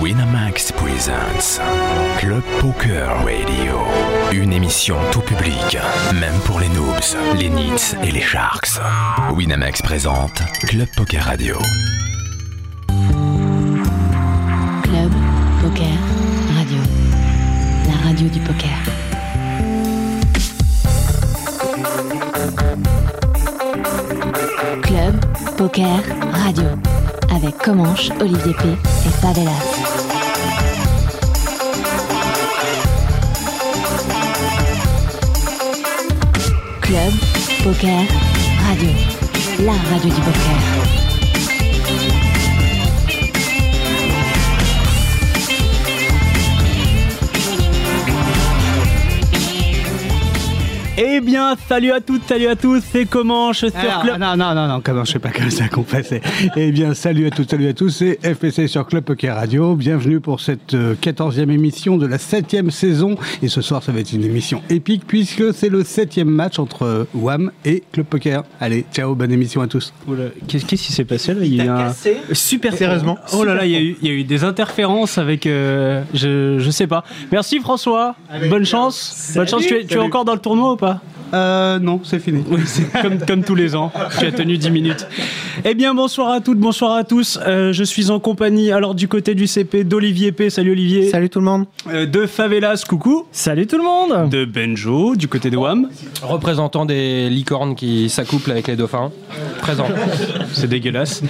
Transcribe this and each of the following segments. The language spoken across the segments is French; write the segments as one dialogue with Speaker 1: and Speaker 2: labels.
Speaker 1: Winamax Presents Club Poker Radio. Une émission tout public, même pour les noobs, les nits et les sharks. Winamax présente Club Poker Radio.
Speaker 2: Club Poker Radio. La radio du poker. Club Poker Radio. Avec Comanche, Olivier P. et Favelas. Club Poker Radio. La radio du poker.
Speaker 3: Eh bien, salut à toutes, salut à tous, c'est Comanche sur
Speaker 4: Alors,
Speaker 3: Club.
Speaker 4: Non, non, non, non, comment je sais pas comme ça qu'on passait. eh bien, salut à toutes, salut à tous, c'est FPC sur Club Poker Radio. Bienvenue pour cette euh, 14e émission de la 7e saison. Et ce soir, ça va être une émission épique puisque c'est le 7e match entre euh, WAM et Club Poker. Allez, ciao, bonne émission à tous.
Speaker 3: Oula, Qu'est-ce qu'est-ce qui s'est passé là Il y a eu un-
Speaker 5: Super sérieusement.
Speaker 3: Oh là là, il y, a eu- il y a eu des interférences avec. euh, je, je sais pas. Merci François, bonne chance. bonne chance, tu es, tu es encore dans le tournoi ou pas
Speaker 4: Euh, non, c'est fini.
Speaker 3: Oui, c'est comme, comme tous les ans. Tu as tenu 10 minutes. Eh bien, bonsoir à toutes, bonsoir à tous. Euh, je suis en compagnie, alors du côté du CP, d'Olivier P. Salut Olivier.
Speaker 5: Salut tout le monde.
Speaker 3: Euh, de Favelas, coucou.
Speaker 6: Salut tout le monde
Speaker 3: De Benjo, du côté de WAM.
Speaker 7: représentant des licornes qui s'accouplent avec les dauphins. Présent.
Speaker 3: C'est dégueulasse.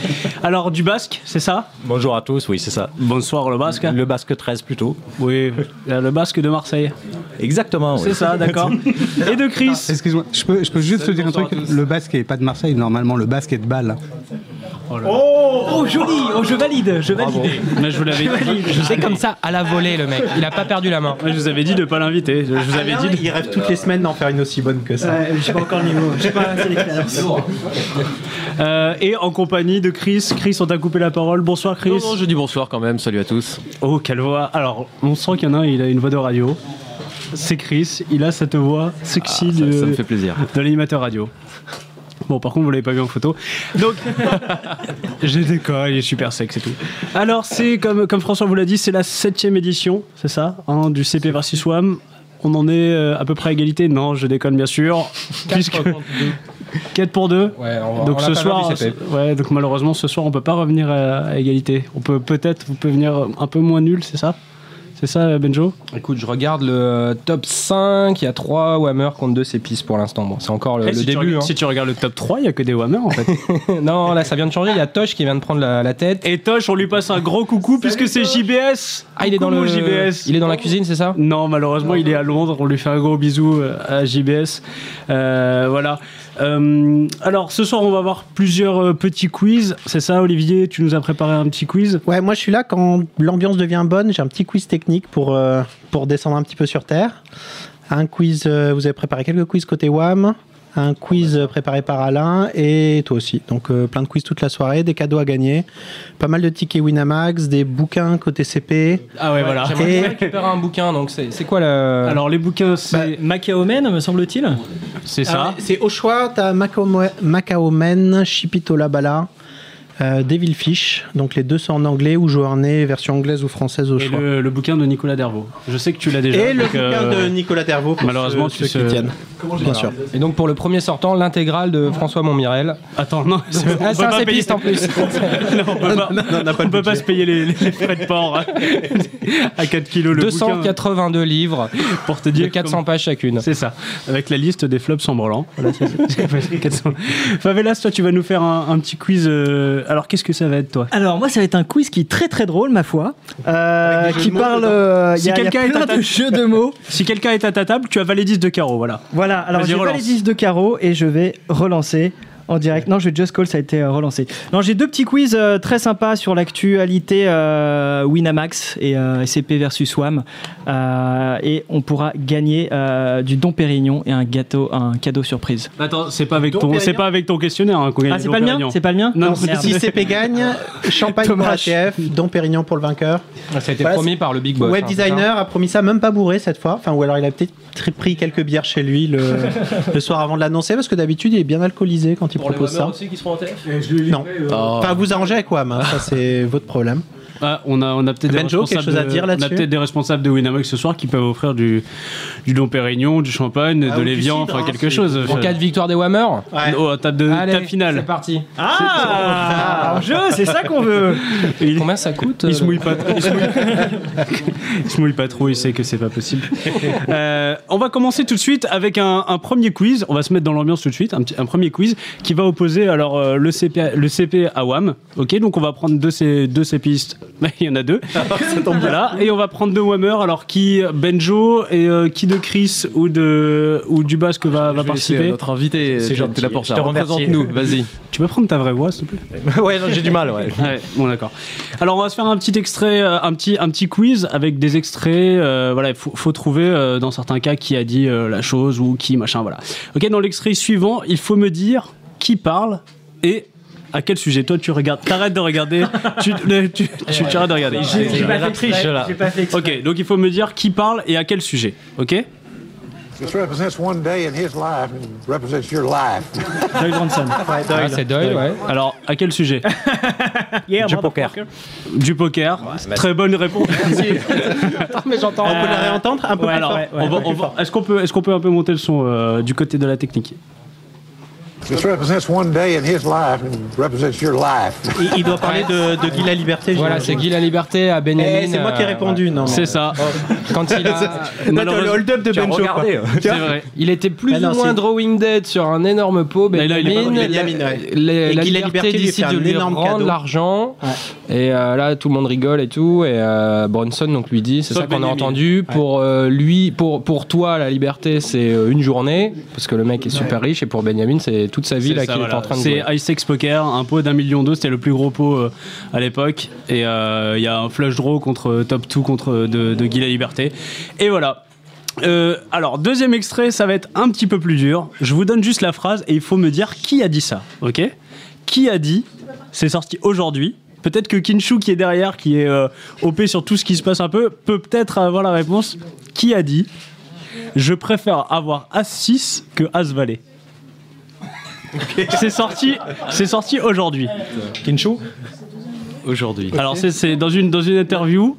Speaker 3: Alors, du basque, c'est ça
Speaker 8: Bonjour à tous, oui, c'est ça.
Speaker 3: Bonsoir le basque.
Speaker 8: Le Basque 13 plutôt.
Speaker 3: Oui, euh, le basque de Marseille.
Speaker 8: Exactement. oui.
Speaker 3: C'est ça, d'accord. Et de Chris.
Speaker 4: Excuse-moi, je peux, je peux juste te dire un truc. Le basque est pas de Marseille, normalement, le basque est de Bâle.
Speaker 3: Oh, joli Oh, je valide, je valide. Mais je vous l'avais dit. Je sais
Speaker 7: C'est comme ça, à la volée, le mec. Il a pas perdu la main.
Speaker 3: Je vous avais dit de pas l'inviter. Je vous
Speaker 8: Ah
Speaker 3: avais dit.
Speaker 5: Ah Il rêve toutes les semaines d'en faire une aussi bonne que ça.
Speaker 6: J'ai pas encore le niveau, j'ai pas assez l'expérience.
Speaker 3: de- Euh, et en compagnie de Chris. Chris, on t'a coupé la parole. Bonsoir, Chris.
Speaker 9: je dis bonsoir quand même, salut à tous.
Speaker 3: Oh, quelle voix. Alors, on sent qu'il y en a un, il a une voix de radio. C'est Chris, il a cette voix sexy de,
Speaker 9: plaisir.
Speaker 3: de l'animateur radio. Bon, par contre, vous l'avez pas vu en photo. Donc, j'ai des corps, il est super sexe et tout. Alors, c'est comme, comme François vous l'a dit, c'est la septième édition, c'est ça, hein, du CP versus WAM. On en est euh, à peu près à égalité. Non, je déconne bien sûr. puisque 4 pour 2.
Speaker 7: Ouais, on,
Speaker 3: Donc
Speaker 7: on a
Speaker 3: ce
Speaker 7: pas
Speaker 3: soir,
Speaker 7: mal du CP.
Speaker 3: c'est- ouais, donc malheureusement ce soir on peut pas revenir à, à égalité. On peut peut-être, vous pouvez venir un peu moins nul, c'est ça C'est ça Benjo
Speaker 7: Écoute, je regarde le euh, top 5. Il y a 3 Whammer contre 2 Cépis pour l'instant. Bon, c'est encore le,
Speaker 3: Eh,
Speaker 7: le
Speaker 3: si, tu
Speaker 7: début.
Speaker 3: regardes,
Speaker 7: hein.
Speaker 3: si tu regardes le top 3, il y a que des Whammer en fait.
Speaker 7: non, là, ça vient de changer. Il y a Tosh qui vient de prendre la, la tête.
Speaker 3: Et Tosh, on lui passe un gros coucou puisque c'est JBS.
Speaker 7: Ah, il est dans
Speaker 3: Coucou,
Speaker 7: le
Speaker 3: JBS.
Speaker 7: Il est dans la cuisine, c'est ça
Speaker 3: Non, malheureusement, il est à Londres. On lui fait un gros bisou euh, à JBS. Euh, voilà. Euh, alors, ce soir, on va avoir plusieurs euh, petits quiz. C'est ça, Olivier Tu nous as préparé un petit quiz
Speaker 5: Ouais, moi je suis là quand l'ambiance devient bonne. J'ai un petit quiz technique pour, euh, pour descendre un petit peu sur terre. Un quiz, euh, vous avez préparé quelques quiz côté WAM. Un quiz euh, préparé par Alain et toi aussi. Donc euh, plein de quiz toute la soirée, des cadeaux à gagner, pas mal de tickets Winamax, des bouquins côté CP.
Speaker 3: Ah ouais, voilà.
Speaker 7: J'aimerais bien récupérer un bouquin. Donc, c'est c'est quoi le.
Speaker 3: Alors, les bouquins, c'est
Speaker 6: Macaomène, Bah, me semble-t-il Ah,
Speaker 3: c'est ça.
Speaker 5: Alors, Ah C'est au choix, t'as Macao- Macao Men, Chipitola Bala, euh, Devil Fish. Donc les deux sont en anglais ou journée, version anglaise ou française au
Speaker 3: Et
Speaker 5: choix.
Speaker 3: le, le bouquin de Nicolas Dervaux. Je sais que tu l'as déjà.
Speaker 5: Et le
Speaker 3: donc,
Speaker 5: bouquin
Speaker 3: euh,
Speaker 5: de Nicolas Dervaux pour
Speaker 3: malheureusement,
Speaker 5: ceux,
Speaker 3: tu
Speaker 5: ceux qui
Speaker 3: sais-
Speaker 5: tiennent. Bien sûr.
Speaker 7: Et donc, pour le premier sortant, l'intégrale de François Montmirel.
Speaker 3: Attends, non, c'est- on
Speaker 7: Ah,
Speaker 3: peut
Speaker 7: c'est un
Speaker 3: pas payer-
Speaker 7: Cépiste en plus.
Speaker 3: Non, on peut pas, on peut pas se payer les, les frais de port hein. à 4 kilos le bouquin
Speaker 7: 282 livres
Speaker 3: pour te
Speaker 7: de
Speaker 3: dire
Speaker 7: 400 pages chacune.
Speaker 3: comment- C'est ça, avec la liste des flops sans branlant. Voilà, c'est- c'est- 400. Favelas, toi, tu vas nous faire un, un petit quiz. euh, Alors, qu'est-ce que ça va être, toi
Speaker 6: Alors moi ça va être un quiz qui est très très drôle ma foi, euh, qui parle... euh, Il
Speaker 3: Si
Speaker 6: y a, il y a
Speaker 3: quelqu'un est
Speaker 6: plein
Speaker 3: à ta-
Speaker 6: de jeux de mots.
Speaker 3: Si quelqu'un est à ta table, tu as validiste de carreau, voilà.
Speaker 6: Voilà, alors
Speaker 3: Vas-y,
Speaker 6: j'ai pas
Speaker 3: relance.
Speaker 6: les 10 de carreau et je vais relancer en direct. Non, je vais Just Call, ça a été euh, relancé. Non, j'ai deux petits quiz euh, très sympas sur l'actualité euh, Winamax et euh, SCP versus WAM. Euh, et on pourra gagner euh, du Don Pérignon et un gâteau, un cadeau surprise.
Speaker 3: Attends, c'est pas avec
Speaker 5: Don
Speaker 3: ton,
Speaker 5: Pérignon
Speaker 3: c'est pas avec ton questionnaire. hein, qu'on gagne
Speaker 6: Ah, c'est
Speaker 3: Don
Speaker 6: pas le mien
Speaker 3: Pérignon.
Speaker 6: C'est pas le mien Ah,
Speaker 3: Non,
Speaker 6: c'est
Speaker 3: merde.
Speaker 5: Si CP gagne, champagne
Speaker 6: Dommage.
Speaker 5: pour ATF, Don Pérignon pour le vainqueur.
Speaker 7: Ah, Ça a été
Speaker 5: Voilà,
Speaker 7: promis par le Big Boss.
Speaker 5: Web
Speaker 7: hein,
Speaker 5: designer a promis ça, même pas bourré cette fois. Enfin, ou alors il a peut-être tri- pris quelques bières chez lui le, le soir avant de l'annoncer, parce que d'habitude il est bien alcoolisé quand il propose ça.
Speaker 7: aussi qui seront en TF
Speaker 5: euh,
Speaker 3: Oh.
Speaker 5: Non. Enfin, vous arrangez avec WAM, hein, ça c'est votre problème.
Speaker 3: Ah, on a, on a peut-être des,
Speaker 5: Benjo, quelque
Speaker 3: responsables
Speaker 5: chose à
Speaker 3: de-
Speaker 5: dire
Speaker 3: on a
Speaker 5: là-dessus
Speaker 3: peut-être des responsables de Winamax ce soir qui peuvent offrir du, du Dom Pérignon, du champagne,
Speaker 5: Ah,
Speaker 3: de
Speaker 5: ou du
Speaker 3: l'évian,
Speaker 5: cidre,
Speaker 3: enfin
Speaker 5: hein,
Speaker 3: quelque
Speaker 5: c'est-
Speaker 3: chose.
Speaker 7: En
Speaker 3: Enfin,
Speaker 7: cas de victoire des Whammer,
Speaker 3: Oh, table de
Speaker 7: allez,
Speaker 3: table
Speaker 7: c'est
Speaker 3: finale.
Speaker 7: parti.
Speaker 6: Ah, un jeu, c'est ça qu'on veut.
Speaker 3: Il,
Speaker 7: Combien ça coûte
Speaker 3: il se
Speaker 7: euh,
Speaker 3: mouille pas trop. Il se mouille, il se mouille pas trop. Il sait que c'est pas possible. Euh, on va commencer tout de suite avec un, un premier quiz. On va se mettre dans l'ambiance tout de suite. Un, petit- un premier quiz qui va opposer alors euh, le CP le CP à WAM. Ok, donc on va prendre deux ces deux CPistes. Il y en a deux. Voilà. Et on va prendre deux Whammer. Alors qui Benjo et euh, qui de Chris ou de ou du Basque va, va
Speaker 9: Je vais laisser
Speaker 5: euh,
Speaker 9: à
Speaker 3: participer.
Speaker 9: Notre invité,
Speaker 8: C'est
Speaker 9: t'es
Speaker 8: gentil.
Speaker 9: là pour
Speaker 8: Je
Speaker 9: ça.
Speaker 8: te remercie.
Speaker 9: Représente-nous, vas-y.
Speaker 3: Tu peux prendre ta vraie voix s'il te plaît.
Speaker 8: ouais, non, j'ai du mal, ouais.
Speaker 3: Ouais, bon d'accord. Alors on va se faire un petit extrait, euh, un petit, un petit quiz avec des extraits. euh, voilà, il faut, faut trouver euh, dans certains cas qui a dit euh, la chose ou qui machin. Voilà. Ok, dans l'extrait suivant, il faut me dire qui parle et à quel sujet. Toi, tu regardes. T'arrêtes de regarder. tu, tu, tu- tu arrêtes de regarder.
Speaker 8: J'ai pas la triche là.
Speaker 3: Ok, donc il faut me dire qui parle et à quel sujet. Ok.
Speaker 10: This represents one day in his life and represents your life.
Speaker 6: Doyle Bronson.
Speaker 7: Ah, c'est Doyle, ouais.
Speaker 3: Alors à quel sujet
Speaker 6: Yeah,
Speaker 8: Du
Speaker 6: motherfucker.
Speaker 8: poker.
Speaker 3: Du poker. Très bonne réponse.
Speaker 5: mais j'entends. On peut la réentendre un peu
Speaker 3: Ouais,
Speaker 5: plus
Speaker 3: alors,
Speaker 5: fort.
Speaker 3: on va- on va- Est-ce qu'on peut, est-ce qu'on peut un peu monter le son euh, du côté de la technique
Speaker 10: This represents one day in his life and represents your life.
Speaker 5: Il, il doit parler de, de Guy la Liberté.
Speaker 7: Voilà, c'est
Speaker 5: j'imagine.
Speaker 7: Guy la Liberté à Benjamin.
Speaker 5: Eh, c'est moi qui ai
Speaker 7: euh,
Speaker 5: répondu, non
Speaker 3: C'est ça.
Speaker 7: ouais. Quand il a-
Speaker 5: Là, t'as le
Speaker 3: Malheureusement-
Speaker 5: hold-up de Benjo. quoi.
Speaker 8: Regardez.
Speaker 3: C'est vrai.
Speaker 7: Il était plus
Speaker 5: Ah non,
Speaker 7: ou moins
Speaker 5: c'est-
Speaker 7: drawing dead sur un énorme pot.
Speaker 3: Là, il a-
Speaker 7: Benjamin,
Speaker 3: il a pas
Speaker 5: compris. Benjamin, ouais.
Speaker 7: la,
Speaker 5: Et
Speaker 7: la
Speaker 5: qu'il a liberté
Speaker 7: liberté
Speaker 5: de lui
Speaker 7: décide
Speaker 5: faire
Speaker 7: de
Speaker 5: un
Speaker 7: lui
Speaker 5: énorme
Speaker 7: rendre
Speaker 5: cadeau.
Speaker 7: l'argent. Et euh, là, tout le monde rigole et tout. Et euh, Bronson donc lui dit, c'est
Speaker 3: Sauf
Speaker 7: ça qu'on a
Speaker 3: Benjamin.
Speaker 7: entendu. Pour euh, lui, pour pour toi, la liberté, c'est euh, une journée parce que le mec est super riche. Et pour Benjamin, c'est toute sa vie là
Speaker 3: C'est ça,
Speaker 7: qu'il est
Speaker 3: voilà.
Speaker 7: en train de
Speaker 3: C'est
Speaker 7: jouer.
Speaker 3: Ice Sex Poker, un pot d'un million deux, c'était le plus gros pot euh, à l'époque. Et euh, il y a un flush draw contre euh, Top 2 contre euh, de, de Guy la Liberté. Et voilà. Euh, alors, deuxième extrait, ça va être un petit peu plus dur. Je vous donne juste la phrase et il faut me dire qui a dit ça, ok Qui a dit C'est sorti aujourd'hui. Peut-être que Kinshu, qui est derrière, qui est euh, OP sur tout ce qui se passe un peu, peut peut-être avoir la réponse. Qui a dit Je préfère avoir As-6 que As-Valet c'est sorti, c'est sorti aujourd'hui.
Speaker 5: Kinshu
Speaker 8: Aujourd'hui.
Speaker 3: Alors c'est, c'est dans une dans une interview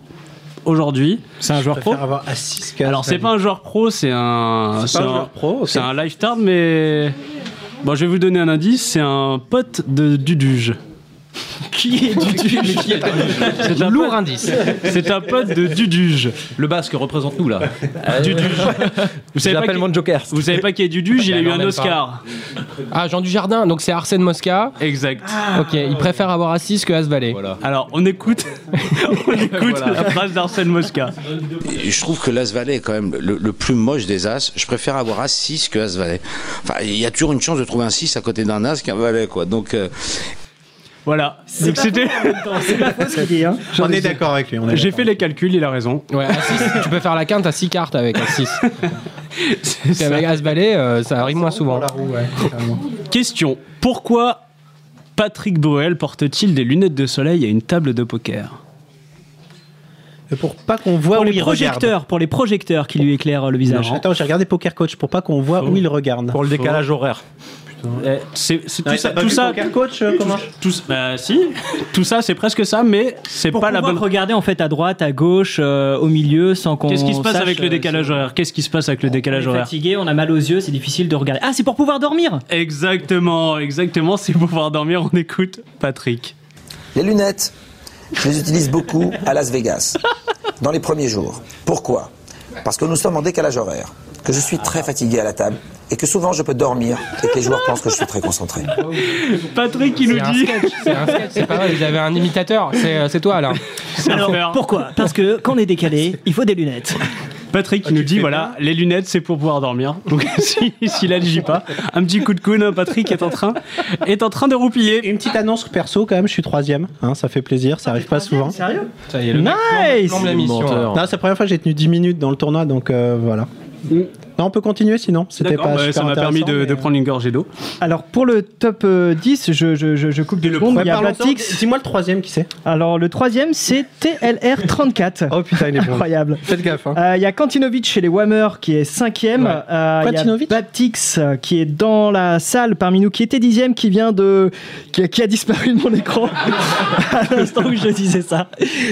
Speaker 3: aujourd'hui. C'est un joueur pro.
Speaker 5: Faire avoir A6 que
Speaker 3: Alors c'est pas un joueur pro, c'est un
Speaker 5: C'est pas un joueur pro, ok.
Speaker 3: c'est un lifetard, mais bon, je vais vous donner un indice. C'est un pote de Duduge. Qui est Duduge C'est un
Speaker 7: Lourd
Speaker 3: pote-
Speaker 7: indice.
Speaker 3: C'est un pote de Duduge.
Speaker 8: Le basque représente
Speaker 3: Euh,
Speaker 8: nous là.
Speaker 3: Duduge. Vous savez pas
Speaker 8: J'appelle
Speaker 3: qui...
Speaker 8: mon joker.
Speaker 3: Vous savez pas qui est Duduge Il a
Speaker 7: Bah
Speaker 3: eu
Speaker 7: non,
Speaker 3: un
Speaker 7: même pas.
Speaker 3: Oscar.
Speaker 7: Ah, Jean Dujardin. Donc c'est Arsène Mosca. Ah.
Speaker 3: Exact.
Speaker 7: ok, il préfère avoir Assis que As Valet.
Speaker 3: Alors on écoute, on écoute la phrase d'Arsène Mosca.
Speaker 11: Je trouve que l'As-Valet est quand même le, le plus moche des As. Je préfère avoir As-6 que As-Valet. Enfin, il y a toujours une chance de trouver un 6 à côté d'un As qu'un Valet, quoi. Donc, euh,
Speaker 3: Voilà. Donc c'était.
Speaker 6: Qu'est-ce qu'il dit, hein
Speaker 5: On est d'accord avec lui. on est
Speaker 3: J'ai
Speaker 5: d'accord.
Speaker 3: fait les calculs, il a raison.
Speaker 7: Ouais, As-6, tu peux faire la quinte à 6 cartes avec As-6. Parce qu'avec As-Ballet, euh, ça arrive moins souvent.
Speaker 3: Question pourquoi Patrick Bruel porte-t-il des lunettes de soleil à une table de poker
Speaker 5: Pour pas qu'on voit
Speaker 6: Pour
Speaker 5: où
Speaker 6: les
Speaker 5: il regarde.
Speaker 6: projecteurs, pour les projecteurs qui lui éclairent euh, le visage.
Speaker 5: Attends, j'ai regardé Poker Coach pour pas qu'on voit où il regarde.
Speaker 8: Pour le décalage horaire.
Speaker 3: Oh. Eh, C'est c'est tout
Speaker 5: Ouais,
Speaker 3: ça,
Speaker 5: t'as pas
Speaker 3: tout
Speaker 5: vu
Speaker 3: ça,
Speaker 5: Poker Coach, euh, comment
Speaker 3: tout, bah, si, tout ça, c'est presque ça, mais c'est
Speaker 6: Pour
Speaker 3: pas la bonne.
Speaker 6: regarder en fait à droite, à gauche, euh, au milieu, sans qu'on.
Speaker 3: Qu'est-ce qui se passe
Speaker 6: sache,
Speaker 3: avec le
Speaker 6: euh,
Speaker 3: décalage
Speaker 6: si-
Speaker 3: horaire Qu'est-ce qui se passe avec le décalage
Speaker 6: On est
Speaker 3: horaire
Speaker 6: fatigué, on a mal aux yeux, c'est difficile de regarder. Ah, c'est pour pouvoir dormir
Speaker 3: Exactement, exactement. C'est pour pouvoir dormir, on écoute Patrick.
Speaker 12: Les lunettes, je les utilise beaucoup à Las Vegas, dans les premiers jours. Pourquoi Parce que nous sommes en décalage horaire, que je suis très fatigué à la table et que souvent je peux dormir et que les joueurs pensent que je suis très concentré.
Speaker 3: Patrick, il
Speaker 7: C'est
Speaker 3: nous
Speaker 7: un
Speaker 3: dit.
Speaker 7: sketch, c'est un sketch, c'est pas vrai, ils avaient un imitateur, c'est euh, c'est toi Alain.
Speaker 6: Alors,
Speaker 3: faire.
Speaker 6: pourquoi Parce que quand on est décalé, il faut des lunettes.
Speaker 3: Patrick qui nous dit voilà, les lunettes c'est pour pouvoir dormir. Donc si, si là j'y pas, un petit coup de coude, hein, Patrick est en train est en train de roupiller.
Speaker 5: Une petite annonce perso quand même, je suis troisième. Hein, ça fait plaisir, ça arrive pas souvent.
Speaker 6: Sérieux
Speaker 7: Ça y est, le mec
Speaker 6: Nice
Speaker 7: plombe la mission.
Speaker 3: hein.
Speaker 6: Mm.
Speaker 5: Non, c'est la première fois que j'ai tenu 10 minutes dans le tournoi, donc euh, voilà. Non, on peut continuer sinon. C'était
Speaker 3: D'accord,
Speaker 5: pas
Speaker 3: bah,
Speaker 5: super
Speaker 3: ça m'a permis de,
Speaker 5: intéressant, euh,
Speaker 3: de prendre une gorgée d'eau.
Speaker 6: Alors pour le top euh, 10, je, je, je, je coupe deux secondes.
Speaker 5: premier
Speaker 6: Il y a
Speaker 5: parle encore.
Speaker 6: Batix.
Speaker 5: Dis-moi le troisième, qui c'est
Speaker 6: Alors le troisième, c'est TLR34.
Speaker 5: Oh putain, il est bon.
Speaker 6: Incroyable.
Speaker 5: Faites gaffe. hein.
Speaker 6: Euh, Il y a Kantinovic chez les Whammer qui est cinquième.
Speaker 5: Ouais.
Speaker 6: Euh, Il y a
Speaker 5: Kantinovic
Speaker 6: Baptix euh, qui est dans la salle parmi nous, qui était dixième, qui vient de. qui a, qui a disparu de mon écran à l'instant où je disais ça.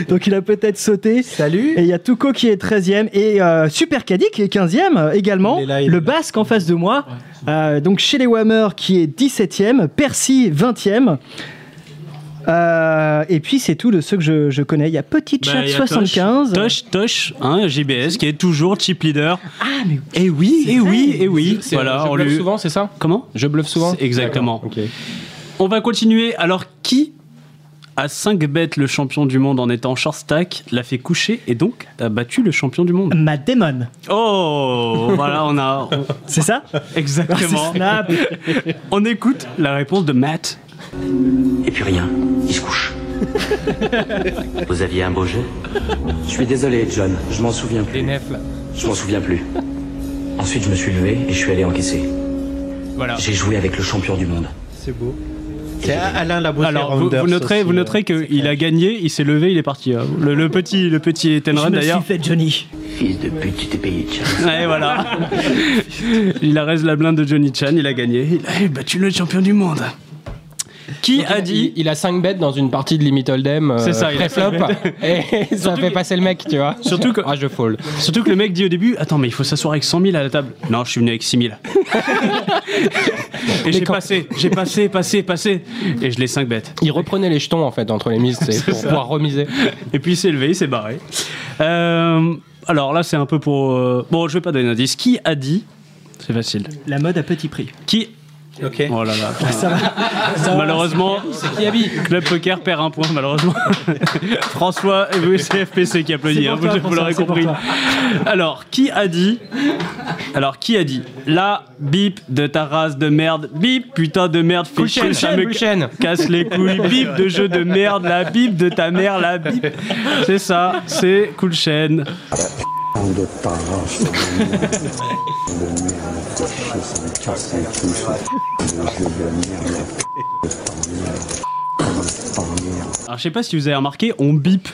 Speaker 6: Donc il a peut-être sauté.
Speaker 5: Salut.
Speaker 6: Et il y a Tuco qui est treizième et euh, Super Caddy qui est quinzième euh, également. le Basque en face de moi. Euh, donc chez les Whammer qui est dix-septième. Percy vingtième. Euh, et puis c'est tout de ceux que je, je connais. Il y a Petite
Speaker 3: Bah,
Speaker 6: Chat
Speaker 3: il y a Tosh.
Speaker 6: 75.
Speaker 3: Tosh, Tosh, hein, JBS, qui est toujours chip leader.
Speaker 6: Ah, mais
Speaker 3: Et oui,
Speaker 6: C'est
Speaker 3: et
Speaker 6: vrai.
Speaker 3: oui, et oui.
Speaker 7: C'est-
Speaker 3: Voilà,
Speaker 7: je
Speaker 3: on
Speaker 7: bluffe
Speaker 3: lui-
Speaker 7: souvent, c'est ça
Speaker 3: Comment
Speaker 7: Je bluffe souvent
Speaker 3: C'est- Exactement.
Speaker 7: D'accord,
Speaker 3: On va continuer. Alors, qui, à 5 bêtes, le champion du monde en étant short stack, l'a fait coucher et donc a battu le champion du monde
Speaker 6: Matt Damon.
Speaker 3: Oh Voilà, on a. on-
Speaker 6: C'est ça Ah,
Speaker 3: Exactement.
Speaker 6: C'est Snap.
Speaker 3: on écoute la réponse de Matt.
Speaker 13: Et puis rien, il se couche. Vous aviez un beau jet Je suis désolé, John, je m'en souviens plus. Je m'en souviens plus. Ensuite, je me suis levé et je suis allé encaisser.
Speaker 3: Voilà.
Speaker 13: J'ai joué avec le champion du monde.
Speaker 5: C'est beau. C'est Alain Labrousse.
Speaker 3: Alors, vous, vous noterez,
Speaker 5: euh,
Speaker 3: vous noterez qu'il a gagné, il s'est levé, il est parti. hein. Le, le petit, le petit Tenran d'ailleurs.
Speaker 6: fait Johnny.
Speaker 13: Fils de pute, tu t'es payé de chasse.
Speaker 3: Ouais, voilà. il arrête la blinde de Johnny Chan, il a gagné. Il a eh, battu le champion du monde. Qui a dit
Speaker 7: Il a 5 bêtes dans une partie de Limit Hold'em. euh,
Speaker 3: C'est ça, il a
Speaker 7: pré-flop.
Speaker 3: cinq
Speaker 7: Et ça fait passer le mec, tu vois.
Speaker 3: Surtout que,
Speaker 7: Ah, je fold.
Speaker 3: surtout que le mec dit au début Attends, mais il faut s'asseoir avec 100 000 à la table. Non, je suis venu avec 6 000. Et j'ai passé, j'ai passé, passé, passé. Et je l'ai 5 bêtes.
Speaker 7: Il reprenait les jetons en fait entre les mises, c'est
Speaker 3: C'est
Speaker 7: pour
Speaker 3: ça.
Speaker 7: pouvoir remiser.
Speaker 3: Et puis il s'est levé, il s'est barré. Euh, alors là, c'est un peu pour. euh, Bon, je vais pas donner d'indice. Qui a dit C'est facile.
Speaker 6: La mode à petit prix. Ah,
Speaker 3: Qui
Speaker 5: Ok.
Speaker 3: Oh là là.
Speaker 6: Ça va. Ça va.
Speaker 3: Malheureusement, Club Poker perd un point, malheureusement. François, et vous, c'est FPC qui applaudit,
Speaker 6: C'est
Speaker 3: hein,
Speaker 6: pour
Speaker 3: vous,
Speaker 6: toi,
Speaker 3: vous l'aurez
Speaker 6: François,
Speaker 3: compris.
Speaker 6: c'est pour
Speaker 3: Alors, qui a dit Alors, qui a dit La bip de ta race de merde, bip putain de merde, fais
Speaker 7: Cool
Speaker 3: chier,
Speaker 7: chaîne,
Speaker 3: ça
Speaker 7: cool
Speaker 3: me ca-
Speaker 7: chaîne.
Speaker 3: casse les couilles, bip de jeu de merde, la bip de ta mère, la bip. C'est ça, c'est Cool Chain. Alors, je sais pas si vous avez remarqué, on bip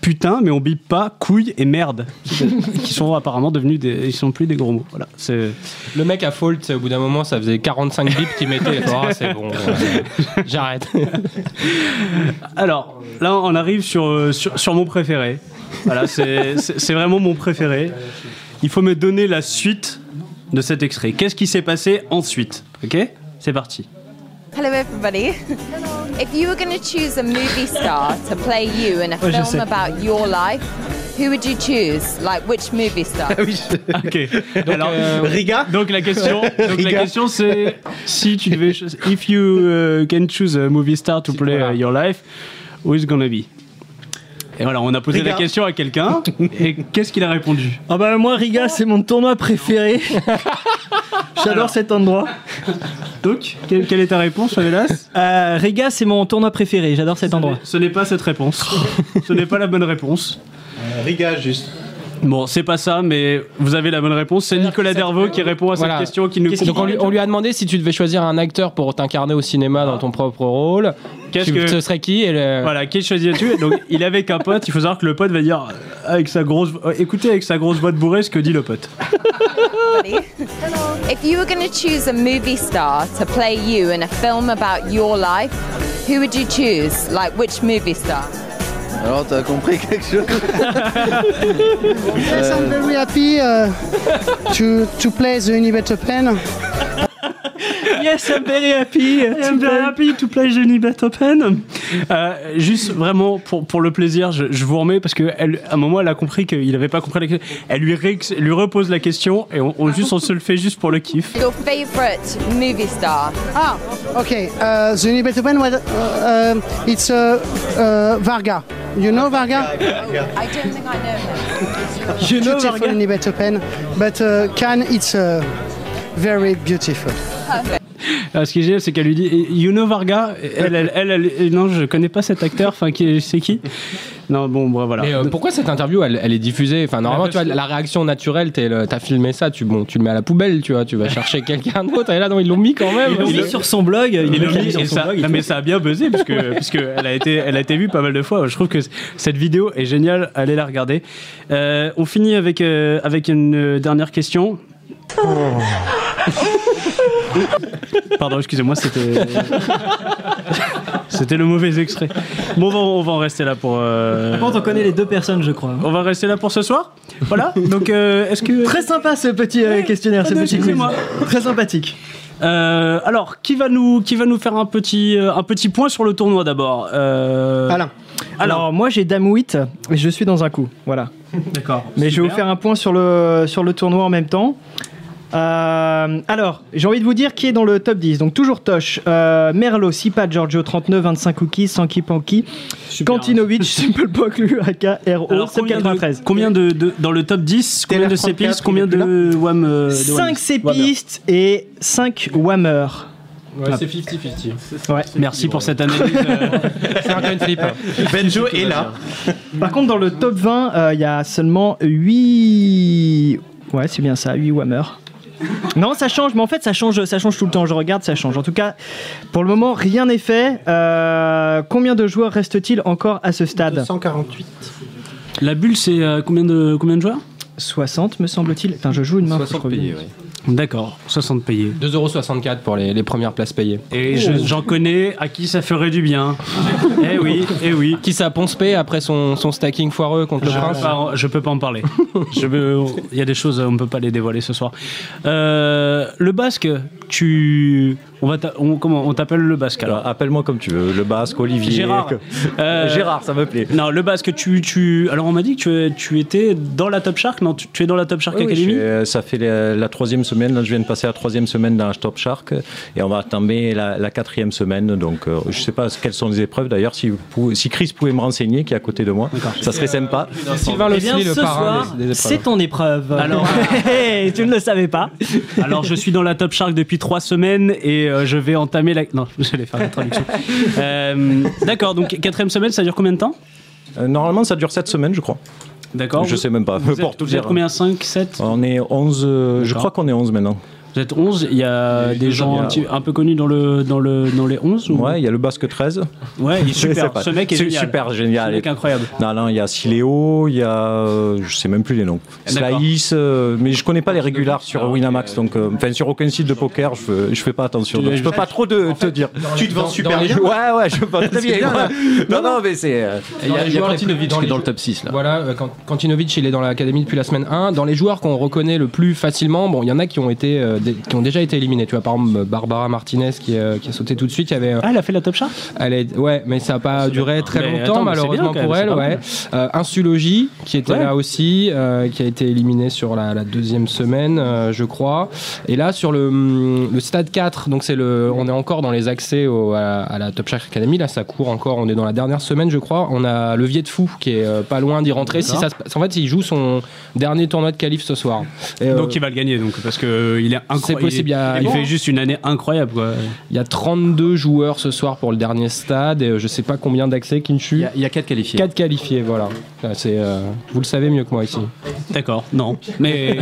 Speaker 3: putain, mais on bip pas couille et merde, qui sont apparemment devenus des. Ils sont plus des gros mots. Voilà, c'est.
Speaker 7: Le mec à fold, tu sais, au bout d'un moment, ça faisait 45 bips qu'il mettait. Ah, c'est bon, euh, j'arrête.
Speaker 3: Alors, là, on arrive sur, euh, sur, sur mon préféré. Voilà, c'est c'est- c'est vraiment mon préféré. Il faut me donner la suite de cet extrait. Qu'est-ce qui s'est passé ensuite Ok C'est parti.
Speaker 14: Hello, everybody. If you were going to choose a movie star to play you in a
Speaker 3: Oh, je
Speaker 14: film
Speaker 3: sais.
Speaker 14: about your life, who would you choose? Like, which movie star?
Speaker 3: Ok. Alors,
Speaker 7: euh,
Speaker 5: Riga
Speaker 3: Donc la question, donc la
Speaker 5: Riga.
Speaker 3: question c'est si tu devais, cho- if you euh, can choose a movie star to play euh, your life, who is gonna be Et voilà, on a posé
Speaker 6: Riga.
Speaker 3: la question à quelqu'un et qu'est-ce qu'il a répondu
Speaker 6: Ah bah moi Riga c'est mon tournoi préféré. J'adore cet endroit.
Speaker 3: Donc, quelle, quelle est ta réponse, Avelas
Speaker 6: Euh, Riga c'est mon tournoi préféré. J'adore cet endroit.
Speaker 3: Ce n'est pas cette réponse. Ce n'est pas la bonne réponse.
Speaker 5: Euh, Riga, juste.
Speaker 3: Bon, c'est pas ça, mais vous avez la bonne réponse. C'est Nicolas Dervaux qui répond à cette
Speaker 7: Voilà.
Speaker 3: question qui nous
Speaker 7: Donc on lui, on lui a demandé si tu devais choisir un acteur pour t'incarner au cinéma dans ton propre rôle.
Speaker 3: Qu'est-ce
Speaker 7: Tu-
Speaker 3: que-
Speaker 7: Ce serait qui et le-
Speaker 3: Voilà, qui choisis-tu Donc, il est avec un pote. Il faut savoir que le pote va dire euh, avec sa grosse, euh, écoutez avec sa grosse voix de bourré ce que dit le pote.
Speaker 14: If you were going to choose a movie star to play you in a film about your life, who would you choose? Like, which movie star?
Speaker 15: Alors, t'as compris quelque chose Euh,
Speaker 16: Yes, I'm very happy uh, to to play the Unibetter
Speaker 6: Yes I'm very happy.
Speaker 3: I'm very happy to play Jenny Batopen. Euh, juste vraiment pour, pour le plaisir, je, je vous remets parce qu'à un moment elle a compris qu'il n'avait pas compris la question. Elle lui, ré- lui repose la question et on, on- juste, on se le fait juste pour le kiff.
Speaker 14: Your favorite movie star?
Speaker 16: Ah,
Speaker 14: Oh.
Speaker 16: Okay, uh, the Unibetter was uh, um, it's uh, uh, Varga. You know Varga?
Speaker 14: I don't think I know him.
Speaker 16: You know beautiful Varga. Unibetter but uh, Cannes it's uh, very beautiful.
Speaker 14: Perfect.
Speaker 3: Euh, ce qui est génial, c'est qu'elle lui dit eh, You know Varga elle, elle, elle, elle- eh, Non, je connais pas cet acteur, enfin, qui est- c'est qui Non, bon, bah, voilà.
Speaker 7: Mais euh, pourquoi cette interview, elle, elle est diffusée Enfin, normalement, tu vois, la réaction naturelle, t'es le- t'as filmé ça, tu, bon, tu le mets à la poubelle, tu vois, tu vas chercher quelqu'un d'autre. Et là, non, ils l'ont mis quand même.
Speaker 3: Ils l'ont mis sur
Speaker 6: son blog.
Speaker 3: Il est mis,
Speaker 7: sur
Speaker 3: et
Speaker 7: son
Speaker 3: ça-
Speaker 7: blog,
Speaker 3: non,
Speaker 7: il
Speaker 3: mais
Speaker 7: faut-
Speaker 3: ça a bien buzzé parce que, parce que elle a été elle a été vue pas mal de fois. Je trouve que c- cette vidéo est géniale. Allez la regarder. Euh, on finit avec euh, avec une euh, dernière question. Pardon, excusez-moi, c'était c'était le mauvais extrait. Bon, on va, on va en rester là pour. euh,
Speaker 6: Par contre, on connaît les deux personnes, je crois.
Speaker 3: On va rester là pour ce soir. Voilà. Donc, euh, est-ce que
Speaker 6: Très sympa ce petit euh, questionnaire, ce
Speaker 3: Ah non,
Speaker 6: petit quiz.
Speaker 3: excusez-moi.
Speaker 6: Très sympathique.
Speaker 3: Euh, alors, qui va nous, qui va nous faire un petit, euh, un petit point sur le tournoi d'abord Euh,
Speaker 6: Alain. Alors, moi j'ai Dame 8 et je suis dans un coup. Voilà.
Speaker 3: D'accord.
Speaker 6: Mais je vais vous faire un point sur le, sur le tournoi en même temps. Euh, alors, j'ai envie de vous dire qui est dans le top 10. Donc, toujours Tosh, euh, Merlo, Sipa, Giorgio, 39, 25 Cookies, Sanky Panky, Kantinovic, Simple Poklu, AK, RO,
Speaker 3: Alors, combien, de,
Speaker 6: 793.
Speaker 3: combien de, de- dans le top 10 Combien de sépistes Combien de WAM euh, de
Speaker 6: 5
Speaker 3: WAM
Speaker 6: sépistes et 5 whammers.
Speaker 7: Ouais, c'est 50-50.
Speaker 6: Ouais.
Speaker 3: Merci pour cette analyse. euh,
Speaker 7: C'est un coin flip.
Speaker 6: Benjo
Speaker 7: est là.
Speaker 6: Par contre, dans le top 20, euh, il y a seulement 8. Ouais, c'est bien ça, 8 Whammer. Non, ça change, mais en fait, ça change, ça change tout le temps. Je regarde, ça change. En tout cas, pour le moment, rien n'est fait. Euh, combien de joueurs reste-t-il encore à ce stade
Speaker 5: 248.
Speaker 3: La bulle, c'est euh, combien, de, combien de joueurs
Speaker 6: 60, me semble-t-il. Attends, je joue une main. faut que je
Speaker 7: 60
Speaker 6: revienne.
Speaker 7: payés, oui.
Speaker 3: D'accord, 60 payés.
Speaker 7: 2,64€ pour les, les premières places payées. Oh.
Speaker 3: Et je- j'en connais à qui ça ferait du bien. eh oui, eh oui.
Speaker 7: Qui ça ponce paye après son, son stacking foireux contre
Speaker 3: Je
Speaker 7: le
Speaker 3: peux,
Speaker 7: prince
Speaker 3: pas en- je peux pas en parler. Je veux- Il y a des choses, on ne peut pas les dévoiler ce soir. Euh, le basque, tu. On va t'a- on, comment on t'appelle le basque alors
Speaker 8: Appelle-moi comme tu veux, le basque, Olivier.
Speaker 3: Gérard. Euh,
Speaker 8: Gérard, ça me plaît.
Speaker 3: Non, le basque, tu. tu... Alors on m'a dit que tu, tu étais dans la Top Shark, non tu, tu es dans la Top Shark
Speaker 8: Oui, oui,
Speaker 3: Academy
Speaker 8: je- euh, ça fait la, la troisième semaine, là je viens de passer la troisième semaine dans Top Shark et on va entamer la, la quatrième semaine. Donc euh, je ne sais pas quelles sont les épreuves d'ailleurs, si, vous pouvez- si Chris pouvait me renseigner qui est à côté de moi, ça serait sympa.
Speaker 7: Sylvain
Speaker 6: Eh bien,
Speaker 7: Losny, le
Speaker 6: ce
Speaker 7: parrain
Speaker 6: soir,
Speaker 7: des, des épreuves.
Speaker 6: c'est ton épreuve.
Speaker 3: Alors-
Speaker 6: Hey, tu ne le savais pas.
Speaker 3: Alors je suis dans la Top Shark depuis trois semaines et euh, je vais entamer la. Non, j'allais faire la traduction. Euh, D'accord, donc quatrième semaine, ça dure combien de temps
Speaker 8: Euh, normalement ça dure sept semaines je crois.
Speaker 3: D'accord.
Speaker 8: Je
Speaker 3: Vous-
Speaker 8: sais même pas,
Speaker 3: Vous êtes,
Speaker 8: pour tout
Speaker 3: vous êtes
Speaker 8: dire.
Speaker 3: combien 5, 7
Speaker 8: On est 11, euh, je crois
Speaker 3: D'accord.
Speaker 8: qu'on est 11 maintenant.
Speaker 3: Vous êtes 11, il y a des gens
Speaker 8: bien,
Speaker 3: un, petit-
Speaker 8: ouais.
Speaker 3: un peu connus dans, le, dans, le, dans les 11 ou...
Speaker 8: Ouais, il y a le Basque 13.
Speaker 3: Ouais, il est
Speaker 8: Je sais
Speaker 3: super.
Speaker 8: pas.
Speaker 3: Ce mec est
Speaker 8: C'est
Speaker 3: génial.
Speaker 8: super génial.
Speaker 3: Ce mec est incroyable.
Speaker 8: Non, non, il y a Siléo, il y a. euh, Je sais même plus les noms.
Speaker 3: D'accord.
Speaker 8: Slaïs, euh, mais je connais pas les régulars sur Winamax, donc. euh, Enfin, sur aucun site de poker, je, fais- je fais pas attention. donc je peux pas trop de, te dire.
Speaker 9: Tu te vends super bien.
Speaker 8: Ouais, ouais, je peux pas très bien. ouais. Non, non, mais c'est. euh,
Speaker 7: Il y a, il y a Kantinovic qui est
Speaker 9: dans le top 6 là.
Speaker 7: Voilà, euh, Kan- Kantinovic, il est dans l'académie depuis la semaine 1. Dans les joueurs qu'on reconnaît le plus facilement, bon, il y en a qui ont été, euh, dé- qui ont déjà été éliminés. Tu vois, par exemple, Barbara Martinez qui, euh, qui a sauté tout de suite. Il y avait, euh,
Speaker 3: Ah, elle a fait la top chart
Speaker 7: elle est- ouais, mais ça n'a pas duré très
Speaker 3: Mais
Speaker 7: longtemps
Speaker 3: attends, mais c'est
Speaker 7: malheureusement
Speaker 3: bien, quand
Speaker 7: pour
Speaker 3: même,
Speaker 7: elle.
Speaker 3: c'est pas
Speaker 7: Ouais.
Speaker 3: mal.
Speaker 7: Euh, Insulogie qui était
Speaker 3: Ouais.
Speaker 7: là aussi, euh, qui a été éliminée sur la, la deuxième semaine, euh, je crois. Et là sur le, hum, le stade 4, donc c'est le, on est encore dans les accès au- à, à la Top Shark Academy. Là, ça court encore. On est dans la dernière semaine, je crois. On a Levier de Fou qui est euh, pas loin d'y rentrer. Si ça, se passe- en fait, il joue son dernier tournoi de qualif ce soir. Et, euh,
Speaker 3: Donc il va le gagner, donc, parce qu'il est incroyable.
Speaker 7: C'est possible, il y a-
Speaker 3: Il, hein.
Speaker 7: il
Speaker 3: fait
Speaker 7: est bon.
Speaker 3: juste une année incroyable. Quoi.
Speaker 7: il y a 32 joueurs ce soir pour le dernier stade. Et euh, je sais pas combien d'accès Kinshu.
Speaker 9: Il y a 4 qualifiés.
Speaker 7: 4 qualifiés, voilà. Là, C'est, euh, vous le savez mieux que moi ici.
Speaker 3: D'accord, non. Mais,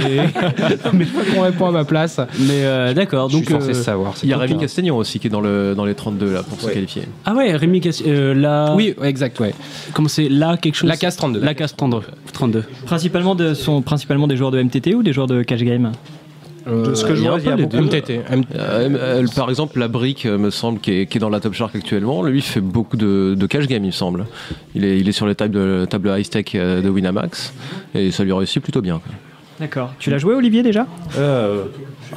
Speaker 7: mais qu'on répond à ma place.
Speaker 3: mais euh, d'accord,
Speaker 7: Je
Speaker 3: donc.
Speaker 7: suis censé
Speaker 3: euh,
Speaker 7: savoir. c'est
Speaker 9: Il y a
Speaker 7: tout.
Speaker 9: Rémi Castagnon aussi qui est dans, le, dans les 32 là pour se
Speaker 7: Ouais.
Speaker 9: qualifier.
Speaker 3: Ah ouais, Rémi Cass- euh, la...
Speaker 7: Oui, ouais, exact, ouais.
Speaker 3: Comment c'est La quelque chose
Speaker 7: La casse 32.
Speaker 3: La casse 32. 32.
Speaker 6: Principalement, de, sont principalement des joueurs de MTT ou des joueurs de cash game
Speaker 9: De
Speaker 7: ce que je vois, il y a beaucoup de- MTT.
Speaker 9: Euh, euh, par exemple, la brique euh, me semble qui est, qui est dans la Top Shark actuellement. Lui il fait beaucoup de, de cash game, il me semble. Il est, il est sur les tables, tables high tech euh, de Winamax et ça lui réussit plutôt bien. quoi.
Speaker 6: D'accord. Tu l'as joué, Olivier, déjà Euh,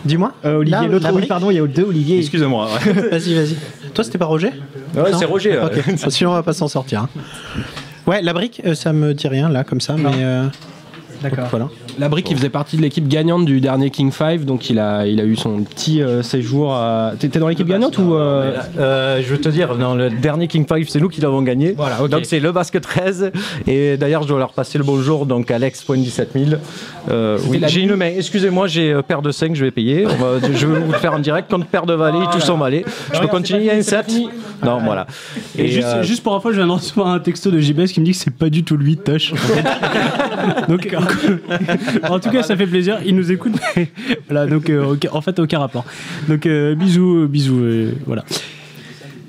Speaker 6: Dis-moi. Euh, Olivier,
Speaker 5: Là,
Speaker 6: l'autre.
Speaker 5: la
Speaker 6: Oui,
Speaker 5: brique
Speaker 6: pardon, il y a deux Olivier.
Speaker 8: Excusez-moi.
Speaker 5: Vas-y, vas-y. Toi, c'était pas Roger
Speaker 8: Ouais,
Speaker 5: Non
Speaker 8: c'est Roger. ouais.
Speaker 5: Ok, sinon on va pas s'en sortir. hein. Ouais, la brique, euh, ça me dit rien là, comme ça, mais. euh, D'accord. Voilà.
Speaker 7: La brique, il faisait partie de l'équipe gagnante du dernier King 5, donc il a, il a eu son petit euh, séjour. à- T'étais dans l'équipe gagnante ou. euh,
Speaker 8: Euh, je veux te dire, dans le dernier King Five, c'est nous qui l'avons gagné. Donc c'est le Basque 13. Et d'ailleurs, je dois leur passer le bonjour donc Alex.17000. Euh, oui,
Speaker 7: la
Speaker 8: j'ai une main. Excusez-moi, j'ai euh, paire de 5, je vais payer. On va- je vais vous le faire en direct. Contre paire de valet, tout son valet. Je peux continuer, il y a un 7. Non, voilà.
Speaker 3: Et, juste,
Speaker 8: euh,
Speaker 3: juste pour info, je viens de recevoir un texto de JBS qui me dit que c'est pas du tout lui, Tosh. donc, en tout cas, ça fait plaisir. Il nous écoute. mais voilà, donc, euh, aucun- en fait, aucun rapport. Donc, euh, bisous, euh, bisous. euh, voilà.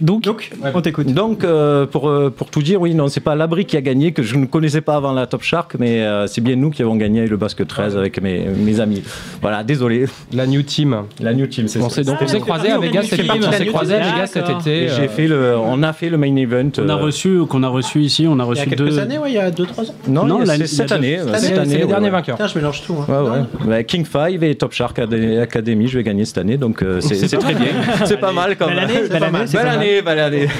Speaker 3: Donc, on t'écoute.
Speaker 8: Donc, euh, pour, euh, pour tout dire, oui, non, c'est pas l'abri qui a gagné, que je ne connaissais pas avant la Top Shark, mais euh, c'est bien nous qui avons gagné le Basque 13 avec mes, mes amis. Voilà, désolé.
Speaker 7: La New Team.
Speaker 8: La New Team, c'est
Speaker 7: On s'est donc-
Speaker 3: Ah,
Speaker 7: on s'est croisés à Vegas cet été, on s'est croisés à Vegas cet été,
Speaker 8: Et
Speaker 7: euh,
Speaker 8: j'ai fait le, on a fait le main event. euh,
Speaker 3: On a reçu, qu'on a reçu ici, on a
Speaker 5: Il y a
Speaker 3: reçu
Speaker 5: quelques
Speaker 3: deux.
Speaker 5: années, ouais, il y a 2-3 ans.
Speaker 8: Non, il y a-
Speaker 3: la-
Speaker 8: c'est
Speaker 3: la-
Speaker 8: cette année, euh, cette année, ouais, ouais.
Speaker 5: Putain, je mélange tout. hein.
Speaker 8: Ouais, ouais. Bah, King 5 et Top Shark Ad- Academy, je vais gagner cette année, donc euh, c'est
Speaker 3: C'est
Speaker 8: c'est
Speaker 3: pas
Speaker 8: très
Speaker 3: mal.
Speaker 8: bien. C'est pas mal quand
Speaker 3: Belle
Speaker 8: même.
Speaker 3: année,
Speaker 8: C'est
Speaker 3: belle
Speaker 8: pas
Speaker 3: année,
Speaker 8: mal.
Speaker 3: c'est
Speaker 8: Belle
Speaker 3: pas
Speaker 8: année, belle
Speaker 3: mal.
Speaker 8: année.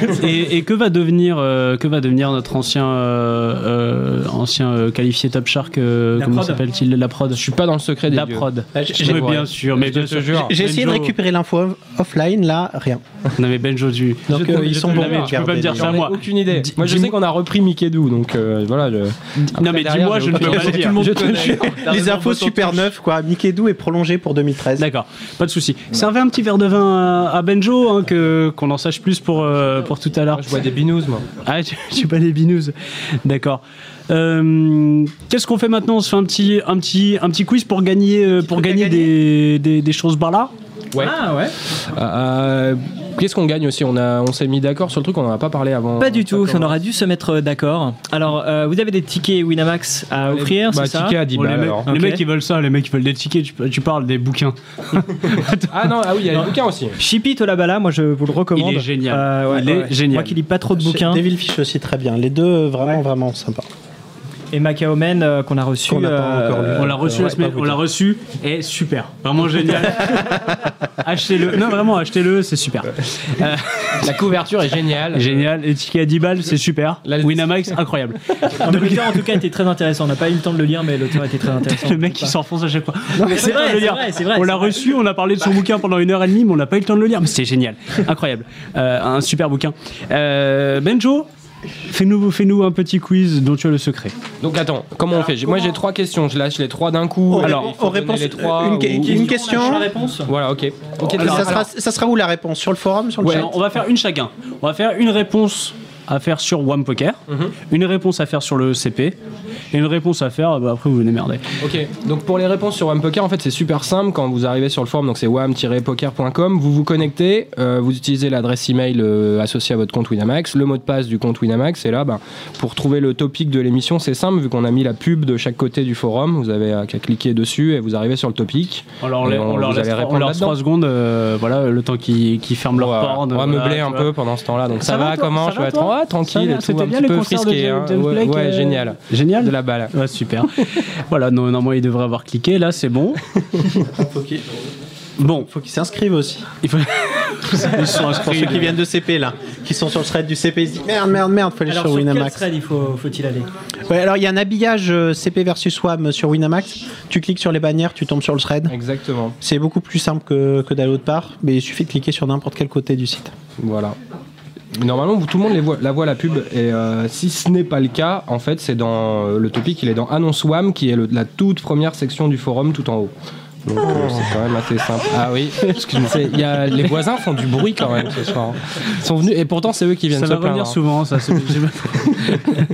Speaker 3: Et, et que va devenir euh, que va devenir notre ancien euh, euh, ancien euh, qualifié Top Shark euh,
Speaker 5: La
Speaker 3: comment
Speaker 5: prod.
Speaker 3: s'appelle-t-il la prod je suis
Speaker 7: pas dans le secret
Speaker 3: des la prod
Speaker 5: Ah, j'ai- j'ai-
Speaker 3: Mais bien sûr mais
Speaker 5: Je
Speaker 3: bien
Speaker 5: te
Speaker 3: sûr.
Speaker 5: jure. J'ai essayé de
Speaker 3: Benjo.
Speaker 5: récupérer l'info offline, là, rien.
Speaker 3: non mais Benjo du
Speaker 5: Donc, euh, ils sont bons,
Speaker 3: tu peux pas me
Speaker 5: regardez,
Speaker 3: dire ça à
Speaker 5: j'en ai
Speaker 3: moi
Speaker 7: Aucune idée.
Speaker 3: Di-
Speaker 7: Moi, je
Speaker 3: dis-
Speaker 7: sais qu'on a repris Mickey Doo, donc euh, voilà. je- Après,
Speaker 3: mais
Speaker 7: derrière,
Speaker 3: dis-moi,
Speaker 7: j'ai
Speaker 3: je ne
Speaker 7: aucune
Speaker 3: peux
Speaker 7: idée.
Speaker 3: pas dire.
Speaker 7: Je te
Speaker 3: Je te
Speaker 7: jure.
Speaker 5: Les infos super neuves, quoi. Mickey Doo est prolongé pour 2013.
Speaker 3: D'accord, pas de souci. Servez un petit verre de vin à, à Benjo hein, que qu'on en sache plus pour euh, pour tout à l'heure. Je
Speaker 7: bois des binous moi.
Speaker 3: Ah tu, tu bois des binous. D'accord. Euh, Qu'est-ce qu'on fait maintenant On se fait un petit un petit un petit quiz pour gagner euh, pour gagner, Des, des, des choses par là.
Speaker 7: Ouais. Ah ouais. euh, Qu'est-ce qu'on gagne aussi On, a- on s'est mis d'accord sur le truc, on n'en a pas parlé avant.
Speaker 6: Pas du tout, on aura dû se mettre euh, d'accord. Alors, euh, vous avez des tickets Winamax à offrir,
Speaker 7: bah,
Speaker 6: c'est ça
Speaker 7: tickets à 10
Speaker 3: Bon, Oh, les, mecs, les
Speaker 6: Ok.
Speaker 3: mecs, ils veulent ça, les mecs ils veulent des tickets. Tu, tu parles des bouquins.
Speaker 7: Ah non, ah oui, il y a
Speaker 6: Non.
Speaker 7: les bouquins aussi.
Speaker 6: Chippy Tolabala, moi je vous le recommande.
Speaker 3: Il est génial.
Speaker 6: Euh, ouais,
Speaker 3: Il est
Speaker 6: ouais.
Speaker 3: génial.
Speaker 6: Moi qui lis pas trop de
Speaker 5: Chez
Speaker 6: bouquins.
Speaker 5: Devilfish aussi, très bien. Les deux, euh, vraiment, vraiment sympas.
Speaker 6: Et Macao Men euh, qu'on a reçu.
Speaker 5: Qu'on n'a pas encore lu.
Speaker 6: euh,
Speaker 3: On l'a reçu
Speaker 6: ouais,
Speaker 3: la semaine,
Speaker 6: pas
Speaker 3: on l'a reçu et super, vraiment génial. achetez-le, non vraiment achetez-le, c'est super. Euh,
Speaker 7: La couverture est géniale.
Speaker 3: génial, et ticket à 10 balles, c'est super. Winamax, incroyable.
Speaker 6: Non, mais L'auteur en tout cas était très intéressant. On n'a pas eu le temps de le lire, mais l'auteur était très intéressant.
Speaker 3: Le mec qui s'enfonce à chaque fois.
Speaker 6: Non, mais
Speaker 3: On a
Speaker 6: c'est vrai,
Speaker 3: pas le temps de le
Speaker 6: c'est
Speaker 3: lire.
Speaker 6: vrai, c'est vrai,
Speaker 3: On
Speaker 6: c'est
Speaker 3: l'a
Speaker 6: vrai.
Speaker 3: reçu, on a parlé de son bouquin pendant une heure et demie, mais on n'a pas eu le temps de le lire. Mais c'était génial, incroyable, Euh, un super bouquin. Euh, Benjo, fais-nous fais-nous un petit quiz dont tu as le secret.
Speaker 7: Donc attends, comment on fait J'ai- Moi j'ai trois questions, je lâche les trois d'un coup.
Speaker 5: On
Speaker 7: Alors,
Speaker 5: répond-
Speaker 7: il faut
Speaker 5: on
Speaker 7: donner
Speaker 5: répond-
Speaker 7: les trois
Speaker 5: une-
Speaker 7: ou-
Speaker 5: une question.
Speaker 6: La réponse
Speaker 7: Voilà, ok. Ok,
Speaker 5: Et
Speaker 7: alors,
Speaker 5: ça, sera,
Speaker 7: alors,
Speaker 5: ça sera où la réponse Sur le forum Sur le
Speaker 3: Ouais,
Speaker 5: chat
Speaker 3: on va faire une chacun. On va faire une réponse à faire sur One Poker,
Speaker 5: Mhm.
Speaker 3: une réponse à faire sur le CP, et une réponse à faire, bah, après vous vous démerdez.
Speaker 7: Ok, donc pour les réponses sur WAM Poker, en fait c'est super simple. Quand vous arrivez sur le forum, donc c'est wam-poker.com, vous vous connectez, euh, vous utilisez l'adresse email euh, associée à votre compte Winamax, le mot de passe du compte Winamax, et là, ben, pour trouver le topic de l'émission, c'est simple, vu qu'on a mis la pub de chaque côté du forum, vous avez euh, qu'à cliquer dessus et vous arrivez sur le topic.
Speaker 3: On leur,
Speaker 7: Et
Speaker 3: la- on leur
Speaker 7: vous
Speaker 3: laisse
Speaker 7: allez
Speaker 3: trois-
Speaker 7: répondre
Speaker 3: on leur
Speaker 7: là-dedans.
Speaker 3: trois secondes, euh, voilà, le temps qu'ils qu'ils ferment leur
Speaker 7: Voilà,
Speaker 3: porte. euh,
Speaker 7: on va
Speaker 3: voilà,
Speaker 7: meubler un
Speaker 3: tu vois.
Speaker 7: peu pendant ce temps-là. Donc ça,
Speaker 3: Ça
Speaker 7: va,
Speaker 3: va, toi
Speaker 7: comment
Speaker 3: Ça
Speaker 7: Je
Speaker 3: va,
Speaker 7: vais être
Speaker 3: toi
Speaker 7: ah,
Speaker 3: Ça
Speaker 7: tranquille
Speaker 3: va,
Speaker 7: et tout,
Speaker 3: c'était
Speaker 7: un
Speaker 3: bien
Speaker 7: petit
Speaker 3: le
Speaker 7: peu
Speaker 3: concert de
Speaker 7: frisqué.
Speaker 3: James-
Speaker 7: hein.
Speaker 3: James
Speaker 7: Ouais,
Speaker 3: Blake,
Speaker 7: ouais,
Speaker 3: euh,
Speaker 7: génial.
Speaker 3: Génial.
Speaker 7: De la balle.
Speaker 3: Ouais, super. voilà, non, normalement il devrait avoir cliqué. Là, c'est bon. Bon,
Speaker 5: faut qu'ils s'inscrivent aussi.
Speaker 3: Il faut... Ils sont
Speaker 5: Pour
Speaker 3: inscrits.
Speaker 5: ceux qui viennent de CP là, qui sont sur le thread du CP, ils se disent merde, merde, merde, faut aller
Speaker 6: Alors,
Speaker 5: sur
Speaker 6: sur quel
Speaker 5: Winamax.
Speaker 6: thread Euh, il faut- faut-il aller
Speaker 5: Ouais, alors il y a un habillage euh, CP versus WAM sur Winamax. Tu cliques sur les bannières, tu tombes sur le thread.
Speaker 7: Exactement.
Speaker 5: C'est beaucoup plus simple que, que d'aller autre part, mais il suffit de cliquer sur n'importe quel côté du site.
Speaker 7: Voilà. Normalement, vous- tout le monde les voit, la voit la pub, et euh, si ce n'est pas le cas, en fait, c'est dans euh, le topic, il est dans Annonce WAM, qui est le- la toute première section du forum tout en haut. Donc euh, c'est quand même assez simple. Ah oui, excuse-moi. c'est- il y a- les voisins font du bruit quand même ce soir. hein. Ils sont venus, et pourtant, c'est eux qui viennent
Speaker 3: ça
Speaker 7: se
Speaker 3: va
Speaker 7: plaindre.
Speaker 3: revenir
Speaker 7: hein.
Speaker 3: souvent, ça. c'est- j'ai-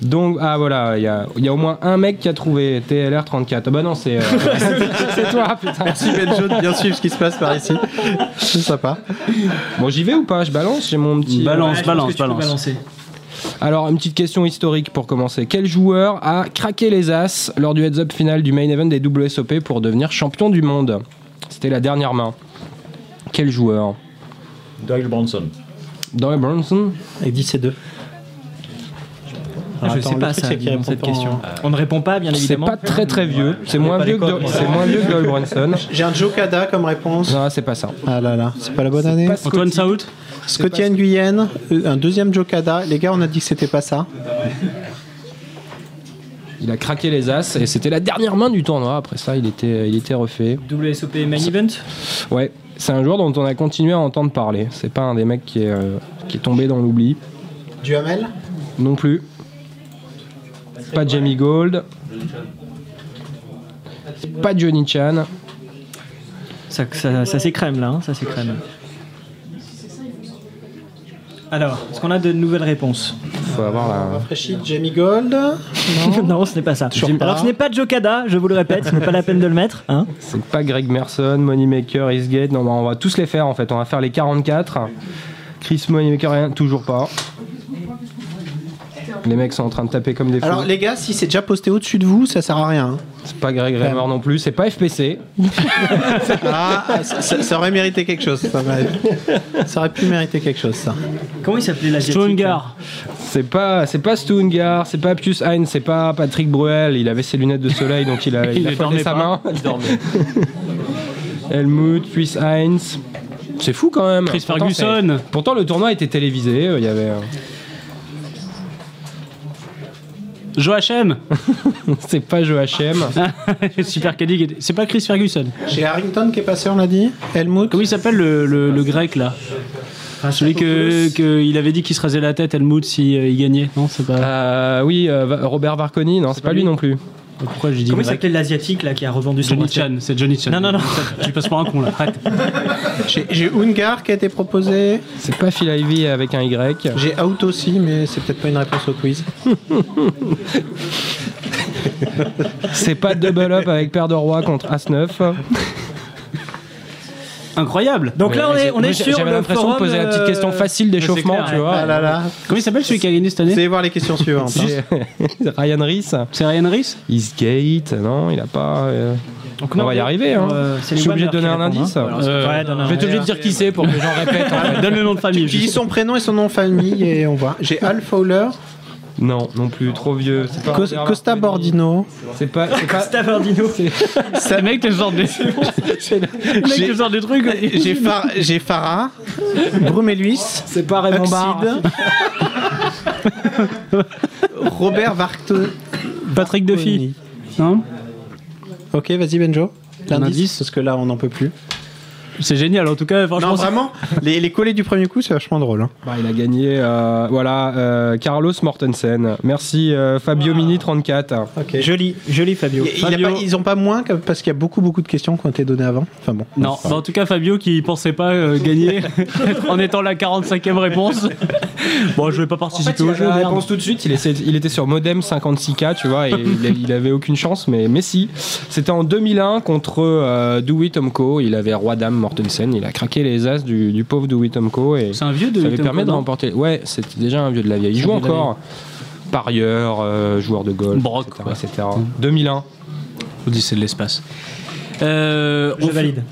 Speaker 7: Donc, ah voilà, il y a, il y a au moins un mec qui a trouvé TLR34. Ah bah non, c'est. euh, c'est toi, putain.
Speaker 5: Merci
Speaker 16: Ben
Speaker 5: Benjo de bien suivre ce qui se passe par ici. C'est sympa.
Speaker 7: Bon, j'y vais ou pas Je balance J'ai mon petit. euh,
Speaker 3: Balance, Ouais, je pense balance, que tu peux balance. balancer.
Speaker 7: Alors, une petite question historique pour commencer. Quel joueur a craqué les As lors du heads-up final du main event des WSOP pour devenir champion du monde C'était la dernière main. Quel joueur
Speaker 8: Doyle Bronson.
Speaker 7: Doyle Bronson
Speaker 5: Avec 10 et 2.
Speaker 6: Ah, je
Speaker 5: Attends,
Speaker 6: sais
Speaker 5: le
Speaker 6: pas
Speaker 5: truc,
Speaker 6: ça,
Speaker 5: c'est qu'il
Speaker 6: dis donc,
Speaker 5: répond
Speaker 6: cette
Speaker 5: pas hein.
Speaker 6: question.
Speaker 5: en-
Speaker 6: On ne répond pas, bien
Speaker 7: C'est
Speaker 6: évidemment.
Speaker 7: pas très très vieux. C'est
Speaker 5: On
Speaker 7: moins
Speaker 5: connaît pas
Speaker 7: vieux,
Speaker 5: les
Speaker 7: que Do-
Speaker 5: codes, mais
Speaker 7: c'est
Speaker 5: ça.
Speaker 7: moins vieux que Doyle Bronson.
Speaker 5: J'ai un Jokada comme réponse.
Speaker 7: Non, c'est pas ça.
Speaker 5: Ah là là, c'est pas la bonne année.
Speaker 3: Antoine Saout
Speaker 5: Scotian Guyenne, euh, un deuxième Jokada. Les gars, on a dit que c'était pas ça.
Speaker 7: Il a craqué les as et c'était la dernière main du tournoi. Après ça, il était, il était refait.
Speaker 6: WSOP Main Event
Speaker 7: Ouais, c'est un joueur dont on a continué à entendre parler. C'est pas un des mecs qui est, euh, qui est tombé dans l'oubli.
Speaker 5: Duhamel
Speaker 7: Non plus. Pas Jamie Gold. Pas Johnny Chan.
Speaker 6: Ça, ça, ça s'écrème là, hein, ça s'écrème. Alors, est-ce qu'on a de nouvelles réponses
Speaker 7: Faut avoir la.
Speaker 5: Rachid, Jamie Gold
Speaker 6: Non, ce n'est pas ça.
Speaker 7: Toujours pas.
Speaker 6: Alors, ce n'est pas Jokada, je vous le répète, ce n'est pas la peine de le mettre. Hein
Speaker 7: C'est pas Greg Merson, Moneymaker, Eastgate. Non, bah, on va tous les faire en fait. On va faire les 44. Chris Moneymaker, rien, toujours pas. Les mecs sont en train de taper comme des fous.
Speaker 5: Alors les gars, si c'est déjà posté au-dessus de vous, ça sert à rien. hein.
Speaker 7: C'est pas Greg Raymer non plus, c'est pas FPC.
Speaker 5: Ah, ça, ça- ça aurait mérité quelque chose. Ça, aurait- ça aurait pu mériter quelque chose, ça.
Speaker 6: Comment il s'appelait la
Speaker 7: Stungar. C'est pas, c'est pas Stungar, c'est pas Pius Hein, c'est pas Patrick Bruel. Il avait ses lunettes de soleil, donc il a, il a foldé sa main.
Speaker 9: Il dormait.
Speaker 7: Helmut, Pius Heinz. C'est fou quand même.
Speaker 3: Chris
Speaker 7: Pourtant,
Speaker 3: Ferguson.
Speaker 7: c'est- Pourtant, le tournoi était télévisé. euh, Il y avait. euh,
Speaker 3: Joachim
Speaker 7: C'est pas Joachim.
Speaker 3: Super Caddy. qui était- C'est pas Chris Ferguson.
Speaker 5: J'ai Harrington qui est passé, on l'a dit. Helmut.
Speaker 3: Comment il s'appelle le, le- le grec là Euh, Celui que, que il avait dit qu'il se rasait la tête, Helmut, si euh, il gagnait. Non, c'est pas.
Speaker 7: Euh, oui, euh, Va- Robert Varconi. Non, c'est pas lui non plus.
Speaker 3: Pourquoi j'ai dit
Speaker 6: Comment il
Speaker 3: grec
Speaker 6: s'appelait l'asiatique là qui a revendu son
Speaker 3: Johnny
Speaker 6: bracelet
Speaker 3: Chan, c'est Johnny Chan.
Speaker 6: Non, non, non.
Speaker 3: Tu passes pour un con là, arrête.
Speaker 5: J'ai- J'ai Ungar qui a été proposé.
Speaker 7: C'est pas Phil Ivy avec un Y.
Speaker 5: J'ai Out aussi, mais c'est peut-être pas une réponse au quiz.
Speaker 7: C'est pas Double Up avec Père de Roi contre As9.
Speaker 3: Incroyable.
Speaker 6: Donc là, on est, on est sur
Speaker 7: J'avais
Speaker 6: le
Speaker 7: l'impression de
Speaker 6: forum,
Speaker 7: poser la petite
Speaker 6: euh,
Speaker 7: question facile d'échauffement,
Speaker 6: c'est
Speaker 7: tu
Speaker 6: clair,
Speaker 7: vois.
Speaker 5: Ah
Speaker 6: ouais.
Speaker 3: Comment il s'appelle celui qui a gagné cette
Speaker 5: Vous
Speaker 3: année
Speaker 5: allez voir les questions suivantes. hein.
Speaker 7: C'est Ryan Reese.
Speaker 3: C'est Ryan Reese
Speaker 7: Eastgate, non, il a pas. euh, on
Speaker 6: non,
Speaker 7: va y
Speaker 6: mais-
Speaker 7: arriver. Hein.
Speaker 6: Euh, c'est
Speaker 7: Je suis
Speaker 6: les
Speaker 7: obligé de
Speaker 6: Wagner
Speaker 7: donner un
Speaker 6: qui répondent,
Speaker 7: indice.
Speaker 6: hein. Voilà, c'est-
Speaker 7: Euh,
Speaker 6: Ouais, donne un-
Speaker 7: je vais être obligé de dire qui c'est pour que les gens répètent. en fait.
Speaker 3: Ah, Donne le nom de famille.
Speaker 5: J'ai son prénom et son nom de famille et on voit. J'ai Al Fowler,
Speaker 7: Non, non plus, trop vieux. C'est pas
Speaker 5: Cos- Costa Bordino.
Speaker 7: C'est pas. C'est pas.
Speaker 6: Stavardino.
Speaker 3: Le mec, le genre des. Le Euh, mec, le genre des trucs.
Speaker 5: J'ai Far- j'ai Farah, Brumeluis,
Speaker 7: C'est pas Raymond Barre.
Speaker 5: Oxide, Robert Varcto.
Speaker 3: Patrick Duffy. Non
Speaker 5: Ok, vas-y Benjo.
Speaker 3: Un
Speaker 5: L'indice,
Speaker 3: indice
Speaker 5: parce que là on n'en peut plus.
Speaker 3: C'est génial, en tout cas, franchement.
Speaker 5: Non,
Speaker 3: c'est-
Speaker 5: vraiment, les, les collés du premier coup, c'est vachement drôle. hein.
Speaker 7: Bah, il a gagné. euh, voilà, euh, Carlos Mortensen. Merci euh, Fabio Mini 34.
Speaker 6: Joli, joli Fabio.
Speaker 5: Il- il a
Speaker 3: Fabio.
Speaker 5: pas- ils ont pas moins que- parce qu'il y a beaucoup beaucoup de questions qui ont été données avant. Enfin bon.
Speaker 3: Non, bah, en tout cas, Fabio qui pensait pas euh, gagner en étant la 45e réponse. bon, je vais pas participer au
Speaker 7: il
Speaker 3: jeu.
Speaker 7: a la
Speaker 3: merde.
Speaker 7: réponse tout de suite. Il, essaie- il était sur Modem 56K, tu vois, et il, a- il avait aucune chance, mais, mais si. C'était en 2001 contre euh, Dewey Tomko. Il avait Roi Dame Mortensen. Il a craqué les as du, du pauvre Dewey Tomko. Et
Speaker 3: C'est un vieux de.
Speaker 7: ça lui
Speaker 3: Tom
Speaker 7: permet de
Speaker 3: Conan.
Speaker 7: remporter. Ouais, c'était déjà un vieux de la vieille. Il
Speaker 3: C'est
Speaker 7: joue
Speaker 3: un vieux de la
Speaker 7: encore parieur, euh, joueur de golf,
Speaker 3: Brock,
Speaker 7: etc.,
Speaker 3: quoi.
Speaker 7: etc. 2001.
Speaker 3: Odyssée de l'espace. Euh,
Speaker 6: Je
Speaker 3: on, fait,
Speaker 6: valide.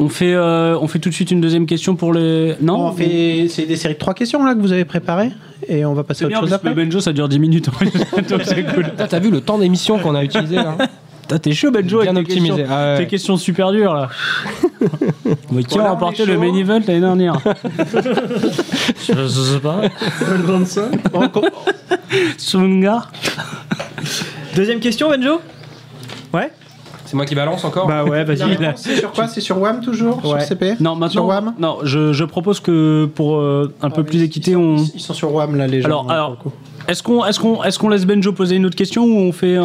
Speaker 3: on, fait, euh, on fait tout de suite une deuxième question pour les. Non
Speaker 5: On fait c'est des séries de trois questions là que vous avez préparées et on va
Speaker 3: C'est
Speaker 5: passer à autre
Speaker 3: bien, en
Speaker 5: chose
Speaker 3: plus,
Speaker 5: après.
Speaker 3: le Benjo, ça dure 10 minutes. Donc, c'est cool.
Speaker 7: Putain, T'as vu le temps d'émission qu'on a utilisé là
Speaker 3: Putain, T'es chaud, Benjo,
Speaker 7: Bien
Speaker 3: avec tes
Speaker 7: optimisé,
Speaker 3: questions,
Speaker 7: ah ouais.
Speaker 3: tes questions super dures là. Mais qui
Speaker 5: Voilà,
Speaker 3: a
Speaker 5: on est
Speaker 3: remporté
Speaker 5: chaud.
Speaker 3: le main event l'année dernière Je sais
Speaker 16: Bah.
Speaker 3: pas. Sungar
Speaker 6: Deuxième question, Benjo Ouais
Speaker 7: C'est moi qui balance encore
Speaker 6: Bah ouais,
Speaker 5: La
Speaker 6: vas-y.
Speaker 5: réponse, C'est sur quoi C'est sur WAM toujours
Speaker 6: Ouais.
Speaker 5: Sur CP
Speaker 3: Non,
Speaker 5: Sur
Speaker 3: maintenant,
Speaker 5: WAM
Speaker 3: non, je, je propose que pour euh, un peu plus d'équité, on.
Speaker 5: Ils sont sur WAM là les gens.
Speaker 3: Alors,
Speaker 5: hein,
Speaker 3: alors,
Speaker 5: pour le coup.
Speaker 3: est-ce qu'on est qu'on est qu'on laisse Benjo poser une autre question ou on fait un,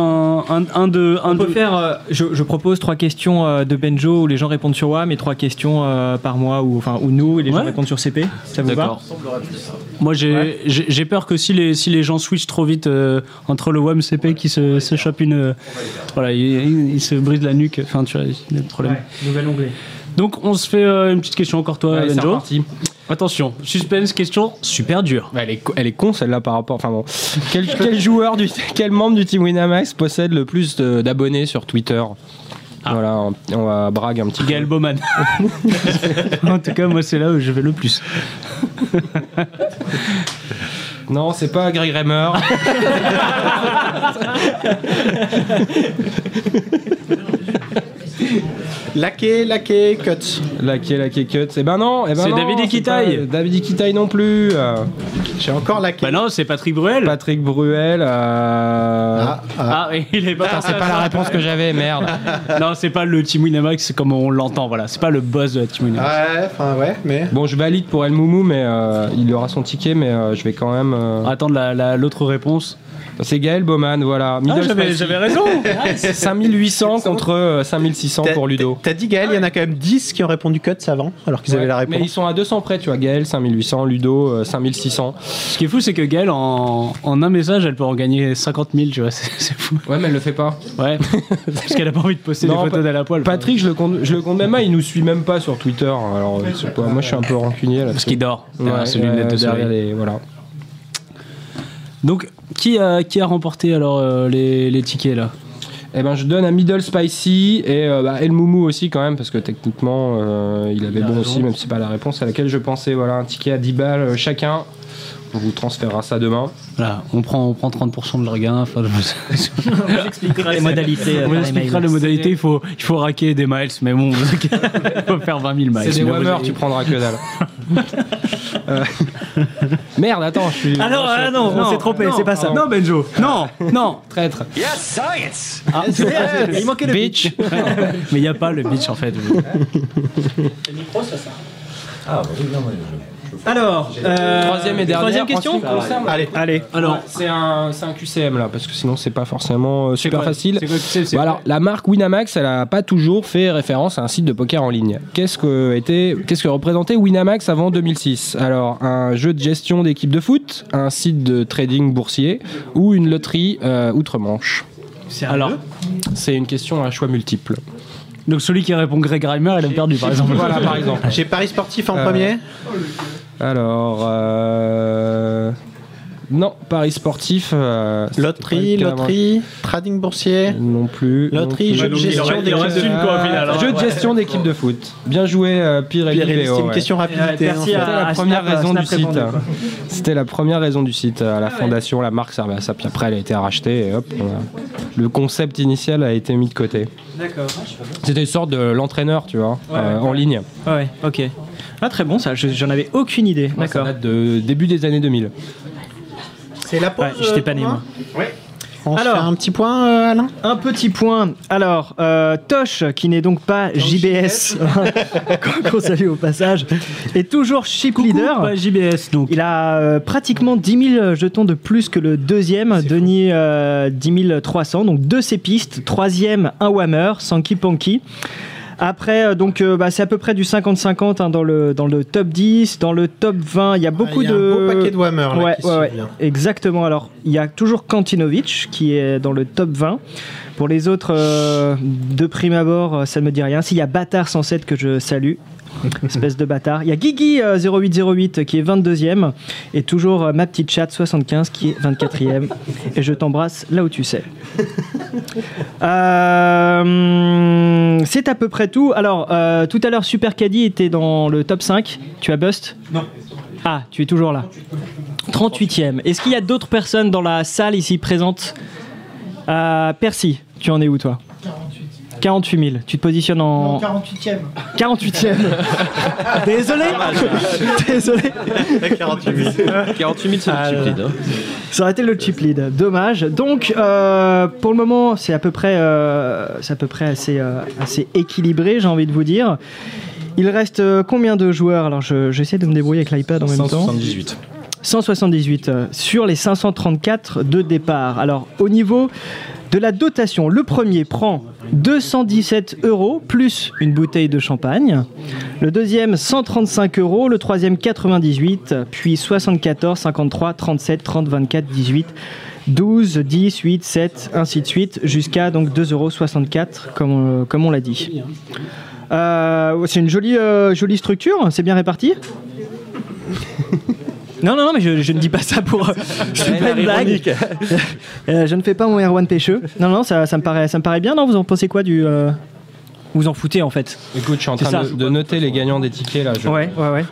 Speaker 3: un, un de. Un
Speaker 6: On peut
Speaker 3: de-
Speaker 6: faire, euh, je, je propose trois questions euh, de Benjo où les gens répondent sur WAM et trois questions euh, par mois ou enfin ou nous et les gens
Speaker 3: Ouais.
Speaker 6: répondent sur CP. Ça vous va
Speaker 9: D'accord.
Speaker 3: Moi, j'ai j'ai- j'ai peur que si les, si les gens switchent trop vite euh, entre le WAM CP qui se, se chope une. euh, voilà, il, il- il se brise la nuque. Enfin, tu vois, il y a des problèmes.
Speaker 6: Nouvel onglet.
Speaker 3: Donc, on se fait euh, une petite question encore, toi,
Speaker 7: Allez, c'est
Speaker 3: Benjo.
Speaker 7: reparti.
Speaker 3: Attention, suspense, question super dure.
Speaker 7: Ouais, Elle est, co- elle est con celle-là par rapport. Enfin bon. Quel, quel joueur, du, quel membre du team Winamax possède le plus de- d'abonnés sur Twitter Voilà, on, on va brague un petit peu.
Speaker 3: Ah. Gaël Bowman. en tout cas, moi, c'est là où je vais le plus.
Speaker 7: Non, c'est pas Greg Raymer.
Speaker 5: Laqué, laqué, cut.
Speaker 7: Laquelle, laquelle cut Eh ben non, eh ben
Speaker 3: C'est
Speaker 7: non,
Speaker 3: David Iquitaille.
Speaker 7: pas David Iquitaille non plus. J'ai encore la. Bah
Speaker 3: non, c'est Patrick Bruel.
Speaker 7: Patrick Bruel. euh,
Speaker 3: Ah, oui, il est pas.
Speaker 7: Putain, c'est pas la réponse que j'avais, merde.
Speaker 3: Ah. non, c'est pas le Team Winamax c'est comme on l'entend, voilà. C'est pas le boss de la Team Winamax.
Speaker 5: Ouais, enfin ouais, mais.
Speaker 7: Bon, je valide pour El Moumou, mais euh, il aura son ticket, mais euh, je vais quand même.
Speaker 3: Attendre l'autre réponse. Ah,
Speaker 7: C'est Gaël Bowman, voilà. Middle
Speaker 3: j'avais-
Speaker 7: Spicy.
Speaker 3: j'avais raison. Nice.
Speaker 7: 5800 contre euh, 5600
Speaker 5: T'as-
Speaker 7: pour Ludo.
Speaker 5: T'as dit Gaël, il y en a quand même 10 qui ont répondu cuts avant, alors qu'ils
Speaker 7: Ouais,
Speaker 5: avaient la réponse.
Speaker 7: Mais ils sont à 200 près, tu vois. Gaël, 5800, Ludo, euh, 5600.
Speaker 3: Ce qui est fou, c'est que Gaëlle, en, en un message, elle peut en gagner 50 000, tu vois, c'est c'est fou.
Speaker 7: Ouais, mais elle le fait pas.
Speaker 3: Ouais, parce qu'elle a pas envie de poster
Speaker 7: Non,
Speaker 3: des photos
Speaker 7: Pa-
Speaker 3: d'elle à poil.
Speaker 7: Patrick, je le compte, je le compte même pas, il nous suit même pas sur Twitter. Alors, je sais pas, moi, je suis un peu rancunier là. Parce
Speaker 3: qu'il dort.
Speaker 7: Ouais,
Speaker 3: C'est une lunette de
Speaker 7: ouais, derrière
Speaker 3: soleil.
Speaker 7: les- voilà.
Speaker 3: Donc, qui a, qui a remporté alors euh, les, les tickets là
Speaker 7: Eh ben, je donne à Middle Spicy et euh, bah, El Moumou aussi quand même parce que techniquement euh, il avait
Speaker 9: a
Speaker 7: bon
Speaker 9: raison.
Speaker 7: aussi même si c'est pas la réponse à laquelle je pensais. Voilà, un ticket à 10 balles euh, chacun. On vous transférera ça demain.
Speaker 3: Voilà, on prend, on prend 30% de leur gain. Enfin, je-
Speaker 6: J'expliquerai les modalités.
Speaker 3: euh, on expliquera les modalités. Il faut, il faut raquer des miles, mais bon, vous inquiétez pas, il faut faire 20 000 miles.
Speaker 7: C'est des
Speaker 3: Mais vous
Speaker 7: Whammer,
Speaker 3: avez-
Speaker 7: tu prendras que dalle. Euh, Merde, attends, je suis.
Speaker 6: Ah non,
Speaker 7: je-
Speaker 6: ah non, on s'est trompé,
Speaker 7: non,
Speaker 6: c'est pas ça.
Speaker 7: pardon.
Speaker 6: Non, Benjo,
Speaker 3: non, non,
Speaker 7: traître.
Speaker 6: Yes, science
Speaker 3: Ah,
Speaker 6: Il manquait le
Speaker 3: bitch. mais il n'y a pas le bitch en fait.
Speaker 6: Alors, euh,
Speaker 7: troisième et dernière.
Speaker 6: troisième question
Speaker 7: ensuite, on concerne-
Speaker 5: Allez, allez.
Speaker 7: Alors, c'est un, c'est un QCM là, parce que sinon c'est pas forcément euh, super
Speaker 3: quoi-
Speaker 7: facile.
Speaker 3: c'est quoi QCM, c'est
Speaker 7: Bon, alors, la marque Winamax, elle a pas toujours fait référence à un site de poker en ligne. Qu'est-ce que était, qu'est-ce que représentait Winamax avant 2006 Alors, un jeu de gestion d'équipe de foot, un site de trading boursier ou une loterie euh, outre-Manche.
Speaker 3: Alors,
Speaker 7: c'est une question à choix multiple.
Speaker 3: donc celui qui répond Greg Reimer, il a perdu par exemple.
Speaker 7: Voilà, par exemple.
Speaker 5: J'ai Paris Sportif en
Speaker 7: Euh,
Speaker 5: premier.
Speaker 7: Alors, euh, non, Paris sportif. euh, c'est pas
Speaker 5: Loterie,
Speaker 7: le cas
Speaker 5: loterie, trading boursier.
Speaker 7: Non plus.
Speaker 5: Loterie,
Speaker 7: non
Speaker 5: jeu de
Speaker 7: plus.
Speaker 5: gestion
Speaker 7: Il en reste- il en
Speaker 5: d'équipe
Speaker 7: reste
Speaker 5: de-
Speaker 7: une, quoi, au final, alors. Jeu de gestion d'équipe de foot. Bien joué, euh, Pirelli.
Speaker 5: Pirelli,
Speaker 7: Léo,
Speaker 5: c'est une
Speaker 7: ouais.
Speaker 5: question rapide.
Speaker 7: C'était
Speaker 5: Merci
Speaker 7: la
Speaker 5: à- à
Speaker 7: première
Speaker 5: Snap-
Speaker 7: raison
Speaker 5: Snap
Speaker 7: du site.
Speaker 5: répondre, quoi.
Speaker 7: C'était la première raison du site. euh, À
Speaker 6: Ah
Speaker 7: la fondation, la marque servait à ça. Puis après, elle a été rachetée. Et hop, on a- le concept initial a été mis de côté.
Speaker 6: D'accord.
Speaker 7: C'était une sorte de l'entraîneur, tu vois,
Speaker 6: Ouais,
Speaker 7: euh,
Speaker 6: ouais.
Speaker 7: en ligne.
Speaker 6: Ouais, ok. Ah, très bon ça, je- j'en avais aucune idée.
Speaker 7: Ouais,
Speaker 6: D'accord.
Speaker 7: Ça date de début des années 2000.
Speaker 5: C'est la pause. euh,
Speaker 6: Ouais, j'étais pas né,
Speaker 5: Thomas
Speaker 6: moi.
Speaker 5: On se fait
Speaker 6: Alors,
Speaker 5: un petit point, euh, Alain
Speaker 6: un petit point. Alors, euh, Tosh, qui n'est donc pas JBS, qu'on- qu'on salue au passage, est toujours chip leader.
Speaker 3: pas JBS donc.
Speaker 6: Il a euh, pratiquement 10 000 jetons de plus que le deuxième, Denis euh, 10 300, donc deux sépistes. Troisième, un Whammer, Sanky Panky. Après, euh, donc, euh, bah, c'est à peu près du 50-50 hein, dans, le, dans le top 10. Dans le top 20, il y a beaucoup
Speaker 5: il y a un
Speaker 6: de.
Speaker 5: beau paquet de Whammer, là,
Speaker 6: Ouais,
Speaker 5: qui
Speaker 6: ouais,
Speaker 5: suivent,
Speaker 6: ouais.
Speaker 5: là.
Speaker 6: Exactement. Alors, il y a toujours Kantinovic qui est dans le top 20. Pour les autres, euh, de prime abord, euh, ça ne me dit rien. S'il y a Bâtard 107 que je salue, espèce de bâtard. Il y a Guigui euh, 0808 qui est 22e et toujours euh, ma petite chatte 75 qui est 24e. et je t'embrasse là où tu sais. Euh, c'est à peu près tout. Alors, euh, tout à l'heure, Super Caddy était dans le top 5. Tu as Bust Non. Ah, tu es toujours là. 38e. Est-ce qu'il y a d'autres personnes dans la salle ici présentes Euh, Percy, tu en es où toi 48 000. Tu te positionnes en
Speaker 16: 48ème.
Speaker 6: 48e. Désolé.
Speaker 3: Ah,
Speaker 6: Désolé.
Speaker 7: 48 000. 48 000, c'est
Speaker 3: Ah,
Speaker 7: le chip lead. hein.
Speaker 6: Ça aurait été le chip lead. Dommage. Donc, euh, pour le moment, c'est à peu près, euh, c'est à peu près assez, euh, assez équilibré, j'ai envie de vous dire. Il reste euh, combien de joueurs Alors, je- j'essaie de me débrouiller avec l'iPad en même temps.
Speaker 9: 178.
Speaker 6: 178 euh, sur les 534 de départ. Alors au niveau de la dotation, le premier prend 217 euros plus une bouteille de champagne. Le deuxième 135 euros, le troisième 98, puis 74, 53, 37, 30, 24, 18. 12, 10, 8, 7, ainsi de suite, jusqu'à donc 2,64 euros, comme, euh, comme on l'a dit. Euh, c'est une jolie, euh, jolie structure, c'est bien réparti non, non, non, mais je, je ne dis pas ça
Speaker 3: euh,
Speaker 6: pour. C'est pas une blague. Euh, je ne fais pas mon Erwan Pêcheux. Non, non, ça, ça me, paraît, ça me paraît bien, non Vous en pensez quoi du. euh, Vous en foutez en fait
Speaker 7: Écoute, je suis en
Speaker 6: C'est ça.
Speaker 7: train de, de noter les gagnants des tickets là. Je,
Speaker 6: Ouais, ouais, ouais.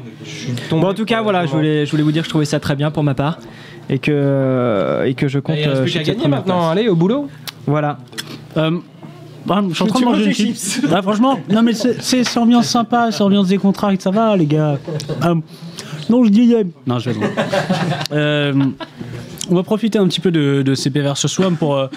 Speaker 6: Bon, en tout cas, voilà, je voulais, je voulais vous dire que je trouvais ça très bien pour ma part et que, et que je compte.
Speaker 7: Et il reste
Speaker 6: euh,
Speaker 7: plus
Speaker 6: sur
Speaker 7: qu'à
Speaker 6: cette
Speaker 7: gagner
Speaker 6: première
Speaker 7: maintenant,
Speaker 6: place.
Speaker 7: allez au boulot.
Speaker 6: Voilà.
Speaker 3: Euh, Ah, je suis en train de manger
Speaker 16: Tu manges
Speaker 3: une
Speaker 16: des
Speaker 3: chip.
Speaker 16: chips.
Speaker 3: Ah, franchement, non mais c'est c'est- c'est ambiance sympa, c'est ambiance des contrats, ça va les gars. Euh, non, je dis euh, non, je vais. Euh, on va profiter un petit peu de, de CP versus Swam pour, euh,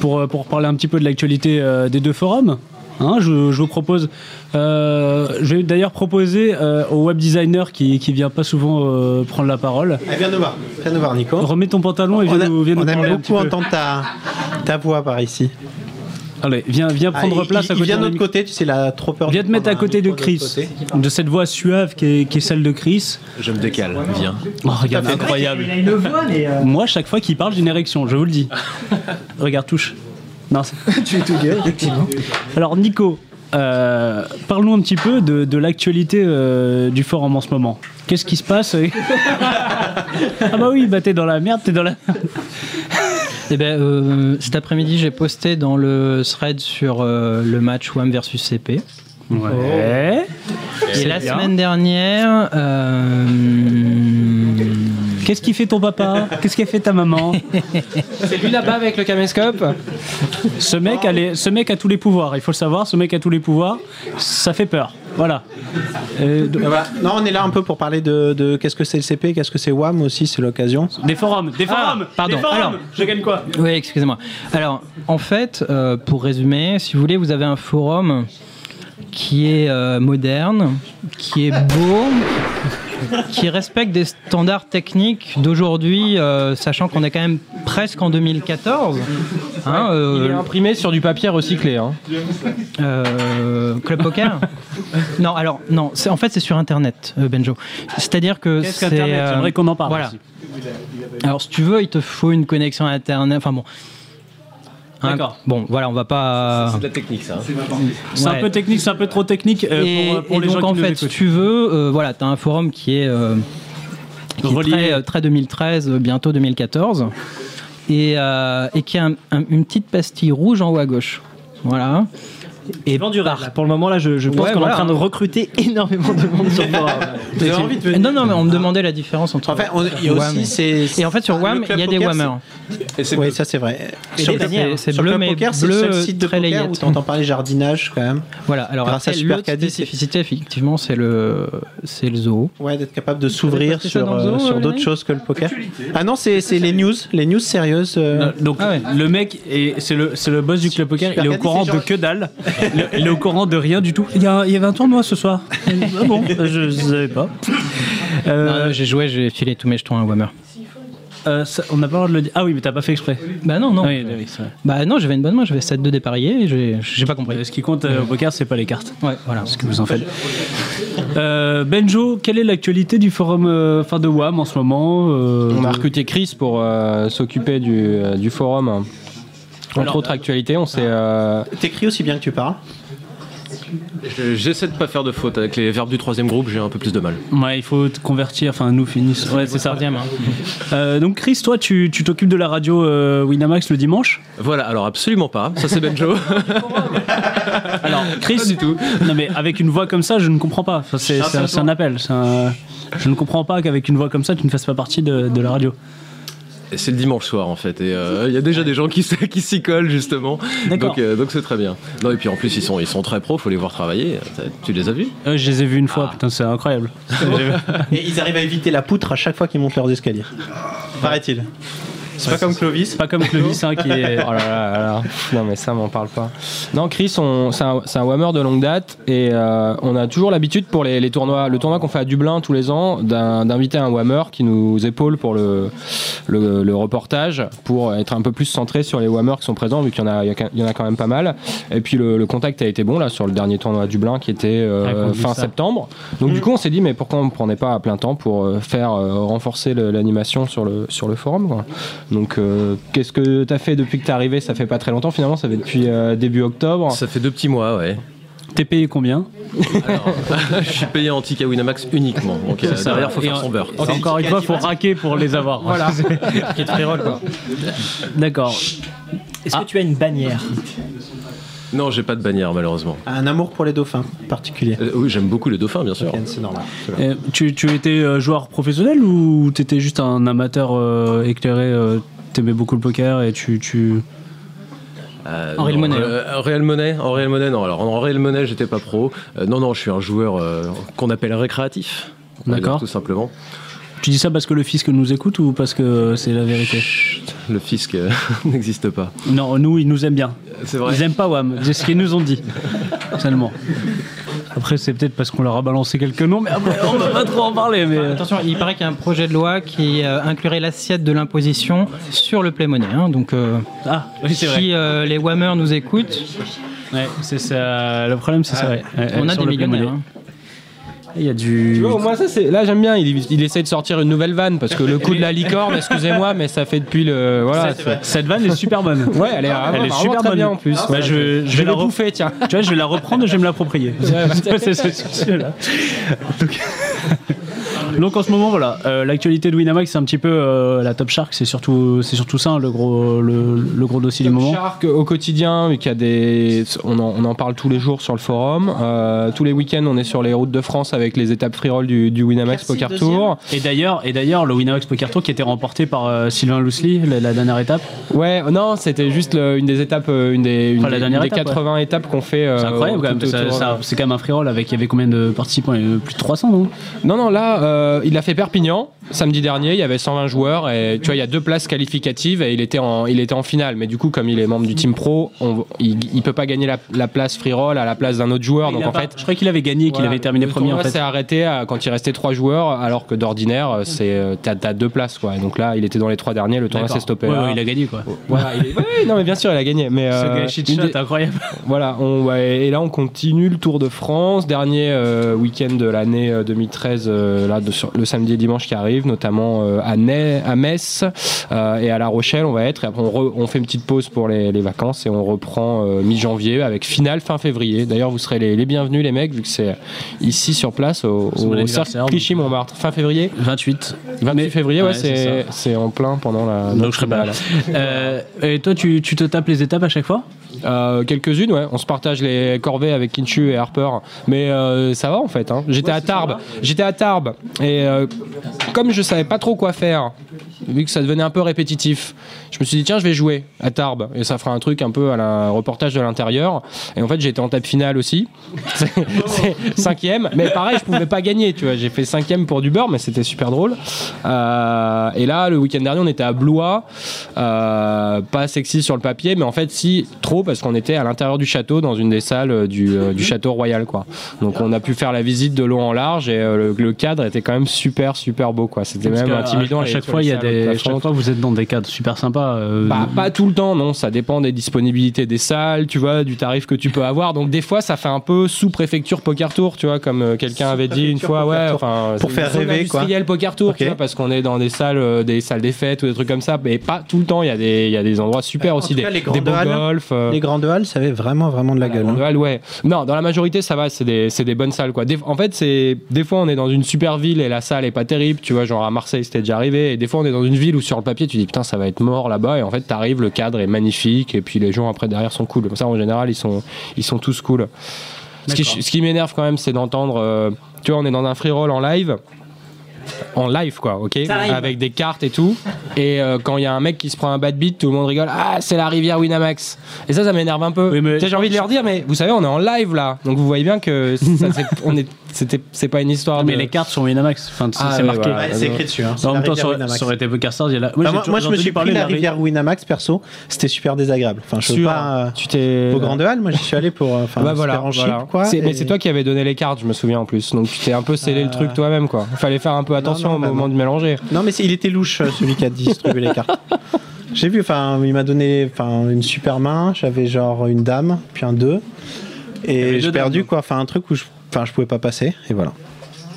Speaker 3: pour, euh, pour parler un petit peu de l'actualité euh, des deux forums. Hein, je, je vous propose. euh, je vais d'ailleurs proposer euh, au web designer qui, qui vient pas souvent euh, prendre la parole.
Speaker 5: Eh, viens nous voir. Viens nous voir, Nico.
Speaker 3: Remets ton pantalon et viens
Speaker 5: on a-
Speaker 3: nous, viens nous
Speaker 5: on aime
Speaker 3: parler un petit
Speaker 5: beaucoup
Speaker 3: peu.
Speaker 5: entendre ta, ta voix par ici.
Speaker 3: Allez, viens, viens prendre
Speaker 5: Ah, il-
Speaker 3: place
Speaker 5: il-
Speaker 3: à
Speaker 5: il
Speaker 3: côté
Speaker 5: vient de
Speaker 3: mon
Speaker 5: notre côté, tu sais, la trop peur.
Speaker 3: Viens te mettre à côté de Chris, de cette voix suave qui est, qui est celle de Chris.
Speaker 9: Je me décale, viens.
Speaker 3: Oh, regarde,
Speaker 9: Tout à fait.
Speaker 3: incroyable.
Speaker 6: Il a une voix, mais. euh,
Speaker 3: Moi, chaque fois qu'il parle, j'ai une érection, je vous le dis. regarde, touche. Non, c'est-
Speaker 6: Tu es tout gay, effectivement.
Speaker 3: Alors, Nico, euh, parlons un petit peu de, de l'actualité euh, du forum en ce moment. Qu'est-ce qui se passe Ah, bah oui, bah t'es dans la merde, t'es dans la merde.
Speaker 17: Eh ben, euh, cet après-midi, j'ai posté dans le thread sur euh, le match WAM versus CP.
Speaker 3: Ouais.
Speaker 17: Et
Speaker 3: C'est
Speaker 17: la
Speaker 3: bien.
Speaker 17: semaine dernière. euh,
Speaker 3: Qu'est-ce qui fait ton papa Qu'est-ce qu'a fait ta maman
Speaker 7: C'est lui là-bas avec le caméscope
Speaker 3: Ce mec, a les- ce mec a tous les pouvoirs, il faut le savoir, ce mec a tous les pouvoirs, ça fait peur. Voilà. Euh, donc-
Speaker 5: Ah bah, Non, on est là un peu pour parler de, de qu'est-ce que c'est le CP, qu'est-ce que c'est WAM aussi, c'est l'occasion.
Speaker 3: Des forums,
Speaker 9: Ah,
Speaker 3: des forums,
Speaker 17: pardon.
Speaker 3: des forums.
Speaker 17: Alors-
Speaker 3: je gagne quoi
Speaker 17: Oui, excusez-moi. Alors, en fait, euh, pour résumer, si vous voulez, vous avez un forum qui est euh, moderne, qui est beau, qui respecte des standards techniques d'aujourd'hui, euh, sachant qu'on est quand même presque en 2014. Hein, euh,
Speaker 7: Il est imprimé sur du papier recyclé. hein.
Speaker 17: euh, Club Poker Non, alors, non, c'est- en fait, c'est sur Internet, euh, Benjo. C'est-à-dire que
Speaker 3: Qu'est-ce
Speaker 17: c'est. euh,
Speaker 3: qu'Internet J'aimerais qu'on en parle
Speaker 17: Voilà.
Speaker 3: aussi.
Speaker 17: Alors, si tu veux, il te faut une connexion à Internet. Enfin bon. Hein,
Speaker 3: D'accord.
Speaker 17: Bon, voilà, on va pas.
Speaker 9: Ah, la technique, ça. hein.
Speaker 3: C'est un
Speaker 17: Ouais.
Speaker 3: peu technique, c'est un peu trop technique euh,
Speaker 17: et,
Speaker 3: pour, euh, pour
Speaker 17: et
Speaker 3: les
Speaker 17: donc
Speaker 3: gens
Speaker 17: en
Speaker 3: qui nous
Speaker 17: fait, si
Speaker 3: écoutent.
Speaker 17: tu veux, euh, voilà, t'as un forum qui est, euh, qui est très, euh, très 2013, euh, bientôt 2014, et, euh, et qui a un- un- une petite pastille rouge en haut à gauche. Voilà. Et
Speaker 6: Pour le moment, là, je, je pense
Speaker 17: Ouais,
Speaker 6: qu'on est
Speaker 17: voilà.
Speaker 6: en train de recruter énormément de monde sur le forum.
Speaker 17: Mais c'est- Non, non, mais
Speaker 6: Ah.
Speaker 17: on me demandait la différence entre.
Speaker 5: il y a
Speaker 17: WAM
Speaker 5: aussi,
Speaker 17: et-
Speaker 5: c'est- Ah,
Speaker 17: Et en fait, sur
Speaker 5: le
Speaker 17: Ah, WAM,
Speaker 5: club
Speaker 17: il y a des
Speaker 5: poker,
Speaker 17: WAMers.
Speaker 5: Oui, ça c'est vrai.
Speaker 17: Et
Speaker 5: Sur
Speaker 17: des
Speaker 5: le-
Speaker 17: bannières.
Speaker 5: sur
Speaker 17: C'est
Speaker 5: le
Speaker 17: bleu,
Speaker 5: Club
Speaker 17: mais
Speaker 5: Poker, c'est le
Speaker 17: bleu
Speaker 5: seul site de
Speaker 17: très
Speaker 5: poker où
Speaker 17: layette.
Speaker 5: t'entends parler jardinage quand même.
Speaker 17: Voilà, alors
Speaker 5: grâce
Speaker 17: après,
Speaker 5: à Super
Speaker 17: l'autre
Speaker 5: Caddy, c'est-
Speaker 17: spécificité, effectivement, c'est le, c'est le zoo.
Speaker 5: Ouais, d'être capable de s'ouvrir
Speaker 17: posté ça
Speaker 5: sur,
Speaker 17: dans le zoo,
Speaker 5: euh, sur
Speaker 17: euh,
Speaker 5: d'autres
Speaker 17: Lionel
Speaker 5: choses que le poker. Ah non, c'est c'est les news, les news sérieuses. euh,
Speaker 3: Donc le mec est- c'est le c'est le boss du club poker, il est au
Speaker 5: Regardez,
Speaker 3: courant
Speaker 5: c'est
Speaker 3: de
Speaker 5: genre-
Speaker 3: que dalle, il, il est au courant de rien du tout. Il y, a, il y avait un tournoi ce soir. Ah bon, je savais pas.
Speaker 17: Non, non, J'ai joué, j'ai filé tous mes jetons à un Whammer.
Speaker 3: Euh, ça- on n'a pas le droit de le dire. Ah oui, mais t'as pas fait exprès.
Speaker 17: Bah non, non.
Speaker 3: Ah oui, oui, c'est vrai.
Speaker 17: Bah non, j'avais une bonne main, j'avais 7-2 dépareillés, et j'ai- j'ai pas compris.
Speaker 3: Ce qui compte euh, au poker, c'est pas les cartes.
Speaker 17: Ouais, voilà.
Speaker 3: Ce que vous en faites. Euh, Benjo, quelle est l'actualité du forum, euh, enfin de WAM en ce moment euh,
Speaker 7: On a recruté Chris pour euh, s'occuper du, euh, du forum. Entre
Speaker 5: Alors,
Speaker 7: autres actualités, on
Speaker 3: Ah.
Speaker 7: s'est. euh,
Speaker 5: T'écris aussi bien que tu parles.
Speaker 9: Je- J'essaie de pas faire de faute. Avec les verbes du troisième groupe, j'ai un peu plus de mal.
Speaker 3: Ouais, il faut te convertir, enfin nous finissons. Ouais, c'est ça. Euh, donc Chris, toi, tu tu t'occupes de la radio euh, Winamax le dimanche
Speaker 9: Voilà, alors absolument pas. Ça, c'est Benjo.
Speaker 3: Alors, Chris, du tout. Non, mais avec une voix comme ça, je ne comprends pas. Enfin, c'est,
Speaker 9: Ah,
Speaker 3: c'est un, c'est un appel. c'est un- Je ne comprends pas qu'avec une voix comme ça, tu ne fasses pas partie de, de la radio.
Speaker 9: Et C'est le dimanche soir en fait, et euh, il y a déjà des gens qui s- qui s'y collent justement.
Speaker 3: D'accord.
Speaker 9: Donc euh, donc c'est très bien. Non et puis en plus ils sont ils sont très pros, faut les voir travailler. T'as- Tu les as vus
Speaker 3: Euh, je les ai vus une fois, putain, c'est incroyable.
Speaker 5: Ah. Et ils arrivent à éviter la poutre à chaque fois qu'ils montent leurs escaliers. Paraît-il. C'est pas comme Clovis.
Speaker 3: Pas comme Clovis, hein, qui est.
Speaker 7: Oh là là là là. Non mais ça m'en parle pas. Non Chris, on- c'est un, c'est un whammer de longue date et euh, on a toujours l'habitude pour les, les tournois, le tournoi qu'on fait à Dublin tous les ans, d'un- d'inviter un whammer qui nous épaule pour le, le, le reportage, pour être un peu plus centré sur les whammers qui sont présents vu qu'il y, en a- il y a quand- il y en a quand même pas mal. Et puis le, le contact a été bon là sur le dernier tournoi à Dublin qui était euh,
Speaker 3: Ah, qu'on dise
Speaker 7: fin
Speaker 3: ça.
Speaker 7: septembre. Donc
Speaker 3: Mm.
Speaker 7: du coup on s'est dit mais pourquoi on ne prenait pas à plein temps pour euh, faire euh, renforcer le- l'animation sur le, sur le forum quoi. Donc euh, qu'est-ce que tu as fait depuis que t'es arrivé Ça fait pas très longtemps finalement, ça fait depuis euh, début octobre.
Speaker 9: Ça fait deux petits mois ouais.
Speaker 3: T'es payé combien
Speaker 9: Je suis payé en ticket Winamax uniquement. Donc euh,
Speaker 3: C'est ça.
Speaker 9: derrière faut
Speaker 3: Et
Speaker 9: faire
Speaker 3: en-
Speaker 9: son beurre.
Speaker 3: et Encore une fois, faut raquer pour les avoir.
Speaker 7: Voilà.
Speaker 3: C'est- D'accord.
Speaker 6: Est-ce
Speaker 3: ah.
Speaker 6: que tu as une bannière
Speaker 9: Non j'ai pas de bannière malheureusement.
Speaker 5: Un amour pour les dauphins, particulier.
Speaker 9: Euh, oui j'aime beaucoup les dauphins bien sûr.
Speaker 5: C'est normal.
Speaker 3: Euh, tu, tu étais euh, joueur professionnel ou t'étais juste un amateur euh, éclairé euh, T'aimais beaucoup le poker et tu. tu...
Speaker 9: Euh,
Speaker 17: En real
Speaker 9: non,
Speaker 17: money.
Speaker 3: hein.
Speaker 9: euh, en real money, en real money, non. Alors en real money, j'étais pas pro. Euh, non, non, je suis un joueur euh, qu'on appelle récréatif. On va dire,
Speaker 3: D'accord.
Speaker 9: Tout simplement.
Speaker 3: Tu dis ça parce que le fisc nous écoute ou parce que c'est la vérité
Speaker 9: Le fisc euh, n'existe pas.
Speaker 3: Non, nous, ils nous aiment bien.
Speaker 9: C'est vrai.
Speaker 3: Ils aiment pas WAM, c'est ce qu'ils nous ont dit, seulement. Après, c'est peut-être parce qu'on leur a balancé quelques noms, mais après, on va pas trop en parler. Mais... euh.
Speaker 17: Attention, il paraît qu'il y a un projet de loi qui euh, inclurait l'assiette de l'imposition sur le play money. hein, donc, euh,
Speaker 3: Ah, oui, c'est vrai.
Speaker 17: si euh, les Whammers nous écoutent,
Speaker 3: Ouais, c'est ça. Le problème, c'est ça. Ah ouais. Ouais,
Speaker 17: on a
Speaker 3: sur
Speaker 17: des
Speaker 3: le Play
Speaker 17: millionnaires.
Speaker 3: Money.
Speaker 17: hein.
Speaker 3: Il y a du.
Speaker 7: Tu vois, au moins ça, c'est. Là, j'aime bien. Il, il essaye de sortir une nouvelle vanne parce que le coup de la licorne, excusez-moi, mais ça fait depuis le. Voilà.
Speaker 3: Cette- Cette vanne est super bonne.
Speaker 7: Ouais, elle est, vraiment-
Speaker 3: elle est
Speaker 7: vraiment
Speaker 3: super
Speaker 7: très
Speaker 3: bonne
Speaker 7: bien en plus.
Speaker 3: Bah,
Speaker 7: Ouais,
Speaker 3: je,
Speaker 7: je vais
Speaker 3: la
Speaker 7: le
Speaker 3: re-
Speaker 7: bouffer, tiens.
Speaker 3: Tu vois, je vais la reprendre et je vais me l'approprier.
Speaker 7: Ouais,
Speaker 3: C'est c'est- c'est- c'est- là. Donc- Donc en ce moment voilà, euh, l'actualité de Winamax c'est un petit peu euh, la Top Shark, c'est surtout c'est surtout ça le gros le, le gros dossier du moment.
Speaker 7: Shark au quotidien, mais qu'il y a des, on en, on en parle tous les jours sur le forum. Euh, tous les week-ends, on est sur les routes de France avec les étapes free roll du, du Winamax Poker Tour.
Speaker 3: Et d'ailleurs et d'ailleurs le Winamax Poker Tour qui était remporté par euh, Sylvain Loosely la, la dernière étape.
Speaker 7: Ouais, non, c'était juste le- une des étapes, euh, une des, une
Speaker 3: Enfin, la
Speaker 7: des-
Speaker 3: dernière
Speaker 7: des
Speaker 3: étape, ouais.
Speaker 7: 80 étapes qu'on fait. euh,
Speaker 3: C'est incroyable quand même. ça- ça- C'est quand même un free roll avec il y avait combien de participants Il y avait Plus de 300 non
Speaker 7: Non, non, là, euh, il a fait Perpignan samedi dernier. Il y avait 120 joueurs et tu vois, il y a deux places qualificatives et il était en, il était en finale. Mais du coup, comme il est membre du team pro, on- il, il peut pas gagner la, la place free roll à la place d'un autre joueur.
Speaker 3: Il
Speaker 7: donc
Speaker 3: a
Speaker 7: en
Speaker 3: pas-
Speaker 7: fait,
Speaker 3: je crois qu'il avait gagné et qu'il
Speaker 7: Voilà,
Speaker 3: avait terminé
Speaker 7: le
Speaker 3: premier en
Speaker 7: tournoi
Speaker 3: fait.
Speaker 7: s'est arrêté à- quand il restait trois joueurs, alors que d'ordinaire, euh, c'est euh, t'as t'as deux places quoi. Et donc là, il était dans les trois derniers, le tournoi
Speaker 3: D'accord.
Speaker 7: s'est stoppé.
Speaker 3: Ouais,
Speaker 7: là.
Speaker 3: ouais, il a gagné quoi.
Speaker 7: Voilà, il est- ouais, ouais, non mais bien sûr, il a gagné. Mais
Speaker 3: Ce
Speaker 7: euh,
Speaker 3: gâchis de
Speaker 7: une
Speaker 3: shot
Speaker 7: des-
Speaker 3: incroyable.
Speaker 7: Voilà, on, ouais, et là on continue le Tour de France, dernier euh, week-end de l'année euh, 2013, euh, là, de- sur- le samedi et dimanche qui arrive, notamment euh, à, Ney- à Metz euh, et à La Rochelle on va être, et après on, re- on fait une petite pause pour les, les vacances et on reprend euh, mi-janvier avec finale fin février. D'ailleurs vous serez les, les bienvenus les mecs, vu que c'est euh, ici sur place au,
Speaker 3: C'est mon
Speaker 7: au
Speaker 3: anniversaire,
Speaker 7: Cercle
Speaker 3: donc.
Speaker 7: Clichy-Montmartre, fin février
Speaker 3: 28.
Speaker 7: 28 février, ouais,
Speaker 3: Ouais, c'est
Speaker 7: c'est- c'est en plein pendant la...
Speaker 3: Donc je serai pas là. Euh, et toi, tu, tu te tapes les étapes à chaque fois
Speaker 7: Euh, Quelques-unes, ouais. On se partage les corvées avec Kinchu et Harper. Mais euh, ça va en fait. hein. J'étais à Tarbes. J'étais à Tarbes. Et euh, comme je savais pas trop quoi faire, vu que ça devenait un peu répétitif, je me suis dit tiens, je vais jouer à Tarbes. Et ça fera un truc un peu à la reportage de l'intérieur. Et en fait, j'étais en table finale aussi. C'est- c'est cinquième. Mais pareil, je pouvais pas gagner. Tu vois, j'ai fait cinquième pour du beurre, mais c'était super drôle. Euh, et là, le week-end dernier, on était à Blois. Euh, pas sexy sur le papier, mais en fait, si, trop, parce qu'on était à l'intérieur du château, dans une des salles euh, du, euh, du château royal, quoi. Donc, on a pu faire la visite de long en large et euh, le, le cadre était quand même super, super beau, quoi. C'était
Speaker 3: Parce
Speaker 7: même
Speaker 3: que à-
Speaker 7: intimidant.
Speaker 3: À
Speaker 7: les-
Speaker 3: chaque
Speaker 7: sur
Speaker 3: fois,
Speaker 7: les
Speaker 3: il y a
Speaker 7: salles de
Speaker 3: des.
Speaker 7: la
Speaker 3: à Chaque
Speaker 7: France.
Speaker 3: fois, vous êtes dans des cadres super sympas. euh,
Speaker 7: Bah, pas tout le temps, non. Ça dépend des disponibilités des salles, tu vois, du tarif que tu peux avoir. Donc des fois, ça fait un peu sous-préfecture poker tour, tu vois, comme euh, quelqu'un avait dit une fois, ouais. Enfin,
Speaker 5: Pour
Speaker 7: c'est
Speaker 5: faire
Speaker 7: une zone
Speaker 5: rêver, quoi.
Speaker 7: industrielle poker tour, tu vois, parce qu'on est dans des salles, euh, des salles des fêtes ou des trucs comme ça, mais pas tout le temps. Il y a des, il y a des endroits super aussi, des,
Speaker 5: cas, les
Speaker 7: des
Speaker 5: grandes
Speaker 7: beaux
Speaker 5: halles-
Speaker 7: golfs. euh,
Speaker 5: Les grandes halles, ça avait vraiment, vraiment de la gueule. hein.
Speaker 7: Grande Halle, ouais. Non, dans la majorité, ça va, c'est des, c'est des bonnes salles, quoi. Des- en fait, c'est des fois, on est dans une super ville et la salle est pas terrible, tu vois, genre à Marseille, c'était déjà arrivé, et des fois, on est dans une ville où sur le papier, tu dis, putain, ça va être mort là-bas, et en fait, t'arrives, le cadre est magnifique, et puis les gens après derrière sont cool. Comme ça, en général, ils sont, ils sont tous cool. Ce qui, ce qui m'énerve quand même, c'est d'entendre, euh, tu vois, on est dans un free roll en live en live quoi, ok
Speaker 5: Ça arrive.
Speaker 7: Avec des cartes et tout. Et euh, quand il y a un mec qui se prend un bad beat, tout le monde rigole. Ah, c'est la rivière Winamax. Et ça, ça m'énerve un peu. Tu sais, J'ai envie de leur dire, mais vous savez, on est en live là. Donc vous voyez bien que ça, c'est, on est, c'était, c'est pas une histoire.
Speaker 3: Mais
Speaker 7: de-
Speaker 3: les cartes sont Winamax, enfin,
Speaker 7: Ah,
Speaker 3: c'est
Speaker 7: ouais,
Speaker 3: marqué. Bah,
Speaker 7: voilà. Ouais, c'est écrit dessus, hein. C'est
Speaker 3: En
Speaker 7: la
Speaker 3: même temps,
Speaker 7: rivière
Speaker 3: ça aurait,
Speaker 7: Winamax.
Speaker 3: ça aurait été Poker Stars. il y a la-
Speaker 5: Enfin,
Speaker 3: j'ai
Speaker 5: Bah, Ah, moi,
Speaker 3: toujours
Speaker 5: moi, je me
Speaker 3: entendu
Speaker 5: suis
Speaker 3: parler
Speaker 5: pris
Speaker 3: de
Speaker 5: la
Speaker 3: ri-
Speaker 5: rivière Winamax perso, c'était super désagréable. Enfin, je veux
Speaker 7: Sûr.
Speaker 5: pas. euh,
Speaker 7: Tu t'es.
Speaker 5: Aux grandes halles, moi j'y suis allé pour. euh, Enfin,
Speaker 7: bah
Speaker 5: c'était
Speaker 7: voilà,
Speaker 5: en
Speaker 7: voilà.
Speaker 5: chip, quoi.
Speaker 7: C'est- Mais
Speaker 5: et-
Speaker 7: c'est toi qui avais donné les cartes, je me souviens en plus. Donc tu t'es un peu scellé le
Speaker 3: Euh,
Speaker 7: truc toi-même quoi. Fallait faire un peu attention
Speaker 5: non,
Speaker 7: au
Speaker 5: bah
Speaker 7: moment
Speaker 5: non.
Speaker 7: de mélanger.
Speaker 5: Non, mais c'est- il était louche euh, celui qui a distribué les cartes. J'ai vu, enfin, il m'a donné enfin, une super main, j'avais genre une dame, puis un 2. Et j'ai perdu quoi, enfin un truc où je, enfin, je pouvais pas passer, et voilà.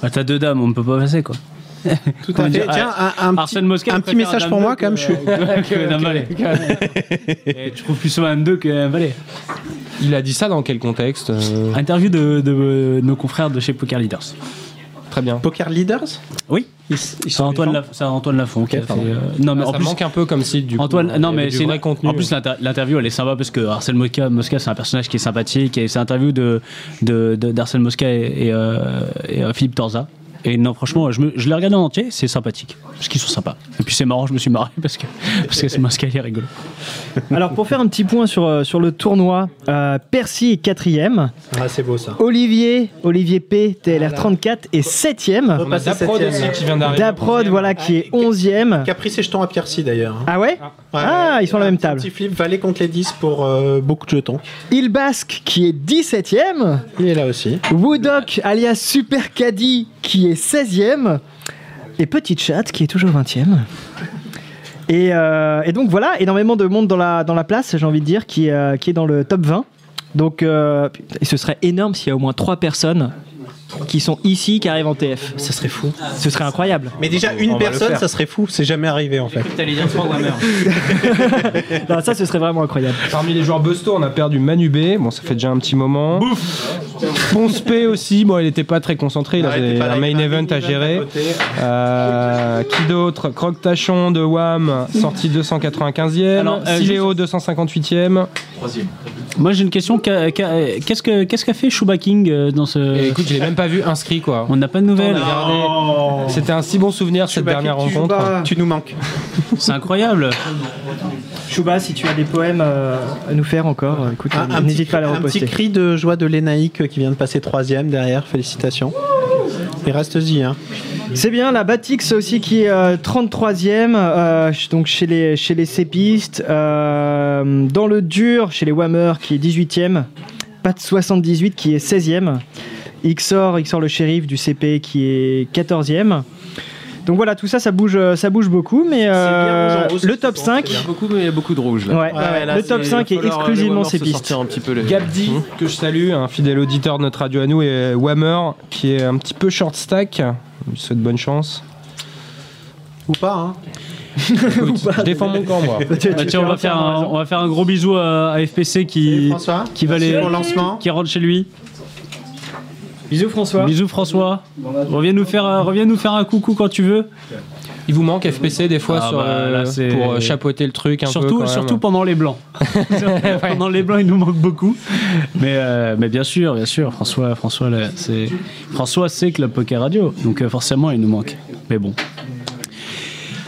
Speaker 3: Ah, T'as deux dames, on ne peut pas passer quoi.
Speaker 5: Tout
Speaker 3: Comment
Speaker 5: à fait.
Speaker 3: dire
Speaker 5: Tiens,
Speaker 3: Ah,
Speaker 5: un, un petit,
Speaker 3: Arsène Mosquet,
Speaker 5: un
Speaker 3: il
Speaker 5: petit
Speaker 3: préfère
Speaker 5: message
Speaker 3: un
Speaker 5: pour moi
Speaker 3: dame
Speaker 5: quand même, je suis.
Speaker 3: euh, que d'un valet. Et tu trouves plus souvent un 2 qu'un valet. Ah,
Speaker 7: Il a dit ça dans quel contexte euh
Speaker 3: Interview de, de, euh, nos confrères de chez Poker Leaders.
Speaker 7: Très bien.
Speaker 5: Poker Leaders
Speaker 3: Oui. C'est Antoine, Laf- c'est Antoine Lafont. qui a fait, euh, non, mais
Speaker 7: Ah,
Speaker 3: en
Speaker 7: ça
Speaker 3: plus,
Speaker 7: manque un peu comme site du coup.
Speaker 3: Antoine,
Speaker 7: Il y
Speaker 3: non
Speaker 7: avait
Speaker 3: mais
Speaker 7: du
Speaker 3: c'est
Speaker 7: vrai
Speaker 3: une-
Speaker 7: contenu.
Speaker 3: En plus, l'inter- l'interview elle est sympa parce que Arsène Mosca, Mosca c'est un personnage qui est sympathique. Et c'est l'interview de de- de- d'Arsène Mosca et, et, euh, et, euh, Philippe Torza. Et non, franchement, je, me- je l'ai regardé en entier, c'est sympathique. Parce qu'ils sont sympas. Et puis c'est marrant, je me suis marré parce que, parce que c'est Mascali est rigolo.
Speaker 6: Alors pour faire un petit point sur, euh, sur le tournoi, euh, Percy est quatrième.
Speaker 5: Ah, c'est beau ça.
Speaker 6: Olivier, Olivier P, TLR34 est 7ème.
Speaker 5: On a Daprod aussi qui vient d'arriver.
Speaker 6: Daprod, voilà, qui est 11ème.
Speaker 5: Qui a pris ses jetons à Piercy d'ailleurs. hein.
Speaker 6: Ah ouais Ah, ils sont à la même table.
Speaker 5: Petit flip, valet contre les 10 pour euh, beaucoup de jetons.
Speaker 6: Il Basque qui est 17ème.
Speaker 5: Il est là aussi.
Speaker 6: Woodok alias Super Caddy qui est 16ème. Et Petite Chatte qui est toujours 20ème. Et, euh, et donc voilà, énormément de monde dans la, dans la place, j'ai envie de dire, qui, euh, qui est dans le top 20. Donc euh, putain, et ce serait énorme s'il y a au moins 3 personnes qui sont ici, qui arrivent en TF. Ce serait fou. Ce serait incroyable.
Speaker 5: Mais déjà, une personne, ça serait fou. C'est jamais arrivé en fait.
Speaker 6: Non, ça, ce serait vraiment incroyable.
Speaker 7: Parmi les joueurs Busto, on a perdu Manu B. Bon, ça fait déjà un petit moment. Ponce P aussi. Bon, il n'était pas très concentré. Il avait un main event à gérer. Euh, qui d'autre Croc Tachon de Wham, sorti 295e.
Speaker 3: Alors, euh,
Speaker 7: Siléo, 258e.
Speaker 3: Moi j'ai une question, qu'a- qu'a- qu'est-ce que- qu'est-ce qu'a fait Shuba King euh, dans ce...
Speaker 7: Et Eh, écoute, je l'ai même pas vu inscrit quoi.
Speaker 3: On n'a pas de nouvelles.
Speaker 7: C'était un si bon souvenir cette dernière rencontre.
Speaker 5: Tu nous manques.
Speaker 3: C'est incroyable.
Speaker 6: Chouba, si tu as des poèmes euh, à nous faire encore, euh, écoute,
Speaker 5: Un- un
Speaker 6: n'hésite
Speaker 5: petit-
Speaker 6: pas à les
Speaker 5: Un
Speaker 6: reposter.
Speaker 5: petit cri de joie de Lénaïque qui vient de passer troisième derrière. Félicitations. Et reste-y. Hein.
Speaker 6: C'est bien, la Batix aussi qui est euh, 33e, euh, ch- donc chez les, chez les sépistes. euh, dans le dur, chez les Whammer qui est 18e. Pat 78 qui est 16e. XOR, XOR le shérif du CP qui est 14e. Donc voilà, tout ça, ça bouge, euh, ça bouge beaucoup, mais euh, le top 5.
Speaker 9: Il y a beaucoup, il y a beaucoup de rouge là.
Speaker 6: Ouais, ouais, ouais, le top 5 est exclusivement
Speaker 9: ces
Speaker 6: sépiste.
Speaker 9: Un petit peu les...
Speaker 7: Gabdi,
Speaker 5: Hmm.
Speaker 7: que je salue, un fidèle auditeur de notre radio à nous, et Whammer, qui est un petit peu short stack. Je lui souhaite bonne chance.
Speaker 5: Ou pas, hein.
Speaker 7: Écoute, je défends mon camp, moi.
Speaker 3: Bah, tiens, on, va faire un, on va faire un gros bisou à, à FPC qui,
Speaker 5: François.
Speaker 3: qui va
Speaker 5: Merci
Speaker 3: les,
Speaker 5: pour le lancement.
Speaker 3: qui rentre chez lui.
Speaker 6: Bisous François.
Speaker 3: Bisous François.
Speaker 5: bah,
Speaker 3: Reviens nous faire, euh, reviens nous faire un coucou quand tu veux.
Speaker 7: Il vous manque FPC des fois
Speaker 3: Ah,
Speaker 7: sur,
Speaker 3: bah,
Speaker 7: euh,
Speaker 3: là, c'est-
Speaker 7: pour euh, chapeauter le truc un peu.
Speaker 3: surtout,
Speaker 7: quand même.
Speaker 3: surtout pendant les blancs. Pendant les blancs, il nous manque beaucoup. Mais, euh, mais bien sûr, bien sûr, François, François, là, c'est François, c'est Club Poker Radio, donc euh, forcément, il nous manque. Mais bon.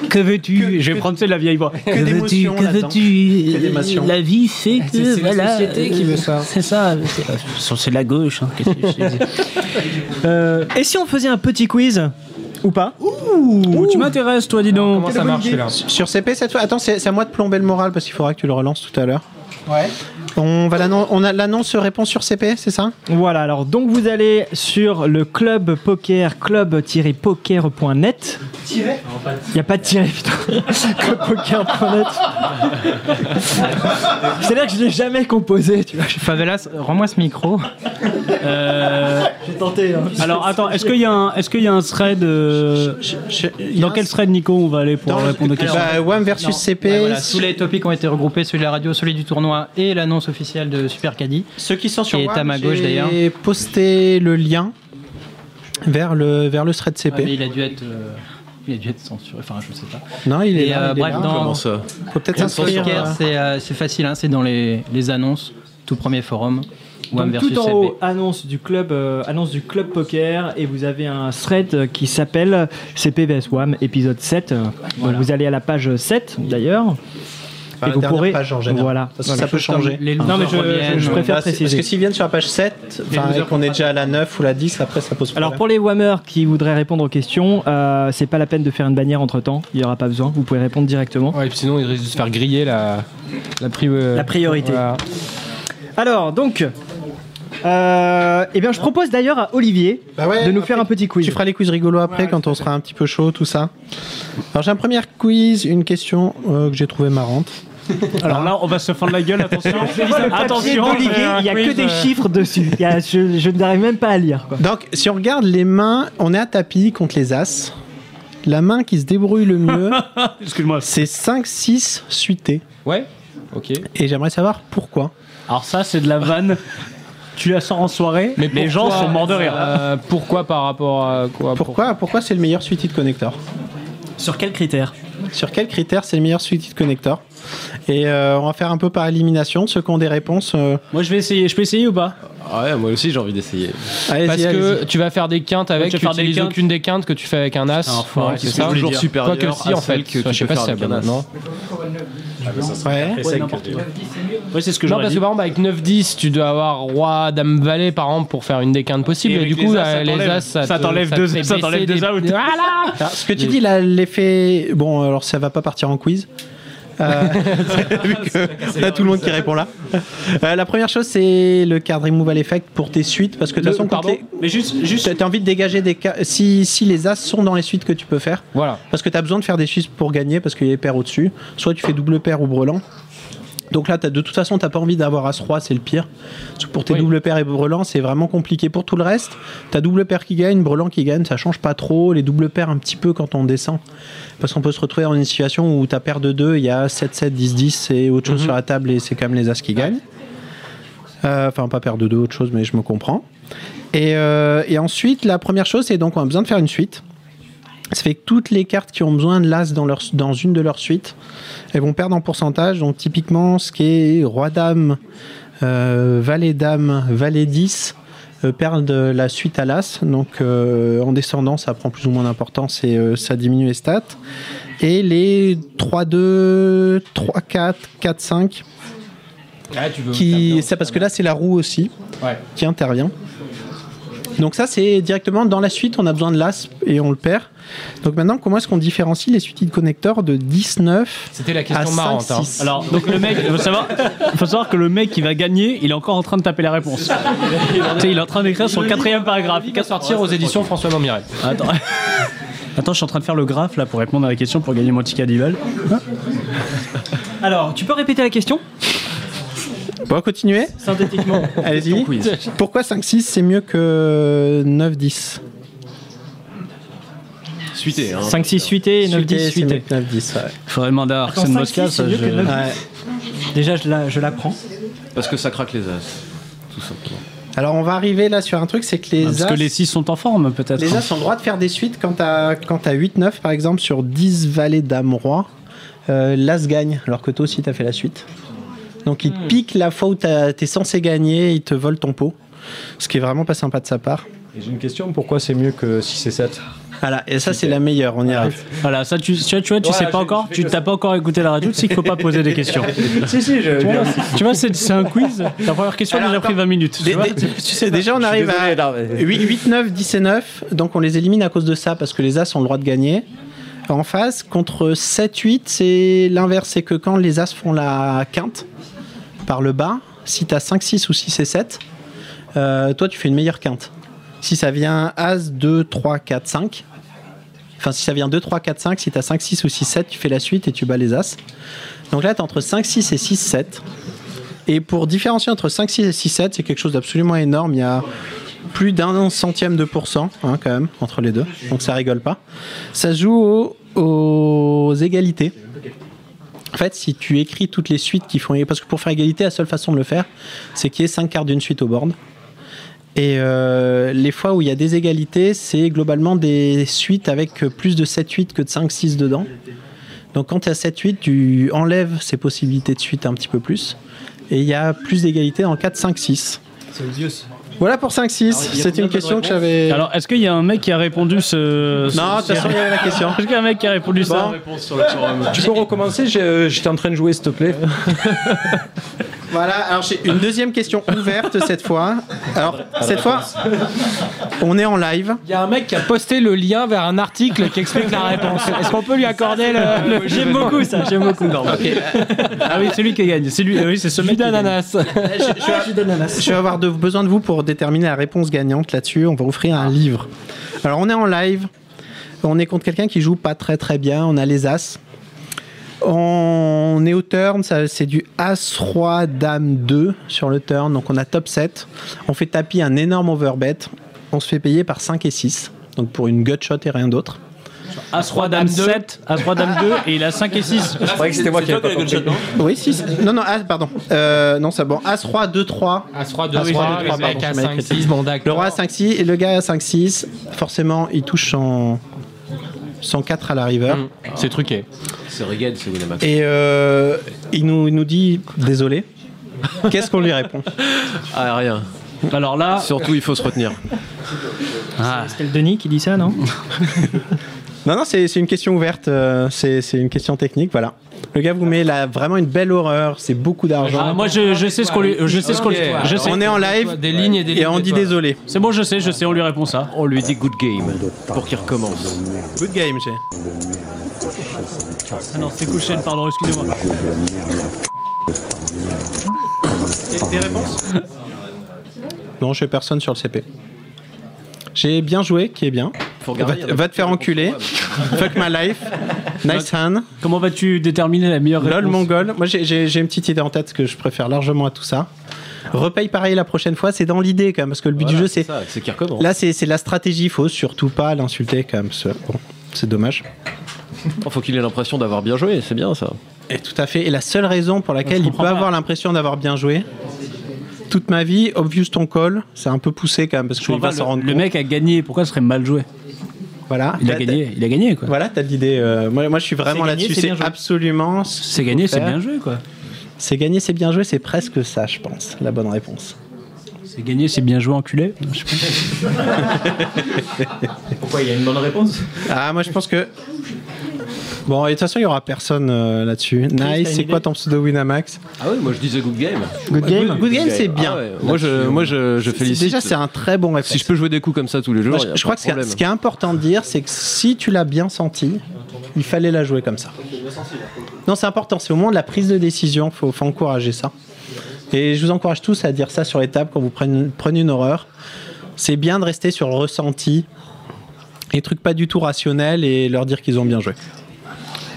Speaker 3: Que veux-tu Je vais prendre c'est la vieille voix. Que veux-tu
Speaker 5: d'émotions
Speaker 3: Que
Speaker 5: là-dedans. Que
Speaker 3: veux-tu euh,
Speaker 5: d'émotions.
Speaker 3: La vie fait que
Speaker 5: C'est- c'est la
Speaker 3: voilà. euh,
Speaker 5: société qui veut ça.
Speaker 3: C'est ça. C'est c'est de la gauche. hein, qu'est-ce que je te dis.
Speaker 6: Euh, et si on faisait un petit quiz Ou pas
Speaker 3: Ouh, tu m'intéresses, toi, dis donc.
Speaker 7: Comment ça marche là
Speaker 5: Sur CP cette fois. Attends, c'est c'est à moi de plomber le moral parce qu'il faudra que tu le relances tout à l'heure. Ouais. On va l'annon- on a l'annonce réponse sur CP, c'est ça
Speaker 6: Voilà, alors donc vous allez sur le club poker, club-poker.net.
Speaker 5: Tiret
Speaker 6: Il n'y a pas de tiret, putain. clubpoker.net. C'est-à-dire que je l'ai jamais composé, tu vois.
Speaker 17: Favelas, rends-moi ce micro.
Speaker 3: Euh,
Speaker 6: J'ai tenté. hein.
Speaker 3: Alors attends, est-ce qu'il y a un, est-ce qu'il y a un thread euh, Dans quel thread, Nico, on va aller pour
Speaker 5: Dans le-
Speaker 3: répondre aux questions
Speaker 5: Bah, WAM versus
Speaker 17: euh, Non.
Speaker 5: CP.
Speaker 17: Ouais, voilà, tous les topics ont été regroupés, celui de la radio, celui du tournoi et l'annonce officielle de Super Caddy.
Speaker 5: Ceux qui sont sur
Speaker 17: Qui est
Speaker 5: WAM,
Speaker 17: à ma gauche, d'ailleurs.
Speaker 5: J'ai posté le lien vers le vers le thread
Speaker 17: Ah, mais
Speaker 5: CP.
Speaker 17: il a dû être, euh, il a dû être censuré. Enfin, je sais pas.
Speaker 5: Non, il est
Speaker 17: Et,
Speaker 5: là.
Speaker 17: euh,
Speaker 5: il est
Speaker 17: bref,
Speaker 5: là.
Speaker 17: dans-
Speaker 9: Comment ça
Speaker 5: Faut peut-être
Speaker 17: Club
Speaker 5: s'inscrire.
Speaker 17: Poker,
Speaker 5: euh,
Speaker 17: c'est euh, c'est facile, hein, c'est dans les, les annonces, tout premier forum. One
Speaker 6: Donc,
Speaker 17: versus E.
Speaker 6: tout en
Speaker 17: CP.
Speaker 6: haut, annonce du club, euh, annonce du club poker, et vous avez un thread euh, qui s'appelle CPVS WAM épisode 7. euh, donc vous allez à la page 7 d'ailleurs.
Speaker 5: Enfin, la dernière page, en général.
Speaker 6: Voilà.
Speaker 5: Parce que ça peut changer.
Speaker 17: Les
Speaker 6: Non, mais je- je, je préfère
Speaker 5: Bah, c'est- Parce
Speaker 6: préciser.
Speaker 5: que s'ils viennent sur la page 7, enfin, et qu'on est déjà à la 9 ou la 10, après ça pose problème.
Speaker 6: Alors pour les whammers qui voudraient répondre aux questions, euh, c'est pas la peine de faire une bannière entre temps, il n'y aura pas besoin, vous pouvez répondre directement.
Speaker 7: Ouais, et puis sinon, il risque de se faire griller la, la, pri- euh,
Speaker 6: La priorité.
Speaker 7: voilà.
Speaker 6: Alors donc, euh, eh bien je propose d'ailleurs à Olivier
Speaker 5: Bah ouais,
Speaker 6: de nous
Speaker 5: après,
Speaker 6: faire un petit quiz.
Speaker 5: Tu feras les quiz rigolos après quand on sera un petit peu chaud, tout ça. Alors j'ai un premier quiz, une question euh, que j'ai trouvée marrante.
Speaker 3: Alors là, on va se fendre la gueule. Attention,
Speaker 6: Attention,
Speaker 3: attention. euh,
Speaker 6: Olivier, il n'y a que des chiffres dessus. Il y a- je, je n'arrive même pas à lire. quoi.
Speaker 5: Donc si on regarde les mains, on est à tapis contre les As. La main qui se débrouille le mieux,
Speaker 3: Excuse-moi.
Speaker 5: c'est 5-6 suité.
Speaker 7: Ouais, ok.
Speaker 5: Et j'aimerais savoir pourquoi.
Speaker 3: Alors ça, c'est de la vanne. Tu la sors en soirée, mais les gens
Speaker 7: pourquoi,
Speaker 3: sont morts de rire.
Speaker 7: euh, pourquoi par rapport à quoi
Speaker 5: Pourquoi, pourquoi c'est le meilleur suité de connecteur
Speaker 6: Sur quels critères
Speaker 5: Sur quel critère c'est le meilleur suité de connecteur Et euh, on va faire un peu par élimination. Ceux qui ont des réponses. euh.
Speaker 6: Moi, je vais essayer. Je peux essayer ou pas
Speaker 9: Ah Ouais, moi aussi j'ai envie d'essayer.
Speaker 5: Allez-y,
Speaker 7: Parce que
Speaker 5: allez-y.
Speaker 7: tu vas faire des quintes avec,
Speaker 9: Tu vas
Speaker 7: tu
Speaker 9: faire des
Speaker 7: n'utilises
Speaker 9: quintes.
Speaker 7: aucune des quintes que tu fais avec un as.
Speaker 9: un forain
Speaker 7: Ouais,
Speaker 9: qui se fait toujours supérieur
Speaker 7: Quoique si,
Speaker 9: à
Speaker 7: en fait,
Speaker 9: celle que
Speaker 7: je
Speaker 9: tu
Speaker 7: sais
Speaker 9: peux
Speaker 7: pas si
Speaker 9: faire
Speaker 7: c'est
Speaker 9: avec
Speaker 7: bon,
Speaker 9: un as.
Speaker 7: non
Speaker 16: Ah,
Speaker 5: Ouais,
Speaker 9: c'est
Speaker 6: c'est ce que
Speaker 7: non,
Speaker 6: j'aurais
Speaker 7: parce
Speaker 6: dit.
Speaker 7: que par exemple, avec 9-10, tu dois avoir roi, dame, valet, par exemple, pour faire une des quintes possibles.
Speaker 6: Et
Speaker 7: Et,
Speaker 6: avec
Speaker 7: du
Speaker 6: les
Speaker 7: coup,
Speaker 6: as, ça
Speaker 7: euh, les
Speaker 6: t'enlève.
Speaker 7: as, ça,
Speaker 6: Ça
Speaker 7: te-
Speaker 6: t'enlève
Speaker 7: te
Speaker 6: deux-
Speaker 7: fait
Speaker 6: ça t'enlève
Speaker 7: baisser
Speaker 6: deux
Speaker 7: des-
Speaker 6: out.
Speaker 7: Voilà
Speaker 5: Ah, ce que tu dis là, l'effet. Bon, alors ça va pas partir en quiz. Euh, vu que on a tout le monde qui répond là. Euh, la première chose, c'est le card removal effect pour tes suites, parce que de toute
Speaker 6: Le-
Speaker 5: façon, quand
Speaker 6: pardon
Speaker 5: t'es-
Speaker 6: Mais juste, juste.
Speaker 5: t'as envie de dégager des ca- si, si les as sont dans les suites que tu peux faire.
Speaker 7: Voilà.
Speaker 5: Parce que t'as besoin de faire des suites pour gagner, parce qu'il y a les paires au-dessus. Soit tu fais double paire ou brelan. Donc là, t'as- de toute façon, t'as pas envie d'avoir As roi, c'est le pire. Parce que pour tes double paires et brelans, c'est vraiment compliqué. Pour tout le reste, t'as double paire qui gagne, brelan qui gagne, ça change pas trop. Les double paires un petit peu quand on descend. Parce qu'on peut se retrouver dans une situation où ta paire de 2, il y a 7, 7, 10, 10 et autre chose sur la table et c'est quand même les As qui gagnent. Euh, Enfin, pas paire de 2, autre chose, mais je me comprends. Et, euh, et ensuite, la première chose, c'est donc on a besoin de faire une suite. Ça fait que toutes les cartes qui ont besoin de l'as dans, leur, dans une de leurs suites, elles vont perdre en pourcentage. Donc typiquement, ce qui est roi-dame, euh, valet-dame, valet-10 euh, perdent la suite à l'as. Donc euh, en descendant, ça prend plus ou moins d'importance et euh, ça diminue les stats. Et les 3-2, 3-4, 4-5
Speaker 7: Ah, tu veux
Speaker 5: qui ça parce que là c'est la roue aussi
Speaker 7: Ouais.
Speaker 5: qui intervient. Donc ça c'est directement dans la suite on a besoin de l'as et on le perd. Donc maintenant comment est-ce qu'on différencie les suites de connecteurs de 19
Speaker 7: C'était la
Speaker 5: à
Speaker 7: question
Speaker 5: 5,
Speaker 7: marrante. hein.
Speaker 5: 6.
Speaker 6: Alors, donc le mec, il faut savoir, faut savoir que le mec qui va gagner, il est encore en train de taper la réponse. Tu sais, il est en train d'écrire son quatrième paragraphe. Il va
Speaker 7: sortir aux éditions François Montmirel.
Speaker 6: Attends. Attends, je suis en train de faire le graphe là pour répondre à la question pour gagner mon ticket à 10 balles. Alors, tu peux répéter la question
Speaker 5: On va continuer
Speaker 6: Synthétiquement.
Speaker 5: Allez-y. Pourquoi 5-6 c'est mieux que 9-10
Speaker 9: Suité. Hein.
Speaker 6: 5-6 suité et 9-10 suité.
Speaker 5: 9-10, ouais.
Speaker 6: Faudrait demander à Arsène
Speaker 9: Attends,
Speaker 6: Mosca,
Speaker 9: 5-6,
Speaker 6: ça.
Speaker 9: c'est mieux
Speaker 6: je-
Speaker 9: que 9-10.
Speaker 6: Déjà, je la, je la prends.
Speaker 9: Parce que ça craque les as. Tout simplement.
Speaker 5: Alors on va arriver là sur un truc c'est que les
Speaker 6: Parce
Speaker 5: as
Speaker 6: que les 6 sont en forme peut-être. hein.
Speaker 5: Les As ont le droit de faire des suites quand t'as quand t'as 8-9 par exemple sur 10 valets dame roi. euh, L'As gagne alors que toi aussi t'as fait la suite. Donc il te pique la fois où t'as- t'es censé gagner, il te vole ton pot. Ce qui est vraiment pas sympa de sa part.
Speaker 8: Et J'ai une question, pourquoi c'est mieux que 6 et 7
Speaker 5: Voilà, et ça c'est la meilleure, on y arrive.
Speaker 6: Voilà, ça tu, tu vois, tu vois, tu
Speaker 5: Voilà,
Speaker 6: sais pas
Speaker 5: je-
Speaker 6: encore,
Speaker 5: je fais
Speaker 6: tu
Speaker 5: que
Speaker 6: t'as pas encore écouté la radio, tu sais qu'il faut pas poser des questions.
Speaker 5: Si, si, je-
Speaker 6: tu vois,
Speaker 5: bien.
Speaker 6: tu vois, c'est c'est un quiz. Ta première question a déjà pris 20 minutes. Tu, vois
Speaker 5: Tu sais, déjà
Speaker 6: Je
Speaker 5: on
Speaker 6: suis
Speaker 5: arrive
Speaker 6: désolé,
Speaker 5: à
Speaker 6: non, mais-
Speaker 5: 8, 9, 10 et 9. Donc on les élimine à cause de ça parce que les As ont le droit de gagner. En face, contre 7, 8, c'est l'inverse. C'est que quand les As font la quinte par le bas, si t'as 5, 6 ou 6 et 7, euh, toi tu fais une meilleure quinte. Si ça vient As, 2, 3, 4, 5. Enfin, si ça vient 2, 3, 4, 5, si t'as 5, 6 ou 6, 7, tu fais la suite et tu bats les As. Donc là, t'es entre 5, 6 et 6, 7. Et pour différencier entre 5, 6 et 6, 7, c'est quelque chose d'absolument énorme. Il y a plus d'un centième de pourcent, hein, quand même, entre les deux. Donc ça rigole pas. Ça se joue au- aux égalités. En fait, si tu écris toutes les suites qui font. Parce que pour faire égalité, la seule façon de le faire, c'est qu'il y ait 5 cartes d'une suite au board. Et euh, les fois où il y a des égalités, c'est globalement des suites avec euh, plus de 7-8 que de 5-6 dedans. Donc quand tu as 7-8, tu enlèves ces possibilités de suite un petit peu plus. Et il y a plus d'égalité dans le 4-5-6.
Speaker 7: C'est odieux. ça.
Speaker 5: Voilà pour 5-6.
Speaker 7: Alors, il y a
Speaker 5: C'est
Speaker 7: combien
Speaker 5: une
Speaker 7: de
Speaker 5: question que
Speaker 7: réponses
Speaker 5: j'avais.
Speaker 6: Alors, est-ce qu'il y a un mec qui a répondu ce. ce-
Speaker 5: Non, de toute façon, il y avait la question.
Speaker 6: Est-ce qu'il y a un mec qui a répondu
Speaker 5: Bah.
Speaker 6: ça
Speaker 8: Tu peux recommencer J'ai- euh, J'étais en train de jouer, s'il te plaît.
Speaker 5: Voilà, alors j'ai une deuxième question ouverte cette fois. Alors, cette fois, on est en live.
Speaker 7: Il y a un mec qui a posté le lien vers un article qui explique la réponse. Est-ce qu'on peut lui accorder le. le-
Speaker 6: J'aime beaucoup ça, j'aime beaucoup. Ah oui, c'est lui qui gagne. C'est lui, ah oui, c'est ce mec.
Speaker 7: d'ananas.
Speaker 5: Je vais avoir de- besoin de vous pour déterminer la réponse gagnante là-dessus. On va offrir un livre. Alors, on est en live. On est contre quelqu'un qui joue pas très très bien. On a les As. On est au turn, ça, c'est du As, Roi, Dame 2 sur le turn. Donc on a top 7. On fait tapis un énorme overbet. On se fait payer par 5 et 6. Donc pour une gut shot et rien d'autas
Speaker 6: As roi dame 7, As roi dame 2, et il a 5 et 6. Je
Speaker 8: croyais que c'était moi qui avais pas compris.
Speaker 5: Oui, si. c'est- Non, non, ah, pardon. Euh, non, c'est bon. As, roi, 2, 3.
Speaker 7: As, roi, deux, trois, Ah
Speaker 5: As, roi, deux,
Speaker 7: le
Speaker 5: trois,
Speaker 7: mec
Speaker 5: pardon,
Speaker 7: à
Speaker 5: je m'avais
Speaker 7: cinq,
Speaker 5: écrit.
Speaker 7: six, bon, d'accord.
Speaker 5: Le roi à 5, 6. Et le gars à 5, 6. Forcément, il touche son, son 4 à la river.
Speaker 7: Mm. C'est truqué.
Speaker 9: Hmm. C'est Reagan, c'est Winamax.
Speaker 5: Et euh, il, nous, il nous dit désolé. Qu'est-ce qu'on lui répond
Speaker 9: Ah, rien.
Speaker 3: Alors là. Ah.
Speaker 9: Surtout, il faut se retenir.
Speaker 3: C'est le Denis qui dit ça, non
Speaker 5: Non, non, c'est c'est une question ouverte, euh, c'est c'est une question technique, voilà. Le gars vous met là, vraiment une belle horreur, c'est beaucoup d'argent.
Speaker 3: Ah, moi, je, je sais ce qu'on lui. Je sais ce qu'on lui- je sais.
Speaker 5: On est en live et on dit désolé.
Speaker 3: C'est bon, je sais, je sais, on lui répond ça.
Speaker 9: On lui dit good game pour qu'il recommence.
Speaker 5: Good game, j'ai.
Speaker 3: Ah non, c'est Kouchen, pardon, excusez-moi.
Speaker 5: Des réponses Non, je fais personne sur le CP. J'ai bien joué, qui est bien.
Speaker 9: regarder,
Speaker 5: Va,
Speaker 9: il y en a
Speaker 5: va te faire enculer.
Speaker 9: hein,
Speaker 5: Fuck my life. Nice hand.
Speaker 3: Comment vas-tu déterminer la meilleure
Speaker 5: LOL
Speaker 3: réponse
Speaker 5: mongol. Moi, j'ai- j'ai j'ai une petite idée en tête que je préfère largement à tout ça. Repaye pareil la prochaine fois, c'est dans l'idée quand même, parce que le but du jeu, c'est.
Speaker 9: ça, c'est qu'il recommence.
Speaker 5: Là, c'est c'est la stratégie, faut surtout pas l'insulter quand même. ce- Bon, c'est dommage.
Speaker 9: Oh, faut qu'il ait l'impression d'avoir bien joué, c'est bien ça.
Speaker 5: Et tout à fait. Et la seule raison pour laquelle il peut avoir l'impression d'avoir bien joué, toute ma vie, obvious ton call, c'est un peu poussé quand même parce qu'il
Speaker 3: Enfin,
Speaker 5: va s'en rendre
Speaker 3: le, le mec a gagné, pourquoi ce serait mal joué
Speaker 5: Voilà.
Speaker 3: Il a
Speaker 5: Là,
Speaker 3: gagné, il a gagné quoi.
Speaker 5: Voilà, t'as l'idée. euh, moi, moi, je suis vraiment
Speaker 3: C'est gagné,
Speaker 5: là-dessus.
Speaker 3: c'est
Speaker 5: C'est
Speaker 3: bien joué.
Speaker 5: absolument.
Speaker 3: C'est gagné, c'est bien joué, quoi.
Speaker 5: C'est gagné, c'est bien joué, c'est presque ça, je pense, la bonne réponse.
Speaker 3: C'est gagné, c'est bien joué, enculé.
Speaker 5: Pourquoi il y a une bonne réponse Ah, moi, je pense que. Bon, et de toute façon, il y aura personne euh, là-dessus.
Speaker 9: t'as une
Speaker 5: Nice, c'est
Speaker 9: idée
Speaker 5: quoi ton pseudo Winamax
Speaker 9: Ah oui, moi je disais good game.
Speaker 5: Good game Good game, c'est bien.
Speaker 9: Ah ouais, Moi, je, moi je, je félicite.
Speaker 5: Déjà, c'est un très bon réflexe.
Speaker 9: Si je peux jouer des coups comme ça tous les jours,
Speaker 5: Moi, Bah, je, je crois que ce qui est- ce qui est important de dire, c'est que si tu l'as bien senti, il fallait la jouer comme ça. Non, c'est important. C'est au moment de la prise de décision. faut, faut encourager ça. Et je vous encourage tous à dire ça sur les tables quand vous prenez, prenez une horreur. C'est bien de rester sur le ressenti, les trucs pas du tout rationnels et leur dire qu'ils ont bien joué.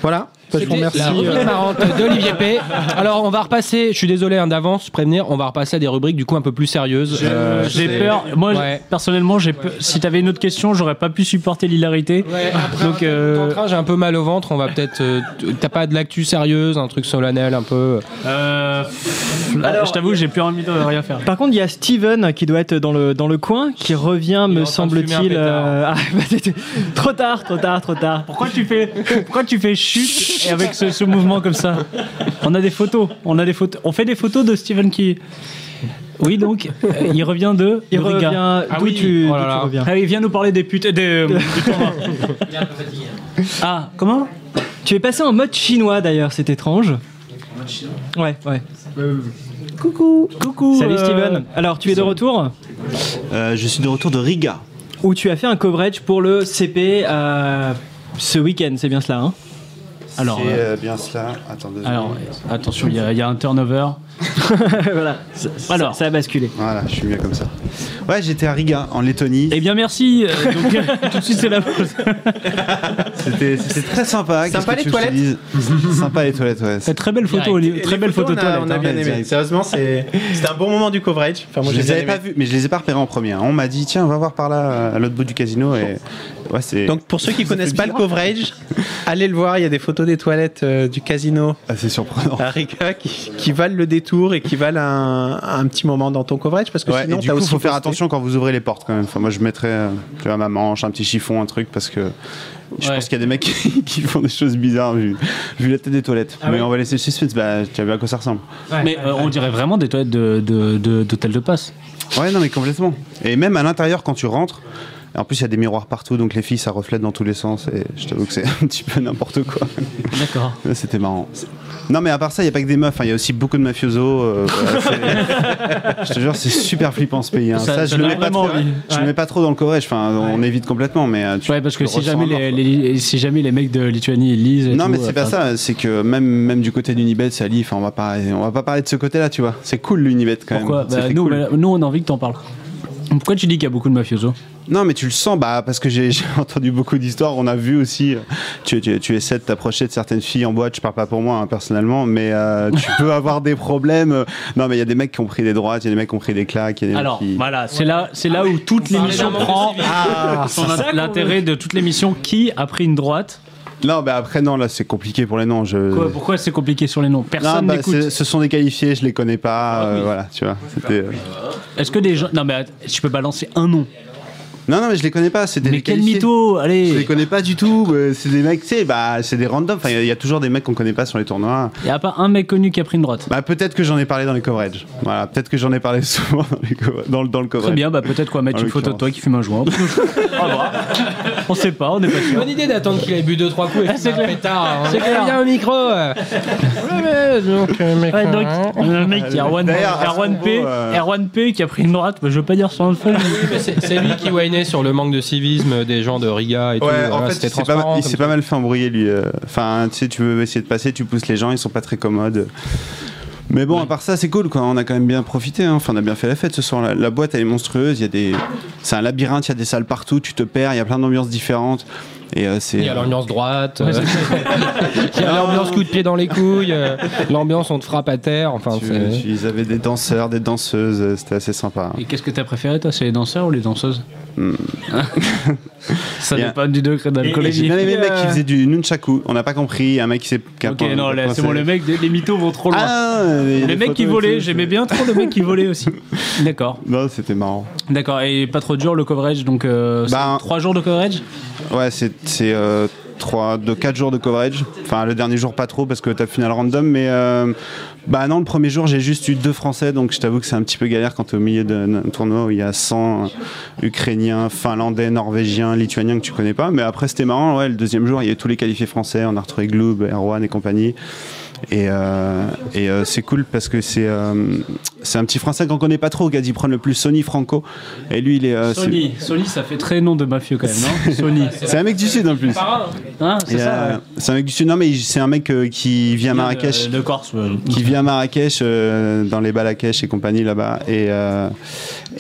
Speaker 5: Voilà. Bah, Je
Speaker 18: C'était
Speaker 5: vous remercie.
Speaker 18: la rubrique
Speaker 5: Euh,
Speaker 18: marrante d'Olivier P.
Speaker 7: Alors on va repasser, je suis désolé hein, d'avance, prévenir, on va repasser à des rubriques du coup un peu plus sérieuses. Euh,
Speaker 3: j'ai
Speaker 7: c'est-
Speaker 3: peur. Moi,
Speaker 7: Ouais.
Speaker 3: personnellement, j'ai peur- si t'avais une autre question, j'aurais pas pu supporter l'hilarité. euh,
Speaker 7: Donc, en train, j'ai un peu mal au ventre. On va peut-être. euh, t- T'as pas de l'actu sérieuse, un truc solennel, un peu.
Speaker 3: Euh, là, je t'avoue, j'ai plus envie de rien faire.
Speaker 7: Par
Speaker 3: Par contre, il y a Steven qui doit être dans le, dans le coin, qui revient, me semble-t-il. euh, ah, bah, t'étais- trop tard, trop tard, trop tard. Pourquoi tu fais, pourquoi tu fais chute et avec ce, ce mouvement comme ça On a des photos, on a des photos, on fait des photos de Steven qui. Oui, donc euh, il revient de. Il de Riga. revient. Ah d'où oui, tu, oh d'où là tu
Speaker 7: là.
Speaker 3: reviens Ah, il vient nous parler des putes. Des, du tournoi. ah, comment Tu es passé en mode chinois d'ailleurs, c'est étrange. Ouais, ouais. Coucou, coucou. Salut
Speaker 19: euh,
Speaker 3: Steven. Alors, tu es de retour
Speaker 19: Euh, je suis de retour de Riga.
Speaker 3: où tu as fait un coverage pour le CP euh, ce week-end, c'est bien cela hein Alors,
Speaker 19: c'est
Speaker 3: euh,
Speaker 19: euh, bien cela. Attends deux
Speaker 3: alors
Speaker 19: secondes.
Speaker 3: attention, il y, a- il y a un turnover. voilà. Alors, ça a basculé.
Speaker 19: Voilà, je suis mieux comme ça. Ouais, j'étais à Riga, en Lettonie.
Speaker 3: Eh bien, merci. euh, donc, tout de suite, c'est la pause.
Speaker 19: C'était c'était très sympa.
Speaker 5: Sympa
Speaker 19: Qu'est-ce
Speaker 5: les
Speaker 19: que tu veux que je te dise Sympa les toilettes, ouais.
Speaker 3: Très belle
Speaker 19: photo, Direct. Oli- très
Speaker 5: les
Speaker 19: belle
Speaker 5: photos,
Speaker 19: photo
Speaker 5: on a-
Speaker 19: toilette,
Speaker 5: On a
Speaker 19: hein.
Speaker 5: bien
Speaker 19: Ouais,
Speaker 5: aimé.
Speaker 19: direct.
Speaker 5: Sérieusement, c'est- c'était un bon moment du coverage. Enfin, moi,
Speaker 19: je
Speaker 5: j'ai
Speaker 19: les
Speaker 5: bien
Speaker 19: avais
Speaker 5: aimé.
Speaker 19: pas vus, mais je les ai pas repérés en premier. hein. On m'a dit, tiens, va voir par là, à l'autre bout du casino. Et... Ouais, c'est-
Speaker 5: Donc pour ceux qui connaissent pas le coverage, allez le voir, il y a des photos des toilettes euh, du casino.
Speaker 19: Ah, c'est surprenant.
Speaker 5: À Riga qui, qui valent le détour et qui valent un, un petit moment dans ton coverage parce que
Speaker 19: Ouais,
Speaker 5: sinon
Speaker 19: et du
Speaker 5: t'as
Speaker 19: coup,
Speaker 5: aussi
Speaker 19: faut faire
Speaker 5: posté-
Speaker 19: attention quand vous ouvrez les portes quand même. Enfin, moi, je mettrais euh, tu vois, ma manche, un petit chiffon, un truc, parce que je pense qu'il y a des mecs qui, qui font des choses bizarres vu, vu la tête des toilettes. mais on va laisser le suspense. Bah, tu as vu à quoi ça ressemble.
Speaker 3: Mais euh, on dirait vraiment des toilettes de- de- de- d'hôtel de, passe.
Speaker 19: Ouais, non, mais complètement. Et même à l'intérieur, quand tu rentres. En plus, il y a des miroirs partout, donc les filles, ça reflète dans tous les sens. Et je t'avoue que c'est un petit peu n'importe quoi.
Speaker 3: D'accord.
Speaker 19: Ouais, C'était marrant. Non, mais à part ça, il n'y a pas que des meufs. hein, Il y a aussi beaucoup de mafiosos. euh, voilà, c'est- je te jure, c'est super flippant ce pays. hein.
Speaker 3: Ça- ça
Speaker 19: Ça, je le
Speaker 3: donne
Speaker 19: mets pas
Speaker 3: vraiment
Speaker 19: trop.
Speaker 3: envie.
Speaker 19: Je
Speaker 3: Ouais.
Speaker 19: le mets pas trop dans le coverage. Enfin, on évite complètement, mais euh, tu.
Speaker 3: Ouais, parce que
Speaker 19: tu
Speaker 3: si
Speaker 19: le
Speaker 3: jamais,
Speaker 19: ressens à
Speaker 3: les, les- si jamais les mecs de Lituanie ils lisent. et
Speaker 19: non,
Speaker 3: tout,
Speaker 19: mais c'est pas
Speaker 3: enfin,
Speaker 19: ça. C'est que même, même du côté d'Unibet, Sally, enfin, on va pas, on va pas parler de ce côté-là, tu vois. C'est cool l'Unibet quand
Speaker 3: Pourquoi
Speaker 19: même.
Speaker 3: Bah,
Speaker 19: C'était
Speaker 3: nous,
Speaker 19: cool.
Speaker 3: bah, nous, on a envie que t'en parles. Pourquoi tu dis qu'il y a beaucoup de mafiosos
Speaker 19: Non, mais tu le sens, bah, parce que j'ai j'ai entendu beaucoup d'histoires. On a vu aussi, euh, tu, tu, tu essaies de t'approcher de certaines filles en boîte. Je parle pas pour moi, hein, personnellement, mais euh, tu peux avoir des problèmes. Euh, Non, mais il y a des mecs qui ont pris des droites, il y a des mecs qui ont pris des claques. il Y a des mecs
Speaker 3: Alors
Speaker 19: qui-
Speaker 3: voilà, c'est là, c'est
Speaker 19: Ah
Speaker 3: là où toute l'émission prend Ah, son
Speaker 19: c'est
Speaker 3: int-
Speaker 19: ça qu'on
Speaker 3: l'intérêt de toute l'émission. Qui a pris une droite
Speaker 19: Non, mais après, non, là, c'est compliqué pour les noms. Je...
Speaker 3: Quoi, Pourquoi c'est compliqué sur les noms Personne
Speaker 19: Non, bah,
Speaker 3: n'écoute. Ah
Speaker 19: c'est- ce sont des qualifiés, je les connais pas. euh, voilà, tu vois. C'était. euh,
Speaker 3: euh, Est-ce que des gens Non mais att- tu peux balancer un nom.
Speaker 19: Non, non, mais je les connais pas. C'est des
Speaker 3: Mais quel
Speaker 19: qualifiés.
Speaker 3: mytho, allez.
Speaker 19: Je les connais pas du tout. euh, C'est des mecs, tu sais, bah, c'est des randoms. Enfin, il y a- il y, a toujours des mecs qu'on connaît pas sur les tournois.
Speaker 3: Il y a pas un mec connu qui a pris une droite.
Speaker 19: Bah, peut-être que j'en ai parlé dans les coverage. Voilà, peut-être que j'en ai parlé souvent dans, les cover- dans le- dans le coverage.
Speaker 3: Très bien, bah peut-être qu'on va mettre
Speaker 19: En
Speaker 3: une photo de
Speaker 19: l'occurrence.
Speaker 3: toi qui fume un joint. on sait pas, on est pas sûr.
Speaker 7: Bonne idée d'attendre qu'il ait bu 2-3 coups et c'est un pétard.
Speaker 20: C'est clair.
Speaker 7: bien au micro. euh. Ouais, mais donc, euh, mec,
Speaker 3: Ouais, donc,
Speaker 7: hein.
Speaker 3: le mec, il y a Erwan,
Speaker 7: D'ailleurs, à ce
Speaker 3: Erwan P,
Speaker 7: propos, euh,
Speaker 3: Erwan P qui a pris une droite, mais je veux pas dire son fond.
Speaker 7: Oui, mais c'est c'est lui qui whinait sur le manque de civisme des gens de Riga et tout.
Speaker 19: Ouais, en
Speaker 7: Voilà,
Speaker 19: fait,
Speaker 7: c'était
Speaker 19: il s'est pas, mal-
Speaker 7: transparent.
Speaker 19: il s'est pas
Speaker 7: comme
Speaker 19: mal fait embrouiller lui. euh. Enfin, tu sais, tu veux essayer de passer, tu pousses les gens, ils sont pas très commodes. Mais bon, à part ça, c'est cool. Quoi. On a quand même bien profité. hein. Enfin, on a bien fait la fête ce soir. La, la boîte, elle est monstrueuse. Il y a des, c'est un labyrinthe. Il y a des salles partout. Tu te perds. Il y a plein d'ambiances différentes. Et euh,
Speaker 7: Il
Speaker 19: c'est.
Speaker 7: y a l'ambiance droite,
Speaker 19: Ouais,
Speaker 7: euh, il y
Speaker 5: Ah.
Speaker 7: a l'ambiance coup de pied dans les couilles, euh, l'ambiance on te frappe à terre. Enfin,
Speaker 19: Tu-
Speaker 7: c'est-
Speaker 19: tu- ils avaient des danseurs, des danseuses. euh, C'était assez sympa. Hmm.
Speaker 3: Et qu'est-ce que t'as préféré, toi C'est les danseurs ou les danseuses Ça
Speaker 19: Il y a-
Speaker 3: dépend du degré
Speaker 19: Et J'ai
Speaker 3: d'alcoolisme.
Speaker 19: bien aimé le mec qui faisait du nunchaku. On n'a pas compris. Un mec qui s'est. qui a
Speaker 3: euh, Ok,
Speaker 19: pas-
Speaker 3: non, là, c'est bon, le mec, des- les mythos vont trop loin.
Speaker 19: Ah, les- les
Speaker 3: le mec qui
Speaker 19: photos et
Speaker 3: volait,
Speaker 19: tout,
Speaker 3: j'aimais bien trop le mec qui volait aussi. D'accord.
Speaker 19: Non, c'était marrant.
Speaker 3: D'accord, et pas trop de jours le coverage, donc euh,
Speaker 19: Bah,
Speaker 3: c'est trois jours de coverage
Speaker 19: Ben, Ouais, c'est euh, 3 de 4 jours de coverage. Enfin, le dernier jour, pas trop parce que t'as le final random. Mais euh, bah non, le premier jour, j'ai juste eu deux Français. Donc je t'avoue que c'est un petit peu galère quand t'es au milieu d'un d'un tournoi où il y a 100 Ukrainiens, Finlandais, Norvégiens, Lituaniens que tu connais pas. Mais après, c'était marrant. Ouais, le deuxième jour, il y avait tous les qualifiés français. On a retrouvé Gloub, Erwan et compagnie. Et, euh, et, euh, c'est cool parce que c'est euh, c'est un petit français qu'on connaît pas trop qui a dit prendre le plus Sony Franco. Et lui, il est. euh, c'est-
Speaker 3: Sony, Sony, ça fait très nom de mafieux quand même, non Sony.
Speaker 19: C'est un mec du Sud en plus.
Speaker 3: Hein, c'est
Speaker 19: Et,
Speaker 3: ça
Speaker 19: euh, c'est un mec du Sud. Non, mais il- c'est un mec euh, qui vit à
Speaker 3: vient de-
Speaker 19: Marrakech.
Speaker 3: de Corse, ouais.
Speaker 19: Qui vit à Marrakech, euh, dans les Balakèches et compagnie là-bas. Et, euh,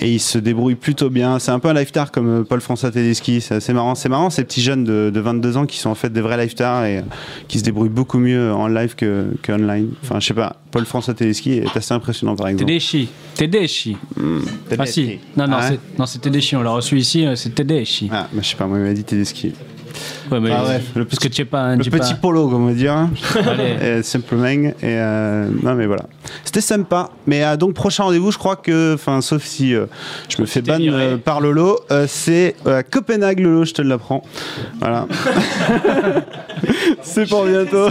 Speaker 19: et il se débrouille plutôt bien. C'est un peu un lifetard comme euh, Paul-François Tedeschi. C'est assez marrant. C'est marrant ces petits jeunes de, de 22 ans qui sont en fait des vrais lifetards et euh, qui se débrouillent beaucoup mieux en live que, que online. Enfin, je sais pas. Paul-François Tedeschi est assez impressionnant par exemple.
Speaker 3: Tedeschi. Tedeschi. Ah si. Non, non,
Speaker 19: Ah ouais
Speaker 3: c'est- non, c'est Tedeschi. On l'a reçu ici, euh, c'est Tedeschi.
Speaker 19: Ah, bah, je sais pas, moi, il m'a dit Tedeschi.
Speaker 3: Ouais, mais
Speaker 19: Ah, bref,
Speaker 3: le parce que tu sais pas. hein,
Speaker 19: Le
Speaker 3: tu sais
Speaker 19: petit
Speaker 3: pas.
Speaker 19: polo, comme on dit. Hein.
Speaker 3: Allez.
Speaker 19: Et simplement. Et euh, non, mais voilà. C'était sympa. Mais euh, donc, prochain rendez-vous, je crois que, enfin, sauf si euh, je me fais ban euh, par Lolo, euh, c'est euh, à Copenhague, Lolo, je te l'apprends. Voilà. c'est pour bientôt.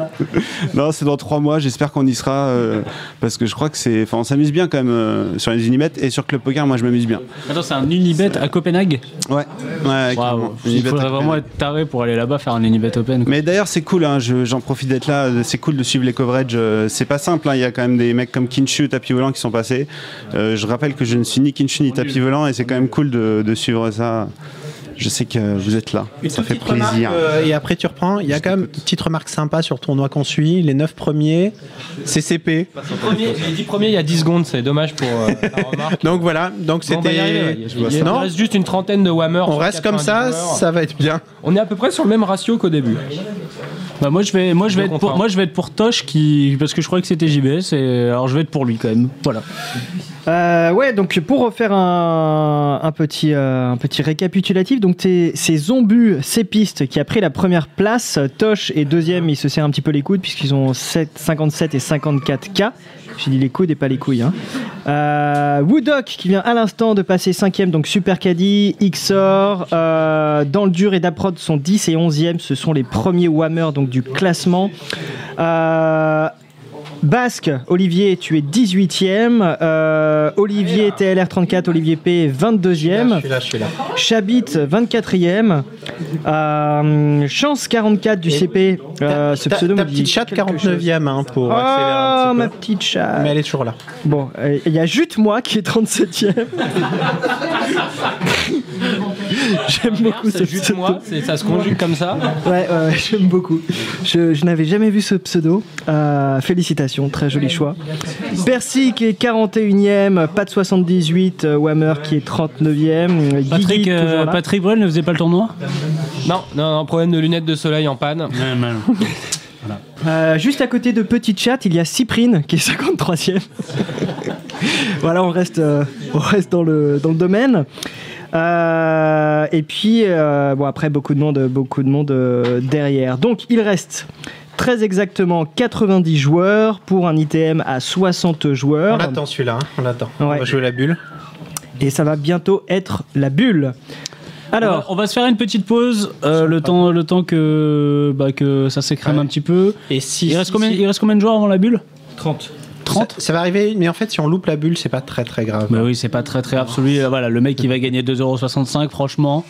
Speaker 19: non, c'est dans trois mois. J'espère qu'on y sera. euh, parce que je crois que c'est. Enfin, on s'amuse bien quand même euh, sur les Unibet et sur Club Poker. Moi, je m'amuse bien.
Speaker 3: Attends, c'est un Unibet à Copenhague
Speaker 19: Ouais. ouais clairement.
Speaker 3: Il
Speaker 19: Unibet à
Speaker 3: faudrait vraiment être taré pour aller là-bas faire un Unibet Open.
Speaker 19: Mais d'ailleurs, c'est cool, hein, je- j'en profite d'être là, euh, c'est cool de suivre les coverages. euh, C'est pas simple, hein, il y a quand même des mecs comme Kinshu, Tapi Volant qui sont passés. Euh, je rappelle que je ne suis ni Kinshu ni Tapi Volant et c'est quand même cool de, de suivre ça. Je sais que euh, vous êtes là, ça fait plaisir.
Speaker 5: Remarque, euh, et après, tu reprends. Il y a quand même une petite remarque sympa sur le tournoi qu'on suit. Les 9 premiers, CCP.
Speaker 7: Premier, j'ai dit premier il y a 10 secondes, c'est dommage pour euh, la remarque.
Speaker 5: Donc voilà, donc
Speaker 7: Bon, on va y
Speaker 5: c'était.
Speaker 7: arriver, ouais. Il
Speaker 5: Non,
Speaker 7: reste juste une trentaine de whammers.
Speaker 5: on reste comme ça, ça va être bien.
Speaker 7: On est à peu près sur le même ratio qu'au début.
Speaker 3: Bah moi je vais moi je vais
Speaker 7: Deux
Speaker 3: être
Speaker 7: contre
Speaker 3: pour
Speaker 7: un.
Speaker 3: moi je vais être pour Tosh qui parce que je croyais que c'était JBS et alors je vais être pour lui quand même. Voilà.
Speaker 6: Euh, ouais, donc pour refaire un, un petit, euh, un petit récapitulatif, donc t'es- c'est Zombu Cépiste qui a pris la première place, Tosh est deuxième, il se serre un petit peu les coudes puisqu'ils ont 7, 57 et 54K. J'ai dit les coudes et pas les couilles. Hein. Euh, Woodok qui vient à l'instant de passer cinquième, donc Super Caddy, XOR, euh, dans le dur et Daprod sont 10 et 11e, ce sont les premiers whammers donc, du classement. Euh, Basque, Olivier, tu es 18e. euh, Olivier, TLR34, Olivier P, 22e.
Speaker 5: suis là, Ah, je suis là.
Speaker 6: Chabit, 24e. euh, Chance, 44 du CP. euh, ce
Speaker 5: Ta-
Speaker 6: pseudo
Speaker 5: ta
Speaker 6: me dit
Speaker 5: petite chatte
Speaker 6: quelque
Speaker 5: 49e hein, pour
Speaker 6: Oh,
Speaker 5: accélérer un petit
Speaker 6: ma
Speaker 5: peu.
Speaker 6: petite chatte.
Speaker 5: Mais elle est toujours là.
Speaker 6: Bon, euh, il y a juste moi qui est 37e. J'aime beaucoup ce
Speaker 7: juste moi, c'est- ça se conjugue comme ça.
Speaker 6: Ouais, ouais, ouais, j'aime beaucoup. Je, je n'avais jamais vu ce pseudo. Euh, félicitations, très joli choix. Percy qui est 41e, Pat 78, euh, Whammer qui est 39e, Guigui
Speaker 3: Patrick euh,
Speaker 6: toujours là.
Speaker 3: Patrick Bruel ne faisait pas le tournoi
Speaker 7: Non, non, non, problème de lunettes de soleil en panne.
Speaker 6: Euh, juste à côté de Petit Chat, il y a Cyprine qui est 53e. voilà, on reste, euh, on reste dans, le, dans le domaine. Euh, et puis, euh, bon, après, beaucoup de monde, beaucoup de monde euh, derrière. Donc, il reste très exactement 90 joueurs pour un ITM à 60 joueurs.
Speaker 5: On attend celui-là, hein, on attend. On
Speaker 6: Ouais.
Speaker 5: va jouer la bulle.
Speaker 19: et ça va bientôt être la bulle.
Speaker 3: Alors, on va, se faire une petite pause, euh, le, temps, le temps que, bah, que ça s'écrème un petit peu.
Speaker 5: Et si,
Speaker 3: il, reste combien, il reste combien de joueurs avant la bulle
Speaker 5: 30. 30 ça, ça va arriver, mais en fait, si on loupe la bulle, c'est pas très très grave.
Speaker 3: Bah oui, c'est pas très très absolu. euh, Voilà, le mec, il va gagner 2,65€, franchement.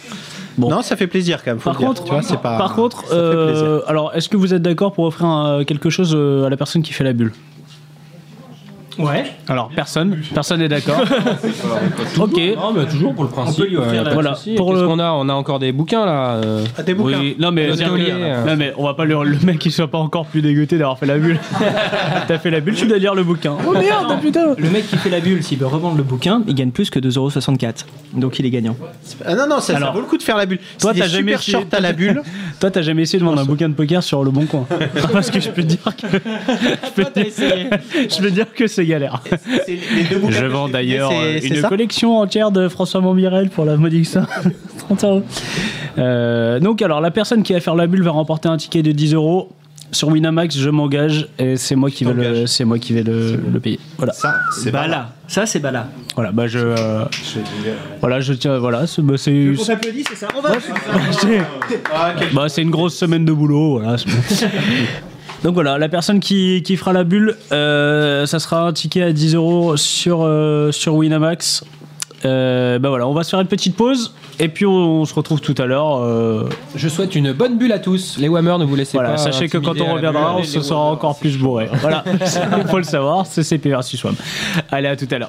Speaker 3: Bon.
Speaker 5: Non, ça fait plaisir quand même. faut
Speaker 3: Par
Speaker 5: le dire,
Speaker 3: contre,
Speaker 5: tu vois, c'est pas.
Speaker 3: Par contre,
Speaker 5: ça fait
Speaker 3: euh,
Speaker 5: plaisir.
Speaker 3: alors, est-ce que vous êtes d'accord pour offrir un- quelque chose euh, à la personne qui fait la bulle
Speaker 19: Ouais.
Speaker 3: Alors, personne, personne n'est d'accord. ok.
Speaker 7: Non, mais Ah, bah, toujours pour le
Speaker 3: On peut lui
Speaker 7: principe. euh,
Speaker 3: offrir la- voilà.
Speaker 7: voilà.
Speaker 3: Pour
Speaker 7: Qu'est-ce
Speaker 3: le-
Speaker 7: qu'on a On a encore des bouquins là. euh.
Speaker 5: Ah,
Speaker 3: Oui, non mais,
Speaker 7: Notre collier, euh.
Speaker 3: non mais on va pas le, le mec qui soit pas encore plus dégoûté d'avoir fait la bulle. T'as fait la bulle, tu dois lire le bouquin. Oh merde, putain
Speaker 19: Le mec qui fait la bulle, s'il veut revendre le bouquin, il gagne plus que 2,64€. Donc il est gagnant.
Speaker 5: Ah non, non, ça, ça vaut le coup de faire la bulle.
Speaker 3: Toi,
Speaker 5: Si
Speaker 3: t'as
Speaker 5: t'es
Speaker 3: jamais
Speaker 5: super
Speaker 3: essayé-
Speaker 5: short à la bulle.
Speaker 3: Toi, t'as jamais essayé de vendre un bouquin de poker sur le bon coin. Parce que je peux te dire que je peux, te dire... je peux te dire que c'est galère. Je vends d'ailleurs
Speaker 19: c'est-
Speaker 3: euh,
Speaker 19: c'est
Speaker 3: une
Speaker 19: ça
Speaker 3: collection entière de François Montmirel pour la modique somme de 30 euros. Euh, donc alors la personne qui va faire la bulle va remporter un ticket de 10 euros. Sur Winamax, je m'engage et c'est moi qui vais le, c'est moi qui vais le, le payer. Voilà.
Speaker 21: Ça,
Speaker 19: C'est Bala. Ça, c'est Bala.
Speaker 3: Voilà, bah je, euh, voilà, je tiens, voilà, c'est, bah, c'est,
Speaker 19: On s'applaudit, c'est ça On va
Speaker 3: bah, c'est une grosse semaine de boulot, voilà. c'est- Donc voilà, la personne qui, qui fera la bulle, euh, ça sera un ticket à 10 euros sur, euh, sur Winamax. Euh, bah voilà, on va se faire une petite pause et puis on, on se retrouve tout à l'heure.
Speaker 7: Je souhaite une bonne bulle à tous. Les Whammer, ne vous laissez
Speaker 3: euh, Voilà,
Speaker 7: pas.
Speaker 3: sachez que quand
Speaker 7: intimider à
Speaker 3: on
Speaker 7: la
Speaker 3: reviendra,
Speaker 7: bulle.
Speaker 3: on se sera encore plus bourré. Voilà, il faut le savoir, c'est CP versus WAM. Allez, à tout à l'heure.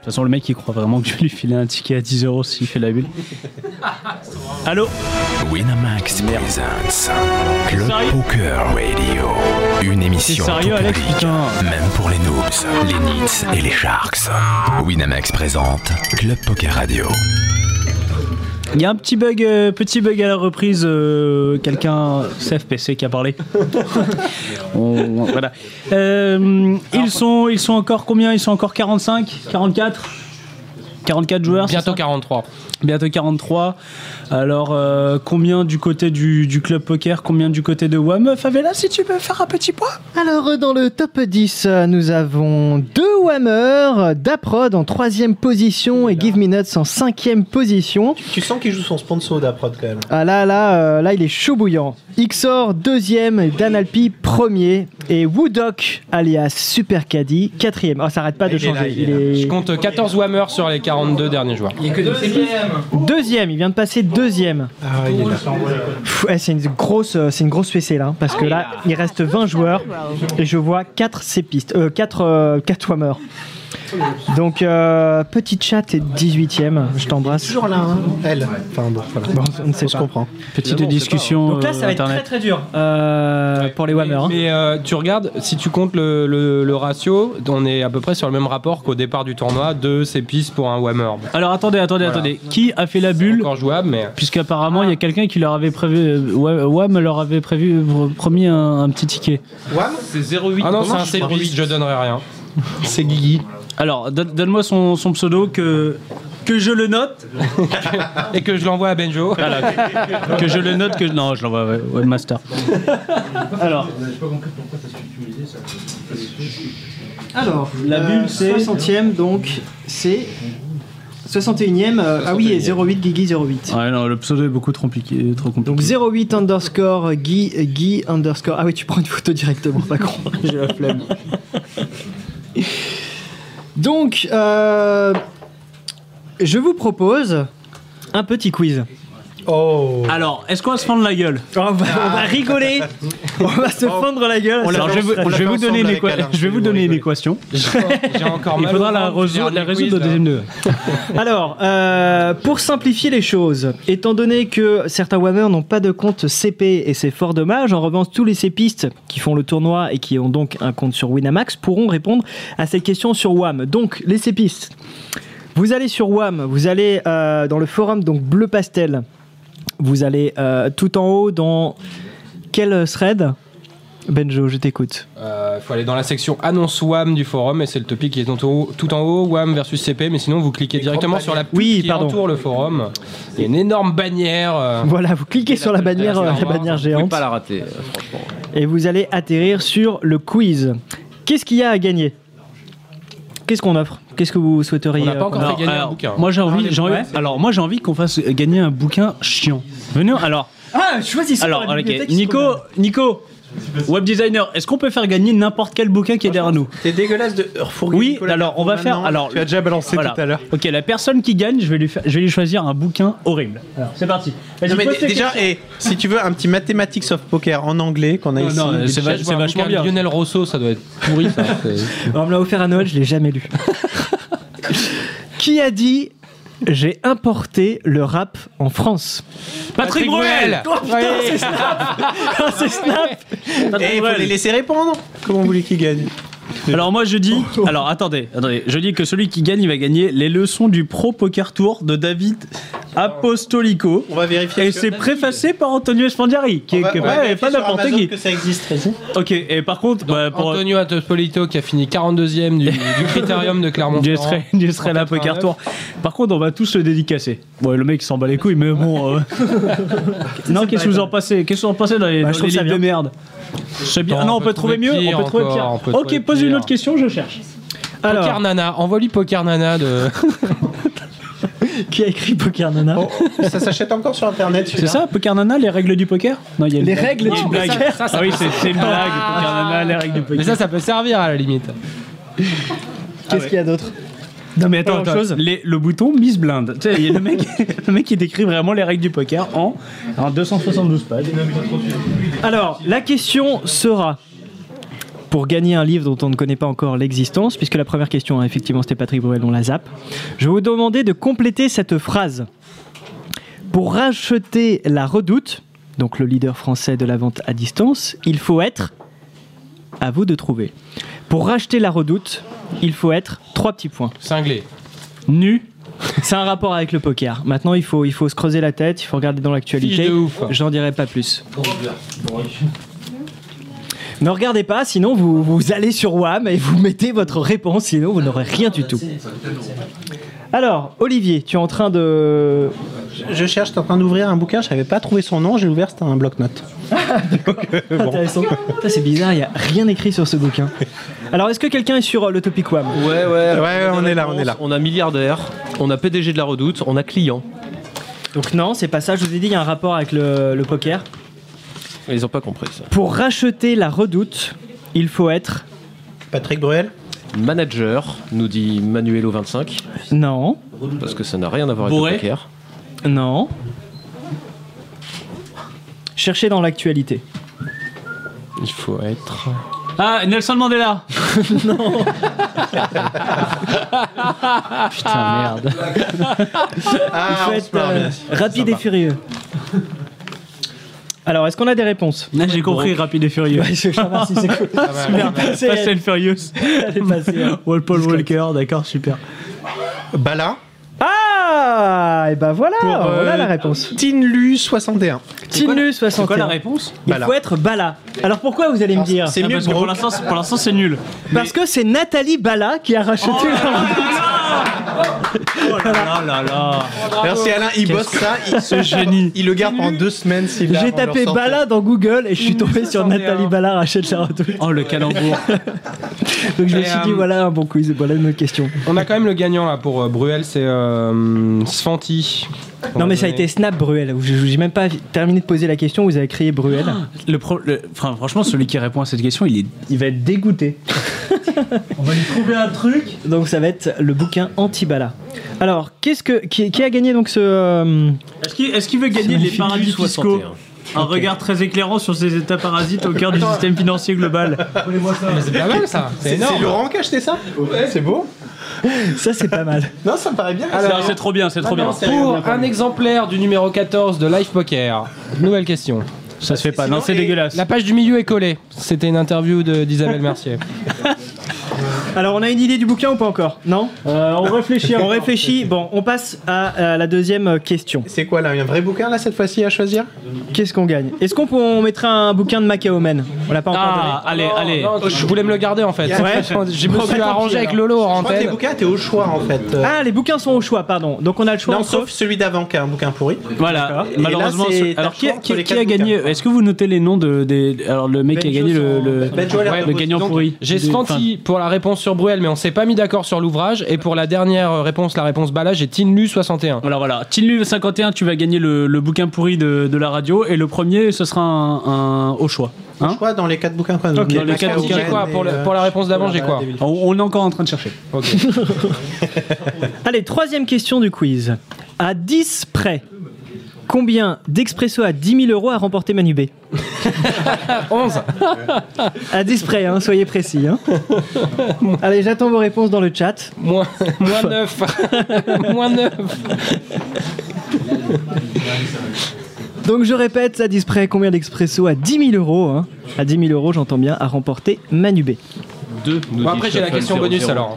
Speaker 3: De toute façon, le mec il croit vraiment que je vais lui filer un ticket à 10 euros s'il fait la bulle. Allô
Speaker 1: Winamax présente Club Poker Radio. Une émission
Speaker 3: T'es sérieux,
Speaker 1: tout
Speaker 3: Alex,
Speaker 1: public, même pour les noobs, les nits et les sharks. Winamax présente Club Poker Radio.
Speaker 3: Il y a un petit bug, euh, petit bug à la reprise. euh, Quelqu'un, CFPC qui a parlé. On- voilà. Euh, ils sont, ils sont encore combien Ils sont encore 45, 44, 44 joueurs. Bientôt
Speaker 7: 43.
Speaker 3: Bientôt 43. Alors, euh, combien du côté du, du club poker Combien du côté de WAM Favela, si tu peux faire un petit point.
Speaker 6: Alors, euh, dans le top 10, euh, nous avons deux Whammer, Daprod en troisième position et Give Me Nuts en cinquième position.
Speaker 5: Tu sens qu'il joue son sponsor d'Aprod quand même.
Speaker 6: Ah là, là, euh, là, il est chaud bouillant. XOR, deuxième, Danalpi, premier, et Woodok, alias Super Caddy, quatrième. Ah, ça arrête pas de
Speaker 7: Il est là,
Speaker 6: changer.
Speaker 7: il
Speaker 6: Il est-
Speaker 7: Je compte 14 Whammer sur les 42 derniers joueurs.
Speaker 6: Deuxième, il vient de passer deuxième.
Speaker 7: Ah,
Speaker 6: Pff, eh, c'est une grosse, euh, c'est une grosse fessée là, hein,
Speaker 7: Ah,
Speaker 6: parce que là, il reste 20 joueurs et je vois 4 sépistes, euh, 4 4 Donc euh, petite chatte est 18ème, je t'embrasse. Toujours là, hein. elle. Enfin bon, voilà. Bon, on ne sait
Speaker 5: se
Speaker 6: pas.
Speaker 5: comprend.
Speaker 3: Petite discussion.
Speaker 19: hein.
Speaker 3: euh,
Speaker 19: Donc là, ça va être très très dur euh, pour les Whammer. hein.
Speaker 7: Mais euh, tu regardes, si tu comptes le, le- le ratio, on est à peu près sur le même rapport qu'au départ du tournoi, deux sépices pour un Whammer.
Speaker 3: Alors attendez, attendez,
Speaker 7: Voilà.
Speaker 3: attendez. Qui a fait la bulle
Speaker 7: Encore jouable, mais.
Speaker 3: Puisqu'apparemment,
Speaker 19: Ah.
Speaker 3: il y a quelqu'un qui leur avait prévu. euh, Wa- Wam leur avait prévu, euh, promis un, un petit ticket.
Speaker 5: Wham
Speaker 7: C'est 0,8. Ah non, c'est un sépice, je donnerai rien.
Speaker 3: C'est Guigui. Alors, don- donne-moi son, son pseudo que. Que je le note
Speaker 7: et que je l'envoie à Benjo.
Speaker 3: que je le note que non, je l'envoie au webmaster. Alors.
Speaker 6: Alors, la
Speaker 7: Euh,
Speaker 6: bulle c'est 60ème donc c'est 61ème. euh, ah oui, et 08 Guigui 08.
Speaker 3: Ouais, non, le pseudo est beaucoup trop compliqué, trop compliqué.
Speaker 6: Donc 08 underscore Guy euh, Guy underscore. Ah oui, tu prends une photo directement, pas con. J'ai la flemme. Donc, euh, je vous propose un petit quiz.
Speaker 5: Oh.
Speaker 3: Alors, est-ce qu'on va se fendre la gueule
Speaker 7: Ah,
Speaker 6: on,
Speaker 7: bah,
Speaker 6: va, on va rigoler. on va se fendre Ah. Oh. la gueule.
Speaker 3: Alors, je vais vous- je vais vous donner une équa- je vais vous donner une équation.
Speaker 7: J'ai encore
Speaker 3: Il
Speaker 7: mal
Speaker 3: faudra
Speaker 7: au
Speaker 3: la
Speaker 7: ventre du
Speaker 3: résoudre, la
Speaker 7: dernier
Speaker 3: résoudre au
Speaker 7: quiz, là.
Speaker 3: deuxième degré.
Speaker 6: Alors, euh, pour simplifier les choses, étant donné que certains Whammer n'ont pas de compte CP et c'est fort dommage, en revanche, tous les CPistes qui font le tournoi et qui ont donc un compte sur Winamax pourront répondre à cette question sur WAM. Donc, les CPistes, vous allez sur WAM, vous allez euh, dans le forum donc bleu pastel, vous allez euh, tout en haut dans quel thread Benjo, je t'écoute.
Speaker 7: Il faut aller dans la section annonce WAM du forum et c'est le topic qui est tout en haut, tout en haut, WAM versus CP. Mais sinon, vous cliquez directement sur la pub
Speaker 6: Oui,
Speaker 7: qui
Speaker 6: pardon.
Speaker 7: entoure le forum. Il y a une énorme bannière. euh,
Speaker 6: Voilà, vous cliquez sur la bannière, euh,
Speaker 7: bannière
Speaker 6: la
Speaker 7: noire,
Speaker 6: bannière
Speaker 7: vous pouvez
Speaker 6: géante.
Speaker 9: Pas la rater, euh, franchement.
Speaker 6: et vous allez atterrir sur le quiz. Qu'est-ce qu'il y a à gagner qu'est-ce qu'on offre Qu'est-ce que vous souhaiteriez
Speaker 7: On n'a pas
Speaker 6: euh,
Speaker 7: encore
Speaker 6: qu'on
Speaker 7: fait
Speaker 6: offre
Speaker 7: gagner un
Speaker 6: Alors,
Speaker 7: bouquin.
Speaker 3: Moi j'ai envie,
Speaker 6: Ah,
Speaker 3: j'ai envie-
Speaker 6: ouais.
Speaker 3: alors moi j'ai envie qu'on fasse gagner un bouquin chiant. Venez, alors.
Speaker 6: Ah, choisissons
Speaker 3: Alors,
Speaker 6: la
Speaker 3: ok.
Speaker 6: bibliothèque,
Speaker 3: Nico, Nico, web designer, est-ce qu'on peut faire gagner n'importe quel bouquin qui est derrière nous
Speaker 15: C'est dégueulasse de refourguer
Speaker 3: Oui,
Speaker 15: Nicolas
Speaker 3: alors on va
Speaker 15: Carrefour
Speaker 3: faire.
Speaker 15: maintenant.
Speaker 3: Alors,
Speaker 15: Tu as déjà balancé
Speaker 3: voilà.
Speaker 15: tout à l'heure.
Speaker 3: Ok, la personne qui gagne, je vais lui, faire- je vais lui choisir un bouquin horrible. Alors, c'est parti. Vas-y,
Speaker 5: Non, mais
Speaker 3: pose tes
Speaker 5: déjà,
Speaker 3: questions.
Speaker 5: et, si tu veux un petit Mathematics of Poker en anglais qu'on a
Speaker 7: Non,
Speaker 5: ici.
Speaker 7: non,
Speaker 5: du
Speaker 7: c'est
Speaker 5: chat,
Speaker 7: va-
Speaker 5: je
Speaker 7: c'est
Speaker 5: vois un
Speaker 7: vachement
Speaker 5: bouquin
Speaker 7: bien.
Speaker 5: de Lionel-
Speaker 7: Lionel Rosso, ça doit être pourri ça. C'est-
Speaker 6: On me l'a offert à Noël, je l'ai jamais lu. Qui a dit j'ai importé le rap en France
Speaker 7: Patrick Bruel
Speaker 6: Oh putain,
Speaker 7: Ouais.
Speaker 6: c'est Snap Ah, C'est Snap
Speaker 5: Eh, faut
Speaker 3: Bruel.
Speaker 5: les laisser répondre Comment vous voulez qu'ils gagnent
Speaker 3: Alors moi je dis,
Speaker 6: Oh,
Speaker 3: alors attendez, attendez, je dis que celui qui gagne, il va gagner les leçons du Pro Poker Tour de David Apostolico.
Speaker 5: On va vérifier.
Speaker 3: Et c'est préfacé par Antonio Espandiari, qui est qui est pas, pas n'importe qui.
Speaker 5: que ça existe, vas-y.
Speaker 3: Ok, et par contre, bah, pour
Speaker 7: Antonio Atospolito qui a fini 42e du, du critérium de Clermont.
Speaker 3: je serai, je serai là Poker Tour. Par contre, on va tous le dédicacer. Bon, le mec il s'en bat les couilles, mais bon. euh, non, qu'est-ce que vous en passez Qu'est-ce que vous en passez dans les,
Speaker 6: Bah, je
Speaker 3: dans
Speaker 6: trouve
Speaker 3: les
Speaker 6: ça
Speaker 3: livres de
Speaker 6: bien.
Speaker 3: merde C'est bien.
Speaker 7: Attends,
Speaker 3: non, on, peut trouver mieux.
Speaker 7: pire
Speaker 3: on peut trouver
Speaker 7: encore, on peut
Speaker 3: pire.
Speaker 7: trouver
Speaker 3: Ok, pose une
Speaker 7: pire.
Speaker 3: autre question, je cherche. Alors.
Speaker 7: Alors. Poker Nana, envoie-lui Poker Nana de.
Speaker 6: Qui a écrit Poker Nana
Speaker 5: Ça s'achète encore sur internet.
Speaker 3: C'est ça, Poker Nana, les règles du poker Non, il y a
Speaker 6: Les
Speaker 3: une-
Speaker 6: règles
Speaker 3: C'est
Speaker 6: du
Speaker 3: une blague.
Speaker 6: poker.
Speaker 7: Ça, ça
Speaker 3: Ah oui,
Speaker 7: peut-
Speaker 3: c'est c'est une blague, Poker Nana, les règles du
Speaker 7: Mais
Speaker 3: poker.
Speaker 7: ça, ça peut servir à la limite.
Speaker 3: ah,
Speaker 6: Qu'est-ce qu'il y a d'autre
Speaker 3: non, mais attends,
Speaker 6: Autre
Speaker 3: attends.
Speaker 6: chose
Speaker 3: Les- le bouton Miss Blind. Tu sais, il y a le mec, le mec qui décrit vraiment les règles du poker en, en 272 pages.
Speaker 6: Alors, la question sera pour gagner un livre dont on ne connaît pas encore l'existence, puisque la première question, hein, effectivement, c'était Patrick Bruel, on la zappe. Je vais vous demander de compléter cette phrase. Pour racheter la redoute, donc le leader français de la vente à distance, il faut être. À vous de trouver. Pour racheter la redoute, il faut être trois petits points.
Speaker 7: Cinglé.
Speaker 6: Nu. C'est un rapport avec le poker. Maintenant, il faut, il faut se creuser la tête, il faut regarder dans
Speaker 7: Fiche
Speaker 6: l'actualité.
Speaker 7: de ouf.
Speaker 6: J'en dirai pas plus. Ne regardez pas, sinon vous, vous allez sur WAM et vous mettez votre réponse, sinon vous n'aurez rien du tout. Alors, Olivier, tu es en train de.
Speaker 5: Je cherche, t'es en train d'ouvrir un bouquin, je n'avais pas trouvé son nom, j'ai ouvert, c'était un bloc-notes. euh,
Speaker 6: Intéressant. Putain, C'est bizarre, il n'y a rien écrit sur ce bouquin. Alors, est-ce que quelqu'un est sur euh, le topic WAM
Speaker 9: Ouais, ouais,
Speaker 5: ouais, on est là, on est là.
Speaker 9: On a milliardaire, on a PDG de la Redoute, on a client.
Speaker 6: Donc, non, c'est pas ça, je vous ai dit, il y a un rapport avec le- le poker.
Speaker 9: Ils ont pas compris ça.
Speaker 6: Pour racheter la redoute, il faut être.
Speaker 5: Patrick Bruel
Speaker 9: Manager, nous dit Manuel au 25,
Speaker 6: Non,
Speaker 9: parce que ça n'a rien à voir
Speaker 3: Bourré.
Speaker 9: avec le poker.
Speaker 6: non. Cherchez dans l'actualité.
Speaker 7: Il faut être.
Speaker 3: Ah, Nelson Mandela
Speaker 6: Putain, merde. il
Speaker 5: Ah,
Speaker 6: faut
Speaker 5: on se
Speaker 6: être
Speaker 5: marre,
Speaker 6: euh,
Speaker 5: bien.
Speaker 6: rapide et furieux. Alors, est-ce qu'on a des réponses
Speaker 3: Là, j'ai compris, rapide et furieux.
Speaker 6: Bah, Je sais pas si c'est cool.
Speaker 5: Ah bah,
Speaker 6: Super. C'est-
Speaker 3: Fast and Furious.
Speaker 6: elle est passée, hein.
Speaker 3: Paul Walker, d'accord, super.
Speaker 5: Bala
Speaker 6: Ah, et ben voilà, on a
Speaker 5: euh,
Speaker 6: la réponse.
Speaker 5: Tinlu61.
Speaker 6: Tinus
Speaker 3: C'est
Speaker 6: 61.
Speaker 3: quoi la réponse
Speaker 6: Il
Speaker 5: Bala.
Speaker 6: faut être bala. Alors pourquoi vous allez me dire
Speaker 5: C'est
Speaker 3: Ah,
Speaker 5: mieux
Speaker 3: parce
Speaker 5: que
Speaker 3: que pour
Speaker 5: Brooke.
Speaker 3: l'instant, c'est- pour l'instant, c'est nul.
Speaker 6: Parce que c'est Nathalie Bala qui a racheté la redoute.
Speaker 3: Oh là là là là.
Speaker 5: Merci Alain, il bosse ça, il se génie. Il le garde pendant deux semaines s'il l'a
Speaker 6: J'ai
Speaker 5: avant de le
Speaker 6: tapé
Speaker 5: ressortir.
Speaker 6: Bala dans Google et je
Speaker 3: Mmh,
Speaker 6: suis tombé sur
Speaker 7: 61.
Speaker 6: Nathalie
Speaker 3: hein.
Speaker 6: Bala rachète la redoute.
Speaker 3: Oh le calembour.
Speaker 6: Donc je me
Speaker 7: Et,
Speaker 6: suis dit,
Speaker 7: euh,
Speaker 6: voilà un bon quiz, voilà une autre question.
Speaker 7: On a quand même le gagnant là pour euh, Bruel, c'est euh, Sfanti.
Speaker 6: Non, mais ça a été Snap Bruel. où je- J'ai même pas terminé de poser la question, vous avez crié Bruel.
Speaker 3: Le pro- le- enfin, franchement, celui qui répond à cette question, il, est, il va être dégoûté. On va lui trouver un truc.
Speaker 6: Donc ça va être le bouquin anti-Bala. Alors, qu'est-ce que, qui, qui a gagné donc ce. euh,
Speaker 3: Est-ce qu'il est-ce qu'il veut gagner les paradis fiscaux Un regard très éclairant sur ces états parasites au cœur du système financier global. Ah,
Speaker 7: Mais c'est pas mal ça, c'est
Speaker 5: C'est c'est
Speaker 7: énorme.
Speaker 5: Laurent qui a acheté ça C'est beau
Speaker 6: ça, c'est pas mal.
Speaker 5: Non, ça me paraît bien.
Speaker 3: Ça, c'est trop bien, c'est trop bien.
Speaker 7: Ah Pour un exemplaire du numéro 14 de Life Poker, nouvelle question.
Speaker 3: Ça se fait pas, non, c'est
Speaker 5: Sinon, et-
Speaker 3: dégueulasse.
Speaker 7: La page du milieu est collée. C'était une interview de- d'Isabelle Mercier.
Speaker 6: Alors, on a une idée du bouquin ou pas encore Non
Speaker 3: on réfléchit.
Speaker 6: On réfléchit. Bon, on passe à euh, la deuxième question.
Speaker 5: C'est quoi là Un vrai bouquin là cette fois-ci à choisir
Speaker 6: Qu'est-ce qu'on gagne Est-ce qu'on peut- on mettra un bouquin de Macaomen On l'a pas encore donné.
Speaker 3: Ah, allez, allez.
Speaker 7: Non, je voulais me le garder en fait.
Speaker 6: Ouais.
Speaker 7: Je me
Speaker 6: Bon, bah,
Speaker 7: suis
Speaker 6: tant
Speaker 7: arrangé
Speaker 6: pis,
Speaker 7: avec
Speaker 6: alors.
Speaker 7: Lolo en
Speaker 5: Je crois que les
Speaker 7: antenne.
Speaker 5: bouquins t'es au choix en fait. Euh,
Speaker 6: Ah, les bouquins sont au choix, pardon. Donc on a le choix
Speaker 5: non,
Speaker 6: entre.
Speaker 5: sauf celui d'avant qui est un bouquin pourri.
Speaker 3: Voilà,
Speaker 5: Et
Speaker 3: malheureusement.
Speaker 5: là, c'est
Speaker 3: ce- Alors, qui,
Speaker 5: Tarchon
Speaker 3: qui-
Speaker 5: entre les
Speaker 3: qui a
Speaker 5: quatre
Speaker 3: gagné
Speaker 5: bouquins.
Speaker 3: Est-ce que vous notez les noms de, des. Alors, le mec qui a
Speaker 5: Benjo
Speaker 3: gagné le,
Speaker 5: sans-
Speaker 3: le,
Speaker 5: Benjo a
Speaker 3: le
Speaker 5: l'air de-
Speaker 3: gagnant
Speaker 7: Ben Donc,
Speaker 3: pourri
Speaker 7: J'ai
Speaker 3: Du- enfin,
Speaker 7: Sfanti pour la réponse sur Bruel, mais on s'est pas mis d'accord sur l'ouvrage. Et pour la dernière euh, réponse, la réponse balage, j'ai Tinlu 61.
Speaker 3: Alors voilà, Tinlu 51, tu vas gagner le, le bouquin pourri de, de la radio. Et le premier, ce sera un, un- au choix. Hein
Speaker 5: Quoi dans les quatre bouquins quoi,
Speaker 3: Ok,
Speaker 5: donc,
Speaker 3: dans les
Speaker 5: Pascal
Speaker 3: quatre bouquins,
Speaker 5: Dienne
Speaker 3: j'ai quoi
Speaker 5: et,
Speaker 3: Pour le-
Speaker 5: euh,
Speaker 3: pour la réponse d'avant, j'ai quoi on, on est encore en train de chercher.
Speaker 6: Allez, troisième question du quiz. À 10 près, combien d'expresso à 10 000 euros a remporté Manubé
Speaker 7: 11
Speaker 6: À 10 près, hein, soyez précis. hein. Allez, j'attends vos réponses dans le chat.
Speaker 7: Moins, 9 Moins 9
Speaker 6: Donc je répète, à 10 près, combien d'expresso à 10 000 euros hein, À 10 000 euros, j'entends bien, a remporté Manubé.
Speaker 7: Deux.
Speaker 6: nous dit
Speaker 7: après, j'ai la
Speaker 6: Stéphane
Speaker 7: question bonus
Speaker 6: 00.
Speaker 7: alors.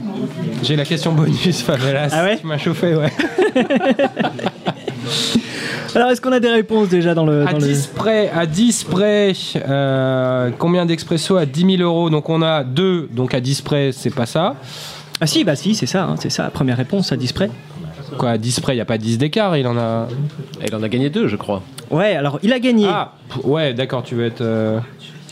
Speaker 7: J'ai la question bonus, Favelas.
Speaker 6: Ah ouais
Speaker 7: Tu m'as chauffé, ouais.
Speaker 6: Alors, est-ce qu'on a des réponses déjà dans le.
Speaker 7: À
Speaker 6: dans le-
Speaker 7: 10 près, à 10 près, euh, combien d'expresso à 10 000 euros Donc on a 2, donc à 10 près, c'est pas ça.
Speaker 6: Ah si, bah si, c'est ça, hein, c'est ça, première réponse à 10 près.
Speaker 7: Quoi, à 10 près, il n'y a pas 10 d'écart, il en a. Il en a gagné 2, je crois.
Speaker 6: Ouais, alors il a gagné.
Speaker 7: Ah, p- ouais, d'accord, tu veux être. euh,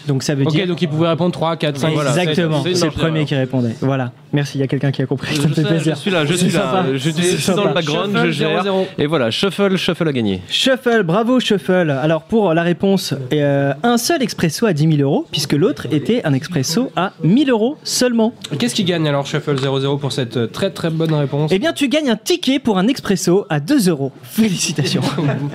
Speaker 6: Donc ça veut
Speaker 7: ok,
Speaker 6: dire-
Speaker 7: donc il pouvait répondre 3, 4, 5,
Speaker 6: Exactement, c'est le premier qui répondait. Voilà, merci, il y a quelqu'un qui a compris. ça me fait
Speaker 9: Je
Speaker 6: plaisir.
Speaker 9: suis là, je suis
Speaker 6: C'est
Speaker 9: là.
Speaker 6: sympa,
Speaker 9: Je
Speaker 6: c'est
Speaker 9: suis dans
Speaker 6: sympa.
Speaker 9: le background, je gère. Et voilà, Shuffle, Shuffle a gagné.
Speaker 6: Shuffle, bravo Shuffle. Alors pour la réponse, euh, un seul expresso à 10 000 euros, puisque l'autre était un expresso à 1000 euros seulement.
Speaker 7: Qu'est-ce qui gagne alors Shuffle 00 pour cette euh, très très bonne réponse
Speaker 6: Eh bien, tu gagnes un ticket pour un expresso à 2 euros. Félicitations.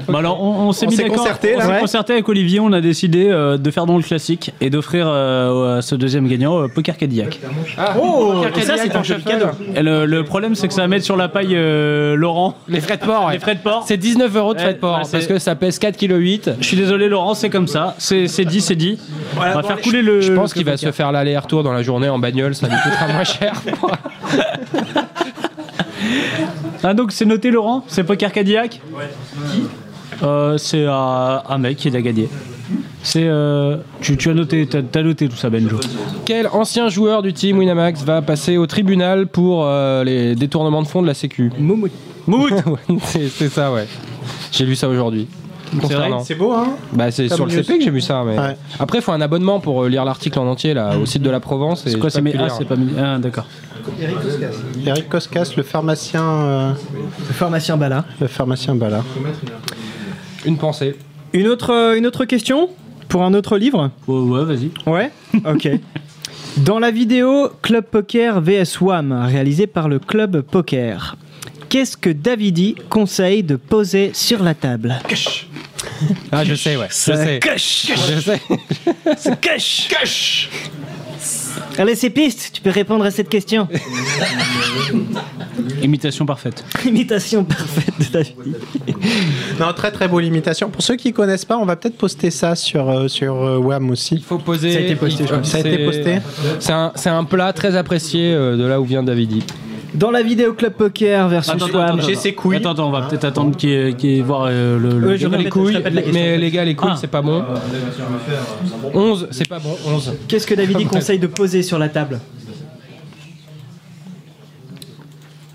Speaker 3: Bah alors, on, on s'est
Speaker 6: On
Speaker 3: mis
Speaker 6: s'est
Speaker 3: d'accord.
Speaker 6: concerté,
Speaker 3: on
Speaker 6: là
Speaker 3: s'est
Speaker 6: Ouais.
Speaker 3: concerté avec Olivier. On a décidé euh, de faire dans le classique et d'offrir euh, à ce deuxième gagnant euh, Poker Cadillac.
Speaker 7: Ah,
Speaker 6: oh,
Speaker 7: Pierre
Speaker 6: et ça
Speaker 7: Cadillac
Speaker 6: c'est
Speaker 7: pour
Speaker 6: un joli
Speaker 7: Shuffle.
Speaker 6: cadeau.
Speaker 3: Et le, le problème, c'est que ça va mettre sur la paille euh, Laurent.
Speaker 7: Les frais de port,
Speaker 3: Les frais de port.
Speaker 7: C'est 19 euros de frais de port, hein, parce que ça pèse 4,8 kg.
Speaker 3: Je suis désolé, Laurent, c'est comme ça. C'est c'est dit, c'est dit. On va faire couler le.
Speaker 7: Je pense qu'il va se faire l'aller-retour dans la journée en bagnole, ça lui coûtera moins cher.
Speaker 3: Ah, donc c'est noté, Laurent C'est Poker Cadillac Ouais. c'est euh, un mec qui l'a gagné. C'est. euh, tu, tu as noté, t'as t'as noté tout ça, Benjo.
Speaker 7: Quel ancien joueur du team Winamax va passer au tribunal pour euh, les détournements de fonds de la Sécu
Speaker 6: Moumout.
Speaker 7: Moumout C'est c'est ça, ouais. J'ai lu ça aujourd'hui. Concernant.
Speaker 5: beau, hein
Speaker 7: Bah, c'est
Speaker 5: Comme
Speaker 7: sur le
Speaker 5: news.
Speaker 7: CP que j'ai vu ça, mais après, faut un abonnement pour euh, lire l'article en entier là, au site de la Provence. et
Speaker 3: C'est quoi,
Speaker 7: j'ai
Speaker 3: c'est mes-
Speaker 7: pu
Speaker 3: ah,
Speaker 7: lire.
Speaker 3: c'est pas mes- Ah, d'accord.
Speaker 5: Eric Koskas, le pharmacien. euh,
Speaker 6: Le pharmacien Bala.
Speaker 5: Le pharmacien Bala.
Speaker 7: Une pensée.
Speaker 6: Une autre, euh, une autre question Pour un autre livre
Speaker 3: Ouais, vas-y.
Speaker 6: Ouais Ok. Dans la vidéo Club Poker vs Wham, réalisée par le Club Poker, qu'est-ce que Davidi conseille de poser sur la table
Speaker 7: Ah, je sais, ouais. Je
Speaker 6: Ça
Speaker 7: sais.
Speaker 6: cache.
Speaker 7: Je sais.
Speaker 6: Se cache Cache Allez, c'est piste, tu peux répondre à cette question.
Speaker 3: Imitation parfaite.
Speaker 6: Imitation parfaite de Davidi.
Speaker 5: Non, très très beau l'imitation. Pour ceux qui connaissent pas, on va peut-être poster ça sur, euh, sur euh, WAM aussi.
Speaker 7: Faut poser.
Speaker 5: Ça a été posté, je crois. Ça a été
Speaker 7: C'est-
Speaker 5: posté.
Speaker 7: C'est un, c'est un plat très apprécié euh, de là où vient Davidi.
Speaker 6: Dans la vidéo Club Poker versus Wham,
Speaker 3: couilles. Attends, attends, on va peut-être attendre qu'il y ait- qu'il y ait voir euh, le. le
Speaker 7: Euh, je
Speaker 3: gagnant.
Speaker 7: répète, Les couilles, je répète la question. mais les gars, les couilles,
Speaker 3: Ah.
Speaker 7: c'est pas bon. 11, c'est pas bon, 11.
Speaker 6: Qu'est-ce que Davidi conseille de poser sur la table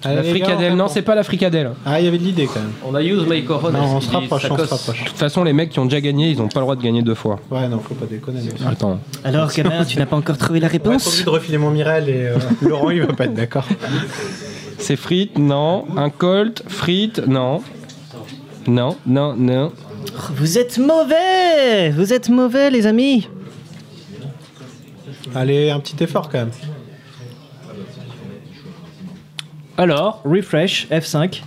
Speaker 7: La fricadelle, non, c'est pas la fricadelle.
Speaker 5: Ah, il y avait de l'idée quand même.
Speaker 9: On a use my cojones.
Speaker 5: Non, on se
Speaker 9: Il dit,
Speaker 5: rapproche,
Speaker 9: ça
Speaker 5: on se
Speaker 9: cosse.
Speaker 5: rapproche.
Speaker 7: De toute façon, les mecs qui ont déjà gagné, ils ont pas le droit de gagner deux fois.
Speaker 5: Ouais, non, faut pas déconner. mais-
Speaker 7: Attends.
Speaker 6: Alors, Gabin, tu n'as pas encore trouvé la
Speaker 5: On a
Speaker 6: réponse
Speaker 5: envie de refiler mon Mirel et euh, Laurent, il va pas être d'accord.
Speaker 7: C'est frites, non. Un colt, frites, non. Non, non, non.
Speaker 6: Vous êtes mauvais Vous êtes mauvais, les amis
Speaker 5: Allez, un petit effort quand même.
Speaker 3: Alors,
Speaker 6: refresh, F5.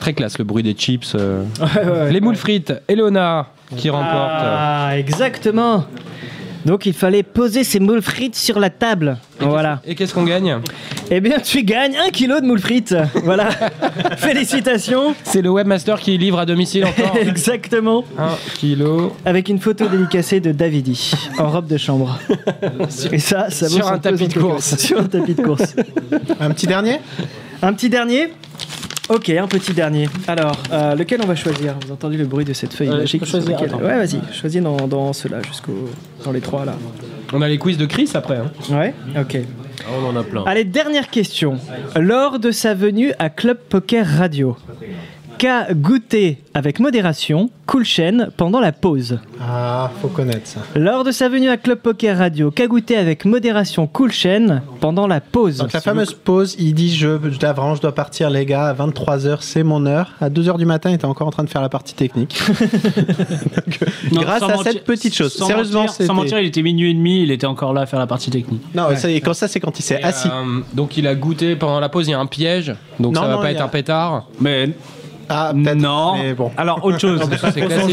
Speaker 7: Très classe le bruit des chips. euh.
Speaker 6: ouais,
Speaker 7: les moules frites, Elona qui remporte.
Speaker 6: Ah, exactement Donc, il fallait poser ses moules frites sur la table. Voilà.
Speaker 7: Et qu'est-ce qu'on gagne
Speaker 6: Eh bien, tu gagnes un kilo de moules frites. Voilà. Félicitations.
Speaker 7: C'est le webmaster qui livre à domicile encore.
Speaker 6: Exactement.
Speaker 7: Un kilo.
Speaker 6: Avec une photo dédicacée de Davidi en robe de chambre. Et ça, ça vaut
Speaker 7: Sur
Speaker 6: son
Speaker 7: un tapis
Speaker 6: pesant
Speaker 7: de course.
Speaker 6: Sur un tapis de course.
Speaker 5: Un petit dernier
Speaker 6: Un petit dernier Ok, un petit dernier. Alors, euh, lequel on va choisir Vous entendez le bruit de cette feuille
Speaker 3: Euh, je
Speaker 6: magique
Speaker 3: peux choisir,
Speaker 6: Lequel
Speaker 3: attends.
Speaker 6: Ouais, vas-y, choisis dans, dans ceux-là, jusqu'au, dans les trois là.
Speaker 7: On a les quiz de Chris après. hein. Ah,
Speaker 6: Ouais Ok.
Speaker 9: On en a plein.
Speaker 6: Allez, dernière question. Lors de sa venue à Club Poker Radio, qu'à goûter avec modération Cool Chain pendant la pause.
Speaker 5: Ah, faut connaître ça.
Speaker 6: Lors de sa venue à Club Poker Radio, qu'a goûté avec modération Cool Chain pendant la pause.
Speaker 5: Donc la
Speaker 6: Si vous-
Speaker 5: fameuse pause, il dit je, je la branche, je dois partir les gars, à 23h c'est mon heure. À 2h du matin, il était encore en train de faire la partie technique.
Speaker 3: Non,
Speaker 5: Grâce
Speaker 3: sans
Speaker 5: à
Speaker 3: mentir-
Speaker 5: cette petite chose,
Speaker 3: sans
Speaker 5: sérieusement,
Speaker 3: mentir- sans mentir, il était minuit et demi, il était encore là à faire la partie technique.
Speaker 5: Non, ça y est, quand ça c'est quand il s'est assis.
Speaker 3: euh,
Speaker 7: euh, donc il a goûté pendant la pause, il y a un piège, donc
Speaker 5: Non,
Speaker 7: ça va
Speaker 5: non,
Speaker 7: pas
Speaker 5: il y
Speaker 7: être
Speaker 5: a-
Speaker 7: un pétard.
Speaker 3: Mais
Speaker 5: ah,
Speaker 3: non. Alors autre chose,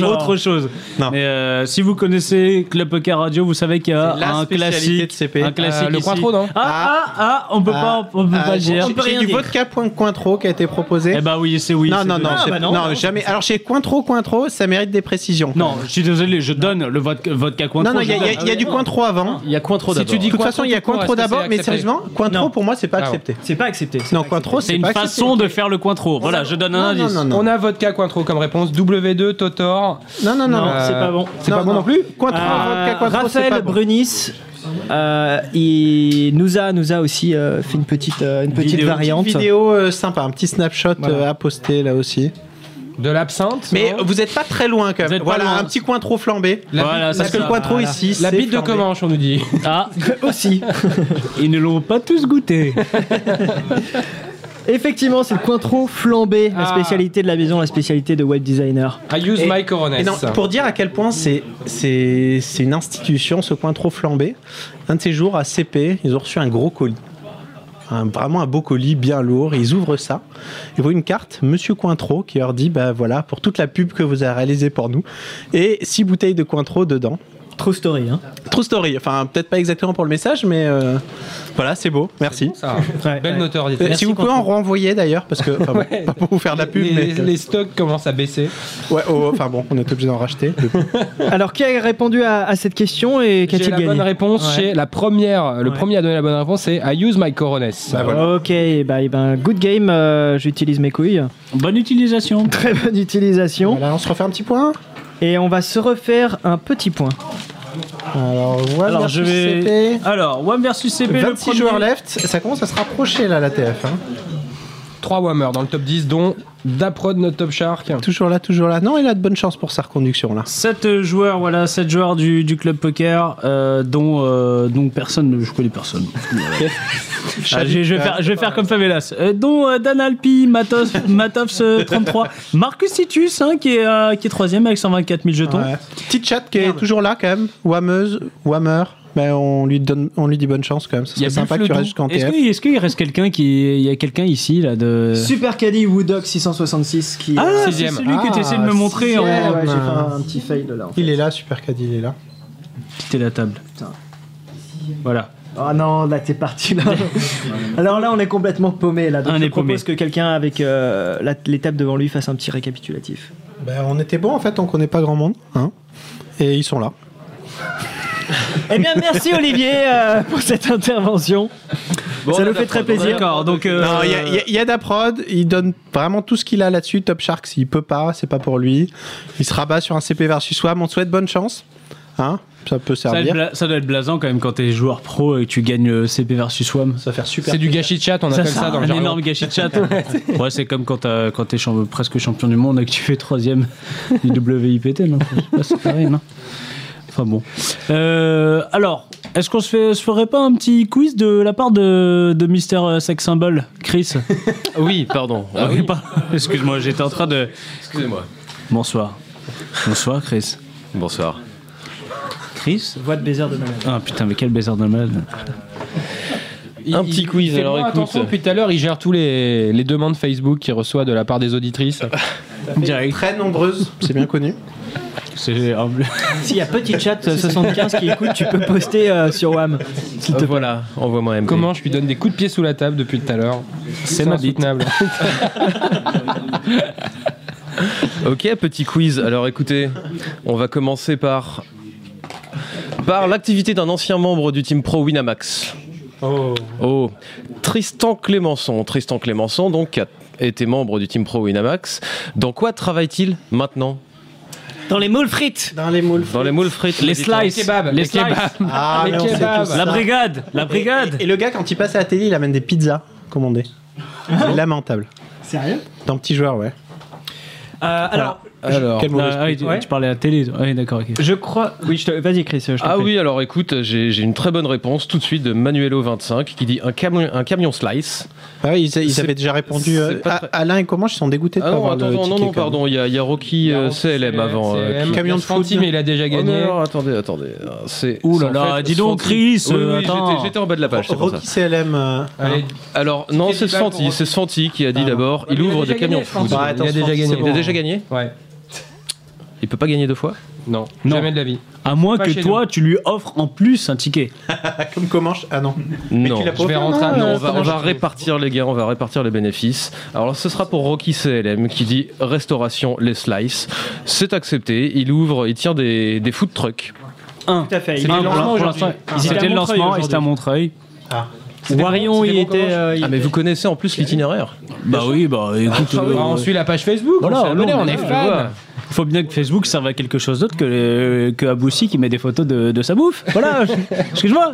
Speaker 3: autre chose. Mais euh, si vous connaissez Club Poker Radio, vous savez qu'il y a
Speaker 7: C'est la
Speaker 3: un
Speaker 7: spécialité
Speaker 3: classique,
Speaker 7: de CP.
Speaker 3: un classique
Speaker 7: Euh, le
Speaker 3: ici.
Speaker 7: Cointreau, non
Speaker 3: ah, ah ah, on peut pas, on peut
Speaker 5: Ah,
Speaker 3: pas
Speaker 5: j'ai-
Speaker 3: dire.
Speaker 5: j'ai- J'ai du vodka point Cointreau qui a été proposé. Eh
Speaker 3: bah oui, c'est oui.
Speaker 5: Non,
Speaker 3: c'est
Speaker 5: non,
Speaker 3: de-
Speaker 5: non,
Speaker 3: Ah,
Speaker 5: c'est-
Speaker 3: bah non,
Speaker 5: non,
Speaker 3: non.
Speaker 5: jamais. Alors chez Cointreau, Cointreau, ça mérite des précisions.
Speaker 3: Non, je suis désolé, je donne le vodka, vodka Cointreau.
Speaker 5: Non, non, il y a- il y a- il y a du Cointreau avant.
Speaker 3: Il y a Cointreau
Speaker 5: Si tu dis de toute façon, il y a Cointreau d'abord, mais sérieusement, Cointreau pour moi c'est pas
Speaker 3: Ah bon.
Speaker 5: accepté.
Speaker 6: C'est pas accepté.
Speaker 5: Non, Cointreau
Speaker 3: c'est
Speaker 5: c'est
Speaker 3: une
Speaker 5: pas accepté.
Speaker 3: façon de faire le Cointreau. Voilà, je donne un indice.
Speaker 7: On a vodka Cointreau comme réponse. W2 Totor.
Speaker 5: Non, non, non,
Speaker 7: Euh,
Speaker 6: c'est pas bon.
Speaker 7: C'est pas bon non plus
Speaker 5: Cointreau, vodka Cointreau, c'est
Speaker 6: Ah, Raphaël
Speaker 5: pas bon.
Speaker 6: Brunis, euh, il nous a, nous a aussi euh, fait une petite, euh, une petite
Speaker 5: Vidéo.
Speaker 6: variante.
Speaker 5: Petite vidéo euh, sympa, un petit snapshot euh, à poster là aussi.
Speaker 7: De l'absinthe.
Speaker 5: Mais vous n'êtes pas très loin quand même. Voilà, un petit coin trop flambé. parce que le coin trop ici.
Speaker 7: La
Speaker 5: c'est
Speaker 7: bite de
Speaker 5: flambé.
Speaker 7: Comanche, on nous dit.
Speaker 6: Ah, aussi.
Speaker 3: Ils ne l'ont pas tous goûté.
Speaker 6: Effectivement, c'est le coin trop flambé, la spécialité de la maison, la spécialité de web designer.
Speaker 7: Ah. I use
Speaker 5: Et-
Speaker 7: my coronets.
Speaker 5: et non, pour dire à quel point c'est c'est c'est une institution, ce coin trop flambé. Un de ces jours à CP, ils ont reçu un gros colis. Un- vraiment un beau colis bien lourd, ils ouvrent ça, ils voient une carte, Monsieur Cointreau, qui leur dit, bah voilà, pour toute la pub que vous avez réalisée pour nous, et six bouteilles de Cointreau dedans.
Speaker 6: True story, hein.
Speaker 5: True story, enfin peut-être pas exactement pour le message, mais euh, voilà, c'est beau, merci.
Speaker 7: Belle notoriété.
Speaker 5: Euh, si vous pouvez en renvoyer d'ailleurs, parce que, enfin, bon, pas pour vous faire de la pub,
Speaker 7: les,
Speaker 5: mais...
Speaker 7: les stocks commencent à baisser.
Speaker 5: Ouais, oh, enfin bon, on est obligé d'en racheter.
Speaker 6: Alors, qui a répondu à, à cette question et
Speaker 7: J'ai
Speaker 6: qu'a-t-il
Speaker 7: la
Speaker 6: gagné
Speaker 7: bonne réponse chez la première. Le premier à donner la bonne réponse, c'est I use my coronets.
Speaker 6: Ok, bah, eh ben, good game, euh, j'utilise mes couilles.
Speaker 3: Bonne utilisation.
Speaker 6: Très bonne utilisation.
Speaker 5: Voilà, on se refait un petit point.
Speaker 6: Et on va se refaire un petit point.
Speaker 5: Alors, voilà,
Speaker 3: Alors je vais. Alors, Wam versus CP.
Speaker 5: 26
Speaker 3: le
Speaker 5: joueurs
Speaker 3: premier.
Speaker 5: left, ça commence à se rapprocher là, la TF. hein.
Speaker 7: 3 Whammer dans le top 10, dont Daprod, notre top shark.
Speaker 5: Toujours là, toujours là. Non, il a de bonnes chances pour sa reconduction là.
Speaker 3: 7 joueurs, voilà, 7 joueurs du, du club poker, euh, dont, euh, dont personne, ne- je connais personne. Ah, je, je vais faire, je vais faire comme Favelas. Euh, dont euh, Dan Alpi, Matos, Matovs euh, 33, Marcus Titus hein, qui est euh, qui est troisième avec 124 000 jetons.
Speaker 5: Ouais. Petit chat qui est toujours là quand même. Whammeuse, Whammer. Mais ben, on lui, donne, on lui dit bonne chance quand même. Ce
Speaker 3: Il y a
Speaker 5: serait sympa que
Speaker 3: Buffle
Speaker 5: tu restes
Speaker 3: Doux.
Speaker 5: jusqu'en
Speaker 3: Est-ce
Speaker 5: TF.
Speaker 3: qu'il est-ce qu'il reste quelqu'un qui il y a quelqu'un ici là de
Speaker 6: Super Caddy Woodock 666 qui
Speaker 3: Ah, c'est
Speaker 6: sixième.
Speaker 3: celui que tu essaies de me montrer hein. Ah.
Speaker 6: sixième,
Speaker 3: en-
Speaker 6: Ah, ouais, j'ai fait un petit fail là. en fait.
Speaker 5: Il est là, Super Caddy, il est là.
Speaker 3: quitter la table Voilà.
Speaker 6: Oh non, là t'es parti là. Alors là on est complètement paumé là. Donc
Speaker 3: On
Speaker 6: je
Speaker 3: est paumé.
Speaker 6: propose que quelqu'un avec euh, la- l'étape devant lui fasse un petit récapitulatif.
Speaker 5: Ben, on était bon en fait, on connaît pas grand monde. hein. Et ils sont là.
Speaker 6: eh bien merci Olivier euh, pour cette intervention. Ça nous fait très plaisir.
Speaker 3: D'accord, donc euh,
Speaker 5: Non, il y a- il y a- il y a Daprod, il donne vraiment tout ce qu'il a là-dessus. Top Shark, s'il peut pas, c'est pas pour lui. Il se rabat sur un CP versus Swam. On te souhaite bonne chance. Hein ça peut
Speaker 3: ça, doit être
Speaker 5: servir.
Speaker 3: bla- ça doit être blasant quand même quand t'es joueur pro et que tu gagnes euh, CP versus WAM.
Speaker 5: Ça va faire super.
Speaker 7: C'est du gâchis de chat, on appelle ça, dans le
Speaker 3: un
Speaker 7: jargon.
Speaker 3: énorme gâchis
Speaker 6: Euh,
Speaker 3: de chat. ouais, c'est comme quand, t'as- quand t'es champ- presque champion du monde et que tu fais troisième du WIPT, non Je sais pas, C'est pareil, non Enfin bon. Euh, alors, est-ce qu'on se, fait, se ferait pas un petit quiz de la part de, de Mister euh, Sex Symbol, Chris
Speaker 9: Oui, pardon.
Speaker 3: Ah oui, pas- Excuse-moi, j'étais en train de.
Speaker 9: Excusez-moi.
Speaker 3: Bonsoir. Bonsoir, Chris.
Speaker 9: Bonsoir.
Speaker 3: Chris
Speaker 6: Voix de baiser de malade.
Speaker 3: Ah putain, mais quel baiser de malade.
Speaker 9: Un petit quiz, alors, écoute.
Speaker 7: Attention, depuis tout à l'heure, il gère tous les, les demandes Facebook qu'il reçoit de la part des auditrices.
Speaker 3: Direct.
Speaker 5: Très nombreuses, c'est bien connu.
Speaker 3: C'est.
Speaker 6: S'il y a petit chat euh, 75 qui écoute, tu peux poster euh, sur WAM. s'il te plaît.
Speaker 9: Voilà, envoie-moi un
Speaker 7: Comment je lui donne des coups de pied sous la table depuis tout à l'heure C'est
Speaker 9: ma
Speaker 7: insoutenable.
Speaker 9: Ok, petit quiz. Alors écoutez, on va commencer par par l'activité d'un ancien membre du team pro Winamax.
Speaker 5: Oh.
Speaker 9: Oh, Tristan Clémençon. Tristan Clémençon, donc, qui a été membre du team pro Winamax. Dans quoi travaille-t-il maintenant
Speaker 6: Dans les moules frites.
Speaker 5: Dans les moules.
Speaker 9: Dans les moules frites.
Speaker 3: Les
Speaker 9: dites-moi.
Speaker 3: slices.
Speaker 7: kebabs,
Speaker 3: Les
Speaker 7: les
Speaker 3: slices.
Speaker 7: kebabs.
Speaker 5: Ah,
Speaker 3: Les
Speaker 5: mais on sait
Speaker 7: kebabs.
Speaker 5: tous
Speaker 3: La
Speaker 5: ça.
Speaker 3: brigade. La brigade.
Speaker 5: Et, et le gars, quand il passe à la télé, il amène des pizzas commandées. C'est lamentable.
Speaker 6: Sérieux
Speaker 5: Dans Petit Joueur, ouais.
Speaker 6: Euh, alors, Euh,
Speaker 7: Alors. Quel mauvais
Speaker 3: Ah, oui, tu,
Speaker 7: esprit.
Speaker 3: tu parlais à la télé.
Speaker 6: Ah
Speaker 3: toi. Oui, d'accord. ok.
Speaker 6: je crois. Oui, je te- vas-y, Chris. je t'en
Speaker 9: Ah
Speaker 6: prie.
Speaker 9: oui, alors écoute, j'ai j'ai une très bonne réponse tout de suite de Manuelo25 qui dit un camion, un camion slice.
Speaker 5: Bah oui, ils, ils
Speaker 9: C'est-
Speaker 5: avaient déjà répondu.
Speaker 9: c'est
Speaker 5: euh,
Speaker 9: pas
Speaker 5: Ah, Alain et comment je suis dégoûté de
Speaker 9: Ah
Speaker 5: pas
Speaker 9: non,
Speaker 5: avoir
Speaker 9: attends,
Speaker 5: le
Speaker 9: non,
Speaker 5: ticket.
Speaker 9: non,
Speaker 5: quand même.
Speaker 9: pardon, il y, a- il y a Rocky euh, CLM avant. euh,
Speaker 7: CLM,
Speaker 9: qui-
Speaker 7: Camion de foot. mais il a déjà
Speaker 9: Oh
Speaker 7: gagné.
Speaker 9: non, non, attendez, attendez. euh, C'est,
Speaker 7: Ouh là
Speaker 9: c'est en
Speaker 7: là,
Speaker 9: fait
Speaker 7: dis donc,
Speaker 9: Santi-
Speaker 7: Chris,
Speaker 9: Oui, oui,
Speaker 7: euh,
Speaker 9: j'étais-
Speaker 7: attends.
Speaker 9: j'étais en bas de la page. c'est pour ça.
Speaker 5: Rocky CLM. euh,
Speaker 7: Allez,
Speaker 9: Alors, non, c'est Santi, c'est Santi qui a dit d'abord il ouvre des camions de foot.
Speaker 7: Il a déjà gagné.
Speaker 9: Il a déjà gagné
Speaker 7: Ouais.
Speaker 9: Il peut pas gagner deux fois
Speaker 7: Non,
Speaker 3: Non.
Speaker 7: jamais de la vie.
Speaker 3: À moins
Speaker 7: Pas
Speaker 3: que
Speaker 7: chez
Speaker 3: toi, tu lui offres en plus un ticket.
Speaker 5: Comme comment je- Ah non. Mais
Speaker 9: Non,
Speaker 5: tu l'as pas
Speaker 9: je vais
Speaker 5: offert,
Speaker 9: rentrer.
Speaker 5: non,
Speaker 9: Non,
Speaker 5: euh,
Speaker 9: on va,
Speaker 5: comment
Speaker 9: on va
Speaker 5: je-
Speaker 9: répartir les gars, on va répartir les bénéfices. Alors ce sera pour Rocky CLM qui dit restauration les slices. C'est accepté. Il ouvre, il tient des, des food trucks.
Speaker 3: Un.
Speaker 6: Tout à fait.
Speaker 3: C'était
Speaker 6: Il est
Speaker 3: le lancement
Speaker 6: lancé
Speaker 3: aujourd'hui.
Speaker 6: aujourd'hui.
Speaker 3: Ils
Speaker 6: C'était
Speaker 3: étaient
Speaker 6: à
Speaker 3: le lancement
Speaker 6: Montreuil
Speaker 3: et c'était à Montreuil.
Speaker 6: Warion, il était. euh, il-
Speaker 9: Ah mais vous connaissez en plus l'itinéraire.
Speaker 3: Bah oui, bah écoute.
Speaker 7: Ah,
Speaker 3: euh,
Speaker 7: on suit la page Facebook.
Speaker 3: voilà,
Speaker 7: on, s'est abonné,
Speaker 3: non,
Speaker 7: on
Speaker 3: mais
Speaker 7: est
Speaker 3: là,
Speaker 7: fan.
Speaker 3: je vois. Il faut bien que Facebook serve à quelque chose d'autre que, euh, que Aboussi qui met des photos de, de sa bouffe. Voilà, excuse-moi.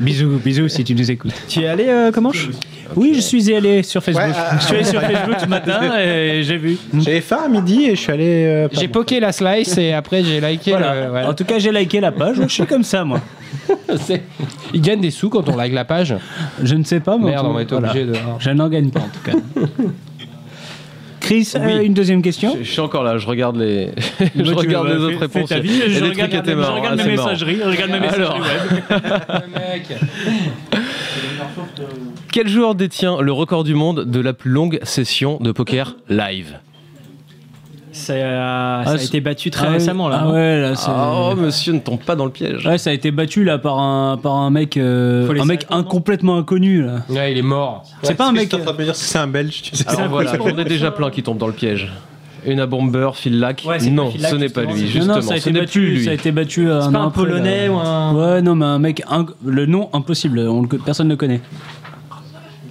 Speaker 3: Bisous, bisous si tu nous écoutes.
Speaker 6: Tu es allé, euh, comment je-
Speaker 3: Oui, je suis allé sur Facebook.
Speaker 5: Ouais,
Speaker 9: Ah,
Speaker 5: euh,
Speaker 3: je suis allé sur Facebook ce matin et j'ai vu.
Speaker 5: J'avais faim à midi et je suis allé. euh,
Speaker 7: J'ai poké la slice et après j'ai liké.
Speaker 3: Voilà.
Speaker 7: le- Euh, voilà.
Speaker 3: En tout cas, j'ai liké la page. Je suis comme ça, moi.
Speaker 7: C'est- Il gagne des sous quand on like la page.
Speaker 3: Je ne sais pas, mais. en
Speaker 7: Merde,
Speaker 3: tout-
Speaker 7: on va être
Speaker 3: voilà.
Speaker 7: obligé de.
Speaker 3: Je n'en gagne pas, en tout cas. Chris, euh, une deuxième question
Speaker 9: Je, je suis encore là, je regarde les, je
Speaker 3: Moi, tu
Speaker 9: regarde
Speaker 3: me-
Speaker 9: les
Speaker 3: fais-
Speaker 9: autres
Speaker 3: fais
Speaker 9: réponses.
Speaker 3: ta vie,
Speaker 9: Il y a
Speaker 3: je
Speaker 9: des trucs
Speaker 3: regarde
Speaker 9: qui
Speaker 3: la-
Speaker 9: étaient
Speaker 3: je
Speaker 9: marrants,
Speaker 3: regarde
Speaker 9: hein,
Speaker 3: mes
Speaker 9: c'est marrant.
Speaker 3: messageries, je regarde mes messageries
Speaker 9: Alors.
Speaker 3: web.
Speaker 9: Quel joueur détient le record du monde de la plus longue session de poker live
Speaker 6: Ça, euh, ça
Speaker 3: Ah,
Speaker 6: a
Speaker 3: c'est-
Speaker 6: été battu très
Speaker 3: Ah oui,
Speaker 6: récemment là.
Speaker 3: ah
Speaker 6: non
Speaker 3: ouais, là, c'est-
Speaker 9: Oh monsieur, ne tombe pas dans le piège.
Speaker 3: Ouais, ça a été battu là par un, par un mec, euh,
Speaker 6: Faut les
Speaker 3: un mec
Speaker 6: savoir.
Speaker 3: un complètement inconnu là.
Speaker 7: Ouais, il est mort.
Speaker 3: c'est pas un mec.
Speaker 5: Je suis en train de me dire si c'est un belge. Tu sais.
Speaker 9: Alors voilà, on est déjà plein qui tombent dans le piège. Une à Bomber, Phil Lac.
Speaker 6: Ouais, c'est pas
Speaker 9: non,
Speaker 6: Phil Lac,
Speaker 9: ce n'est pas
Speaker 6: justement,
Speaker 9: lui,
Speaker 6: c'est-
Speaker 3: Non,
Speaker 9: justement.
Speaker 3: non, ça a
Speaker 9: ce
Speaker 3: été
Speaker 9: n'est
Speaker 3: battu.
Speaker 9: plus lui.
Speaker 3: Ça a été battu. euh,
Speaker 6: C'est pas
Speaker 3: an
Speaker 6: un
Speaker 3: après, là.
Speaker 6: Polonais ou un.
Speaker 3: Ouais, non, mais un mec, inc- le nom impossible, on le co- personne ne le connaît.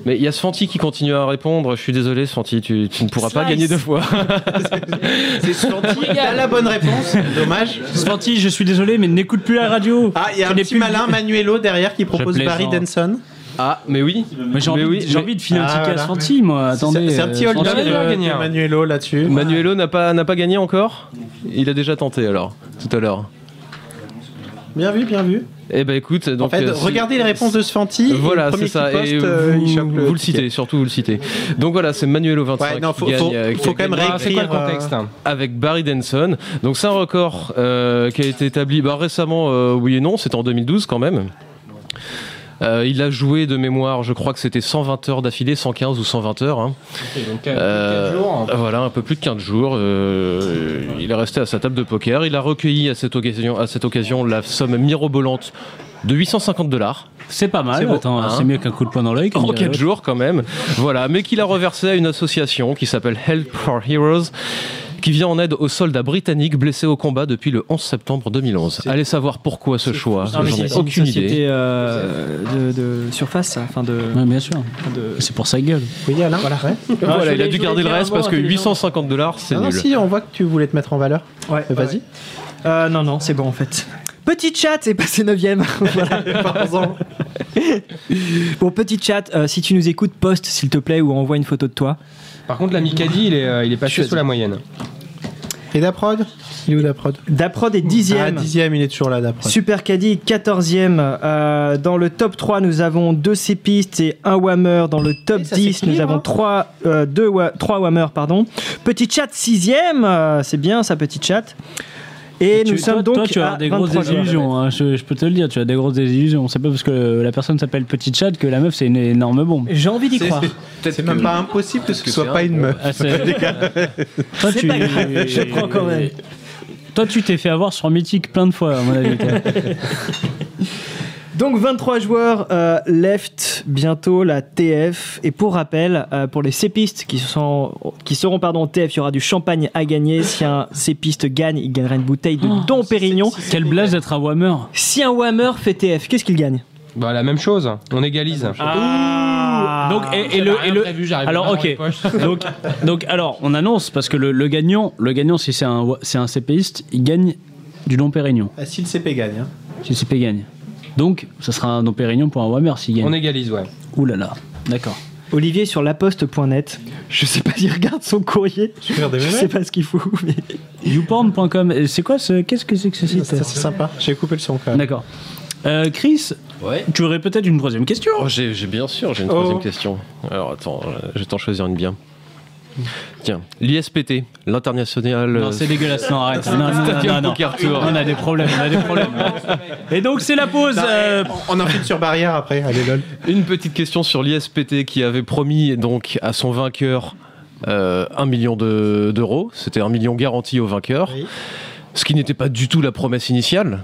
Speaker 9: Mais il y a Sfanti qui continue à répondre. Je suis désolé, Sfanti, tu, tu ne pourras pas
Speaker 6: Slice.
Speaker 9: gagner deux fois.
Speaker 5: C'est gentil, T'as la bonne réponse. Dommage.
Speaker 3: Svanti, je suis désolé, mais n'écoute plus la radio.
Speaker 5: Ah, il y a un
Speaker 3: Des
Speaker 5: petit
Speaker 3: pubs.
Speaker 5: malin Manuelo derrière qui propose
Speaker 3: plaisante.
Speaker 5: Barry Denson.
Speaker 9: Ah, mais oui.
Speaker 3: Mais j'ai envie,
Speaker 9: oui,
Speaker 3: j'ai
Speaker 9: mais-
Speaker 3: envie de filer un
Speaker 5: Ah,
Speaker 3: ticket à
Speaker 5: voilà.
Speaker 3: Sfanti, moi. Attendez.
Speaker 5: C'est- c'est un
Speaker 3: euh,
Speaker 5: petit hold-up
Speaker 3: Sfanti,
Speaker 7: Franchement, il a
Speaker 5: de,
Speaker 7: gagné,
Speaker 5: de
Speaker 7: hein.
Speaker 5: Manuelo là-dessus.
Speaker 9: Manuelo n'a pas, n'a pas gagné encore Il a déjà tenté alors, tout à l'heure.
Speaker 5: Bien vu, bien vu.
Speaker 9: Eh ben écoute, donc.
Speaker 5: en fait,
Speaker 9: euh, si-
Speaker 5: regardez les réponses de Sfanti. et
Speaker 9: Voilà,
Speaker 5: le premier
Speaker 9: c'est ça.
Speaker 5: qui poste,
Speaker 9: et
Speaker 5: euh, il
Speaker 9: vous,
Speaker 5: chope
Speaker 9: vous le
Speaker 5: ticket.
Speaker 9: citez, surtout vous le citez. Donc voilà, c'est Manuelo25
Speaker 5: Ouais, non, faut,
Speaker 9: qui gagne.
Speaker 5: faut-
Speaker 9: euh, qui
Speaker 5: faut
Speaker 9: a
Speaker 5: quand même
Speaker 9: gagné.
Speaker 7: Ah, c'est quoi le
Speaker 5: réécrire. euh,
Speaker 7: contexte
Speaker 9: avec Barry Denson. Donc c'est un record euh, qui a été établi bah, récemment, euh, oui et non, c'était en 2012 quand même. Euh, il a joué de mémoire, je crois que c'était 120 heures d'affilée, 115 ou 120 heures. hein.
Speaker 7: Donc,
Speaker 9: Euh, Voilà, un peu plus de 15 jours. euh, il est resté à sa table de poker. Il a recueilli à cette occasion, à cette occasion la somme mirobolante de 850 dollars.
Speaker 3: C'est pas mal.
Speaker 9: C'est beau.
Speaker 3: Attends,
Speaker 9: Hein.
Speaker 3: c'est mieux qu'un coup de poing dans l'œil. comme
Speaker 9: En
Speaker 3: dirait
Speaker 9: quatre
Speaker 3: l'autre.
Speaker 9: jours quand même. Voilà, mais qu'il a reversé à une association qui s'appelle Help for Heroes qui vient en aide aux soldats britanniques blessés au combat depuis le 11 septembre 2011. Allez savoir pourquoi ce choix,
Speaker 6: Non,
Speaker 9: j'en
Speaker 3: Ah,
Speaker 6: mais c'est
Speaker 9: ai
Speaker 6: c'est une
Speaker 9: aucune idée.
Speaker 6: société euh, de, de surface, ça, enfin de.
Speaker 3: Ouais, bien sûr.
Speaker 6: de-
Speaker 3: C'est pour sa gueule.
Speaker 5: Oui,
Speaker 6: hein.
Speaker 5: Alain. ouais.
Speaker 3: Ah,
Speaker 9: Voilà,
Speaker 6: je
Speaker 9: il a
Speaker 6: voulais-
Speaker 9: dû
Speaker 6: je voulais
Speaker 9: garder le
Speaker 6: dire un
Speaker 9: reste
Speaker 6: mot
Speaker 9: parce que
Speaker 3: euh,
Speaker 6: intelligent.
Speaker 9: 850 dollars, c'est
Speaker 5: Ah non,
Speaker 9: nul.
Speaker 5: si, on voit que tu voulais te mettre en valeur.
Speaker 6: Ouais,
Speaker 5: Euh, Vas-y.
Speaker 6: ouais. Euh, non, non, c'est bon en fait. Petit chat est passé 9ème. bon, petit chat, euh, si tu nous écoutes, poste s'il te plaît ou envoie une photo de toi.
Speaker 7: Par contre, la Mikadi, il est, euh, il est passé sous la moyenne.
Speaker 5: Et Daprod Il est où Daprod
Speaker 6: Daprod est
Speaker 5: Ah,
Speaker 6: 10ème.
Speaker 5: dixième, il est toujours là Daprod.
Speaker 6: Super Caddy 14e. Euh, dans le top 3, nous avons 2 sépistes et un whammer. Dans le top
Speaker 5: Eh, ça
Speaker 6: 10, nous
Speaker 5: s'équilibre,
Speaker 6: avons euh,
Speaker 5: hein.
Speaker 6: 3, whammers. Pardon. Petit chat 6e. euh, c'est bien ça, petit chat. Et
Speaker 3: Tu-
Speaker 6: nous sommes
Speaker 3: toi,
Speaker 6: donc.
Speaker 3: toi, tu as
Speaker 6: à
Speaker 3: des grosses
Speaker 6: 23e.
Speaker 3: désillusions. hein, je, je peux te le dire, tu as des grosses désillusions. C'est pas parce que la personne s'appelle Petit Chat que la meuf c'est une énorme bombe.
Speaker 6: J'ai envie d'y croire.
Speaker 5: C'est même pas impossible que ce
Speaker 9: que
Speaker 5: soit
Speaker 9: c'est
Speaker 5: pas
Speaker 9: un-
Speaker 5: une meuf.
Speaker 3: Ah, c'est- Toi,
Speaker 6: C'est
Speaker 3: tu-
Speaker 6: pas grave, je prends quand même.
Speaker 3: Toi, tu t'es fait avoir sur Mythique plein de fois, à mon avis. toi.
Speaker 6: Donc 23 joueurs euh, left bientôt la TF et pour rappel euh, pour les sépistes qui sont qui seront pardon en TF il y aura du champagne à gagner si un sépiste gagne il gagnera une bouteille de
Speaker 3: Oh,
Speaker 6: Dom Pérignon
Speaker 3: Quelle blague d'être un Whammer.
Speaker 6: si un Whammer fait TF qu'est-ce qu'il gagne
Speaker 7: Bah, la même chose, on égalise.
Speaker 6: Ah.
Speaker 3: Donc, et, et le, et le- Alors, ok. Donc, donc, alors, on annonce parce que le, le gagnant, le gagnant, si c'est un, c'est un CPiste, il gagne du Dom Pérignon.
Speaker 5: Ah, si le CP gagne. hein.
Speaker 3: Si le CP gagne. Donc, ça sera un Dom Pérignon pour un Whammer s'il gagne.
Speaker 7: On égalise, ouais.
Speaker 3: Ouh là là. D'accord.
Speaker 6: Olivier sur laposte.net. Je sais pas s'il regarde son courrier.
Speaker 3: Super des
Speaker 6: Je
Speaker 3: mémés.
Speaker 6: sais pas ce qu'il fout. Mais...
Speaker 3: Youporn.com, euh, c'est quoi ce. Qu'est-ce que c'est que ce site
Speaker 6: Ça, c'est
Speaker 3: sympa. J'ai coupé le son quand même. D'accord. Euh, Chris, tu aurais peut-être une troisième question
Speaker 9: Oh, j'ai j'ai- bien sûr, j'ai une
Speaker 3: Oh.
Speaker 9: troisième question. Alors attends, euh, je vais t'en choisir une bien. Tiens, l'ISPT, l'international.
Speaker 3: Hmm. Non, c'est dégueulasse, non, arrête. Non, non, non,
Speaker 9: Stadium
Speaker 3: non, non.
Speaker 9: Poker Tour.
Speaker 3: On a des problèmes, on a des problèmes. Et donc, c'est la pause. euh,
Speaker 9: On infile sur barrière après, allez lol. Une petite question sur l'ISPT qui avait promis donc à son vainqueur euh, 1 million de- d'euros. C'était 1 million garanti au vainqueur. Ce qui n'était pas du tout la promesse initiale.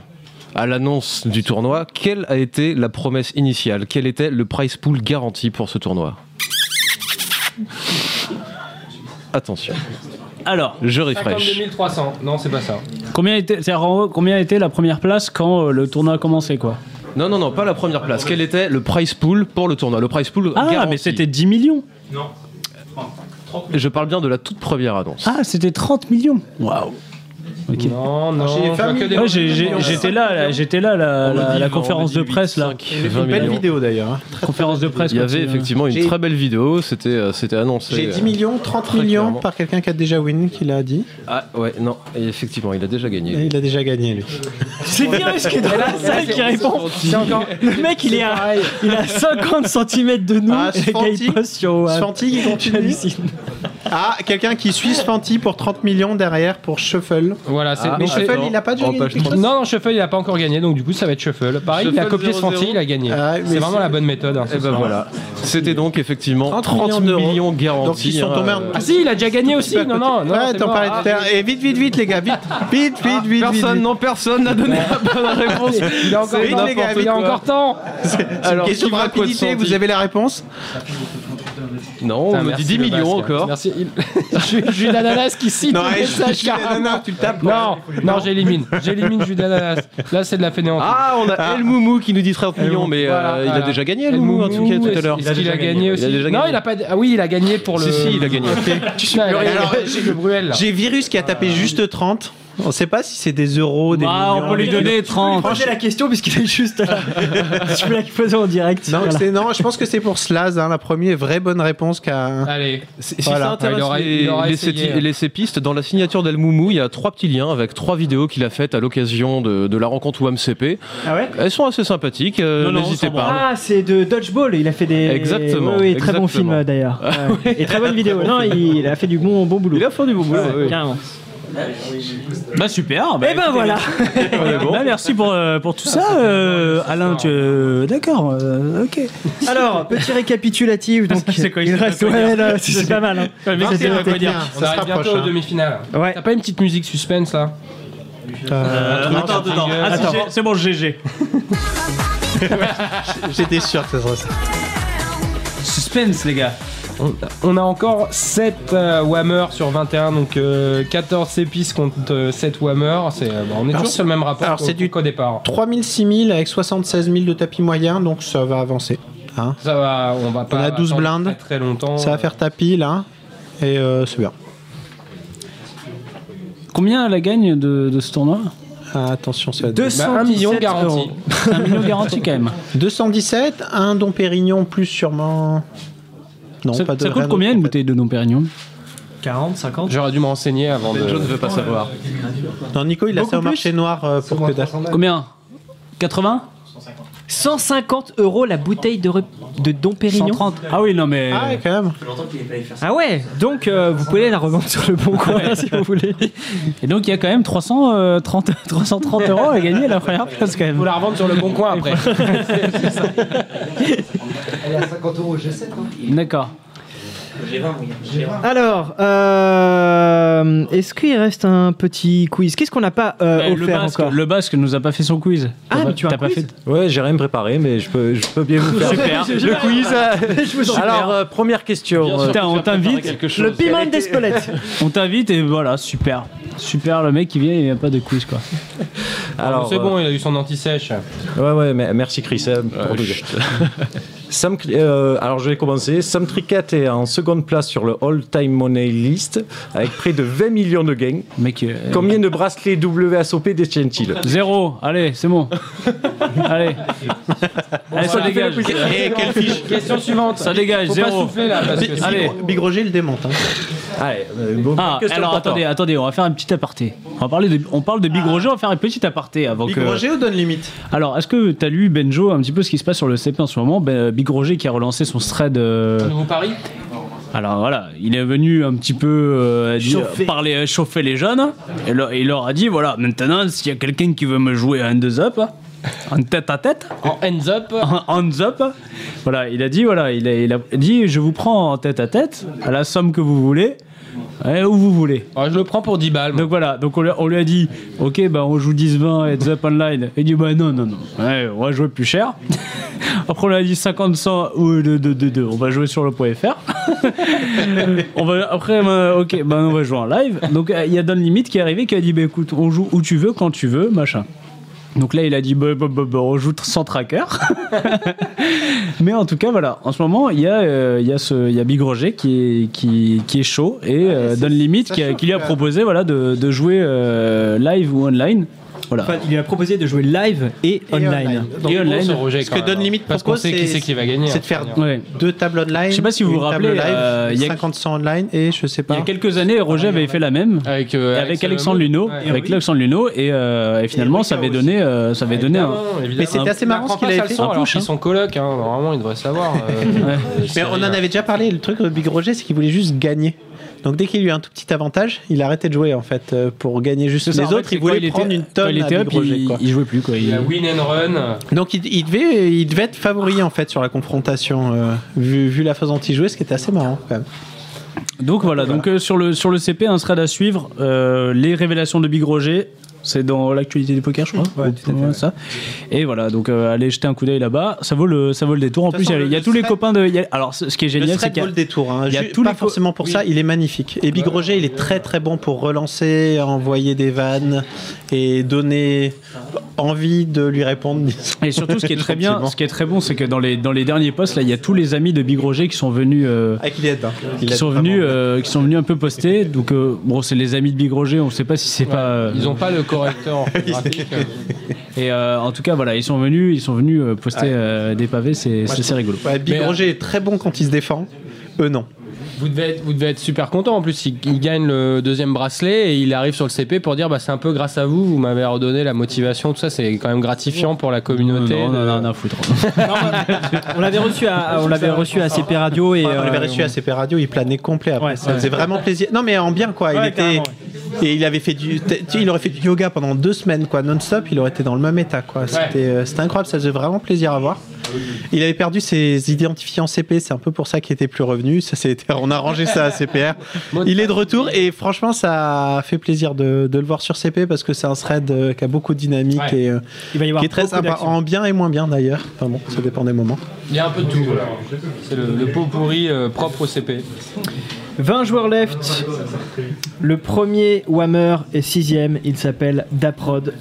Speaker 9: À l'annonce du tournoi, quelle a été la promesse initiale Quel était le price pool garanti pour ce tournoi Attention.
Speaker 3: Alors,
Speaker 9: je refresh.
Speaker 7: 300. Non, c'est pas ça.
Speaker 3: Combien était, c'est-à-dire, en gros, combien était la première place quand euh, le tournoi a commencé, quoi
Speaker 9: Non, non, non, pas la première place. Quel était le price pool pour le tournoi Le price pool
Speaker 3: Ah,
Speaker 9: garanti.
Speaker 3: mais c'était 10 millions.
Speaker 9: Non. Je parle bien de la toute première annonce.
Speaker 3: Ah, c'était 30 millions. Waouh. Ok.
Speaker 7: Non, non,
Speaker 9: j'ai fait un million.
Speaker 3: Ouais, j'ai- j'ai- J'étais là, là, j'étais là, la, la-
Speaker 9: On me dit
Speaker 3: la
Speaker 9: vingt,
Speaker 3: conférence de
Speaker 9: 18,
Speaker 3: presse là.
Speaker 9: 5, Une 20 belle millions. vidéo,
Speaker 3: d'ailleurs.
Speaker 5: hein.
Speaker 3: Conférence de presse.
Speaker 9: Il y
Speaker 3: quand
Speaker 9: avait effectivement une
Speaker 3: J'ai-
Speaker 9: très belle vidéo, c'était euh, c'était annoncé.
Speaker 5: J'ai
Speaker 9: euh,
Speaker 5: 10 millions, 30
Speaker 9: très
Speaker 5: millions
Speaker 9: clairement.
Speaker 5: par quelqu'un qui a déjà win, qui l'a dit.
Speaker 9: Ah ouais, non, et effectivement, il a déjà
Speaker 5: Et
Speaker 9: gagné.
Speaker 5: il a déjà gagné, lui.
Speaker 6: C'est bien parce que dans la salle qui répond.
Speaker 5: C'est encore-
Speaker 6: Le mec, il est à, il est à 50 cm de nous.
Speaker 5: Ah,
Speaker 6: et le gars, il
Speaker 5: Sfanti.
Speaker 6: poste sur WhatsApp.
Speaker 5: Sfanti qui continue.
Speaker 6: J'hallucine.
Speaker 5: Ah, quelqu'un qui suit Sfanti pour 30 millions derrière pour Shuffle.
Speaker 7: Voilà, c'est.
Speaker 5: Mais
Speaker 7: donc, c'est-
Speaker 5: Ah, Shuffle, il a pas déjà gagné quelque chose
Speaker 7: Non, non, Shuffle, il a pas encore gagné, donc du coup, ça va être Shuffle. Pareil, il a
Speaker 5: Shuffle
Speaker 7: copié
Speaker 5: 0-0.
Speaker 7: Sfanti, il a gagné.
Speaker 5: Ah, mais
Speaker 7: c'est vraiment
Speaker 5: c'est-
Speaker 7: la bonne méthode. hein, ce
Speaker 9: Et ben
Speaker 7: soir.
Speaker 9: voilà, c'était donc effectivement 30,
Speaker 5: 30
Speaker 9: millions,
Speaker 5: millions d'euros.
Speaker 9: garantis. hein, euh,
Speaker 5: Donc, ils sont tombés en-
Speaker 7: Ah si, il a déjà gagné aussi. Non, non, non.
Speaker 5: Ouais,
Speaker 7: c'est
Speaker 5: t'en
Speaker 7: mort.
Speaker 5: parlais
Speaker 7: Ah,
Speaker 5: tout à l'heure. Et vite, vite, vite, les gars, vite, vite, vite, vite.
Speaker 9: Ah, personne, non, personne n'a donné la bonne réponse.
Speaker 7: Il a encore
Speaker 9: C'est
Speaker 7: temps,
Speaker 9: n'importe
Speaker 7: il y a
Speaker 9: quoi.
Speaker 7: encore temps.
Speaker 9: Alors,
Speaker 5: Alors, question
Speaker 9: qui
Speaker 5: de
Speaker 9: va quoi de
Speaker 5: rapidité,
Speaker 9: sortie
Speaker 5: vous avez la réponse
Speaker 9: Non, on
Speaker 7: Putain,
Speaker 9: me
Speaker 7: merci,
Speaker 9: dit 10
Speaker 7: le
Speaker 9: millions
Speaker 7: basque,
Speaker 9: encore.
Speaker 7: Merci. Il- Ju- Jus d'ananas qui cite
Speaker 5: Non,
Speaker 7: le
Speaker 5: et
Speaker 7: message
Speaker 5: jus d'ananas,
Speaker 7: carrément.
Speaker 5: tu le tapes,
Speaker 7: Non, non, j'élimine. J'élimine jus d'ananas. Là, c'est de la fainéante.
Speaker 9: Ah, on a El Moumou qui nous dit 30 millions, mais euh,
Speaker 7: Voilà,
Speaker 9: il
Speaker 7: voilà.
Speaker 9: a déjà gagné
Speaker 7: El
Speaker 9: El Moumou, en
Speaker 7: Moumou,
Speaker 9: tout cas, tout à
Speaker 7: est-ce
Speaker 9: l'heure.
Speaker 7: qu'il a déjà gagné aussi
Speaker 9: Il a déjà
Speaker 7: Non,
Speaker 9: gagné.
Speaker 7: il a pas. Ah oui, il a gagné pour le.
Speaker 9: Si, si, il a gagné.
Speaker 7: Tu peux rien.
Speaker 5: Alors, j'ai-
Speaker 7: Le Bruel.
Speaker 5: J'ai virus qui a tapé juste 30. On sait pas si c'est des euros, des.
Speaker 3: Ah, on
Speaker 5: millions.
Speaker 3: peut lui donner 30.
Speaker 6: Posez la question parce qu'il est juste. à- Je peux la poser en direct.
Speaker 5: Non,
Speaker 6: Voilà.
Speaker 5: c'est- non, je pense que c'est pour Slaz, hein, la première vraie bonne réponse qu'a.
Speaker 7: Allez.
Speaker 9: Si
Speaker 5: Voilà.
Speaker 9: ça intéresse
Speaker 7: Il aura-
Speaker 9: les,
Speaker 7: il aura
Speaker 9: les
Speaker 7: essayé,
Speaker 9: sépi-
Speaker 7: hein.
Speaker 9: les sépistes, dans la signature d'El Moumou, il y a trois petits liens avec trois vidéos qu'il a faites à l'occasion de, de la rencontre OMCP.
Speaker 6: Ah ouais
Speaker 9: Elles sont assez sympathiques, euh,
Speaker 3: Non, non,
Speaker 9: n'hésitez
Speaker 3: on s'en branle.
Speaker 9: pas.
Speaker 6: Ah, c'est de Dodgeball. Il a fait des.
Speaker 9: Exactement,
Speaker 6: Oui, oui, très bon
Speaker 9: exactement. Ah,
Speaker 6: film euh, d'ailleurs. Ouais. Et très bonne vidéo. Non, il a fait du bon, bon boulot.
Speaker 9: Il a fait du bon boulot, oui.
Speaker 6: Carrément.
Speaker 3: Bah super.
Speaker 6: Eh ben voilà.
Speaker 3: Bah, merci pour, euh, pour tout ça, euh, Alain. tu- euh, D'accord, euh, ok.
Speaker 6: Alors, petit récapitulatif. Donc,
Speaker 3: C'est quoi, il
Speaker 6: il
Speaker 3: s'est
Speaker 6: reste.
Speaker 3: passé hier
Speaker 6: Ouais, là, c'est c'est pas mal. hein.
Speaker 3: merci,
Speaker 6: C'était
Speaker 3: on va
Speaker 6: technique.
Speaker 3: dire.
Speaker 7: On arrive bientôt aux demi-finales.
Speaker 6: Ouais.
Speaker 7: T'as pas une petite musique suspense là
Speaker 3: Euh,
Speaker 7: truc,
Speaker 3: attends,
Speaker 7: un
Speaker 3: attends.
Speaker 7: jingle.
Speaker 3: Ah, si,
Speaker 7: Attends.
Speaker 3: j'ai- C'est bon, GG.
Speaker 5: J'étais sûr que ça serait ça.
Speaker 3: Suspense, les gars.
Speaker 7: On, on a encore 7 Whammer sur 21, donc euh, 14 sépices contre 7 Whammer. C'est, euh, bon, on est
Speaker 5: Alors,
Speaker 7: toujours sur le même rapport
Speaker 5: alors,
Speaker 7: qu'au-
Speaker 5: c'est du-
Speaker 7: qu'au départ.
Speaker 5: 3000, 6000 avec 76 000 de tapis moyen, donc ça va avancer. hein.
Speaker 7: Ça va, on va pas.
Speaker 5: On a 12
Speaker 7: attendre
Speaker 5: blindes.
Speaker 7: Très, très longtemps.
Speaker 5: Ça va faire tapis là, et euh, c'est bien.
Speaker 3: Combien la gagne de, de ce tournoi
Speaker 5: Ah, attention, ça va être-
Speaker 7: 1 Bah, million
Speaker 6: 217
Speaker 7: garanti.
Speaker 6: euros.
Speaker 3: Un million garanti quand même.
Speaker 5: 217, un Dom Pérignon plus sûrement. Non,
Speaker 3: ça,
Speaker 5: pas de
Speaker 3: ça coûte
Speaker 5: rien
Speaker 3: combien une
Speaker 5: d'autre, en fait.
Speaker 3: bouteille de Dom Pérignon
Speaker 6: 40, 50.
Speaker 7: J'aurais dû me renseigner avant de.
Speaker 9: Je ne veux pas savoir.
Speaker 5: Non, Nico, il a
Speaker 6: Beaucoup
Speaker 5: ça au
Speaker 6: plus
Speaker 5: marché noir euh, pour que dalle.
Speaker 3: Combien 80
Speaker 6: 150 euros la bouteille de, re- de Dom Pérignon.
Speaker 3: 130 Ah oui, non mais.
Speaker 5: Ah, ouais, quand même.
Speaker 6: Ah ouais, donc euh, vous pouvez la revendre sur le bon coin si vous voulez.
Speaker 3: Et donc il y a quand même euh, 330, 330 euros à gagner la première place quand même.
Speaker 7: Faut la revendre sur le bon coin après.
Speaker 3: D'accord.
Speaker 6: Alors, euh, est-ce qu'il reste un petit quiz Qu'est-ce qu'on n'a pas euh,
Speaker 3: Eh, le,
Speaker 6: offert
Speaker 3: basque,
Speaker 6: encore
Speaker 3: le Basque nous a pas fait son quiz.
Speaker 6: Ah,
Speaker 3: T'as
Speaker 6: mais
Speaker 3: pas-
Speaker 6: tu as un
Speaker 3: t'as pas
Speaker 6: quiz
Speaker 3: fait.
Speaker 8: Ouais, j'ai rien préparé, mais je peux, je peux bien vous faire
Speaker 3: Super.
Speaker 8: le quiz. euh, Alors, euh, première question. euh,
Speaker 3: Putain, on t'invite,
Speaker 6: Le piment d'Espelette.
Speaker 3: on t'invite et voilà, super. Super, le mec qui vient, il n'y a pas de quiz quoi.
Speaker 8: Alors,
Speaker 7: C'est bon, il a eu son anti-sèche.
Speaker 8: hein, euh, ouais, ouais, mais- merci Chris. euh, pour tout dire. Sam, Cl- euh, alors je vais commencer. Sam Trickett est en seconde place sur le All Time Money List avec près de 20 millions de gains.
Speaker 5: euh,
Speaker 8: Combien de bracelets WSOP détient-il
Speaker 3: Zéro, allez, c'est bon. allez. allez, ça
Speaker 7: voilà.
Speaker 3: dégage.
Speaker 7: Eh, quelle fiche. Question suivante.
Speaker 3: Ça dégage,
Speaker 7: Faut pas
Speaker 3: zéro.
Speaker 7: souffler, là, parce que
Speaker 3: allez.
Speaker 7: sinon-
Speaker 5: Big Roger le démonte. hein.
Speaker 8: Allez, euh,
Speaker 3: Ah,
Speaker 5: question
Speaker 3: alors
Speaker 5: pour toi.
Speaker 3: attendez, attendez, on va faire un petit aparté. On, va parler de, on parle de Big
Speaker 7: Ah.
Speaker 3: Roger, on va faire un petit aparté avant
Speaker 5: Big
Speaker 3: que.
Speaker 5: Roger ou Don Limite
Speaker 3: Alors, est-ce que t'as lu Benjo un petit peu ce qui se passe sur le CP en ce moment Ben, Big Roger qui a relancé son thread. euh,
Speaker 7: Nouveau Paris
Speaker 3: Alors voilà, il est venu un petit peu euh, dire-
Speaker 7: Chauffer.
Speaker 3: parler, chauffer les jeunes. Et leur- il leur a dit voilà, maintenant, s'il y a quelqu'un qui veut me jouer un deux up, en tête à tête,
Speaker 7: en hands up,
Speaker 3: en hands up, voilà, il a dit voilà, il a, il a dit je vous prends en tête à tête à la somme que vous voulez. et où vous voulez.
Speaker 7: Ah, je le prends pour 10 balles.
Speaker 3: Donc voilà, donc on lui, on lui a dit Ok, bah on joue 10-20 heads up online. Il dit Bah non, non, non, Ouais, on va jouer plus cher. Après, on lui a dit 50-100 ou 2 2 2 2 on va jouer sur le point .fr. on va, après, bah, ok, bah, on va jouer en live. Donc euh, il y a Don Limit qui est arrivé qui a dit bah, écoute, on joue où tu veux, quand tu veux, machin. Donc là, il a dit bah, bah, bah, bah, on joue sans tracker. Mais en tout cas, voilà, en ce moment, il y a, euh, il y a, ce, il y a Big Roger qui est, qui, qui est chaud et euh, Don Limit qui, a- qui lui a proposé voilà, de, de jouer euh, live ou online. Voilà.
Speaker 22: Enfin, il lui a proposé de jouer live et, online.
Speaker 3: Et online.
Speaker 5: Parce que Don Limite, propose, C'est de faire
Speaker 3: Ouais.
Speaker 5: deux tables online.
Speaker 3: Je sais pas si vous vous
Speaker 5: une table
Speaker 3: rappelez,
Speaker 5: live,
Speaker 3: euh, il y a-
Speaker 5: 50 100 online et je sais
Speaker 3: Il
Speaker 5: pas. Ah,
Speaker 3: y a quelques années, Roger avait fait la même
Speaker 7: avec, euh,
Speaker 3: et avec Alexandre Luneau, avec Alexandre Luneau et, euh, et finalement ça avait donné, euh, ça
Speaker 7: Ah,
Speaker 3: avait donné un.
Speaker 5: marrant ce qu'il avait fait.
Speaker 7: Son, alors
Speaker 5: Un push,
Speaker 7: qu'ils
Speaker 5: hein.
Speaker 7: sont colocs, hein. normalement ils devraient savoir. euh,
Speaker 5: Mais on en avait déjà parlé. Le truc de Big Roger, c'est qu'il voulait juste gagner. Donc dès qu'il y a eu un tout petit avantage, il arrêtait de jouer en fait euh, pour gagner juste
Speaker 3: C'est ça,
Speaker 5: les
Speaker 3: en fait,
Speaker 5: autres.
Speaker 3: c'est
Speaker 5: Il voulait
Speaker 3: quand il
Speaker 5: prendre
Speaker 3: était-
Speaker 5: une
Speaker 3: quand
Speaker 5: tonne
Speaker 3: il
Speaker 5: à
Speaker 3: était
Speaker 5: Big
Speaker 3: up,
Speaker 5: Roger,
Speaker 3: il-
Speaker 5: quoi.
Speaker 3: il jouait plus, quoi. Il-
Speaker 7: La win and run.
Speaker 5: Donc il, il devait, il devait être favori en fait sur la confrontation euh, vu, vu la façon dont il jouait, ce qui était assez marrant quand même.
Speaker 3: Donc voilà, donc euh, sur, le, sur le CP, un thread à suivre, euh, les révélations de Big Roger, c'est dans l'actualité du poker, je crois. Ouais, ça. Et voilà, donc euh, allez jeter un coup d'œil là-bas, ça vaut le, ça vaut le détour. En
Speaker 5: De
Speaker 3: plus, il
Speaker 5: toute
Speaker 3: y a-
Speaker 5: façon,
Speaker 3: il y a
Speaker 5: le
Speaker 3: tous les
Speaker 5: thread-
Speaker 3: copains de. il y a- alors, ce ce qui est
Speaker 5: le
Speaker 3: génial, c'est
Speaker 5: thread
Speaker 3: qu'il
Speaker 5: vaut
Speaker 3: y
Speaker 5: le
Speaker 3: a.
Speaker 5: détour. hein.
Speaker 3: il y a
Speaker 5: Ju-
Speaker 3: tous
Speaker 5: pas
Speaker 3: les co-
Speaker 5: forcément pour ça, il est magnifique. Et Big Roger, il est très très bon pour relancer, envoyer des vannes et donner envie de lui répondre. disons.
Speaker 3: Et surtout, ce qui est très bien,
Speaker 5: Gentiment.
Speaker 3: ce qui est très bon, c'est que dans les, dans les derniers posts, là, il y a tous les amis de Big Roger qui sont venus. euh,
Speaker 5: Ah, qu'il aide, hein. Il
Speaker 3: qui
Speaker 5: aide
Speaker 3: sont
Speaker 5: vraiment.
Speaker 3: venus, euh, qui sont venus un peu poster. Donc euh, bon, c'est les amis de Big Roger. On ne sait pas si c'est pas. euh,
Speaker 7: Ils ont pas le correcteur orthographique. euh.
Speaker 3: Et euh, en tout cas, voilà, ils sont venus, ils sont venus euh, poster euh, des pavés. C'est c'est- c'est rigolo.
Speaker 5: Ouais, Big
Speaker 7: Mais, euh,
Speaker 5: Roger est très bon quand il se défend. Eux non.
Speaker 7: Vous devez, être, vous devez être super content. En plus, il, il gagne le deuxième bracelet et il arrive sur le CP pour dire bah, c'est un peu grâce à vous, vous m'avez redonné la motivation. Tout ça, c'est quand même gratifiant pour la communauté.
Speaker 3: Non,
Speaker 7: de-
Speaker 3: non, non, non, foutre.
Speaker 22: On l'avait reçu à, on l'avait reçu à CP Radio et
Speaker 5: on l'avait
Speaker 22: euh,
Speaker 5: reçu à CP Radio, il planait complet. Après. ça faisait vraiment plaisir. Non, mais en bien quoi. il
Speaker 22: Ouais,
Speaker 5: était
Speaker 22: carrément,
Speaker 5: et il avait fait du, t- tu sais, il aurait fait du yoga pendant deux semaines quoi, non-stop. Il aurait été dans le même état quoi. C'était, euh, c'était incroyable. Ça faisait vraiment plaisir à voir. Il avait perdu ses identifiants CP, c'est un peu pour ça qu'il était plus revenu. Ça, c'était, on a rangé ça à CPR. Il est de retour et franchement, ça a fait plaisir de, de le voir sur CP parce que c'est un thread euh, qui a beaucoup de dynamique
Speaker 7: Ouais.
Speaker 5: et euh,
Speaker 22: Il va y avoir
Speaker 5: qui est très
Speaker 22: beaucoup
Speaker 5: sympa
Speaker 22: d'actions.
Speaker 5: en bien et moins bien d'ailleurs. Enfin bon, ça dépend des moments.
Speaker 7: Il y a un peu de tout. voilà. C'est le, le pot pourri euh, propre au CP.
Speaker 22: 20 joueurs left. Le premier Whammer est sixième. Il s'appelle Daprod.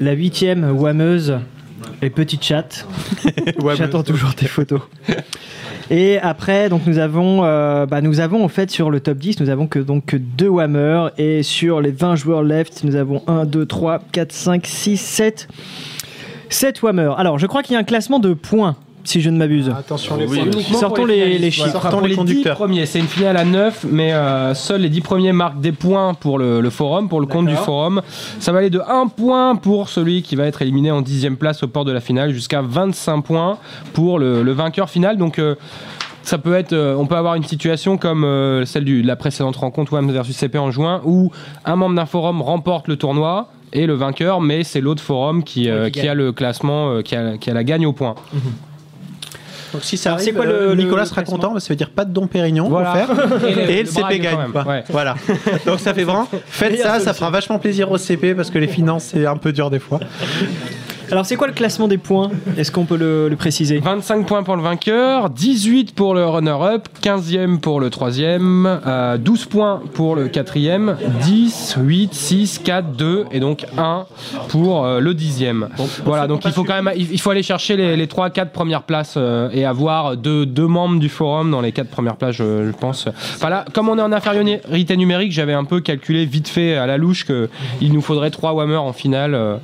Speaker 22: La huitième Whammeuse est Petit Chat. J'attends toujours tes photos. Et après, donc nous avons, euh, bah, nous avons en fait sur le top 10, nous avons que donc que deux Whammer et sur les 20 joueurs left, nous avons 1, 2, 3, 4, 5, 6, 7, 7 Whammer. Alors, je crois qu'il y a un classement de points, si je ne m'abuse.
Speaker 5: Attention les
Speaker 7: Uniquement pour
Speaker 22: Sortons les-
Speaker 7: finalistes,
Speaker 22: les
Speaker 7: voilà.
Speaker 22: chiffres.
Speaker 7: Pour
Speaker 5: Sortons les
Speaker 7: 10
Speaker 5: conducteurs.
Speaker 7: premiers. C'est une finale à 9, mais euh, seuls les 10 premiers marquent des points pour le, le forum, pour le compte du forum. Ça va aller de 1 point pour celui qui va être éliminé en 10ème place au port de la finale, jusqu'à 25 points pour le, le vainqueur final. Donc. euh, ça peut être, euh, on peut avoir une situation comme euh, celle du- de la précédente rencontre WAM versus CP en juin, où un membre d'un forum remporte le tournoi et le vainqueur, mais c'est l'autre forum qui, euh,
Speaker 22: Ouais, qui
Speaker 7: qui a le classement, euh, qui, a, qui a la gagne au point.
Speaker 5: Donc si ça
Speaker 22: Alors,
Speaker 5: arrive,
Speaker 22: c'est quoi le-
Speaker 5: euh,
Speaker 22: le-
Speaker 5: Nicolas
Speaker 22: le
Speaker 5: sera
Speaker 22: classement
Speaker 5: content, mais ça veut dire pas de Don Pérignon
Speaker 7: Voilà.
Speaker 5: offert.
Speaker 7: Et le-
Speaker 5: et,
Speaker 7: le
Speaker 5: le CP
Speaker 7: brague, quand
Speaker 5: gagne.
Speaker 7: même,
Speaker 5: quoi.
Speaker 7: ouais.
Speaker 5: Voilà. Donc ça fait vraiment. Faites ça, ça fera vachement plaisir au CP parce que les finances c'est un peu dur des fois.
Speaker 6: Alors, c'est quoi le classement des points Est-ce qu'on peut le, le préciser
Speaker 7: 25 points pour le vainqueur, 18 pour le runner-up, 15e pour le troisième, euh, 12 points pour le quatrième, 10, 8, 6, 4, 2 et donc 1 pour euh, le dixième. voilà, donc il faut quand même il il faut aller chercher les, les 3 4 premières places euh, et avoir deux, deux membres du forum dans les 4 premières places je, je pense. Enfin là, comme on est en infériorité numérique, j'avais un peu calculé vite fait à la louche que il nous faudrait 3 Whammer en finale euh,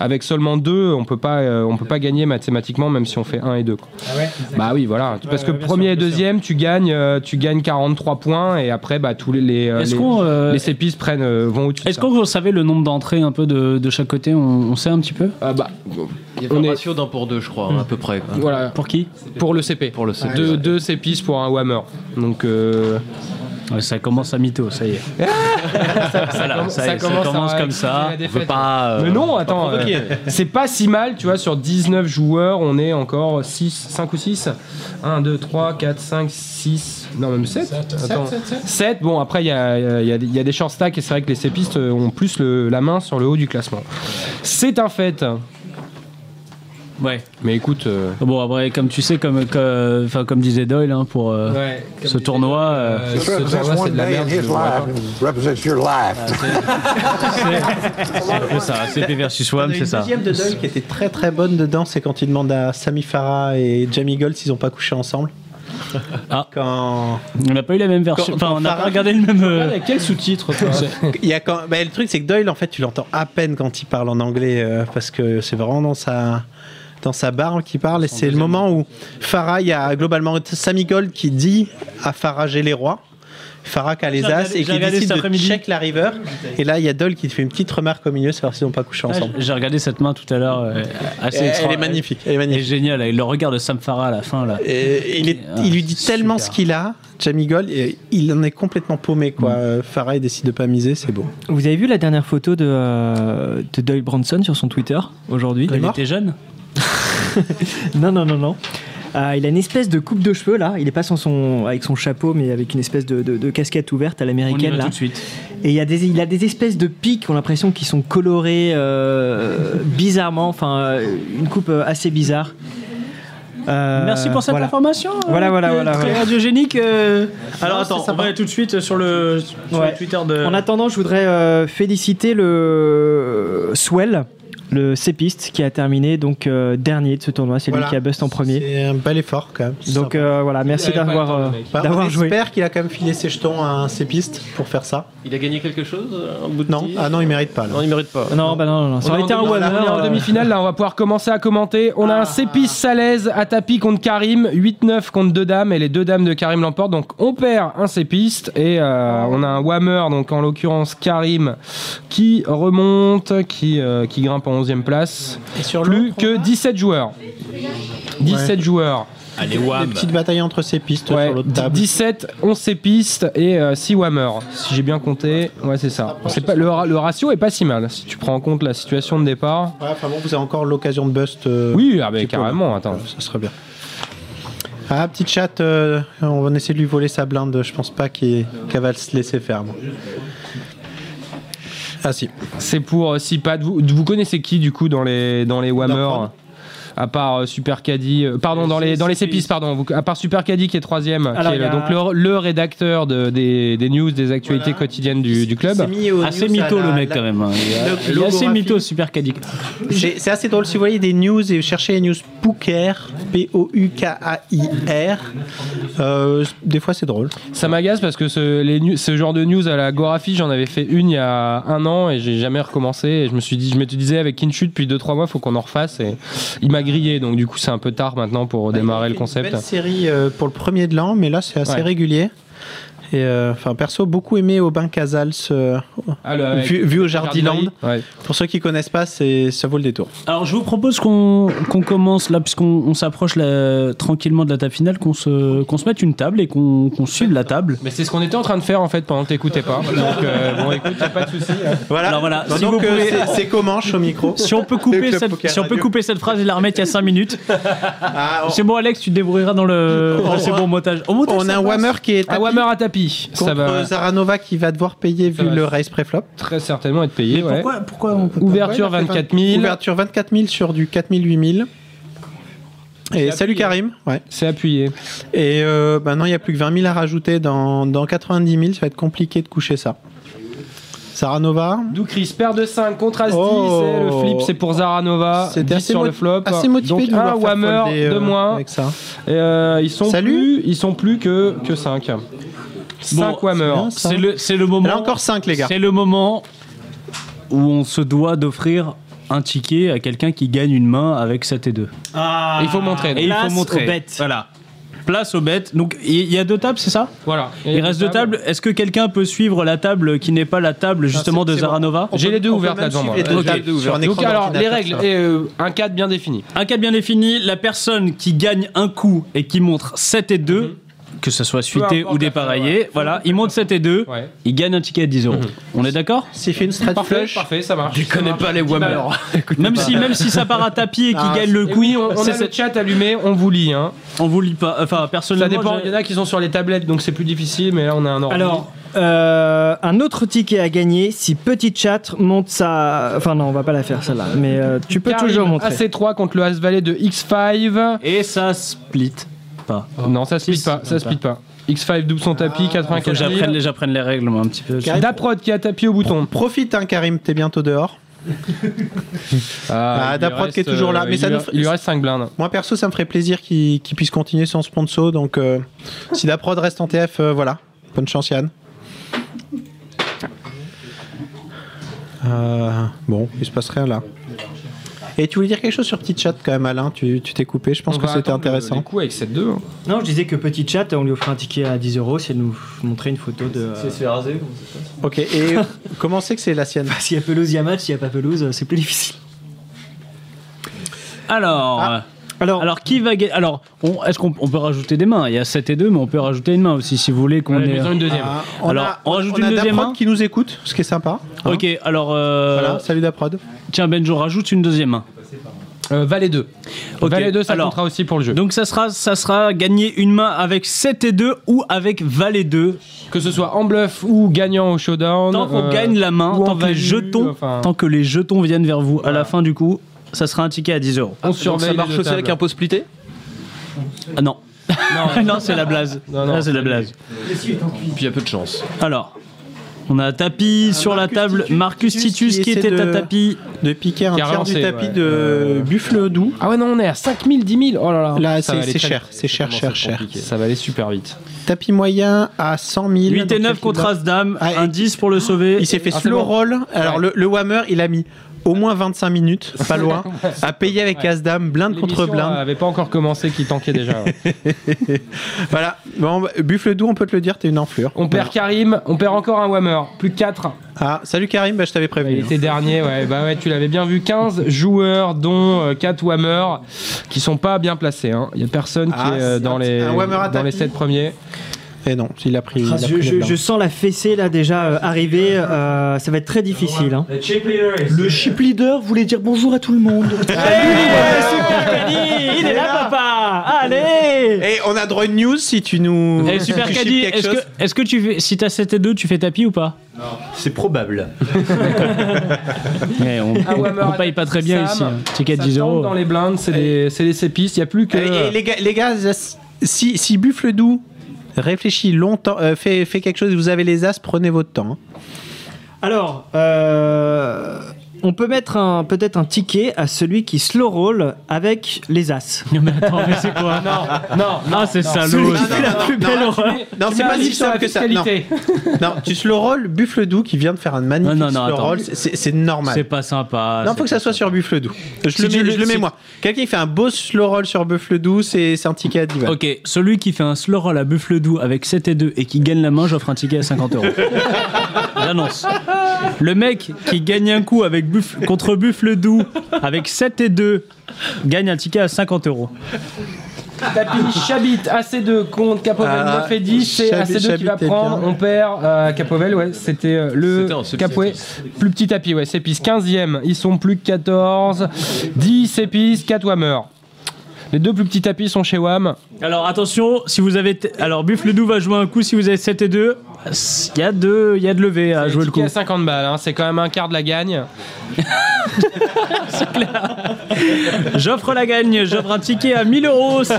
Speaker 7: avec seulement deux, on peut pas, euh, on peut pas gagner mathématiquement même si on fait 1 et 2.
Speaker 9: Ah
Speaker 7: bah oui, voilà. Parce que
Speaker 9: ouais, bien
Speaker 7: premier
Speaker 9: sûr,
Speaker 7: et deuxième, tu gagnes, euh, tu gagnes 43 points et après, bah tous les les, euh,
Speaker 23: Est-ce
Speaker 7: les,
Speaker 23: qu'on, euh,
Speaker 7: les sépices prennent euh, vont au-dessus. de
Speaker 23: Est-ce
Speaker 7: ça.
Speaker 23: que vous savez le nombre d'entrées un peu de, de chaque côté on, on sait un petit peu
Speaker 7: bah,
Speaker 9: Il y a un ratio d'un pour deux, je crois, hein,
Speaker 23: Hmm.
Speaker 9: à peu près. quoi.
Speaker 7: Voilà. Hein Pour qui Pour le CP. Pour le
Speaker 9: CP.
Speaker 7: Deux, deux CPs pour un Whammer. Donc. euh,
Speaker 23: ça commence à mytho, ça y est.
Speaker 7: Ah com-
Speaker 23: ça, commence,
Speaker 7: à-
Speaker 23: comme ça.
Speaker 7: la défaite. Mais non, attends,
Speaker 23: provoquer.
Speaker 7: euh, c'est pas si mal, tu vois, sur 19 joueurs, on est encore 6, 5 ou 6 1, 2, 3, 4, 5, 6, non, même 7
Speaker 9: Sept, sept, sept.
Speaker 7: 7, bon, après, il y a, il y a- il y a des short stacks et c'est vrai que les sépistes euh, ont plus le- la main sur le haut du classement. C'est un fait.
Speaker 23: Ouais.
Speaker 7: Mais écoute. euh,
Speaker 23: Ah Bon, après, comme tu sais, comme, que- enfin, comme disait Doyle, hein, pour euh,
Speaker 7: Ouais,
Speaker 23: ce tournoi. euh,
Speaker 10: This represents one day in his life and represents your life.
Speaker 23: C'est un peu ça, CP versus WAM, c'est ça.
Speaker 5: deuxième de Doyle qui était très très bonne dedans, c'est quand il demande à Sami Farah et Jamie Gold s'ils ont pas couché ensemble. Ah. Quand...
Speaker 23: On n'a pas eu la même version. Enfin, on n'a pas regardé le même. euh,
Speaker 5: quel sous-titre Il y a quand... bah, le truc c'est que Doyle en fait tu l'entends à peine quand il parle en anglais euh, parce que c'est vraiment dans sa dans sa barbe qu'il parle et c'est le moment où Farah il y a globalement Sami Gold qui dit à Farah j'ai les rois. Farah qui a les
Speaker 23: J'ai
Speaker 5: as
Speaker 23: regardé-
Speaker 5: et
Speaker 23: j'ai
Speaker 5: qui
Speaker 23: regardé
Speaker 5: décide
Speaker 23: cet
Speaker 5: de
Speaker 23: après-midi.
Speaker 5: check la river et là il y a Doyle qui te fait une petite remarque au milieu savoir s'ils n'ont pas couché
Speaker 23: Ah,
Speaker 5: ensemble.
Speaker 23: J'ai regardé cette main tout à l'heure. euh, assez
Speaker 5: Elle- elle
Speaker 23: extra-
Speaker 5: est magnifique,
Speaker 23: Elle est magnifique. géniale. Et le regard de Sam Farah à la fin, là. Ah.
Speaker 5: Et il, est-
Speaker 9: Ah,
Speaker 5: il lui dit tellement ce qu'il a, Jamie Gold, et il en est complètement paumé. Quoi.
Speaker 9: Mm.
Speaker 5: Euh, Farah, il décide de pas miser, c'est beau.
Speaker 6: Vous avez vu la dernière photo de, euh, de Doyle Branson sur son Twitter aujourd'hui
Speaker 23: Quand il était jeune
Speaker 6: Non, non, non, non. Euh, il a une espèce de coupe de cheveux là. Il est pas sans son, avec son chapeau, mais avec une espèce de, de- de casquette ouverte à
Speaker 23: On y
Speaker 6: l'américaine
Speaker 23: va
Speaker 6: là.
Speaker 23: tout de suite.
Speaker 6: Et il, y a des, il a des espèces de pics, on a l'impression qu'ils sont colorés euh, bizarrement. Enfin, euh, une coupe euh, assez bizarre. Euh,
Speaker 23: Merci pour cette
Speaker 6: voilà.
Speaker 23: information. euh,
Speaker 6: Voilà, voilà,
Speaker 23: très-
Speaker 6: voilà,
Speaker 23: Très
Speaker 6: ouais.
Speaker 23: radiogénique. euh. Alors
Speaker 6: Non,
Speaker 23: attends,
Speaker 6: c'est
Speaker 23: on va aller tout de suite sur le, sur
Speaker 6: Ouais.
Speaker 23: le Twitter de.
Speaker 6: En attendant, je voudrais euh, féliciter le euh, Swell, le cépiste, qui a terminé donc euh, dernier de ce tournoi. C'est
Speaker 5: Voilà.
Speaker 6: lui qui a bust en premier.
Speaker 5: C'est un bel effort quand même.
Speaker 6: Donc euh, voilà, merci d'avoir euh,
Speaker 5: Bah,
Speaker 6: d'avoir
Speaker 5: on
Speaker 6: joué.
Speaker 5: espère qu'il a quand même filé ses jetons à un sépiste pour faire ça.
Speaker 9: Il a gagné quelque chose euh, un bout de
Speaker 5: Non,
Speaker 9: tir
Speaker 5: ah non, il mérite pas. là.
Speaker 9: Non, il mérite pas.
Speaker 6: Non, bah non, non, non. Ah. ça
Speaker 7: On
Speaker 6: aurait
Speaker 7: est
Speaker 6: été
Speaker 7: en
Speaker 6: un euh,
Speaker 7: demi-
Speaker 6: one.
Speaker 7: hein. on est en demi-finale, là, on va pouvoir commencer à commenter. On a un Cépis Salaise à tapis contre Karim, 8-9 contre deux dames, et les deux dames de Karim l'emportent. Donc on perd un Cépiste, et euh, on a un Whammer, donc en l'occurrence Karim, qui remonte, qui, euh, qui grimpe en 11 e place. Plus que 17 joueurs. 17 joueurs.
Speaker 5: Des petites batailles entre sépistes
Speaker 7: Ouais,
Speaker 5: sur l'autre table.
Speaker 7: 17, 11 sépistes et euh, 6 whammer, si j'ai bien compté. Ouais, c'est ça. C'est pas, le, ra- le ratio est pas si mal, si tu prends en compte la situation de départ.
Speaker 5: Ouais, enfin bon, vous avez encore l'occasion de bust. euh,
Speaker 7: Oui, ah
Speaker 5: un
Speaker 7: ben,
Speaker 5: petit peu, là.
Speaker 7: carrément, attends.
Speaker 5: Ça serait bien. Ah, petit chat, euh, on va essayer de lui voler sa blinde. Je pense pas qu'il- qu'elle va se laisser faire. moi. Ah si.
Speaker 7: C'est pour euh, six pattes. Vous, vous connaissez qui du coup dans les dans les Whammer à part euh, Super Caddy, euh, pardon, dans les, dans les sépices, pardon, vous- à part Super Caddy qui est troisième, qui
Speaker 23: Alors,
Speaker 7: est
Speaker 23: il y
Speaker 7: le-
Speaker 23: a-
Speaker 7: donc le, le rédacteur de- des, des news, des actualités quotidiennes du, du club.
Speaker 23: Assez Ah, mytho le mec quand même. hein. Il est- Il est assez mytho, super cadique.
Speaker 5: J'ai- C'est assez drôle si vous voyez des news et cherchez les news Pooker, P-O-U-K-A-I-R. Euh, des fois c'est drôle.
Speaker 7: Ça m'agace parce que ce, les nu- ce genre de news à la Gorafi, j'en avais fait une il y a un an et j'ai jamais recommencé. Et je me suis dit, je m'étais disais avec Kinshut depuis 2-3 mois, faut qu'on en refasse. Et il m'a grillé, donc du coup, c'est un peu tard maintenant
Speaker 5: Bah,
Speaker 7: pour démarrer le
Speaker 5: Belle
Speaker 7: concept.
Speaker 5: série euh, pour le premier de l'an, mais là c'est assez
Speaker 7: Ouais.
Speaker 5: régulier. Et euh, enfin perso beaucoup aimé Aubin Casals euh,
Speaker 7: Ah, le- avec-
Speaker 5: vu, vu au Jardiland.
Speaker 7: Ouais.
Speaker 5: Pour ceux qui connaissent pas, c'est ça vaut le détour.
Speaker 23: Alors je vous propose qu'on qu'on commence là, puisqu'on on s'approche là, tranquillement de la table finale, qu'on se, qu'on se mette une table et qu'on qu'on suive la table.
Speaker 7: Mais c'est ce qu'on était en train de faire en fait pendant que t'écoutais pas. Donc euh, bon, écoute, y a pas de souci. hein.
Speaker 5: Voilà.
Speaker 23: Alors voilà, si
Speaker 5: Donc
Speaker 23: vous
Speaker 5: euh,
Speaker 23: pouvez-
Speaker 5: c'est- c'est comment je suis au micro
Speaker 23: Si on peut
Speaker 5: Le
Speaker 23: couper,
Speaker 5: Club
Speaker 23: cette,
Speaker 5: Poker
Speaker 23: si on peut
Speaker 5: Radio.
Speaker 23: couper cette phrase et la remettre il y a 5 minutes,
Speaker 5: Ah, on-
Speaker 23: c'est bon Alex, tu te débrouilleras dans le.
Speaker 5: On-
Speaker 23: c'est bon au montage. Au montage,
Speaker 5: on
Speaker 23: ça
Speaker 5: a un
Speaker 23: passe.
Speaker 5: Whammer qui est tapis.
Speaker 7: Un Whammer à tapis. tapis.
Speaker 5: Contre
Speaker 7: Ça va-
Speaker 5: Zaranova qui va devoir payer
Speaker 7: Ça
Speaker 5: vu
Speaker 7: va-
Speaker 5: le race préflop.
Speaker 7: Très certainement être payé. ouais.
Speaker 5: on
Speaker 7: peut pas- Ouverture 24 000.
Speaker 5: Ouverture 24 000 sur du 4 000, 8 000. Et salut Karim. Ouais.
Speaker 7: C'est appuyé.
Speaker 5: Et euh, maintenant, il n'y a plus que 20 000 à rajouter dans, dans 90 000. Ça va être compliqué de coucher ça. Saranova.
Speaker 7: Doukris perd de 5 contre Asti,
Speaker 5: Oh.
Speaker 7: c'est le flip, c'est pour Zaranova.
Speaker 5: C'était
Speaker 7: 10
Speaker 5: assez
Speaker 7: sur
Speaker 5: mo-
Speaker 7: le flop.
Speaker 5: assez motivé
Speaker 7: Donc
Speaker 5: de vouloir
Speaker 7: un
Speaker 5: faire
Speaker 7: Whammer,
Speaker 5: folder, euh,
Speaker 7: deux moins.
Speaker 5: avec ça.
Speaker 7: Et, euh, ils sont
Speaker 5: Salut.
Speaker 7: plus, ils sont plus que que 5. 5 Whammer.
Speaker 3: C'est le, c'est le moment.
Speaker 5: encore 5, les gars.
Speaker 3: C'est le moment où on se doit d'offrir un ticket à quelqu'un qui gagne une main avec 7 et 2.
Speaker 7: Et il faut montrer.
Speaker 3: Et il faut montrer. Voilà. Place aux bêtes. Donc il y a deux tables, c'est ça
Speaker 7: Voilà.
Speaker 3: Il, reste deux tables. Est-ce que quelqu'un peut suivre la table qui n'est pas la table justement de Zaranova
Speaker 7: Ah, J'ai les deux ouvertes là devant moi. Ok. Donc alors les règles et euh, un cadre bien défini.
Speaker 3: Un cadre bien défini, la personne qui gagne un coup et qui montre 7 et 2, que ce soit suité
Speaker 7: Mhm. importe
Speaker 3: ou dépareillé, voilà, il monte 7 et 2, il gagne un ticket à 10 euros. On est d'accord
Speaker 5: C'est fait une straight
Speaker 7: Mhm. Parfait, parfait, ça marche. Ça marche. Dis alors.
Speaker 3: Même si, même si ça part à tapis et qu'il
Speaker 7: Ah,
Speaker 3: gagne le
Speaker 7: et
Speaker 3: coup,
Speaker 7: oui, on, on a
Speaker 3: c'est-
Speaker 7: le chat allumé, on vous lit. Hein.
Speaker 3: On vous lit pas. Enfin,
Speaker 7: Ça
Speaker 3: personnellement.
Speaker 7: dépend.
Speaker 3: j'ai-
Speaker 7: Il y en a qui sont sur les tablettes, donc c'est plus difficile. Mais là, on a un ordi.
Speaker 6: Alors, euh, un autre ticket à gagner si Petit Chat monte sa. Enfin, non, on va pas la faire celle-là, mais euh, tu peux
Speaker 7: Karim,
Speaker 6: toujours montrer.
Speaker 7: AC3 contre le As Valet de X5.
Speaker 3: Et ça split pas.
Speaker 7: Oh. Non, ça split pas. Ça split pas. X5 double son tapis,
Speaker 3: Ah, Faut que
Speaker 7: 84 000.
Speaker 3: j'apprenne les, j'apprenne les règles, moi, un petit peu.
Speaker 7: Daprod qui a tapis au bouton.
Speaker 5: Profite, hein, Karim, t'es bientôt dehors.
Speaker 7: il
Speaker 5: Ah,
Speaker 7: lui
Speaker 5: Daprod qui est
Speaker 7: reste,
Speaker 5: Ah, toujours là,
Speaker 7: euh,
Speaker 5: mais
Speaker 7: il
Speaker 5: ça
Speaker 7: lui-
Speaker 5: nous f-
Speaker 7: Il lui reste 5 blindes.
Speaker 5: Moi perso, ça me ferait plaisir qu'il qu'il puisse continuer sans sponsor. Donc, euh, si la prod reste en TF, euh, voilà. Bonne chance, Yann. Euh, bon, il se passe rien là. Et tu voulais dire quelque chose sur petit chat quand même, Alain Tu tu t'es coupé. Je pense
Speaker 7: On
Speaker 5: que
Speaker 7: va
Speaker 5: c'était
Speaker 7: attendre le-
Speaker 5: intéressant.
Speaker 7: les coups avec 7-2. hein.
Speaker 6: Non, je disais que Petit Chat, on lui offrait un ticket à 10 euros si elle nous montrait une photo de.
Speaker 15: C'est se faire raser comment ça se passe
Speaker 5: Ok. Et comment c'est que c'est la sienne
Speaker 6: S'il y a pelouse, il y a match. S'il n'y a pas pelouse, euh, c'est plus difficile.
Speaker 3: Alors.
Speaker 7: Ah,
Speaker 3: Alors, alors, qui va gagner Alors, on- est-ce qu'on on peut rajouter des mains Il y a 7 et 2, mais on peut rajouter une main aussi si vous voulez qu'on
Speaker 7: Allez,
Speaker 3: ait. euh,
Speaker 7: mettons une deuxième.
Speaker 5: Ah,
Speaker 3: alors,
Speaker 5: a-
Speaker 3: on rajoute
Speaker 5: a
Speaker 3: une deuxième
Speaker 5: Daprod
Speaker 7: hein.
Speaker 3: main
Speaker 5: qui nous écoute, ce qui est sympa. hein.
Speaker 3: Ok, alors. euh,
Speaker 5: Voilà, salut Daprod.
Speaker 3: Tiens, Benjo, rajoute une deuxième main.
Speaker 7: Euh, Valet 2.
Speaker 3: Ok,
Speaker 7: Valet 2, ça
Speaker 3: alors-
Speaker 7: comptera aussi pour le jeu.
Speaker 3: Donc, ça sera, ça sera gagner une main avec 7 et 2 ou avec Valet 2.
Speaker 7: Que ce soit en bluff ou gagnant au showdown.
Speaker 3: Tant qu'on
Speaker 7: euh,
Speaker 3: gagne la main,
Speaker 7: ou en
Speaker 3: tant que, les
Speaker 7: value,
Speaker 3: jetons,
Speaker 7: enfin-
Speaker 3: tant que les jetons viennent vers vous, à la fin du coup, ça sera un ticket à 10 euros.
Speaker 7: on
Speaker 15: Donc
Speaker 7: surveille
Speaker 15: Ah, ça
Speaker 7: les
Speaker 15: marche
Speaker 7: deux
Speaker 15: aussi avec
Speaker 7: tables.
Speaker 15: un pot splitté
Speaker 3: Ah non.
Speaker 7: Non.
Speaker 3: non, c'est la blaze.
Speaker 7: Non, non,
Speaker 3: Là, c'est la blaze.
Speaker 5: hein.
Speaker 15: Puis il y a peu de chance.
Speaker 3: Alors, on a tapis sur la table. Marcus Titus qui
Speaker 5: essaie
Speaker 3: était
Speaker 5: de-
Speaker 3: à tapis.
Speaker 5: De piquer un
Speaker 7: Qui a
Speaker 5: tiers
Speaker 7: relancé,
Speaker 5: du tapis
Speaker 7: ouais.
Speaker 5: de Buffle Doux.
Speaker 7: Ah ouais, non, on est à 5000, 10 000. Oh là là.
Speaker 5: Là,
Speaker 7: Ça va
Speaker 5: c'est
Speaker 7: aller
Speaker 5: c'est
Speaker 7: très
Speaker 5: cher,
Speaker 7: vite.
Speaker 5: c'est
Speaker 7: Ça
Speaker 5: cher, cher,
Speaker 7: commence à
Speaker 5: cher.
Speaker 7: être compliqué. Ça va aller super vite.
Speaker 5: Tapis moyen à 100 000.
Speaker 3: 8 et
Speaker 5: Donc,
Speaker 3: 9 contre
Speaker 5: celui-là-
Speaker 3: As-Dame.
Speaker 5: Ah, et-
Speaker 3: Un 10 pour le sauver.
Speaker 5: Il s'est fait
Speaker 7: Ah, c'est
Speaker 5: slow
Speaker 7: bon.
Speaker 5: roll. Alors, le, le Whammer, il a mis au moins 25 minutes, pas loin, à payer avec
Speaker 7: Ouais.
Speaker 5: As-Dame, blinde
Speaker 7: L'émission,
Speaker 5: contre
Speaker 7: euh,
Speaker 5: blinde.
Speaker 7: avait pas encore commencé, qui tanquait déjà. ouais.
Speaker 5: Voilà. Bon, bah, buffle doux, on peut te le dire, t'es une enflure.
Speaker 7: On perd Karim, on perd encore un Whammer. Plus 4.
Speaker 5: Ah, salut Karim, bah, je t'avais
Speaker 7: Il
Speaker 5: prévenu.
Speaker 7: était dernier, ouais, bah ouais, tu l'avais bien vu. 15 joueurs, dont 4 Whammer, qui sont pas bien placés. hein. Il y a personne qui
Speaker 5: Ah,
Speaker 7: est euh,
Speaker 5: c'est
Speaker 7: dans
Speaker 5: un-
Speaker 7: les,
Speaker 5: un Whammer à
Speaker 7: dans les
Speaker 5: tapis.
Speaker 7: 7 premiers.
Speaker 5: Et non, il a pris. il a pris
Speaker 6: je,
Speaker 5: les
Speaker 6: je-
Speaker 5: blindes.
Speaker 6: je sens la fessée là déjà euh, arriver. euh, ça va être très difficile. hein.
Speaker 22: Le chip leader voulait dire bonjour à tout le monde.
Speaker 10: Eh,
Speaker 6: Il est là, papa Allez
Speaker 5: Ah. Et on a droit à une news si tu nous.
Speaker 3: Eh, Ah, Super
Speaker 5: si tu
Speaker 3: Caddy,
Speaker 5: chiffres quelque
Speaker 3: est-ce
Speaker 5: chose.
Speaker 3: que, est-ce que tu fais, si t'as 7 et 2, tu fais tapis ou pas
Speaker 15: C'est probable.
Speaker 3: Eh, On,
Speaker 7: Un
Speaker 3: on-
Speaker 7: Whammer
Speaker 3: on
Speaker 7: à
Speaker 3: paye pas très bien
Speaker 7: Sam,
Speaker 3: ici. hein. Ticket
Speaker 7: ça
Speaker 3: 10
Speaker 7: tanque
Speaker 3: euros.
Speaker 7: Dans les blindes, c'est des, c'est des sépistes. Il y a plus que.
Speaker 5: Eh. Euh,
Speaker 7: Euh.
Speaker 5: Et, et les gars, les gars si, si buffle doux réfléchit longtemps, euh, fait, fait quelque chose, vous avez les As, prenez votre temps. hein.
Speaker 6: Alors, euh, on peut mettre un- peut-être un ticket à celui qui slow roll avec les As.
Speaker 3: Mais attends, mais c'est quoi
Speaker 7: Non, non,
Speaker 3: Ah, c'est salaud.
Speaker 6: Celui qui fait la plus belle horreur.
Speaker 5: Non, c'est pas si simple que ça. Non. Non, tu slow roll Buffle Doux qui vient de faire un magnifique
Speaker 3: Non, non, non,
Speaker 5: slow
Speaker 3: attends.
Speaker 5: roll. C'est c'est normal.
Speaker 3: C'est pas sympa.
Speaker 5: non,
Speaker 3: c'est
Speaker 5: faut que ça
Speaker 3: pas
Speaker 5: soit sur Buffle Doux. Je
Speaker 3: Si
Speaker 5: le
Speaker 3: tu
Speaker 5: mets,
Speaker 3: le-
Speaker 5: je le mets
Speaker 3: si-
Speaker 5: moi. Quelqu'un qui fait un beau slow roll sur Buffle Doux, c'est c'est un ticket à 10 balles.
Speaker 3: Ok, celui qui fait un slow roll à buffle doux avec 7 et 2 et qui gagne la main, j'offre un ticket à 50 euros. J'annonce. Le mec qui gagne un coup avec buff- contre buffle doux avec 7 et 2 gagne un ticket à 50 euros.
Speaker 7: Tapis, Chabit, AC2 contre Capovel,
Speaker 5: Ah,
Speaker 7: 9 et 10. C'est
Speaker 5: Chabit-
Speaker 7: AC2 qui va
Speaker 5: Chabit est
Speaker 7: prendre.
Speaker 5: bien.
Speaker 7: On perd euh, Capovel, ouais. C'était euh,
Speaker 15: C'était un
Speaker 7: le
Speaker 15: petit
Speaker 7: Capoué. Plus petit tapis, ouais. Sépis 15 e Ils sont plus que 14. 10 Sépis, 4 Whammer. Les deux plus petits tapis sont chez WAM.
Speaker 3: Alors attention, si vous avez. t- Alors Buffle Doux va jouer un coup si vous avez 7 et 2. Il y a de, il y a de lever à jouer le coup.
Speaker 7: à 50 balles, hein, c'est quand même un quart de la gagne.
Speaker 3: J'offre la gagne, j'offre un ticket à 1000 euros aussi.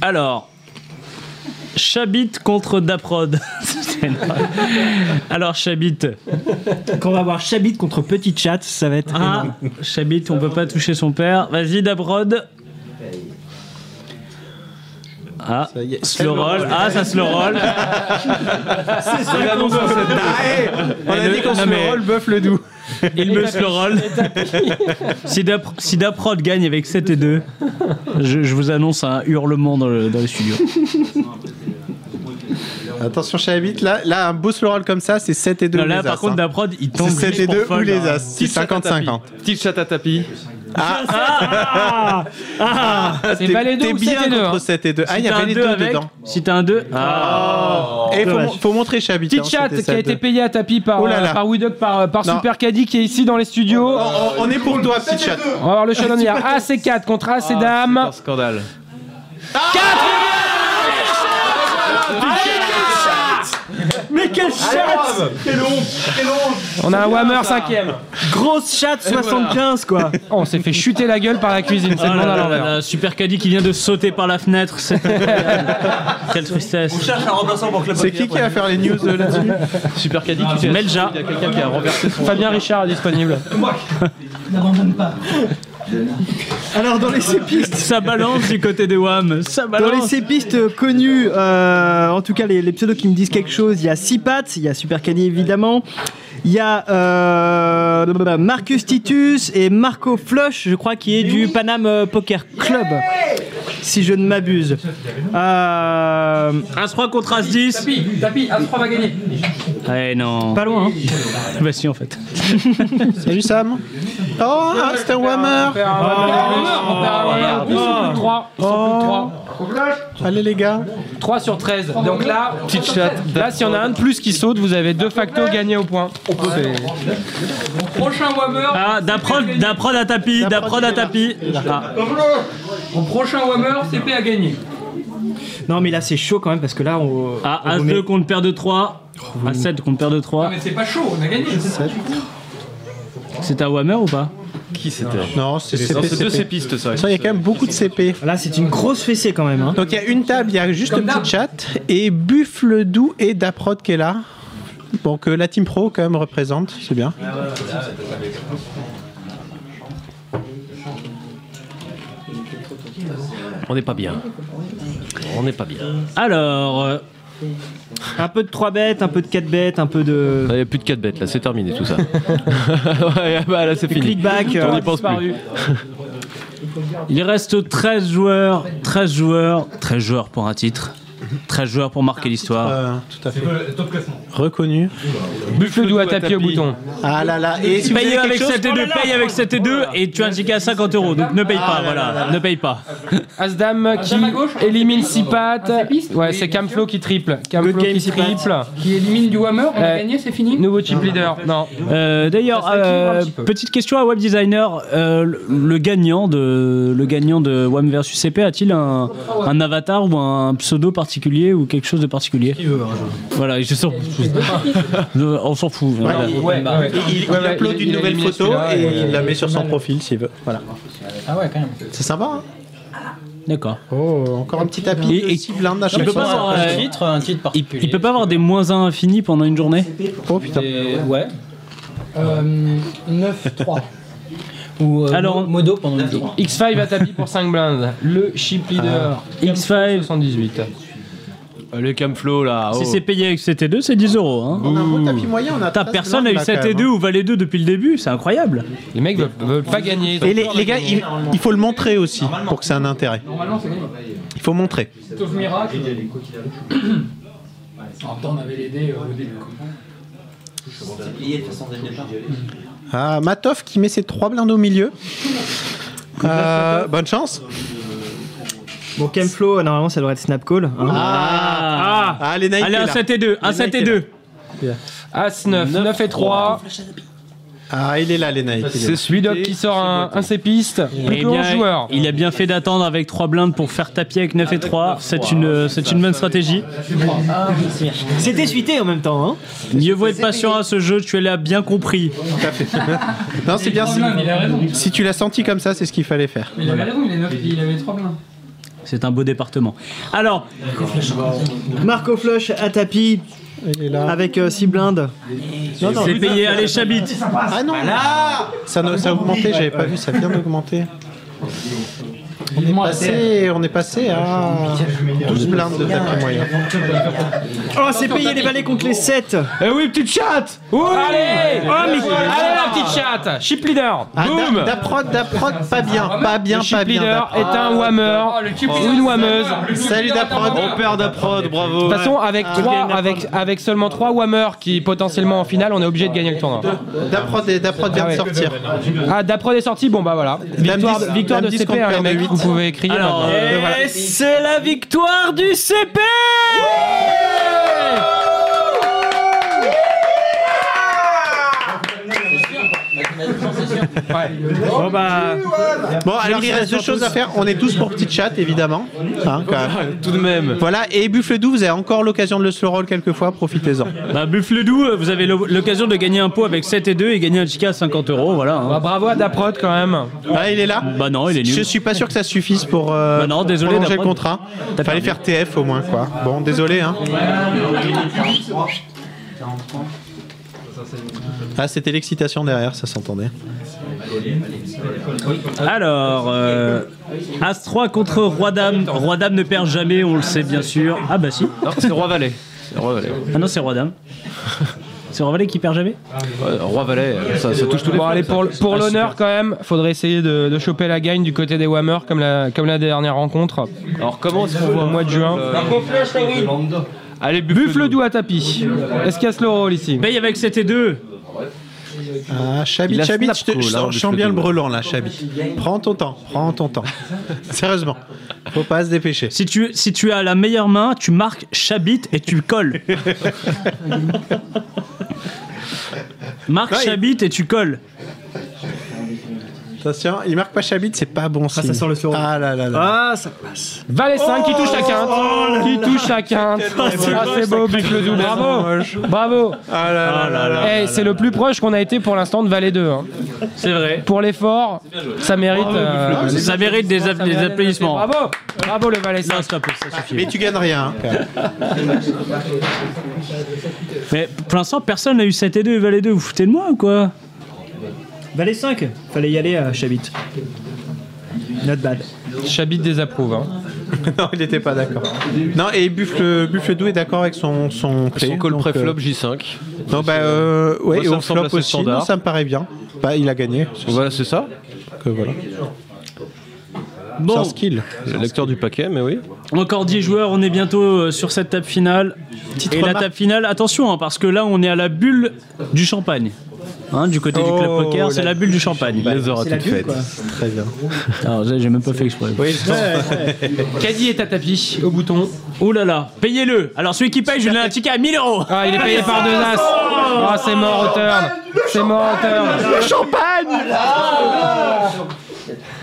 Speaker 3: Alors, Chabit contre Daprod. C'est énorme. Alors Chabit.
Speaker 22: Quand on va voir Chabit contre Petit Chat, ça va être.
Speaker 3: Ah, Chabit, on peut pas toucher son père. Vas-y Daprod. Ah, se le roll. Ah, ça se le roll.
Speaker 10: C'est ça qu'on veut.
Speaker 3: On a dit qu'on se Ah, le roll,
Speaker 7: bœuf le doux.
Speaker 3: Il me se le roll. Si Dap- si Daprod gagne avec 7 et 2, je, je vous annonce un hurlement dans le, dans le studio.
Speaker 5: Attention, Chabit, là, là, un boost roll comme ça, c'est 7 et 2.
Speaker 3: Non, là, par contre, Daprod, il tombe.
Speaker 5: C'est 7 et 2 ou les
Speaker 3: hein.
Speaker 5: As. C'est
Speaker 9: Petit chat à
Speaker 5: 50-50.
Speaker 9: tapis. Petit chat à tapis.
Speaker 3: Ah, ah,
Speaker 5: Ah,
Speaker 9: C'est
Speaker 5: t'es-
Speaker 9: pas les deux
Speaker 5: t'es
Speaker 9: ou
Speaker 5: bien
Speaker 9: c'était deux,
Speaker 5: contre
Speaker 9: hein.
Speaker 5: 7 et 2. Ah,
Speaker 3: Si
Speaker 5: il y
Speaker 3: t'as un
Speaker 5: avait les
Speaker 3: deux
Speaker 5: 2
Speaker 3: avec,
Speaker 5: dedans. Ah.
Speaker 3: Si t'as un ah. 2.
Speaker 5: Et faut, mon- faut montrer Chabit. hein,
Speaker 7: Petit chat qui a été payé à tapis par,
Speaker 5: Oh là là.
Speaker 7: euh, par Widok, par, par
Speaker 5: Non.
Speaker 7: Super Caddy qui est ici dans les studios.
Speaker 5: on- on est pour toi, petit chat.
Speaker 7: On va voir le show d'hier. AC4 contre AC Dame.
Speaker 9: Un scandale.
Speaker 10: Mais quelle
Speaker 22: Ah,
Speaker 7: chatte
Speaker 10: Quelle honte Quelle honte
Speaker 7: On a un Whammer 5ème.
Speaker 22: Grosse chatte
Speaker 3: 75,
Speaker 22: quoi.
Speaker 7: on s'est fait chuter la gueule par la cuisine, c'est
Speaker 3: Oh
Speaker 7: le monde
Speaker 3: là
Speaker 7: à
Speaker 3: là
Speaker 7: l'envers.
Speaker 3: là, Super Caddy qui vient de sauter par la fenêtre. c'est incroyable. Quelle tristesse. On cherche un remplaçant pour
Speaker 5: C'est qui qui va faire les news euh, là-dessus
Speaker 9: Super Caddy
Speaker 3: Ah,
Speaker 9: qui fait.
Speaker 3: Melja.
Speaker 9: Il y a quelqu'un qui a renversé son.
Speaker 7: Fabien Richard est disponible.
Speaker 22: N'abandonne pas.
Speaker 3: Alors dans les sépistes, ça balance du côté des WAM. Ça
Speaker 22: Dans les
Speaker 3: balance.
Speaker 22: sépistes euh, connus, euh, en tout cas les, les pseudos qui me disent quelque chose, il y a Sipat, il y a Super Caddy évidemment, il y a euh, blablabla, Marcus Titus et Marco Flush, je crois, qui est du Panam euh, Poker Club, si je ne m'abuse. Euh,
Speaker 3: As 3 contre As 10.
Speaker 7: Tapis, tapis, As3 va gagner.
Speaker 3: Eh non.
Speaker 22: Pas loin.
Speaker 3: Bah si en fait.
Speaker 5: Salut Sam. Oh, ah, c'est un Whammer.
Speaker 3: Oh,
Speaker 5: Oh. Allez les gars.
Speaker 7: 3 sur 13. Donc là, petite chat. Là, s'il y en a un de plus qui saute, vous avez de facto gagné au point. Prochain Whammer.
Speaker 3: Ah, d'apprendre d'apprendre à tapis, d'apprendre à tapis. Ah.
Speaker 7: Au prochain Whammer, CP a gagné.
Speaker 22: Non mais là c'est chaud quand même parce que là on...
Speaker 3: Ah,
Speaker 22: on
Speaker 3: As
Speaker 22: remet-
Speaker 3: 2 contre paire de 3. As 7 contre paire de 3.
Speaker 7: Ah, Mais c'est pas chaud, on a gagné.
Speaker 3: C'est un Whammer ou pas
Speaker 9: Qui c'était
Speaker 5: Non, c'est
Speaker 9: Non,
Speaker 5: CP,
Speaker 9: c'est deux
Speaker 5: CP.
Speaker 9: sépistes, ça.
Speaker 5: Ça, il y a quand même beaucoup de CP.
Speaker 22: Là c'est une grosse fessée quand même. hein.
Speaker 5: Donc il y a une table, il y a juste le petit chat et Buffle Doux et Daprod qui est là. Donc euh, la Team Pro quand même représente, c'est bien.
Speaker 9: On n'est pas bien. On n'est pas bien.
Speaker 3: Alors. euh,
Speaker 22: Un peu de 3 bêtes, un peu de 4 bêtes, un peu de...
Speaker 9: Il n'y a plus de 4 bêtes là, c'est terminé tout ça. ouais, bah, là c'est fini.
Speaker 22: clickback, euh,
Speaker 9: on n'y pense plus.
Speaker 7: disparu.
Speaker 3: Il reste 13 joueurs, 13 joueurs, 13 joueurs pour un titre, 13 joueurs pour marquer l'histoire.
Speaker 5: Euh, tout à fait. Reconnu.
Speaker 7: Buffle doux à tapis au bouton.
Speaker 5: Ah là là. Et si vous avez
Speaker 3: Paye
Speaker 5: quelque
Speaker 3: avec
Speaker 5: chose- Oh
Speaker 3: 7 et 2, paye avec 7 et 2 et tu as un ticket à 50 euros, donc ne paye
Speaker 5: Ah
Speaker 3: pas, voilà, ne paye pas.
Speaker 7: As-Dame qui élimine 6 pattes. Ouais, c'est Camflo qui triple. Camflo
Speaker 22: game,
Speaker 7: qui
Speaker 22: six pattes.
Speaker 7: triple.
Speaker 24: Qui élimine du Hammer, on
Speaker 7: Euh,
Speaker 24: a gagné, c'est fini
Speaker 7: Nouveau chip leader. Non.
Speaker 3: Euh, D'ailleurs,
Speaker 7: Ça s'équilibre un
Speaker 3: euh,
Speaker 7: petit peu.
Speaker 3: petite question à web designer, euh, le- le gagnant de le gagnant de WAM versus CP a-t-il un, un avatar ou un pseudo particulier ou quelque chose de particulier Voilà, je sors- on s'en fout. voilà.
Speaker 5: Ouais, Il, il
Speaker 7: Ouais,
Speaker 5: upload
Speaker 7: il-
Speaker 5: une
Speaker 7: il a
Speaker 5: nouvelle
Speaker 7: éliminé
Speaker 5: photo
Speaker 7: celui-là
Speaker 5: et
Speaker 7: et euh,
Speaker 5: il la met sur son profil s'il veut. Voilà.
Speaker 24: Ah ouais, quand même.
Speaker 5: C'est sympa. hein
Speaker 3: D'accord.
Speaker 5: oh, encore un petit tapis.
Speaker 3: Et- et-
Speaker 5: de hein, six blindes à
Speaker 3: Il
Speaker 5: chaque
Speaker 3: peut
Speaker 5: fois.
Speaker 3: pas avoir,
Speaker 24: Un
Speaker 3: euh,
Speaker 24: titre, un titre
Speaker 3: il,
Speaker 24: particulier.
Speaker 3: il peut pas avoir des moins 1 infinis pendant une journée
Speaker 5: Oh putain.
Speaker 24: Des-
Speaker 7: Ouais.
Speaker 24: Euh, 9-3. Ou euh,
Speaker 3: Alors-
Speaker 24: mo- Modo pendant le jour.
Speaker 7: X5 à tapis pour 5 blindes. Le chip leader.
Speaker 3: X5,
Speaker 7: 78. Euh,
Speaker 9: Le Camflo
Speaker 7: Ah
Speaker 9: là.
Speaker 7: oh.
Speaker 3: Si c'est payé avec 7 et 2, c'est 10 euros. hein.
Speaker 5: On a un beau tapis moyen, on a
Speaker 3: Putain,
Speaker 5: 13
Speaker 3: personne n'a eu
Speaker 5: blindes,
Speaker 3: E
Speaker 5: là,
Speaker 3: 7
Speaker 5: quand
Speaker 3: et
Speaker 5: même,
Speaker 3: 2
Speaker 5: hein.
Speaker 3: ou valet 2 depuis le début, c'est incroyable.
Speaker 7: Les mecs veulent, veulent pas gagner.
Speaker 5: Et les, les gars, il, il faut le montrer aussi pour que c'est un intérêt.
Speaker 24: Normalement, c'est gagné.
Speaker 5: Il faut montrer.
Speaker 24: Sauf miracle. En même temps, on avait les dés euh, au début.
Speaker 5: Ah, Matov qui met ses trois blindes au milieu. Euh, bonne chance.
Speaker 22: Bon Camflo, normalement ça devrait être Snap Call. hein.
Speaker 3: Ah,
Speaker 5: Ah, les Nike.
Speaker 3: Allez,
Speaker 5: là.
Speaker 3: un 7 et 2, un 7 et 2.
Speaker 7: As 9, 9 et 3.
Speaker 25: Ah, il est là, les Nike.
Speaker 7: C'est celui d'Oc qui sort un, un sépiste, plus
Speaker 3: Eh
Speaker 7: grand
Speaker 3: bien,
Speaker 7: joueur.
Speaker 3: Il a bien fait d'attendre avec 3 blindes pour faire tapis avec 9 et 3. C'est une, c'est une bonne stratégie.
Speaker 6: C'était suité en même temps. hein.
Speaker 3: Mieux vaut être patient à ce jeu, tu l'as bien compris.
Speaker 5: Non, c'est bien. Si,
Speaker 3: Il a raison.
Speaker 5: si tu l'as senti comme ça, c'est ce qu'il fallait faire.
Speaker 3: Il avait raison,
Speaker 16: il avait trois blindes.
Speaker 3: C'est un beau département. Alors,
Speaker 6: Marco Flush à tapis. Avec 6 blindes.
Speaker 3: Non, non. C'est payé, allez, Chabit.
Speaker 5: Ah non
Speaker 3: Voilà.
Speaker 5: ça, ne- ça a augmenté, j'avais pas vu, ça vient d'augmenter. On est, passé, on est passé à 12 blindes de tapis moyen.
Speaker 6: Oh, c'est payé les balais contre les 7
Speaker 7: Eh oui, petite chatte Allez
Speaker 6: Oh, mais-
Speaker 7: Allez
Speaker 24: Ah.
Speaker 7: la petite chatte Ship leader
Speaker 5: Ah,
Speaker 7: Boum
Speaker 5: da- Daprod, Daprod, pas bien, pas
Speaker 7: Ah Le
Speaker 5: bien, pas
Speaker 7: chip
Speaker 5: bien.
Speaker 7: leader est
Speaker 5: Ah,
Speaker 7: un whammer, une whammeuse.
Speaker 5: Salut Daprod.
Speaker 25: On perd d'Aprod, bravo.
Speaker 7: De toute façon, avec,
Speaker 5: Ah.
Speaker 7: trois, avec, avec seulement 3 whammers qui potentiellement en finale, on est obligé de gagner le tournoi.
Speaker 5: Daprod, est- Daprod vient
Speaker 7: Ah ouais.
Speaker 5: de sortir.
Speaker 7: Ah, d'après les sorties, bon bah voilà. Victoire,
Speaker 5: dix-
Speaker 7: victoire
Speaker 5: dame
Speaker 7: de
Speaker 5: dix
Speaker 7: CP,
Speaker 5: contre
Speaker 7: hein, les
Speaker 5: paire de
Speaker 7: mecs,
Speaker 5: huit.
Speaker 7: vous pouvez crier.
Speaker 5: Alors,
Speaker 7: maintenant.
Speaker 5: euh,
Speaker 7: Et voilà.
Speaker 5: voilà.
Speaker 3: c'est la victoire du CP
Speaker 5: Bon, bah... bon alors il reste deux choses à faire. On est tous pour petite chat évidemment. Hein, quand même.
Speaker 9: Tout de même.
Speaker 5: Voilà et Buffle doux, vous avez encore l'occasion de le slow roll quelques fois, profitez-en.
Speaker 3: Bah, Buffle Doux, euh, vous avez l'o- l'occasion de gagner un pot avec 7 et 2 et gagner un JK à 50 euros, voilà. hein.
Speaker 7: bravo à Daprod quand même.
Speaker 5: Ah il est là
Speaker 3: Bah non, il est nul.
Speaker 5: Je suis pas sûr que ça suffise pour euh,
Speaker 3: Bah non, désolé,
Speaker 5: prolonger le
Speaker 3: Daprod.
Speaker 5: contrat.
Speaker 3: T'as
Speaker 5: Fallait
Speaker 3: perdu.
Speaker 5: faire TF au moins quoi. Bon désolé hein. Ah c'était l'excitation derrière, ça s'entendait.
Speaker 3: Alors, euh, As-3 contre Roi-Dame. Roi-Dame ne perd jamais, on le sait bien sûr. Ah bah si.
Speaker 9: Non, c'est Roi Valet. C'est Roi Valet.
Speaker 3: Ah non, c'est Roi-Dame. C'est Roi-Valet qui perd jamais
Speaker 9: Ouais, Roi Valet,
Speaker 7: Euh,
Speaker 9: ça, ça touche tous les
Speaker 7: Bon, allez, pour, pour
Speaker 9: Ah,
Speaker 7: l'honneur quand même, faudrait essayer de, de choper la gagne du côté des Whammers comme la, comme la dernière rencontre.
Speaker 9: Alors comment est-ce qu'on voit
Speaker 7: au mois de juin
Speaker 9: Allez,
Speaker 7: buffle doux à tapis. Est-ce qu'il y a slow roll ici
Speaker 3: Paye avec 7 et 2.
Speaker 5: Ah, Chabi,
Speaker 7: Il a
Speaker 5: Chabi,
Speaker 7: snap
Speaker 5: je, te-
Speaker 7: call,
Speaker 5: je
Speaker 7: hein,
Speaker 5: sens, je
Speaker 7: Buffle
Speaker 5: sens bien le
Speaker 7: Doux.
Speaker 5: brelan là, Chabi. Prends ton temps, prends ton temps. Sérieusement, faut pas se dépêcher.
Speaker 3: Si tu, si tu as la meilleure main, tu marques Chabit et tu colles. Marque
Speaker 5: Non, il-
Speaker 3: Chabit et tu colles.
Speaker 5: Attention, il marque pas Chabit, c'est pas bon signe. Ah, ça sort le sur. Ah là là là.
Speaker 6: Ah, ça passe.
Speaker 7: Valet 5 qui touche la quinte.
Speaker 5: Oh
Speaker 7: qui touche la quinte. Ah, c'est beau, buffle doux. Bravo. Bravo.
Speaker 5: Ah là là là là.
Speaker 7: Eh, c'est le plus proche qu'on a été pour l'instant de Valet 2. hein.
Speaker 3: C'est vrai.
Speaker 7: Pour l'effort, ça mérite.
Speaker 5: Oh,
Speaker 7: euh,
Speaker 3: Ça mérite des, app- des applaudissements.
Speaker 7: Bravo Bravo le Valet
Speaker 3: Non, stop, ça suffit.
Speaker 5: Mais tu gagnes rien. hein.
Speaker 3: Mais pour l'instant, personne n'a eu 7 et 2 et Valet 2. Vous vous foutez de moi ou quoi
Speaker 6: Valet 5 Fallait y aller à Chabit. Not bad.
Speaker 7: Chabit désapprouve. hein.
Speaker 5: non, il était pas d'accord. Non, et Buffle, Buffle Doux est d'accord avec son son
Speaker 9: Son
Speaker 5: pré,
Speaker 9: call
Speaker 5: donc,
Speaker 9: pré-flop
Speaker 5: euh,
Speaker 9: J5.
Speaker 5: Non, bah euh, ouais,
Speaker 9: Moi,
Speaker 5: et
Speaker 9: ça
Speaker 5: au
Speaker 9: me semble
Speaker 5: flop
Speaker 9: assez
Speaker 5: aussi.
Speaker 9: standard.
Speaker 5: Non, ça me paraît bien. Bah, il a gagné.
Speaker 9: Voilà, c'est ça.
Speaker 5: Que voilà.
Speaker 3: Bon,
Speaker 5: Sans skill.
Speaker 9: Le lecteur du paquet, mais oui.
Speaker 3: encore 10 joueurs, on est bientôt euh, sur cette table finale.
Speaker 5: Petite
Speaker 3: et la
Speaker 5: remarque.
Speaker 3: table finale, attention, hein, parce que là, on est à la bulle du champagne. Hein, du côté du club
Speaker 5: Oh,
Speaker 3: poker, c'est
Speaker 5: la
Speaker 3: la bulle du champagne.
Speaker 9: Les heures à toute fête.
Speaker 5: Très bien.
Speaker 3: Alors, j'ai j'ai même pas fait exprès.
Speaker 5: Oui, je sens.
Speaker 7: Caddy est à tapis, au bouton.
Speaker 3: Ouh là là, payez-le. Alors, celui qui paye, je lui donne un ticket à 1000 euros.
Speaker 7: Ah, il est payé par deux as.
Speaker 5: Oh
Speaker 7: Ah, c'est mort au turn. C'est mort au turn.
Speaker 5: Le champagne.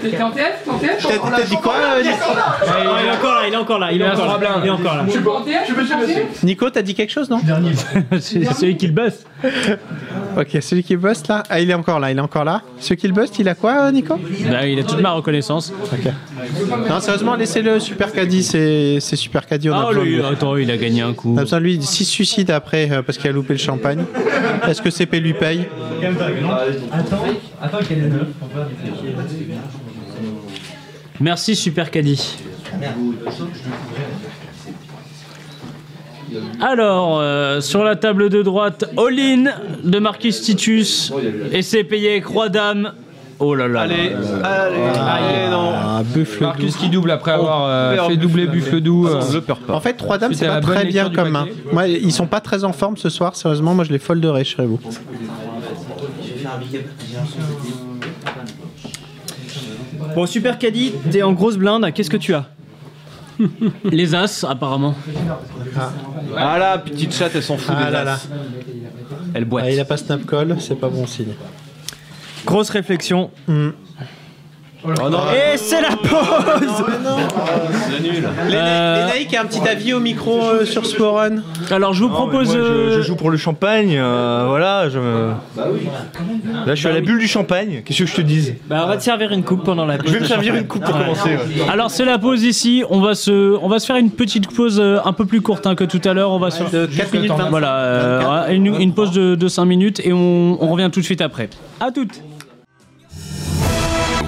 Speaker 16: T'es en TF T'es en TF
Speaker 5: T'as t'as dit quoi, euh, Nico
Speaker 6: Ah, il est encore là, il est encore là, il est
Speaker 7: Il a
Speaker 6: encore
Speaker 7: trois
Speaker 6: là.
Speaker 7: blindes.
Speaker 6: Il est encore là.
Speaker 16: Tu peux en TF Tu peux en TF
Speaker 5: Nico, t'as dit quelque chose, non
Speaker 3: c'est c'est celui qui le bosse.
Speaker 5: Ok, celui qui buste là, ah, il est encore là, il est encore là. Celui qui le buste, il a quoi, euh, Nico
Speaker 3: Bah, il a toute ma reconnaissance.
Speaker 5: Non, sérieusement, laissez-le, Super Caddy, c'est c'est Super Caddy, on a
Speaker 3: Ah,
Speaker 5: besoin de
Speaker 3: lui,
Speaker 5: lui.
Speaker 3: attends, il a gagné un coup.
Speaker 5: On a besoin de lui, s'il se suicide après euh, parce qu'il a loupé le champagne, est-ce que CP lui paye
Speaker 3: Merci Super Caddy. Alors, euh, sur la table de droite, All-in de Marquis Titus. Et c'est payé avec Roi-Dame. Oh là là.
Speaker 9: Allez, allez, allez, non.
Speaker 5: Ah, buffle.
Speaker 7: Marcus qui double
Speaker 5: Oh,
Speaker 7: après avoir euh,
Speaker 9: perd
Speaker 7: fait doubler buffle doux. euh,
Speaker 9: Je perds pas.
Speaker 5: En fait, trois dames,
Speaker 7: Suite
Speaker 5: c'est
Speaker 7: à la
Speaker 5: pas
Speaker 7: bonne
Speaker 5: très bien
Speaker 7: lecture du
Speaker 5: comme main.
Speaker 7: paquet.
Speaker 5: Moi, ils sont pas très en forme ce soir, sérieusement, moi je les folderai, je serai vous.
Speaker 6: Bon, super caddie, t'es en grosse blinde, qu'est-ce que tu as
Speaker 3: Les As, apparemment.
Speaker 9: Ah la petite chatte, elle s'en fout
Speaker 5: Ah
Speaker 9: des
Speaker 5: là là.
Speaker 9: as. Elle boite.
Speaker 5: Ah, il a pas snap call, c'est pas bon signe.
Speaker 6: Grosse réflexion.
Speaker 5: Hmm. Oh
Speaker 6: Et c'est la pause
Speaker 9: C'est nul.
Speaker 7: Euh,
Speaker 5: Lénaïque a un petit avis au micro euh, sur ce forum
Speaker 3: Alors je vous
Speaker 5: propose.
Speaker 9: je,
Speaker 7: euh,
Speaker 9: je joue pour le champagne, euh, voilà. Je me- Là, je suis à la bulle du champagne. Qu'est-ce que je te dise
Speaker 6: Bah, on va te servir une coupe pendant la pause.
Speaker 9: Je vais me servir une coupe pour
Speaker 6: Ouais.
Speaker 9: commencer. ouais.
Speaker 3: Alors c'est la pause ici, on va se, on va se faire une petite pause euh, un peu plus courte hein, que tout à l'heure, on va se faire
Speaker 9: 4 minutes 25.
Speaker 3: voilà, euh, voilà, une, une pause de, 5 minutes et on, on revient tout de suite après. À toutes.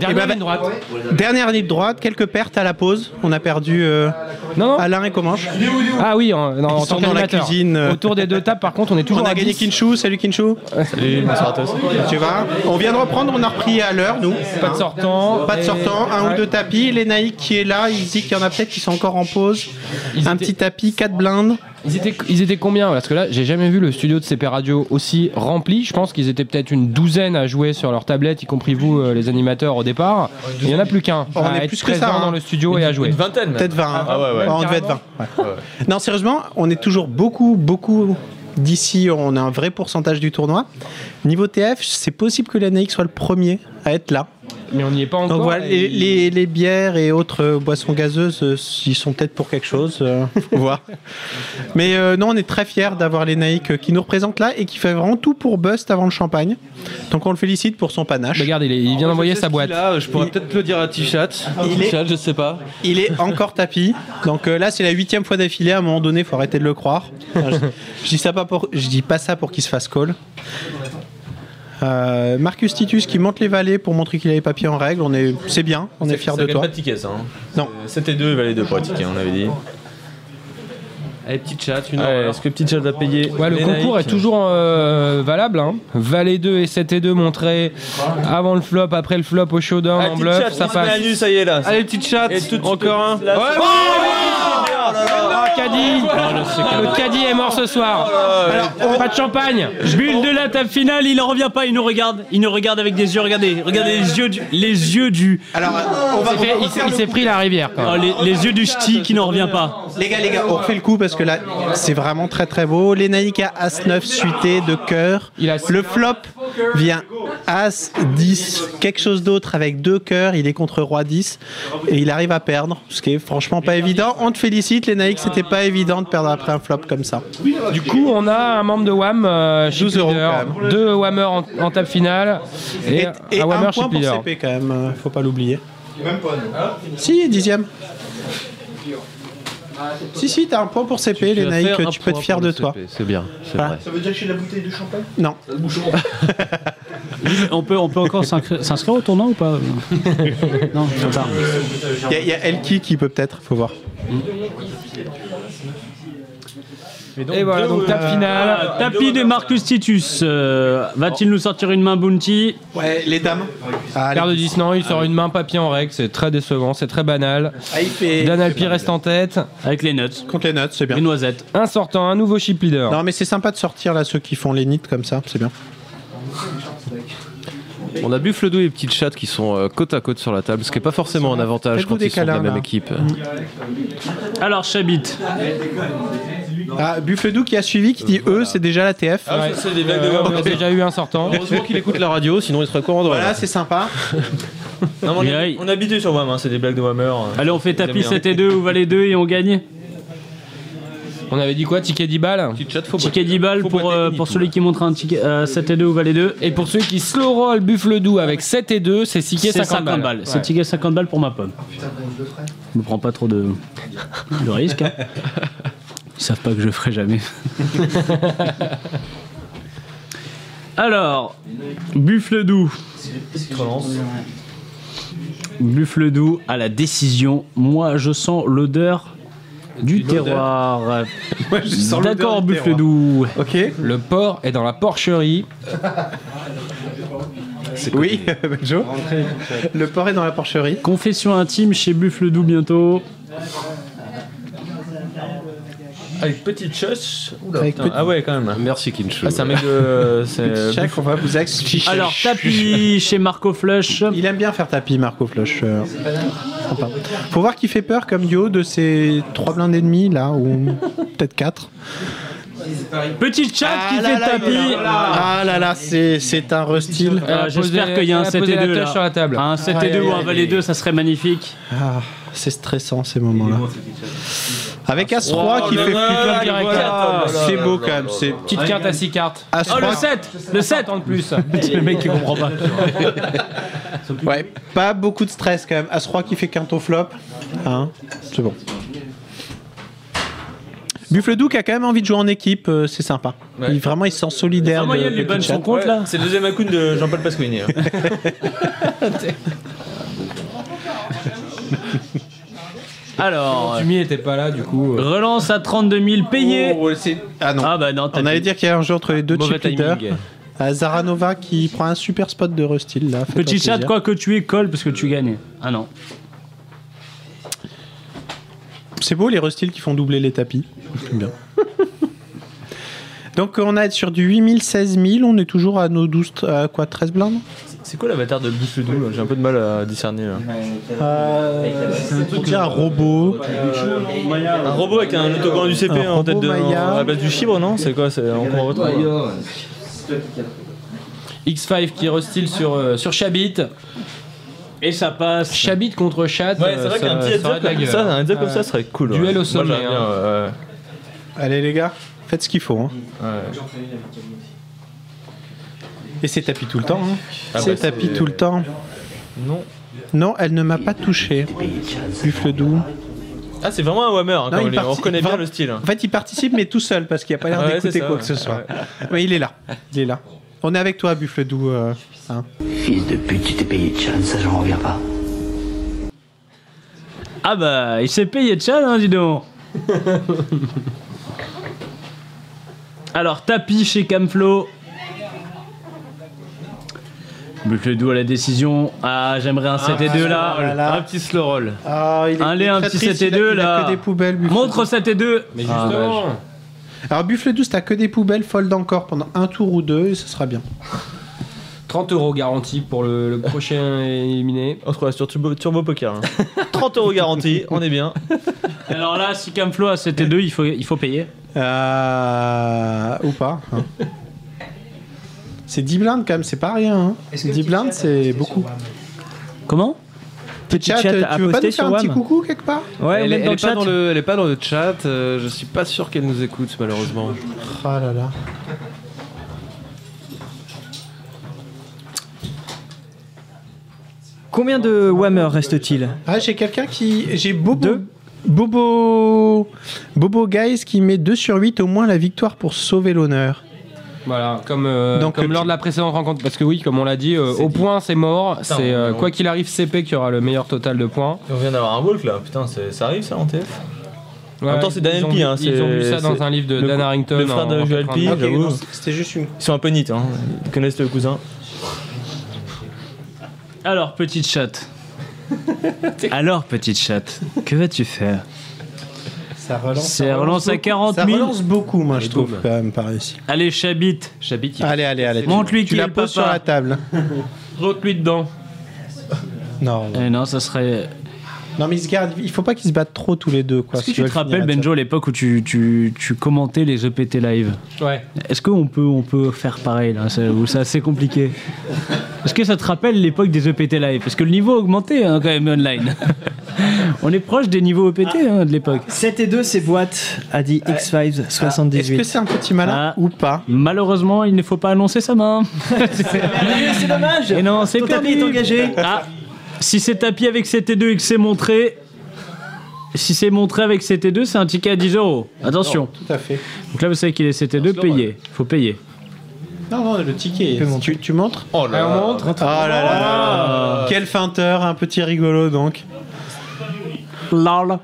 Speaker 5: Dernière ligne droite. Eh ben, Dernière ligne droite, quelques pertes à la pause. On a perdu euh, Alain et Comanche.
Speaker 7: Ah oui, en, non,
Speaker 5: Ils
Speaker 7: en
Speaker 5: sont
Speaker 7: tant
Speaker 5: dans la
Speaker 7: qu'animateur.
Speaker 5: cuisine. euh,
Speaker 7: Autour des deux tables, par contre, on est toujours
Speaker 5: on a
Speaker 7: à
Speaker 5: gagné
Speaker 7: 10.
Speaker 5: Kinshu, salut Kinshu.
Speaker 9: Salut, bonsoir à tous.
Speaker 5: Tu vas On vient de reprendre, on a repris à l'heure, nous.
Speaker 7: Pas de sortant.
Speaker 5: Pas de
Speaker 7: Et-
Speaker 5: sortant, un
Speaker 7: Ouais.
Speaker 5: ou deux tapis. Lénaïque qui est là, il dit qu'il y en a peut-être qui sont encore en pause. un petit tapis, quatre blindes.
Speaker 7: Ils étaient, ils étaient combien Parce que là, j'ai jamais vu le studio de CP Radio aussi rempli. Je pense qu'ils étaient peut-être une douzaine à jouer sur leur tablette, y compris vous, euh, les animateurs, au départ. Il y en a plus qu'un.
Speaker 5: On
Speaker 7: à
Speaker 5: est
Speaker 7: être
Speaker 5: plus que
Speaker 7: présent
Speaker 5: ça. hein.
Speaker 7: dans le studio et à jouer.
Speaker 5: Peut-être 20. hein.
Speaker 7: Ah ouais, ouais.
Speaker 5: Ah, on devait être 20.
Speaker 7: Ouais.
Speaker 5: Non, sérieusement, on est toujours beaucoup, beaucoup d'ici. On a un vrai pourcentage du tournoi. Niveau TF, c'est possible que l'ANAIC soit le premier à être là.
Speaker 7: Mais on n'y est pas encore.
Speaker 5: Donc voilà,
Speaker 7: et-
Speaker 5: les, les- les bières et autres euh, boissons gazeuses, euh, ils sont peut-être pour quelque chose. euh, faut voir. Mais euh, non, on est très fiers d'avoir les Naïcs euh, qui nous représentent là et qui fait vraiment tout pour Bust avant le champagne. Donc on le félicite pour son panache.
Speaker 7: Regarde, il,
Speaker 5: Ah
Speaker 7: vient d'envoyer sa boîte.
Speaker 9: Là, je pourrais peut-être le dire à T-Chat.
Speaker 5: Il est-
Speaker 9: T-Chat, je sais pas.
Speaker 5: Il est encore tapis. Donc euh, là, c'est la huitième fois d'affilée. À un moment donné, il faut arrêter de le croire. Enfin, je, je dis ça pas pour, je dis pas ça pour qu'il se fasse call. Euh, Marcus Titus qui monte les vallées pour montrer qu'il a les papiers en règle. On est, c'est bien. On est fiers
Speaker 9: Ça
Speaker 5: de
Speaker 9: gagne
Speaker 5: toi.
Speaker 9: pas de tickets, ça. hein.
Speaker 5: Non.
Speaker 9: C'était deux, il valait deux pour les tickets, on avait dit. Allez, petit chat, une heure. Est-ce que petit chat va payer
Speaker 7: Ouais, le concours est toujours euh, valable. Hein. Valet 2 et 7 et 2 montrés avant le flop, après le flop au showdown en
Speaker 9: petit
Speaker 7: bluff.
Speaker 9: chat,
Speaker 7: ça
Speaker 9: Ah, on se met à
Speaker 7: passe.
Speaker 9: nu, ça y est, là. Allez, petit chat, encore un. Ouais,
Speaker 7: Ah, Caddy Le caddie est mort ce soir.
Speaker 5: Oh,
Speaker 7: Alors, pas de champagne.
Speaker 3: Je bulle de la table finale, il en revient pas, il nous regarde, il nous regarde avec des yeux, regardez, regardez les yeux du, les yeux du.
Speaker 5: Alors, on va- Ah,
Speaker 7: Il s'est- il s'est- il s'est pris la rivière. Quand même.
Speaker 3: les, Ah, les yeux du ch'ti qui n'en revient pas.
Speaker 5: Les gars, les gars, on refait le coup parce que là, c'est vraiment très très beau. Les Naïcs à As 9 suité de cœur. Le flop vient As 10, quelque chose d'autre avec deux cœurs. Il est contre Roi 10 et il arrive à perdre, ce qui est franchement pas évident. On te félicite, les Naïcs, c'était pas évident de perdre après un flop comme ça.
Speaker 7: Du coup, on a un membre de WAM, euh, chip leader, deux Whammer en, en table finale et,
Speaker 5: Et
Speaker 7: un
Speaker 5: un
Speaker 7: Whammer
Speaker 5: point
Speaker 7: chip
Speaker 5: pour
Speaker 7: leader.
Speaker 5: CP quand même, euh, faut pas l'oublier. Si, dixième. Si, si, t'as un point pour CP, les Naïcs, tu peux te fier de toi.
Speaker 9: C'est bien, c'est
Speaker 5: Voilà.
Speaker 9: vrai.
Speaker 26: Ça veut dire que j'ai la bouteille de champagne
Speaker 5: Non.
Speaker 26: Le bouchon.
Speaker 3: On peut, on peut encore s'inscrire s'inscrire au tournoi ou pas Non, trop tard.
Speaker 5: Il y a- il y, a Elki qui peut peut-être, faut voir.
Speaker 7: Et voilà, donc
Speaker 3: euh,
Speaker 7: table finale.
Speaker 3: tapis de Marcus Titus. euh, Va-t-il nous sortir une main bounty
Speaker 5: Ouais, les dames.
Speaker 3: Ah,
Speaker 7: Paire de 10, non, il sort une main papier en règle, c'est très décevant, c'est très banal. Dan Alpi reste en tête.
Speaker 3: Avec les nuts.
Speaker 5: Ah, Contre les nuts, c'est bien. Les
Speaker 3: noisettes.
Speaker 7: Un sortant, un nouveau chip leader.
Speaker 5: Non, mais c'est sympa de sortir là ceux qui font les nits comme ça, c'est bien.
Speaker 9: On a Buffle Doux et Petit Chat qui sont euh, côte à côte sur la table, ce qui n'est pas forcément un avantage
Speaker 5: Faites-vous
Speaker 9: quand
Speaker 5: des
Speaker 9: ils sont de la
Speaker 5: câlins,
Speaker 9: même
Speaker 5: là.
Speaker 9: équipe.
Speaker 3: Alors, Chabit.
Speaker 5: Ah, Buffledou qui a suivi, qui dit eux, c'est déjà la TF.
Speaker 9: Ah, ça, c'est des blagues de
Speaker 7: Euh, on a
Speaker 9: gamin.
Speaker 7: déjà eu un sortant.
Speaker 9: Heureusement qu'il écoute la radio, sinon il serait courant de
Speaker 5: Voilà, c'est sympa.
Speaker 9: Non, mais on, est, on est habitué sur WAM, hein, c'est des blagues de Whammer.
Speaker 3: Allez, on fait tapis
Speaker 9: bien.
Speaker 3: 7 et 2 ou valet 2 et on gagne.
Speaker 7: On avait dit quoi Ticket 10 balles
Speaker 3: Ticket 10 balles pour, euh, pour celui qui montre un ticket euh, 7 et 2 ou valet 2.
Speaker 7: Et pour ceux qui slow roll buffle doux avec 7 et 2, c'est ticket
Speaker 3: C'est
Speaker 7: 50,
Speaker 3: 50 balles.
Speaker 7: balles.
Speaker 3: C'est ticket 50 balles pour ma pomme. Je ne prends pas trop de, de risques. hein. Ils savent pas que je ferai jamais. Alors, buffle doux. Buffle doux à la décision. Moi, je sens l'odeur du terroir. D'accord, buffle doux.
Speaker 5: Ok.
Speaker 7: Le porc est dans la porcherie.
Speaker 5: Oui, Joe. bah, Le porc est dans la porcherie.
Speaker 3: Confession intime chez buffle doux bientôt.
Speaker 6: Avec petite chose.
Speaker 9: Avec petit-
Speaker 6: Ah ouais, quand même.
Speaker 9: Merci Kinchou.
Speaker 6: Ah, c'est un mec
Speaker 9: euh,
Speaker 6: de. c'est- euh,
Speaker 5: Chaque, on va vous expliquer.
Speaker 6: Alors,
Speaker 5: tapis chez Marco Flush. Il aime bien faire tapis, Marco Flush. euh, sympa. Faut voir qu'il fait peur comme du haut de ces trois blindes et demi, là, ou peut-être quatre.
Speaker 3: Petit chat qui fait tapis.
Speaker 5: Ah là là, c'est c'est un restyle.
Speaker 3: Euh, J'espère qu'il y a un 7 et 2 là. Un 7 et 2 ou un valet 2, ça serait magnifique.
Speaker 5: Ah, c'est stressant ces moments-là. Avec As-3
Speaker 3: Oh,
Speaker 5: qui
Speaker 3: le
Speaker 5: fait flipper
Speaker 3: voilà, le
Speaker 5: direct.
Speaker 3: voilà.
Speaker 5: C'est beau quand même. C'est
Speaker 7: Petite carte à 6 cartes.
Speaker 5: As-3.
Speaker 7: Oh, le 7
Speaker 3: Ah, Le 7
Speaker 7: en plus.
Speaker 5: C'est le mec qui comprend pas. Ouais, pas beaucoup de stress quand même. As-3 qui fait quinte au flop. Hein, c'est bon. Buffle Doux qui a quand même envie de jouer en équipe, euh, c'est sympa. Il, vraiment, il se sent solidaire. de- de Petit Chat.
Speaker 6: Ouais, C'est le deuxième acoun de Jean-Paul Pasquini. hein.
Speaker 3: Alors.
Speaker 7: Tumi était pas là du coup. euh.
Speaker 3: Relance à 32 000 payés.
Speaker 6: Oh,
Speaker 5: ah non.
Speaker 3: bah non,
Speaker 5: On allait dire qu'il y a un jeu entre les deux
Speaker 3: Mauvais
Speaker 5: chip leaders.
Speaker 3: timing.
Speaker 5: Euh, Zaranova qui prend un super spot de Rustil là. Fais-toi
Speaker 3: Petit chat,
Speaker 5: plaisir.
Speaker 3: quoi que tu es, colle parce que tu gagnes. Ah non.
Speaker 5: C'est beau les rustils qui font doubler les tapis. J'aime bien. Donc on est sur du 8000, 16000, on est toujours à nos 12, euh, quoi, 13 blindes
Speaker 6: C'est quoi l'avatar de Buffle Doux là J'ai un peu de mal à discerner. là.
Speaker 5: On dirait un robot.
Speaker 6: Euh, Un robot avec un autocollant du CP
Speaker 5: Un
Speaker 6: en tête de.
Speaker 5: robot Maya.
Speaker 6: À la place du chibre, non C'est quoi C'est on comprend pas trop.
Speaker 7: X5 qui restyle sur, euh, sur Chabit.
Speaker 3: Et ça passe.
Speaker 7: Chabit contre Chat. euh,
Speaker 6: Ouais, c'est vrai qu'un petit heads-up comme ça, un heads-up comme ça serait cool, ouais.
Speaker 7: Duel au
Speaker 6: Moi,
Speaker 7: sommet.
Speaker 6: j'aimerais bien,
Speaker 7: hein.
Speaker 5: Allez les gars, faites ce qu'il faut. hein. Et c'est tapis tout le temps. hein.
Speaker 6: Ah
Speaker 5: c'est
Speaker 6: bah,
Speaker 5: tapis
Speaker 6: c'est-
Speaker 5: tout le temps.
Speaker 6: Non.
Speaker 5: Non, elle ne m'a pas touché. Buffle doux.
Speaker 6: Ah, c'est vraiment un Whammer, hein,
Speaker 5: Non,
Speaker 6: quand
Speaker 5: il
Speaker 6: on les- on
Speaker 5: participe
Speaker 6: reconnaît bien
Speaker 5: vraiment-
Speaker 6: le style.
Speaker 5: En fait, il participe, mais tout seul, parce qu'il n'y a pas l'air
Speaker 6: Ouais, c'est
Speaker 5: d'écouter
Speaker 6: ça,
Speaker 5: quoi
Speaker 6: ouais.
Speaker 5: que ce soit. Mais il est là. Il est là. On est avec toi, Buffle Doux. euh, hein.
Speaker 16: Fils de pute, tu t'es payé de chance, ça j'en reviens pas.
Speaker 3: Ah bah, il s'est payé de chat, hein, dis donc. Alors, tapis chez Camflo. Buffle doux à la décision. Ah, j'aimerais un 7 et 2 là.
Speaker 6: slow roll.
Speaker 3: Un petit slow roll.
Speaker 5: Ah, il est-
Speaker 3: un
Speaker 5: il
Speaker 3: lait,
Speaker 5: est
Speaker 3: un
Speaker 5: très
Speaker 3: petit
Speaker 5: triste,
Speaker 3: 7 et
Speaker 5: il a-
Speaker 3: 2
Speaker 5: il a
Speaker 3: là.
Speaker 5: que des poubelles, Buffle
Speaker 3: Montre 7 et Ah, 2. Mais
Speaker 5: justement. Alors, Buffle Doux, t'as que des poubelles, fold encore pendant un tour ou deux, et ce sera bien.
Speaker 7: 30 euros garantie pour le, le prochain éliminé.
Speaker 6: On se croit sur Turbo, Turbo Poker. hein. 30 euros garantie, on est bien.
Speaker 3: Alors là, si Camflo a 7 et 2, il faut, il faut payer.
Speaker 5: Euh, ou pas. hein. c'est 10 blindes quand même, c'est pas rien. hein. 10 blindes, c'est beaucoup.
Speaker 3: Comment
Speaker 5: Petit chat,
Speaker 6: chat a
Speaker 5: tu veux pas
Speaker 6: posté
Speaker 5: nous faire
Speaker 6: sur
Speaker 5: un petit
Speaker 6: Wham.
Speaker 5: coucou quelque part
Speaker 6: Ouais, elle,
Speaker 9: elle,
Speaker 6: est,
Speaker 9: elle
Speaker 6: dans
Speaker 9: est
Speaker 6: le chat.
Speaker 9: pas dans le, elle est pas dans le chat. euh, je suis pas sûr qu'elle nous écoute malheureusement.
Speaker 5: Ah là là.
Speaker 27: Combien de Whammer reste-t-il
Speaker 5: Ah, j'ai quelqu'un qui. J'ai Bobo. Bobo. Bobo Guys qui met 2 sur 8 au moins la victoire pour sauver l'honneur.
Speaker 7: Voilà, comme, euh,
Speaker 5: Donc,
Speaker 7: comme
Speaker 5: euh,
Speaker 7: lors de la précédente rencontre. Parce que oui, comme on l'a dit, euh, au point c'est mort. C'est euh, quoi qu'il arrive CP qui aura le meilleur total de points.
Speaker 6: On vient d'avoir un walk là, putain, c'est- ça arrive ça en TF En
Speaker 7: Ouais,
Speaker 6: même temps, c'est Dan
Speaker 7: ils ont
Speaker 6: LP.
Speaker 7: vu-
Speaker 6: Hein,
Speaker 7: ils ont vu ça dans un livre de Dan Harrington
Speaker 6: Le frère
Speaker 7: en-
Speaker 6: de
Speaker 7: en
Speaker 6: Joel P,
Speaker 7: 90.
Speaker 6: j'avoue.
Speaker 5: C'était juste une.
Speaker 6: Ils sont un peu nits, hein. ils connaissent le cousin.
Speaker 3: Alors, petite chatte. Alors, petite chatte, que vas-tu faire
Speaker 5: Ça relance.
Speaker 3: C'est
Speaker 5: ça
Speaker 3: relance à
Speaker 5: beaucoup.
Speaker 3: 40
Speaker 5: Ça
Speaker 3: 000.
Speaker 5: relance beaucoup, moi, je trouve,
Speaker 3: boum.
Speaker 5: quand même, par ici.
Speaker 3: Ah, Allez, Chabit. Chabit.
Speaker 5: Allez, allez, allez. tu-
Speaker 3: Montre-lui
Speaker 5: tu
Speaker 3: qui est
Speaker 5: la
Speaker 3: le
Speaker 5: poses sur
Speaker 3: papa.
Speaker 5: la table.
Speaker 3: Rentre-lui dedans.
Speaker 5: Non.
Speaker 3: Eh non, ça serait.
Speaker 5: Non, mais ils se gardent. Il faut pas qu'ils se battent trop tous les deux, quoi.
Speaker 3: Est-ce que
Speaker 5: si
Speaker 3: tu
Speaker 5: veulent
Speaker 3: te
Speaker 5: finir
Speaker 3: rappelles,
Speaker 5: la table.
Speaker 3: Benjo, à l'époque où tu, tu, tu commentais les EPT live
Speaker 7: Ouais.
Speaker 3: Est-ce qu'on peut, on peut faire pareil là c'est- Ou c'est assez compliqué Est-ce que ça te rappelle l'époque des EPT live Parce que le niveau a augmenté hein, quand même online. On est proche des niveaux EPT hein, de l'époque.
Speaker 27: 7 et 2, c'est boîte, a dit X5 78.
Speaker 5: Ah, Est-ce que c'est un petit malin
Speaker 3: Ah.
Speaker 5: ou pas
Speaker 3: Malheureusement, il ne faut pas annoncer sa main.
Speaker 27: C'est dommage
Speaker 3: Et non, c'est
Speaker 27: Ton tapis
Speaker 3: perdu.
Speaker 27: est engagé.
Speaker 3: Ah, si c'est tapis avec CT2 et que c'est montré. Si c'est montré avec CT2, c'est un ticket à 10 euros. Attention.
Speaker 5: Tout à fait.
Speaker 3: Donc là, vous savez qu'il est CT2, payé. Faut payer.
Speaker 5: Non, non, le ticket. Tu, tu montres
Speaker 6: Oh
Speaker 5: là là. montre. Oh là là là. Quel feinteur, un petit rigolo donc.
Speaker 3: Lol,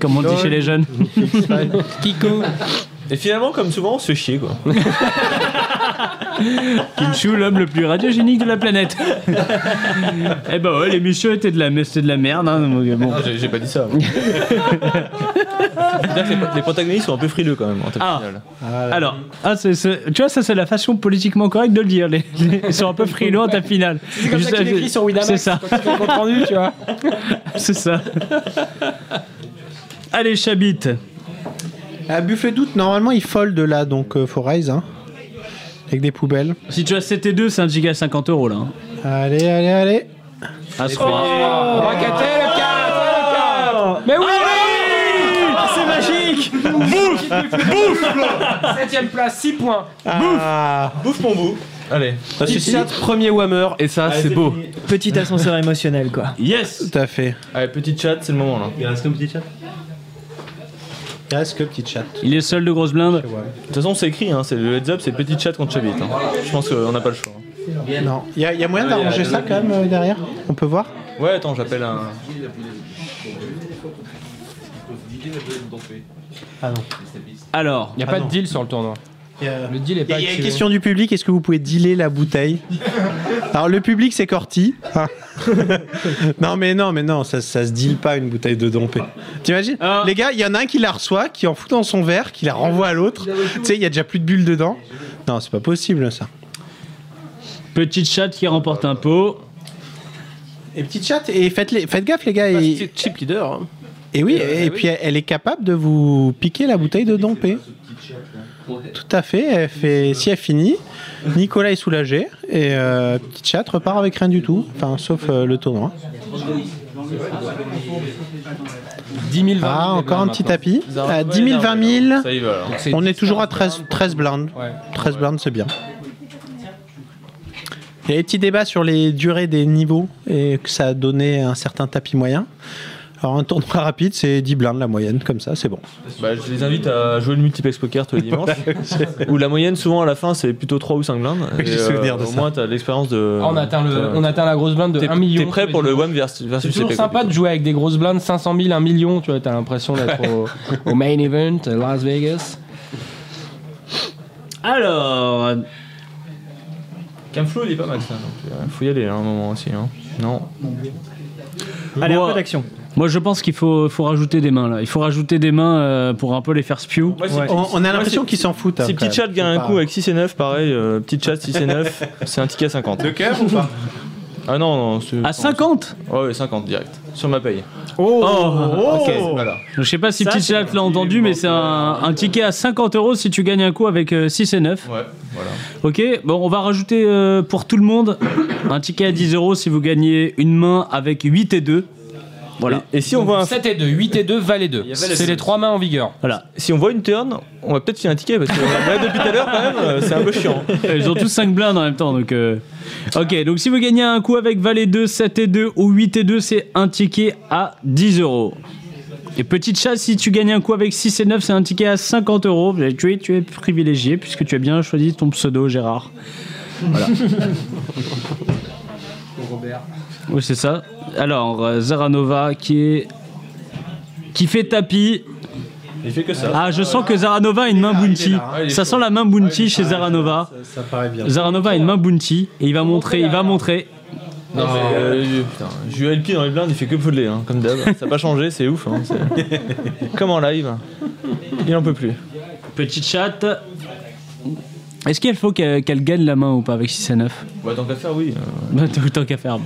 Speaker 3: comme on dit
Speaker 6: Lol.
Speaker 3: chez les jeunes.
Speaker 6: Et finalement, comme souvent, on se fait chier quoi.
Speaker 3: Kinchou, l'homme le plus radiogénique de la planète. eh ben ouais, l'émission était de la, mais c'était de la merde. hein, donc, bon.
Speaker 9: Non, j'ai- j'ai pas dit ça. C'est-à-dire que les pro- les protagonistes sont un peu frileux quand même en tête
Speaker 3: Ah.
Speaker 9: finale.
Speaker 3: Alors, ah, c'est- c'est- tu vois, ça c'est la façon politiquement correcte de le dire. les- les- ils sont un peu frileux en ta finale.
Speaker 12: C'est comme ça
Speaker 3: Juste-
Speaker 12: qu'il écrit sur Winamax,
Speaker 3: C'est ça.
Speaker 12: quand il fait le compte-rendu, tu vois.
Speaker 3: C'est ça. Allez, Chabit.
Speaker 5: À buffet d'août, normalement, il fold là, donc euh, faut raise. Hein, avec des poubelles.
Speaker 3: Si tu as CT2, c'est un giga 50 euros là. hein.
Speaker 5: Allez, allez, allez.
Speaker 3: À
Speaker 7: Oh,
Speaker 3: ce point.
Speaker 12: Mais oui Ah, C'est magique Bouffe
Speaker 9: Bouffe
Speaker 12: Septième place, 6 points.
Speaker 7: Ah.
Speaker 9: Bouffe mon bout. Allez.
Speaker 6: Parce que c'est notre premier Whammer et ça,
Speaker 9: Allez,
Speaker 6: c'est
Speaker 9: c'est
Speaker 6: beau.
Speaker 9: fini.
Speaker 12: Petit ascenseur émotionnel, quoi.
Speaker 3: Yes
Speaker 5: Tout à fait.
Speaker 9: Allez, petit chat, c'est le moment là. Il reste que petit chat
Speaker 5: Il reste que petit chat.
Speaker 3: Il est seul de grosse blinde.
Speaker 9: De toute façon, c'est écrit, hein, c'est le heads up, c'est petit chat contre Chabit. hein. Je pense qu'on n'a pas le choix. hein.
Speaker 5: Non. Il y, a- y a moyen d'arranger ça quand même euh, derrière On peut voir
Speaker 9: Ouais, attends, j'appelle un.
Speaker 5: Ah non.
Speaker 3: Alors,
Speaker 7: il n'y a
Speaker 5: Ah
Speaker 7: pas
Speaker 5: non.
Speaker 7: de deal sur le tournoi. Le deal est
Speaker 5: Il y
Speaker 7: pas
Speaker 5: a- il y a une
Speaker 7: activé.
Speaker 5: question du public, est-ce que vous pouvez dealer la bouteille Alors le public c'est Corti. hein. non mais non mais non, ça, ça se deal pas une bouteille de dompé. T'imagines
Speaker 3: Ah.
Speaker 5: Les gars, il y en a un qui la reçoit, qui en fout dans son verre, qui la renvoie à l'autre. Tu sais, il y a déjà plus de bulles dedans. Non, c'est pas possible ça.
Speaker 3: Petite chatte qui remporte un pot.
Speaker 5: Et petite chatte, et faites, les, faites gaffe les gars. Et,
Speaker 9: Chip leader. hein.
Speaker 5: et oui,
Speaker 7: Euh,
Speaker 3: Eh
Speaker 5: et, puis elle, elle est capable de vous piquer la bouteille de dompé. Tout à fait, elle fait, si elle finit, Nicolas est soulagé et euh, petite chatte repart avec rien du tout, enfin sauf euh, le tournoi.
Speaker 7: 10 000
Speaker 5: Ah, encore un petit tapis. Euh,
Speaker 7: Zarate,
Speaker 5: À
Speaker 7: ouais,
Speaker 5: 10 000,
Speaker 7: non,
Speaker 5: 20 000.
Speaker 7: ça y va, alors. Donc, c'est
Speaker 5: On est toujours à 13, 13 blindes. 13 blindes, c'est bien. Il y a des petits débats sur les durées des niveaux et que ça a donné un certain tapis moyen. Alors, un tournoi rapide, c'est 10 blindes la moyenne, comme ça, c'est bon.
Speaker 9: Bah, je les invite à jouer le multiplex poker tous les dimanches. où la moyenne, souvent à la fin, c'est plutôt 3 ou 5 blindes.
Speaker 5: Oui,
Speaker 9: Et, euh,
Speaker 5: j'ai souvenir de
Speaker 9: au
Speaker 5: ça.
Speaker 9: moins, t'as l'expérience de.
Speaker 7: Ah, on, atteint le,
Speaker 9: Euh, t'as-
Speaker 7: on atteint la grosse blinde de
Speaker 9: T'es
Speaker 7: 1 million.
Speaker 9: t'es prêt pour le WAM versus
Speaker 7: C'est
Speaker 9: versus
Speaker 7: toujours
Speaker 9: CP,
Speaker 7: sympa de jouer avec des grosses blindes, 500 000, 1 million, tu vois, t'as l'impression d'être au, au main event, à Las Vegas.
Speaker 3: Alors. euh.
Speaker 9: Camflou, il est pas mal ça. euh,
Speaker 7: Euh,
Speaker 9: Il faut y aller à un moment aussi. Hein. Non.
Speaker 3: Allez, un peu d'action. Moi, je pense qu'il faut, faut rajouter des mains là. Il faut rajouter des mains euh, pour un peu les faire spew.
Speaker 9: Moi, c'est petit- moi, c'est-
Speaker 3: hein,
Speaker 9: Si petit chat gagne un coup avec 6 et 9, pareil, euh, petit chat 6 et 9, c'est un ticket à 50. De cœur ou pas Ah non, non. c'est-
Speaker 3: À 50
Speaker 9: Ouais, ouais, 50 direct. Sur ma paye.
Speaker 3: Oh,
Speaker 9: Oh.
Speaker 3: ok.
Speaker 9: Voilà.
Speaker 3: Je sais pas si
Speaker 9: Ça,
Speaker 3: Petit
Speaker 9: c'est
Speaker 3: Chat l'a entendu, mais c'est un, un ticket à 50 euros si tu gagnes un coup avec euh, 6 et 9.
Speaker 9: Ouais, voilà.
Speaker 3: Ok, bon, on va rajouter euh, pour tout le monde un ticket à 10 euros si vous gagnez une main avec 8 et 2. Voilà.
Speaker 9: Et, et si on voit un.
Speaker 7: 7 et 2, 8 et 2, valet 2.
Speaker 9: avait la
Speaker 7: C'est les
Speaker 9: seule.
Speaker 7: trois mains en vigueur.
Speaker 3: Voilà.
Speaker 9: Si on voit une turn, on va peut-être filer un ticket parce que là, depuis tout à l'heure, quand même, euh, c'est un peu chiant.
Speaker 3: Ils ont tous 5 blindes en même temps, donc. euh, Ok, donc si vous gagnez un coup avec valet 2, 7 et 2 ou 8 et 2, c'est un ticket à 10 euros. Et petite chasse, si tu gagnes un coup avec 6 et 9, c'est un ticket à 50 euros. Tu es, tu es privilégié puisque tu as bien choisi ton pseudo, Gérard. Voilà.
Speaker 7: Robert.
Speaker 3: Oui, c'est ça. Alors, euh, Zaranova qui est. qui fait tapis.
Speaker 9: Il fait que ça.
Speaker 3: Ah, je sens que Zaranova a une main bounty. Ça sent la main bounty chez Zaranova.
Speaker 5: Ça paraît bien.
Speaker 3: Zaranova a une main bounty et il va montrer, il va montrer.
Speaker 9: Non, mais euh, putain, Julien Elpi dans les blindes, il fait que foudler, hein, comme d'hab. Ça n'a pas changé, c'est ouf. Hein, c'est- comme en live. Il en peut plus.
Speaker 3: Petite chatte. Est-ce qu'il faut qu'elle qu'elle gagne la main ou pas avec 6 à 9
Speaker 9: Bah, tant qu'à faire, oui.
Speaker 3: Bah, tant- Tant qu'à faire. bon.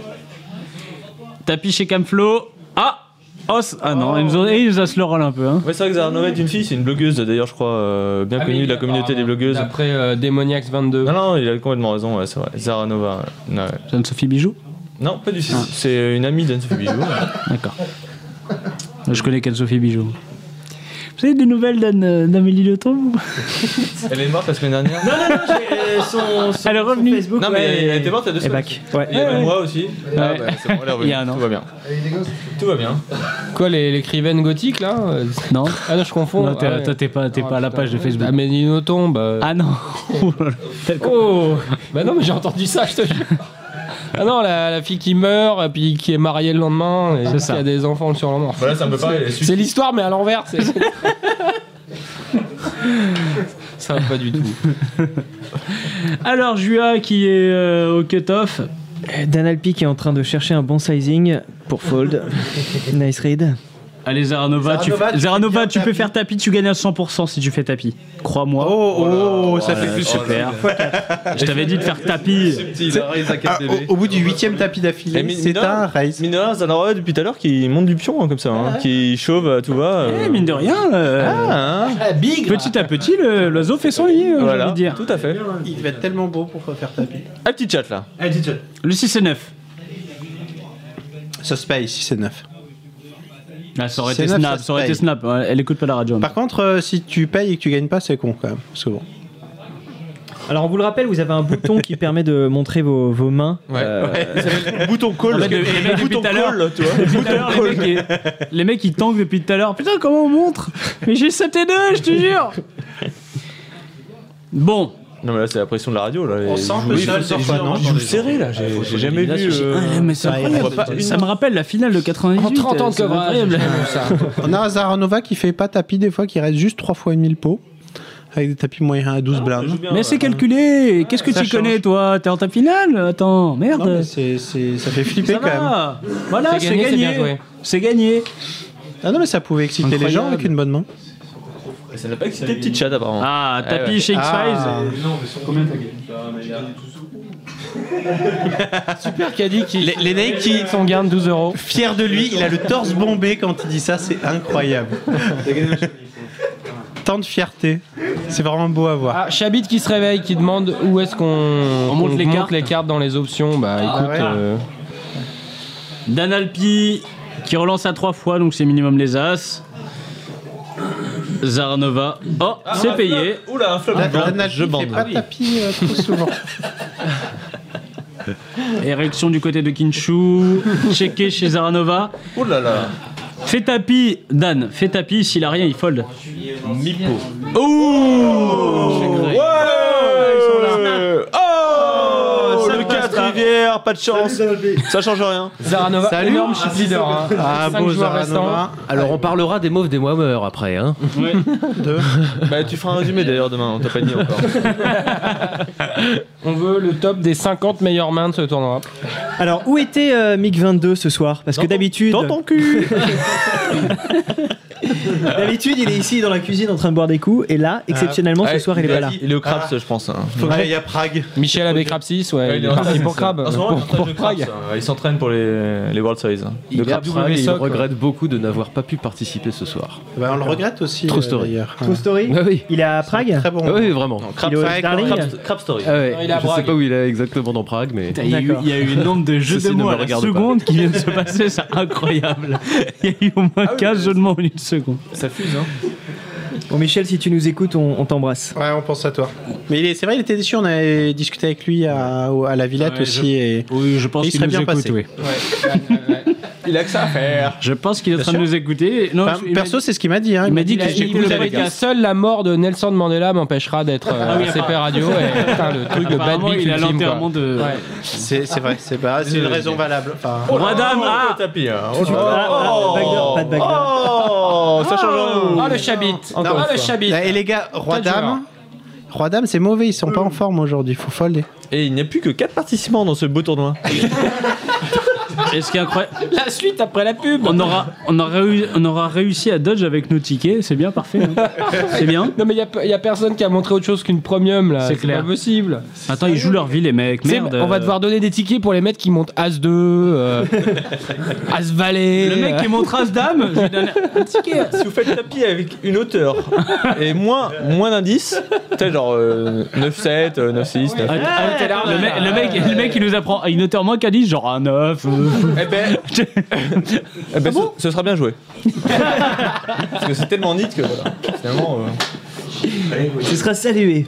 Speaker 3: Tapis chez Camflo. Ah Os Ah non, il nous a- il nous a slow roll un peu. Hein.
Speaker 9: Ouais, c'est vrai que Zaranova est une fille, c'est une blogueuse d'ailleurs, je crois, euh, bien
Speaker 7: Ah, mais
Speaker 9: connue de la
Speaker 7: apparemment,
Speaker 9: communauté des blogueuses.
Speaker 7: D'après euh, Démoniax22.
Speaker 9: Non, non, il a complètement raison, ouais, c'est vrai. Zaranova. ouais. Ouais.
Speaker 3: Anne-Sophie Bijou Ah.
Speaker 9: Non, pas du tout. C'est une amie d'Anne-Sophie Bijou.
Speaker 3: D'accord. Je connais qu'elle Sophie Bijou. Vous avez des nouvelles d'Anne- euh, d'Amélie Le Tombe
Speaker 9: Elle est morte la semaine dernière.
Speaker 3: Non, non, non, j'ai son, Elle est revenue.
Speaker 9: Non, mais elle était morte il y a deux
Speaker 3: Et
Speaker 9: semaines.
Speaker 3: back. Ouais.
Speaker 9: Il y a
Speaker 3: Ouais,
Speaker 9: même
Speaker 3: ouais.
Speaker 9: moi aussi. Ah, bah, c'est bon, elle est revenue.
Speaker 7: Il y a un an.
Speaker 9: Tout va bien. Tout va bien.
Speaker 7: Quoi, les- l'écrivaine gothique là euh,
Speaker 3: Non.
Speaker 7: Ah non, je confonds.
Speaker 3: Non, t'es-
Speaker 7: Ah ouais.
Speaker 3: toi, t'es pas, t'es
Speaker 7: Ah,
Speaker 3: pas à la
Speaker 7: putain.
Speaker 3: page de Facebook.
Speaker 7: Amélie Nothomb. euh.
Speaker 3: Ah non
Speaker 7: Oh Bah non, mais j'ai entendu ça, je te jure. Ah non, la, la fille qui meurt, et puis qui est mariée le lendemain, et qui a des enfants le surlendemain.
Speaker 9: Voilà, ça me peut pas.
Speaker 7: C'est l'histoire, mais à l'envers. c'est-
Speaker 9: Ça va pas du tout.
Speaker 3: Alors, Jua qui est euh, au cut-off.
Speaker 6: Euh, Dan Alpi qui est en train de chercher un bon sizing pour fold. nice read.
Speaker 3: Allez, Zaranova, tu,
Speaker 6: Zaranova,
Speaker 3: fais-
Speaker 6: tu
Speaker 3: Zaranova,
Speaker 6: fais
Speaker 3: tu
Speaker 6: bien
Speaker 3: peux faire tapis, tu gagnes à 100% si tu fais tapis. Crois-moi.
Speaker 9: Oh,
Speaker 19: oh, ça fait plus
Speaker 3: super.
Speaker 19: que-
Speaker 3: Je t'avais dit de faire tapis.
Speaker 8: il a raise à quatre
Speaker 3: Ah,
Speaker 8: bébés.
Speaker 3: au- au bout
Speaker 8: du huitième
Speaker 5: tapis
Speaker 8: Et
Speaker 5: d'affilée,
Speaker 8: mi-
Speaker 5: c'est
Speaker 8: mine de rien-
Speaker 5: un raise.
Speaker 8: Mine de rien, Zanarova, depuis tout à l'heure qui monte du pion hein, comme ça, hein, qui chauve à tout va. Ah, hein.
Speaker 3: Eh, mine de rien. euh, Petit à petit, le- l'oiseau fait son lit, euh, j'ai
Speaker 8: Voilà,
Speaker 3: envie de dire.
Speaker 8: tout à fait.
Speaker 5: Il devait être tellement beau pour faire tapis.
Speaker 8: Un petit chat là.
Speaker 3: Le 6 et 9.
Speaker 5: Ça se paye si c'est 9.
Speaker 3: Ah, ça aurait été snap, ça aurait été snap. Ouais, Elle écoute pas la radio.
Speaker 5: Par contre, euh, si tu payes et que tu gagnes pas, c'est con quand même, souvent.
Speaker 6: Alors on vous le rappelle, vous avez un bouton qui permet de montrer vos, vos mains. Euh,
Speaker 8: bouton
Speaker 3: call.
Speaker 6: parce que-
Speaker 3: les mecs depuis
Speaker 6: bouton
Speaker 3: tout à l'heure,
Speaker 6: call, tu vois.
Speaker 3: depuis tout à l'heure, les, mecs, ils- les mecs, ils tanguent depuis tout à l'heure. Putain, comment on montre Mais j'ai 7 et 2, je te jure Bon.
Speaker 8: Non mais là c'est la pression de la radio là.
Speaker 3: On
Speaker 8: Ils
Speaker 3: sent que
Speaker 8: jouent-
Speaker 3: le
Speaker 8: ils
Speaker 3: sol
Speaker 8: jouent-
Speaker 3: sort
Speaker 8: ils
Speaker 3: pas, non,
Speaker 8: jouent- ils
Speaker 3: dans
Speaker 8: jouent
Speaker 3: les
Speaker 8: serré là. J'ai j'ai jamais vu. euh,
Speaker 3: Ouais, mais c'est incroyable. ça me rappelle la finale de 98.
Speaker 8: En 30 Oh, ans de
Speaker 3: c'est
Speaker 8: coverage,
Speaker 3: incroyable.
Speaker 5: On a Zaranova qui fait pas tapis des fois, qui reste juste 3 fois 1000 pots, avec des tapis moyens à 12 blindes.
Speaker 3: Mais c'est calculé Qu'est-ce que
Speaker 5: Ça
Speaker 3: tu
Speaker 5: change.
Speaker 3: connais, toi T'es en ta finale Attends, merde
Speaker 5: Non, mais c'est- c'est- ça fait flipper
Speaker 3: Ça
Speaker 5: quand même.
Speaker 3: va. Voilà,
Speaker 5: C'est
Speaker 3: c'est
Speaker 5: gagné, c'est bien
Speaker 3: gagné.
Speaker 5: joué.
Speaker 3: C'est gagné.
Speaker 5: Ah non, mais ça pouvait exciter les gens
Speaker 3: Incroyable.
Speaker 5: avec une bonne main.
Speaker 8: Ça n'a pas excité le petit chat apparemment.
Speaker 3: Ah,
Speaker 8: Ouais,
Speaker 3: tapis
Speaker 8: ouais.
Speaker 3: chez X-Files.
Speaker 5: Ah.
Speaker 19: Non, mais sur combien t'as
Speaker 8: Bah,
Speaker 19: gagné
Speaker 5: Super caddie qui. Les, les mecs qui sont gagne 12 euros. Fier de lui, il a le torse bombé quand il dit ça, c'est incroyable. Tant de fierté. C'est vraiment beau à voir.
Speaker 7: Ah, Chabit qui se réveille, qui demande où est-ce qu'on qu'on
Speaker 5: monte
Speaker 7: monte,
Speaker 5: les
Speaker 7: les,
Speaker 5: cartes.
Speaker 7: cartes dans les options. Bah
Speaker 3: Ah,
Speaker 7: écoute.
Speaker 3: ouais.
Speaker 7: euh,
Speaker 3: Dan Alpi qui relance à trois fois, donc c'est minimum les As. Zaranova. Oh,
Speaker 8: Ah, un
Speaker 3: c'est payé.
Speaker 8: flop. Oula, un flop.
Speaker 3: Dan-
Speaker 8: blanc.
Speaker 3: Dan Alpi
Speaker 8: Je
Speaker 3: fait
Speaker 8: bande.
Speaker 3: pas
Speaker 5: tapis euh, trop souvent.
Speaker 3: Érection du côté de Kinshu. Checké chez Zaranova.
Speaker 8: Oh là là.
Speaker 3: Fais tapis, Dan. Fais tapis. S'il a rien, il fold.
Speaker 8: Mipo.
Speaker 3: Oh
Speaker 8: Ouais. Oh Le 4 rivières, pas de chance. Ça change rien.
Speaker 7: Zaranova,
Speaker 8: Salut.
Speaker 7: énorme chip leader. hein.
Speaker 9: Ah,
Speaker 7: Cinq
Speaker 9: beau
Speaker 7: joueurs
Speaker 9: Zaranova.
Speaker 7: restants.
Speaker 9: Alors, on parlera des mauves des Whammer après. Hein.
Speaker 8: Bah tu feras un résumé d'ailleurs demain, on t'a pas dit encore.
Speaker 7: On veut le top des 50 meilleures mains de ce tournoi.
Speaker 6: Alors où était euh, Mick 22 ce soir Parce que d'habitude. Dans ton cul D'habitude il est ici dans la cuisine en train de boire des coups et là exceptionnellement ce soir Ah. il est pas là.
Speaker 8: Il est au Krabs, je pense.
Speaker 6: Ah.
Speaker 8: hein.
Speaker 6: Faut que j'aille
Speaker 5: à Prague.
Speaker 7: Michel avec Crabsis, ouais, il est parti pour Crabs.
Speaker 8: En ce moment, il est en train de jouer Krabs,
Speaker 9: hein.
Speaker 8: euh, il s'entraîne pour les, les World Series.
Speaker 9: Il,
Speaker 8: Krabs.
Speaker 9: il regrette beaucoup de n'avoir pas pu participer ce soir.
Speaker 5: Bah, on le regrette aussi.
Speaker 9: True
Speaker 5: euh,
Speaker 9: story.
Speaker 5: d'ailleurs. Ah
Speaker 6: True Story Il est à Prague
Speaker 5: Très bon.
Speaker 9: Ah oui, vraiment.
Speaker 5: Il est au Darling
Speaker 9: Story. Ah ouais,
Speaker 5: Non, il est à
Speaker 9: je sais
Speaker 5: Prague.
Speaker 9: pas où il est exactement dans Prague, mais.
Speaker 3: Il y a eu, il y a eu le nombre de jeux
Speaker 9: Ceci
Speaker 3: de
Speaker 9: ne
Speaker 3: mots
Speaker 9: me
Speaker 3: à la
Speaker 9: regarde pas.
Speaker 3: seconde qui vient de se passer, c'est incroyable. Il y a eu au
Speaker 7: Ah
Speaker 3: moins 15 jeux de mots en une seconde.
Speaker 8: Ça fuse, hein.
Speaker 6: Bon Michel si tu nous écoutes on, on t'embrasse.
Speaker 5: Ouais, on pense à toi. Mais il est- c'est vrai, il était déçu. On avait discuté avec lui à, au- à la Villette
Speaker 3: Ouais,
Speaker 5: aussi.
Speaker 3: je-
Speaker 5: Et,
Speaker 3: oui, je pense
Speaker 5: et il
Speaker 3: qu'il
Speaker 5: serait
Speaker 3: nous écoute,
Speaker 5: bien passé.
Speaker 3: oui.
Speaker 8: Il a que ça à faire.
Speaker 3: Je pense qu'il est en
Speaker 5: Bien
Speaker 3: train de
Speaker 5: sûr.
Speaker 3: nous écouter. Non,
Speaker 5: Enfin,
Speaker 3: je- il m'a
Speaker 5: perso, c'est ce qu'il m'a dit. hein.
Speaker 3: il m'a dit
Speaker 7: Il a-
Speaker 3: que
Speaker 7: il
Speaker 3: j'écoute
Speaker 7: nous
Speaker 3: le
Speaker 7: avait dit
Speaker 3: podcast.
Speaker 7: seule la mort de Nelson Mandela m'empêchera d'être euh,
Speaker 3: Ah oui,
Speaker 7: à CP
Speaker 3: apparemment.
Speaker 7: Radio. Et, putain, le truc de bad
Speaker 3: Apparemment,
Speaker 7: beat
Speaker 3: il a
Speaker 7: ultime, quoi.
Speaker 3: l'enterrement de-
Speaker 7: Ouais.
Speaker 5: C'est c'est vrai, c'est pas- c'est une raison valable. Enfin,
Speaker 3: Oh, Roi dame, ah
Speaker 8: tapis. hein.
Speaker 5: Tout de suite.
Speaker 8: Oh.
Speaker 5: Pas de backdoor.
Speaker 8: Oh, ça change rien.
Speaker 7: Ah, le chabit.
Speaker 5: Non,
Speaker 7: Ah, le
Speaker 5: ça.
Speaker 7: chabit.
Speaker 5: Et les gars, roi
Speaker 7: Quel joueur.
Speaker 5: dame, roi dame, c'est mauvais. Ils sont pas en forme aujourd'hui. Faut folder.
Speaker 8: Et il n'y a plus que 4 participants dans ce beau tournoi.
Speaker 3: Et ce qui est incroyable,
Speaker 7: La suite après la pub.
Speaker 3: on aura, on, aura, eu- on aura réussi à dodge avec nos tickets, c'est bien, parfait. hein. C'est bien.
Speaker 7: Non, mais il n'y a, personne qui a montré autre chose qu'une premium là.
Speaker 3: C'est clair.
Speaker 7: pas possible.
Speaker 3: Attends, ils jouent leur vie, les mecs.
Speaker 7: Tu sais,
Speaker 3: Merde. euh.
Speaker 7: on va devoir donner des tickets pour les mecs qui montent As2, euh, As-Valet.
Speaker 3: Le mec qui montre As-Dame, je lui donne un ticket.
Speaker 8: Si vous faites tapis avec une hauteur et moins, moins d'indices, tu sais, genre euh, 9-7, euh, 9-6, 9.
Speaker 3: Attends, attends, le, mec, le, mec, le mec, il nous apprend à une hauteur moins qu'à 10, genre un 9.
Speaker 8: Eh ben, eh ben, ce, ce sera bien joué. Parce que c'est tellement nit que voilà. Finalement. euh.
Speaker 6: Tu seras salué.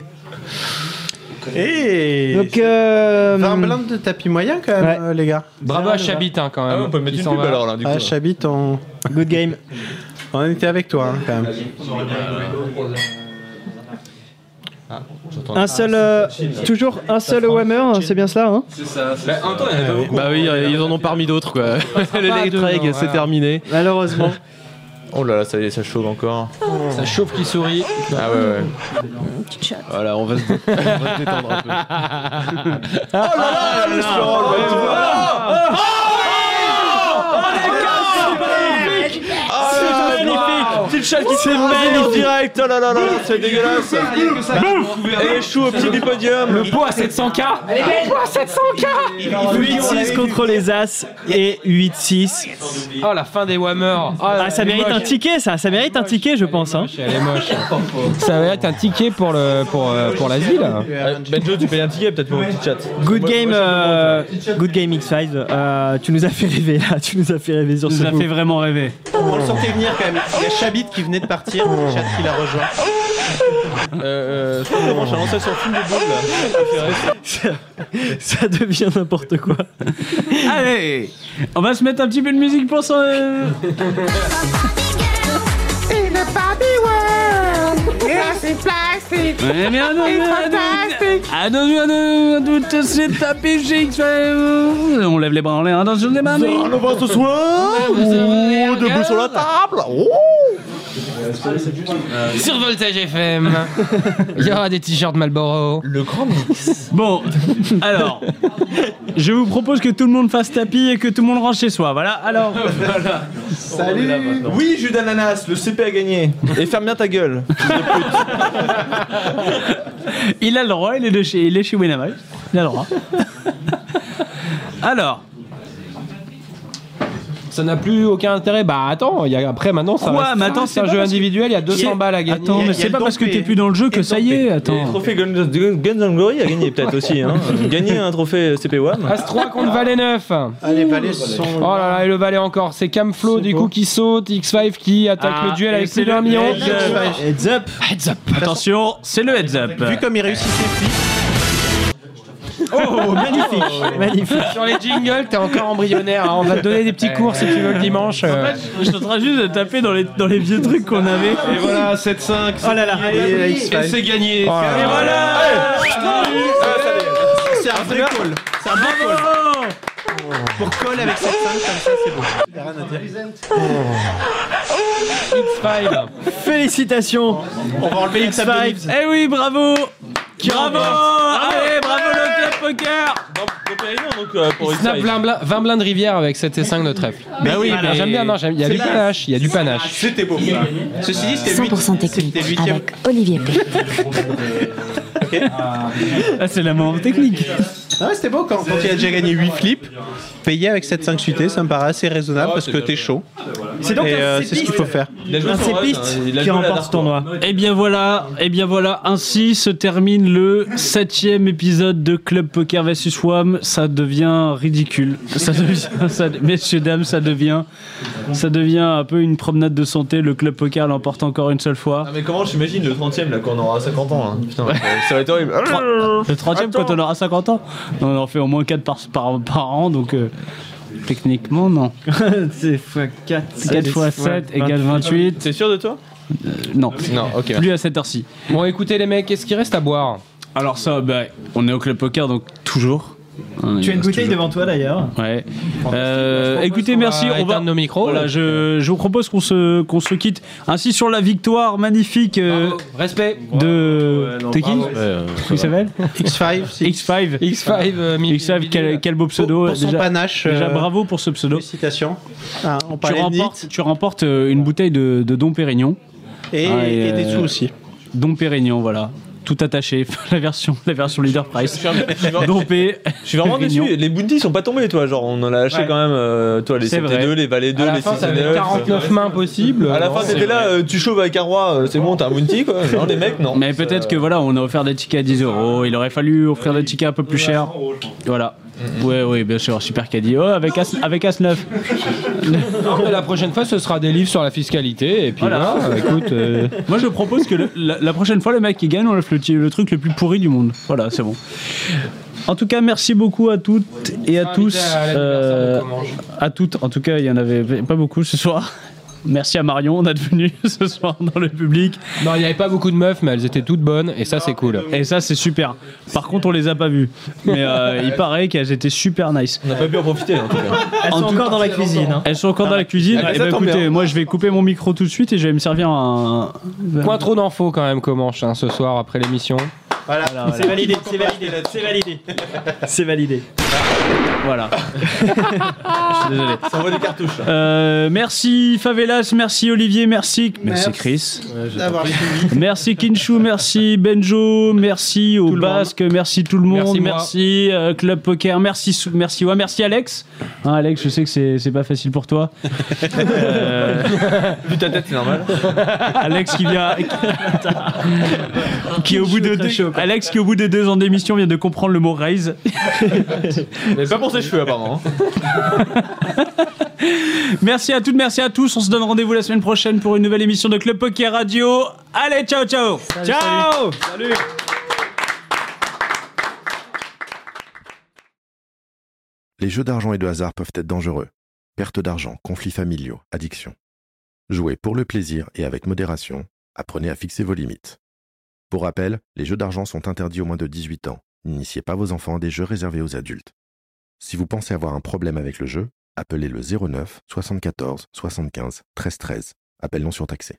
Speaker 5: Et
Speaker 6: Donc euh,
Speaker 5: 20 blindes de tapis moyen quand même,
Speaker 6: Ouais.
Speaker 5: euh, les gars.
Speaker 7: Bravo à Chabit hein, quand même. Il s'en va.
Speaker 5: Ah, Chabit, on.
Speaker 6: Good game.
Speaker 5: On était avec toi hein,
Speaker 9: Ah,
Speaker 5: quand même.
Speaker 6: un seul
Speaker 9: Ah,
Speaker 6: euh, toujours un seul E Whammer, c'est bien cela hein
Speaker 9: C'est ça. en même temps, il y bah en a beaucoup. Bah oui, ils en ont parmi d'autres, quoi.
Speaker 7: pas à
Speaker 9: Le
Speaker 7: deux,
Speaker 9: Night Reg,
Speaker 7: non,
Speaker 9: c'est
Speaker 7: voilà.
Speaker 9: terminé.
Speaker 6: Malheureusement.
Speaker 9: Oh là là, ça y est, ça chauffe encore.
Speaker 7: Ça chauffe qui sourit.
Speaker 9: Ah ouais, ouais. Voilà, on va se, dé- on va se détendre un peu.
Speaker 16: Oh là là, le
Speaker 9: là là.
Speaker 16: C'est magnifique
Speaker 9: Petite chatte
Speaker 16: qui s'est
Speaker 9: rasée en
Speaker 16: magnifique.
Speaker 9: direct, oh là là là là, c'est dégueulasse Et échoue au pied du podium
Speaker 3: Le pot à 700K
Speaker 16: Le pot à
Speaker 3: 700K
Speaker 6: 8-6 contre les As et 8-6.
Speaker 7: Oh la fin des Whammers.
Speaker 6: Ah, ça mérite un ticket, ça. Ça mérite un ticket, je pense. hein.
Speaker 7: Elle est moche. ça va être un ticket pour le pour euh, pour l'asile.
Speaker 9: Benjo, tu payes un ticket peut-être pour mon petit chat.
Speaker 6: Good game, euh, good game X5. euh, tu nous as fait rêver là, tu nous as fait rêver sur
Speaker 28: Tu
Speaker 6: ce
Speaker 28: nous as
Speaker 6: coup.
Speaker 28: fait vraiment rêver.
Speaker 5: On le sentait venir quand même. Il y a Chabit qui venait de partir, le chat qui l'a rejoint.
Speaker 9: Euh, euh, je crois que vraiment, j'ai lancé sur le film de boule
Speaker 6: Ça devient n'importe quoi.
Speaker 3: Allez, on va se mettre un petit peu de musique pour ça. euh.
Speaker 16: In a Barbie world Plastic, plastic
Speaker 3: Ouais, mais Eh
Speaker 5: ah
Speaker 3: à nous,
Speaker 16: It's
Speaker 3: à nous,
Speaker 16: fantastic
Speaker 3: à nous, à nous, à nous, tous ces tapis chics, euh, On lève les bras en l'air, attention les mains.
Speaker 16: On va ce soir
Speaker 3: Ah,
Speaker 16: Oh,
Speaker 3: Debout
Speaker 16: Debout sur la table Oh
Speaker 7: euh, Sur Voltage FM. Il y aura des t-shirts Malboro.
Speaker 9: Le grand mix.
Speaker 3: Euh, Bon, alors, je vous propose que tout le monde fasse tapis et que tout le monde rentre chez soi. Voilà, alors.
Speaker 9: Voilà. Salut Oui, jus d'ananas, le CP a gagné. Et ferme bien ta gueule.
Speaker 3: Il a le droit, il est, de chez, il est chez Winamax. Il a le droit. Alors,
Speaker 7: Ça n'a plus aucun intérêt. Bah attends, il y a- après maintenant ça
Speaker 3: Quoi,
Speaker 7: reste- hein.
Speaker 3: mais attends,
Speaker 7: c'est
Speaker 3: c'est
Speaker 7: un
Speaker 3: pas
Speaker 7: jeu
Speaker 3: parce que-
Speaker 7: individuel, il y a 200
Speaker 3: Et-
Speaker 7: balles à gagner.
Speaker 3: Attends, mais c'est pas parce que t'es plus dans le jeu que ça y est.
Speaker 9: Le
Speaker 3: Attends.
Speaker 9: trophée Guns, Guns N' Glory a gagné peut-être aussi. Hein. Gagner un trophée CP One.
Speaker 7: As 3 contre Valet 9.
Speaker 5: Allez, Valais sont.
Speaker 7: Oh là là, et le Valet encore. C'est Camflo du coup qui saute, X5 qui attaque
Speaker 3: Ah,
Speaker 7: le duel
Speaker 3: et
Speaker 7: avec
Speaker 3: c'est
Speaker 7: plus d'un
Speaker 3: le
Speaker 7: million.
Speaker 3: heads up.
Speaker 6: Heads up
Speaker 7: Heads up
Speaker 3: Attention, c'est le heads up.
Speaker 5: Vu comme il réussit ses flics.
Speaker 6: Oh, magnifique, magnifique.
Speaker 7: Sur les jingles, t'es encore embryonnaire. hein. On va te donner des petits cours si tu veux le dimanche. euh.
Speaker 3: Je suis en train juste de taper dans les, dans les vieux trucs qu'on avait.
Speaker 9: Et voilà, 7-5.
Speaker 3: Oh là là.
Speaker 9: Et c'est
Speaker 7: Oh
Speaker 9: gagné.
Speaker 3: Et voilà
Speaker 5: C'est un vrai call. C'est un bon call. Pour call avec cette femme comme ça, c'est bon.
Speaker 7: X5.
Speaker 6: Félicitations.
Speaker 5: On va enlever une table de
Speaker 6: X5.
Speaker 5: nuit.
Speaker 3: Eh oui, bravo Bravo Allez, bravo le club poker
Speaker 9: Donc, euh, pour
Speaker 7: Il snap
Speaker 9: X5.
Speaker 7: 20 blindes, 20 blindes rivière avec 7 et 5 de trèfle.
Speaker 5: Mais oui, mais-
Speaker 7: j'aime bien, non, j'aime- il y a
Speaker 5: C'est
Speaker 7: du
Speaker 5: pas-
Speaker 7: panache, il y a du panache.
Speaker 5: C'était beau. Ceci dit, c'était
Speaker 29: 100% technique
Speaker 5: C'était huitième.
Speaker 29: avec Olivier P.
Speaker 3: Ah, c'est la mort technique.
Speaker 5: Ah ouais, c'était beau quand, quand il a déjà gagné 8 flips. Payer avec 7-5 suité, ça me paraît assez raisonnable
Speaker 9: Ah,
Speaker 5: parce que t'es chaud.
Speaker 6: C'est donc
Speaker 5: Et,
Speaker 6: un
Speaker 5: euh,
Speaker 6: sépiste.
Speaker 5: c'est ce qu'il faut faire.
Speaker 9: Il a joué
Speaker 6: Un
Speaker 9: sur Rust,
Speaker 6: sépiste
Speaker 9: hein. Il a
Speaker 6: qui
Speaker 9: joué à la
Speaker 6: remporte
Speaker 9: Dark
Speaker 6: ce tournoi.
Speaker 3: Et Eh bien voilà, et bien voilà, ainsi se termine le septième épisode de Club Poker vs Wham. Ça devient ridicule. Ça devient, ça, messieurs dames, ça devient, ça devient un peu une promenade de santé. Le Club Poker l'emporte encore une seule fois.
Speaker 9: Ah, mais comment j'imagine le Ah, 30ème là quand on aura 50 ans là. hein. Putain, ça va être horrible.
Speaker 3: Le 30 e
Speaker 9: Attends.
Speaker 3: quand on aura 50 ans. Non, on en fait au moins 4 par, par, par an, donc euh, techniquement non.
Speaker 6: C'est x4.
Speaker 3: 4 x 7 égale 28.
Speaker 9: T'es sûr de toi
Speaker 3: Non.
Speaker 9: Non, ok.
Speaker 3: Plus à cette heure-ci.
Speaker 7: Ah, Bon, écoutez les mecs, qu'est-ce qu'il reste à boire
Speaker 3: Alors ça, bah, on est au club poker, donc toujours. On
Speaker 6: Tu as une
Speaker 3: reste
Speaker 6: bouteille
Speaker 3: toujours.
Speaker 6: devant toi d'ailleurs.
Speaker 3: Ouais. Euh, écoutez,
Speaker 7: qu'on va
Speaker 3: merci. On va
Speaker 7: éteindre nos micros.
Speaker 3: Voilà, je, je vous propose qu'on se, qu'on se quitte ainsi sur la victoire magnifique euh,
Speaker 7: Respect.
Speaker 3: de.
Speaker 9: non,
Speaker 3: T'es qui
Speaker 9: bravo. Ouais, euh,
Speaker 3: Comment il s'appelle
Speaker 5: X5, c'est
Speaker 3: X5.
Speaker 7: X5, euh, mi-
Speaker 3: X5, quel, quel beau pseudo.
Speaker 5: pour son
Speaker 3: déjà,
Speaker 5: panache,
Speaker 3: déjà,
Speaker 5: euh,
Speaker 3: bravo pour ce pseudo.
Speaker 5: citation. Ah, on
Speaker 3: Tu
Speaker 5: parlait de
Speaker 3: remportes, tu remportes euh, une bouteille de, de Dom Pérignon.
Speaker 5: Nice. et,
Speaker 3: Ah, et,
Speaker 5: et des
Speaker 3: euh,
Speaker 5: sous aussi.
Speaker 3: Dom Pérignon, voilà. Tout attaché, la version, la version leader price. Dom P.
Speaker 9: Je suis vraiment
Speaker 3: Pérignon.
Speaker 9: déçu, les bounties sont pas tombés, toi. Genre, on en a lâché
Speaker 3: Ouais.
Speaker 9: quand même, euh, toi, les
Speaker 3: C'est vrai.
Speaker 9: CT2, les Valets 2,
Speaker 7: À la
Speaker 9: les
Speaker 7: fin, t'avais
Speaker 9: 69.
Speaker 7: 49 mains possibles.
Speaker 9: À la
Speaker 7: Non,
Speaker 9: fin,
Speaker 7: c'est
Speaker 9: t'étais là, euh, tu chauves avec un roi, euh, c'est bon, t'as un bounty quoi. Genre, les mecs, non.
Speaker 3: Mais peut-être que voilà, on a offert des tickets à 10 euros. Il aurait fallu offrir des tickets un peu plus chers. Voilà.
Speaker 9: Mm-hmm.
Speaker 3: Ouais, ouais, bien sûr, super caddie. Oh, avec As, avec As 9.
Speaker 7: Non, mais la prochaine fois, ce sera des livres sur la fiscalité. Et puis
Speaker 3: Voilà.
Speaker 7: voilà, écoute. euh,
Speaker 3: Moi, je propose que le- la, la prochaine fois, le mec qui gagne, on offre le, ti- le truc le plus pourri du monde. Voilà, c'est bon. En tout cas, merci beaucoup à toutes et à tous.
Speaker 7: à l'anniversaire de
Speaker 3: euh,
Speaker 7: Comanche.
Speaker 3: à toutes, en tout cas, il y en avait pas beaucoup ce soir. Merci à Marion d'être venue ce soir dans le public.
Speaker 7: Non, il n'y avait pas beaucoup de meufs, mais elles étaient toutes bonnes, et ça, c'est cool.
Speaker 3: Et ça, c'est super. Par contre, on les a pas vues. Mais euh, il paraît qu'elles étaient super nice.
Speaker 19: On n'a pas pu en profiter en tout cas.
Speaker 6: Elles sont encore dans la cuisine. hein.
Speaker 3: Elles sont encore dans la cuisine.
Speaker 6: Ah,
Speaker 3: Eh
Speaker 6: ça
Speaker 3: ben,
Speaker 6: tombe
Speaker 3: écoutez,
Speaker 6: bien.
Speaker 3: moi je vais couper mon micro tout de suite et je vais me servir un.
Speaker 7: Point trop d'infos quand même, Comanche, hein, ce soir après l'émission.
Speaker 3: Voilà,
Speaker 6: C'est validé, c'est validé, c'est validé. C'est validé.
Speaker 3: Voilà.
Speaker 6: Ah.
Speaker 3: je suis désolé.
Speaker 19: Ça envoie des cartouches. là.
Speaker 3: Euh, merci Favelas, merci Olivier, merci,
Speaker 19: Merci.
Speaker 3: merci Chris,
Speaker 19: D'avoir
Speaker 3: merci Kinshu, merci Benjo, merci au Basque, merci tout le monde,
Speaker 7: Merci moi.
Speaker 3: merci, euh, Club Poker, merci Sou- merci Wa, merci Alex. Hein, Alex, je sais que c'est c'est pas facile pour toi. Euh,
Speaker 19: Vu ta tête, c'est normal.
Speaker 3: Alex qui vient qui au bout de deux, Alex qui au bout de deux ans d'émission vient de comprendre le mot raise.
Speaker 19: Mais pas pour ses cheveux apparemment. hein.
Speaker 3: Merci à toutes, merci à tous. On se donne rendez-vous la semaine prochaine pour une nouvelle émission de Club Poker Radio. Allez, ciao, ciao. ciao.
Speaker 19: Salut.
Speaker 4: Les jeux d'argent et de hasard peuvent être dangereux. Perte d'argent, conflits familiaux, addiction. Jouez pour le plaisir et avec modération. Apprenez à fixer vos limites. Pour rappel, les jeux d'argent sont interdits aux moins de 18 ans. N'initiez pas vos enfants à des jeux réservés aux adultes. Si vous pensez avoir un problème avec le jeu, appelez le 09 74 75 13 13. Appel non surtaxé.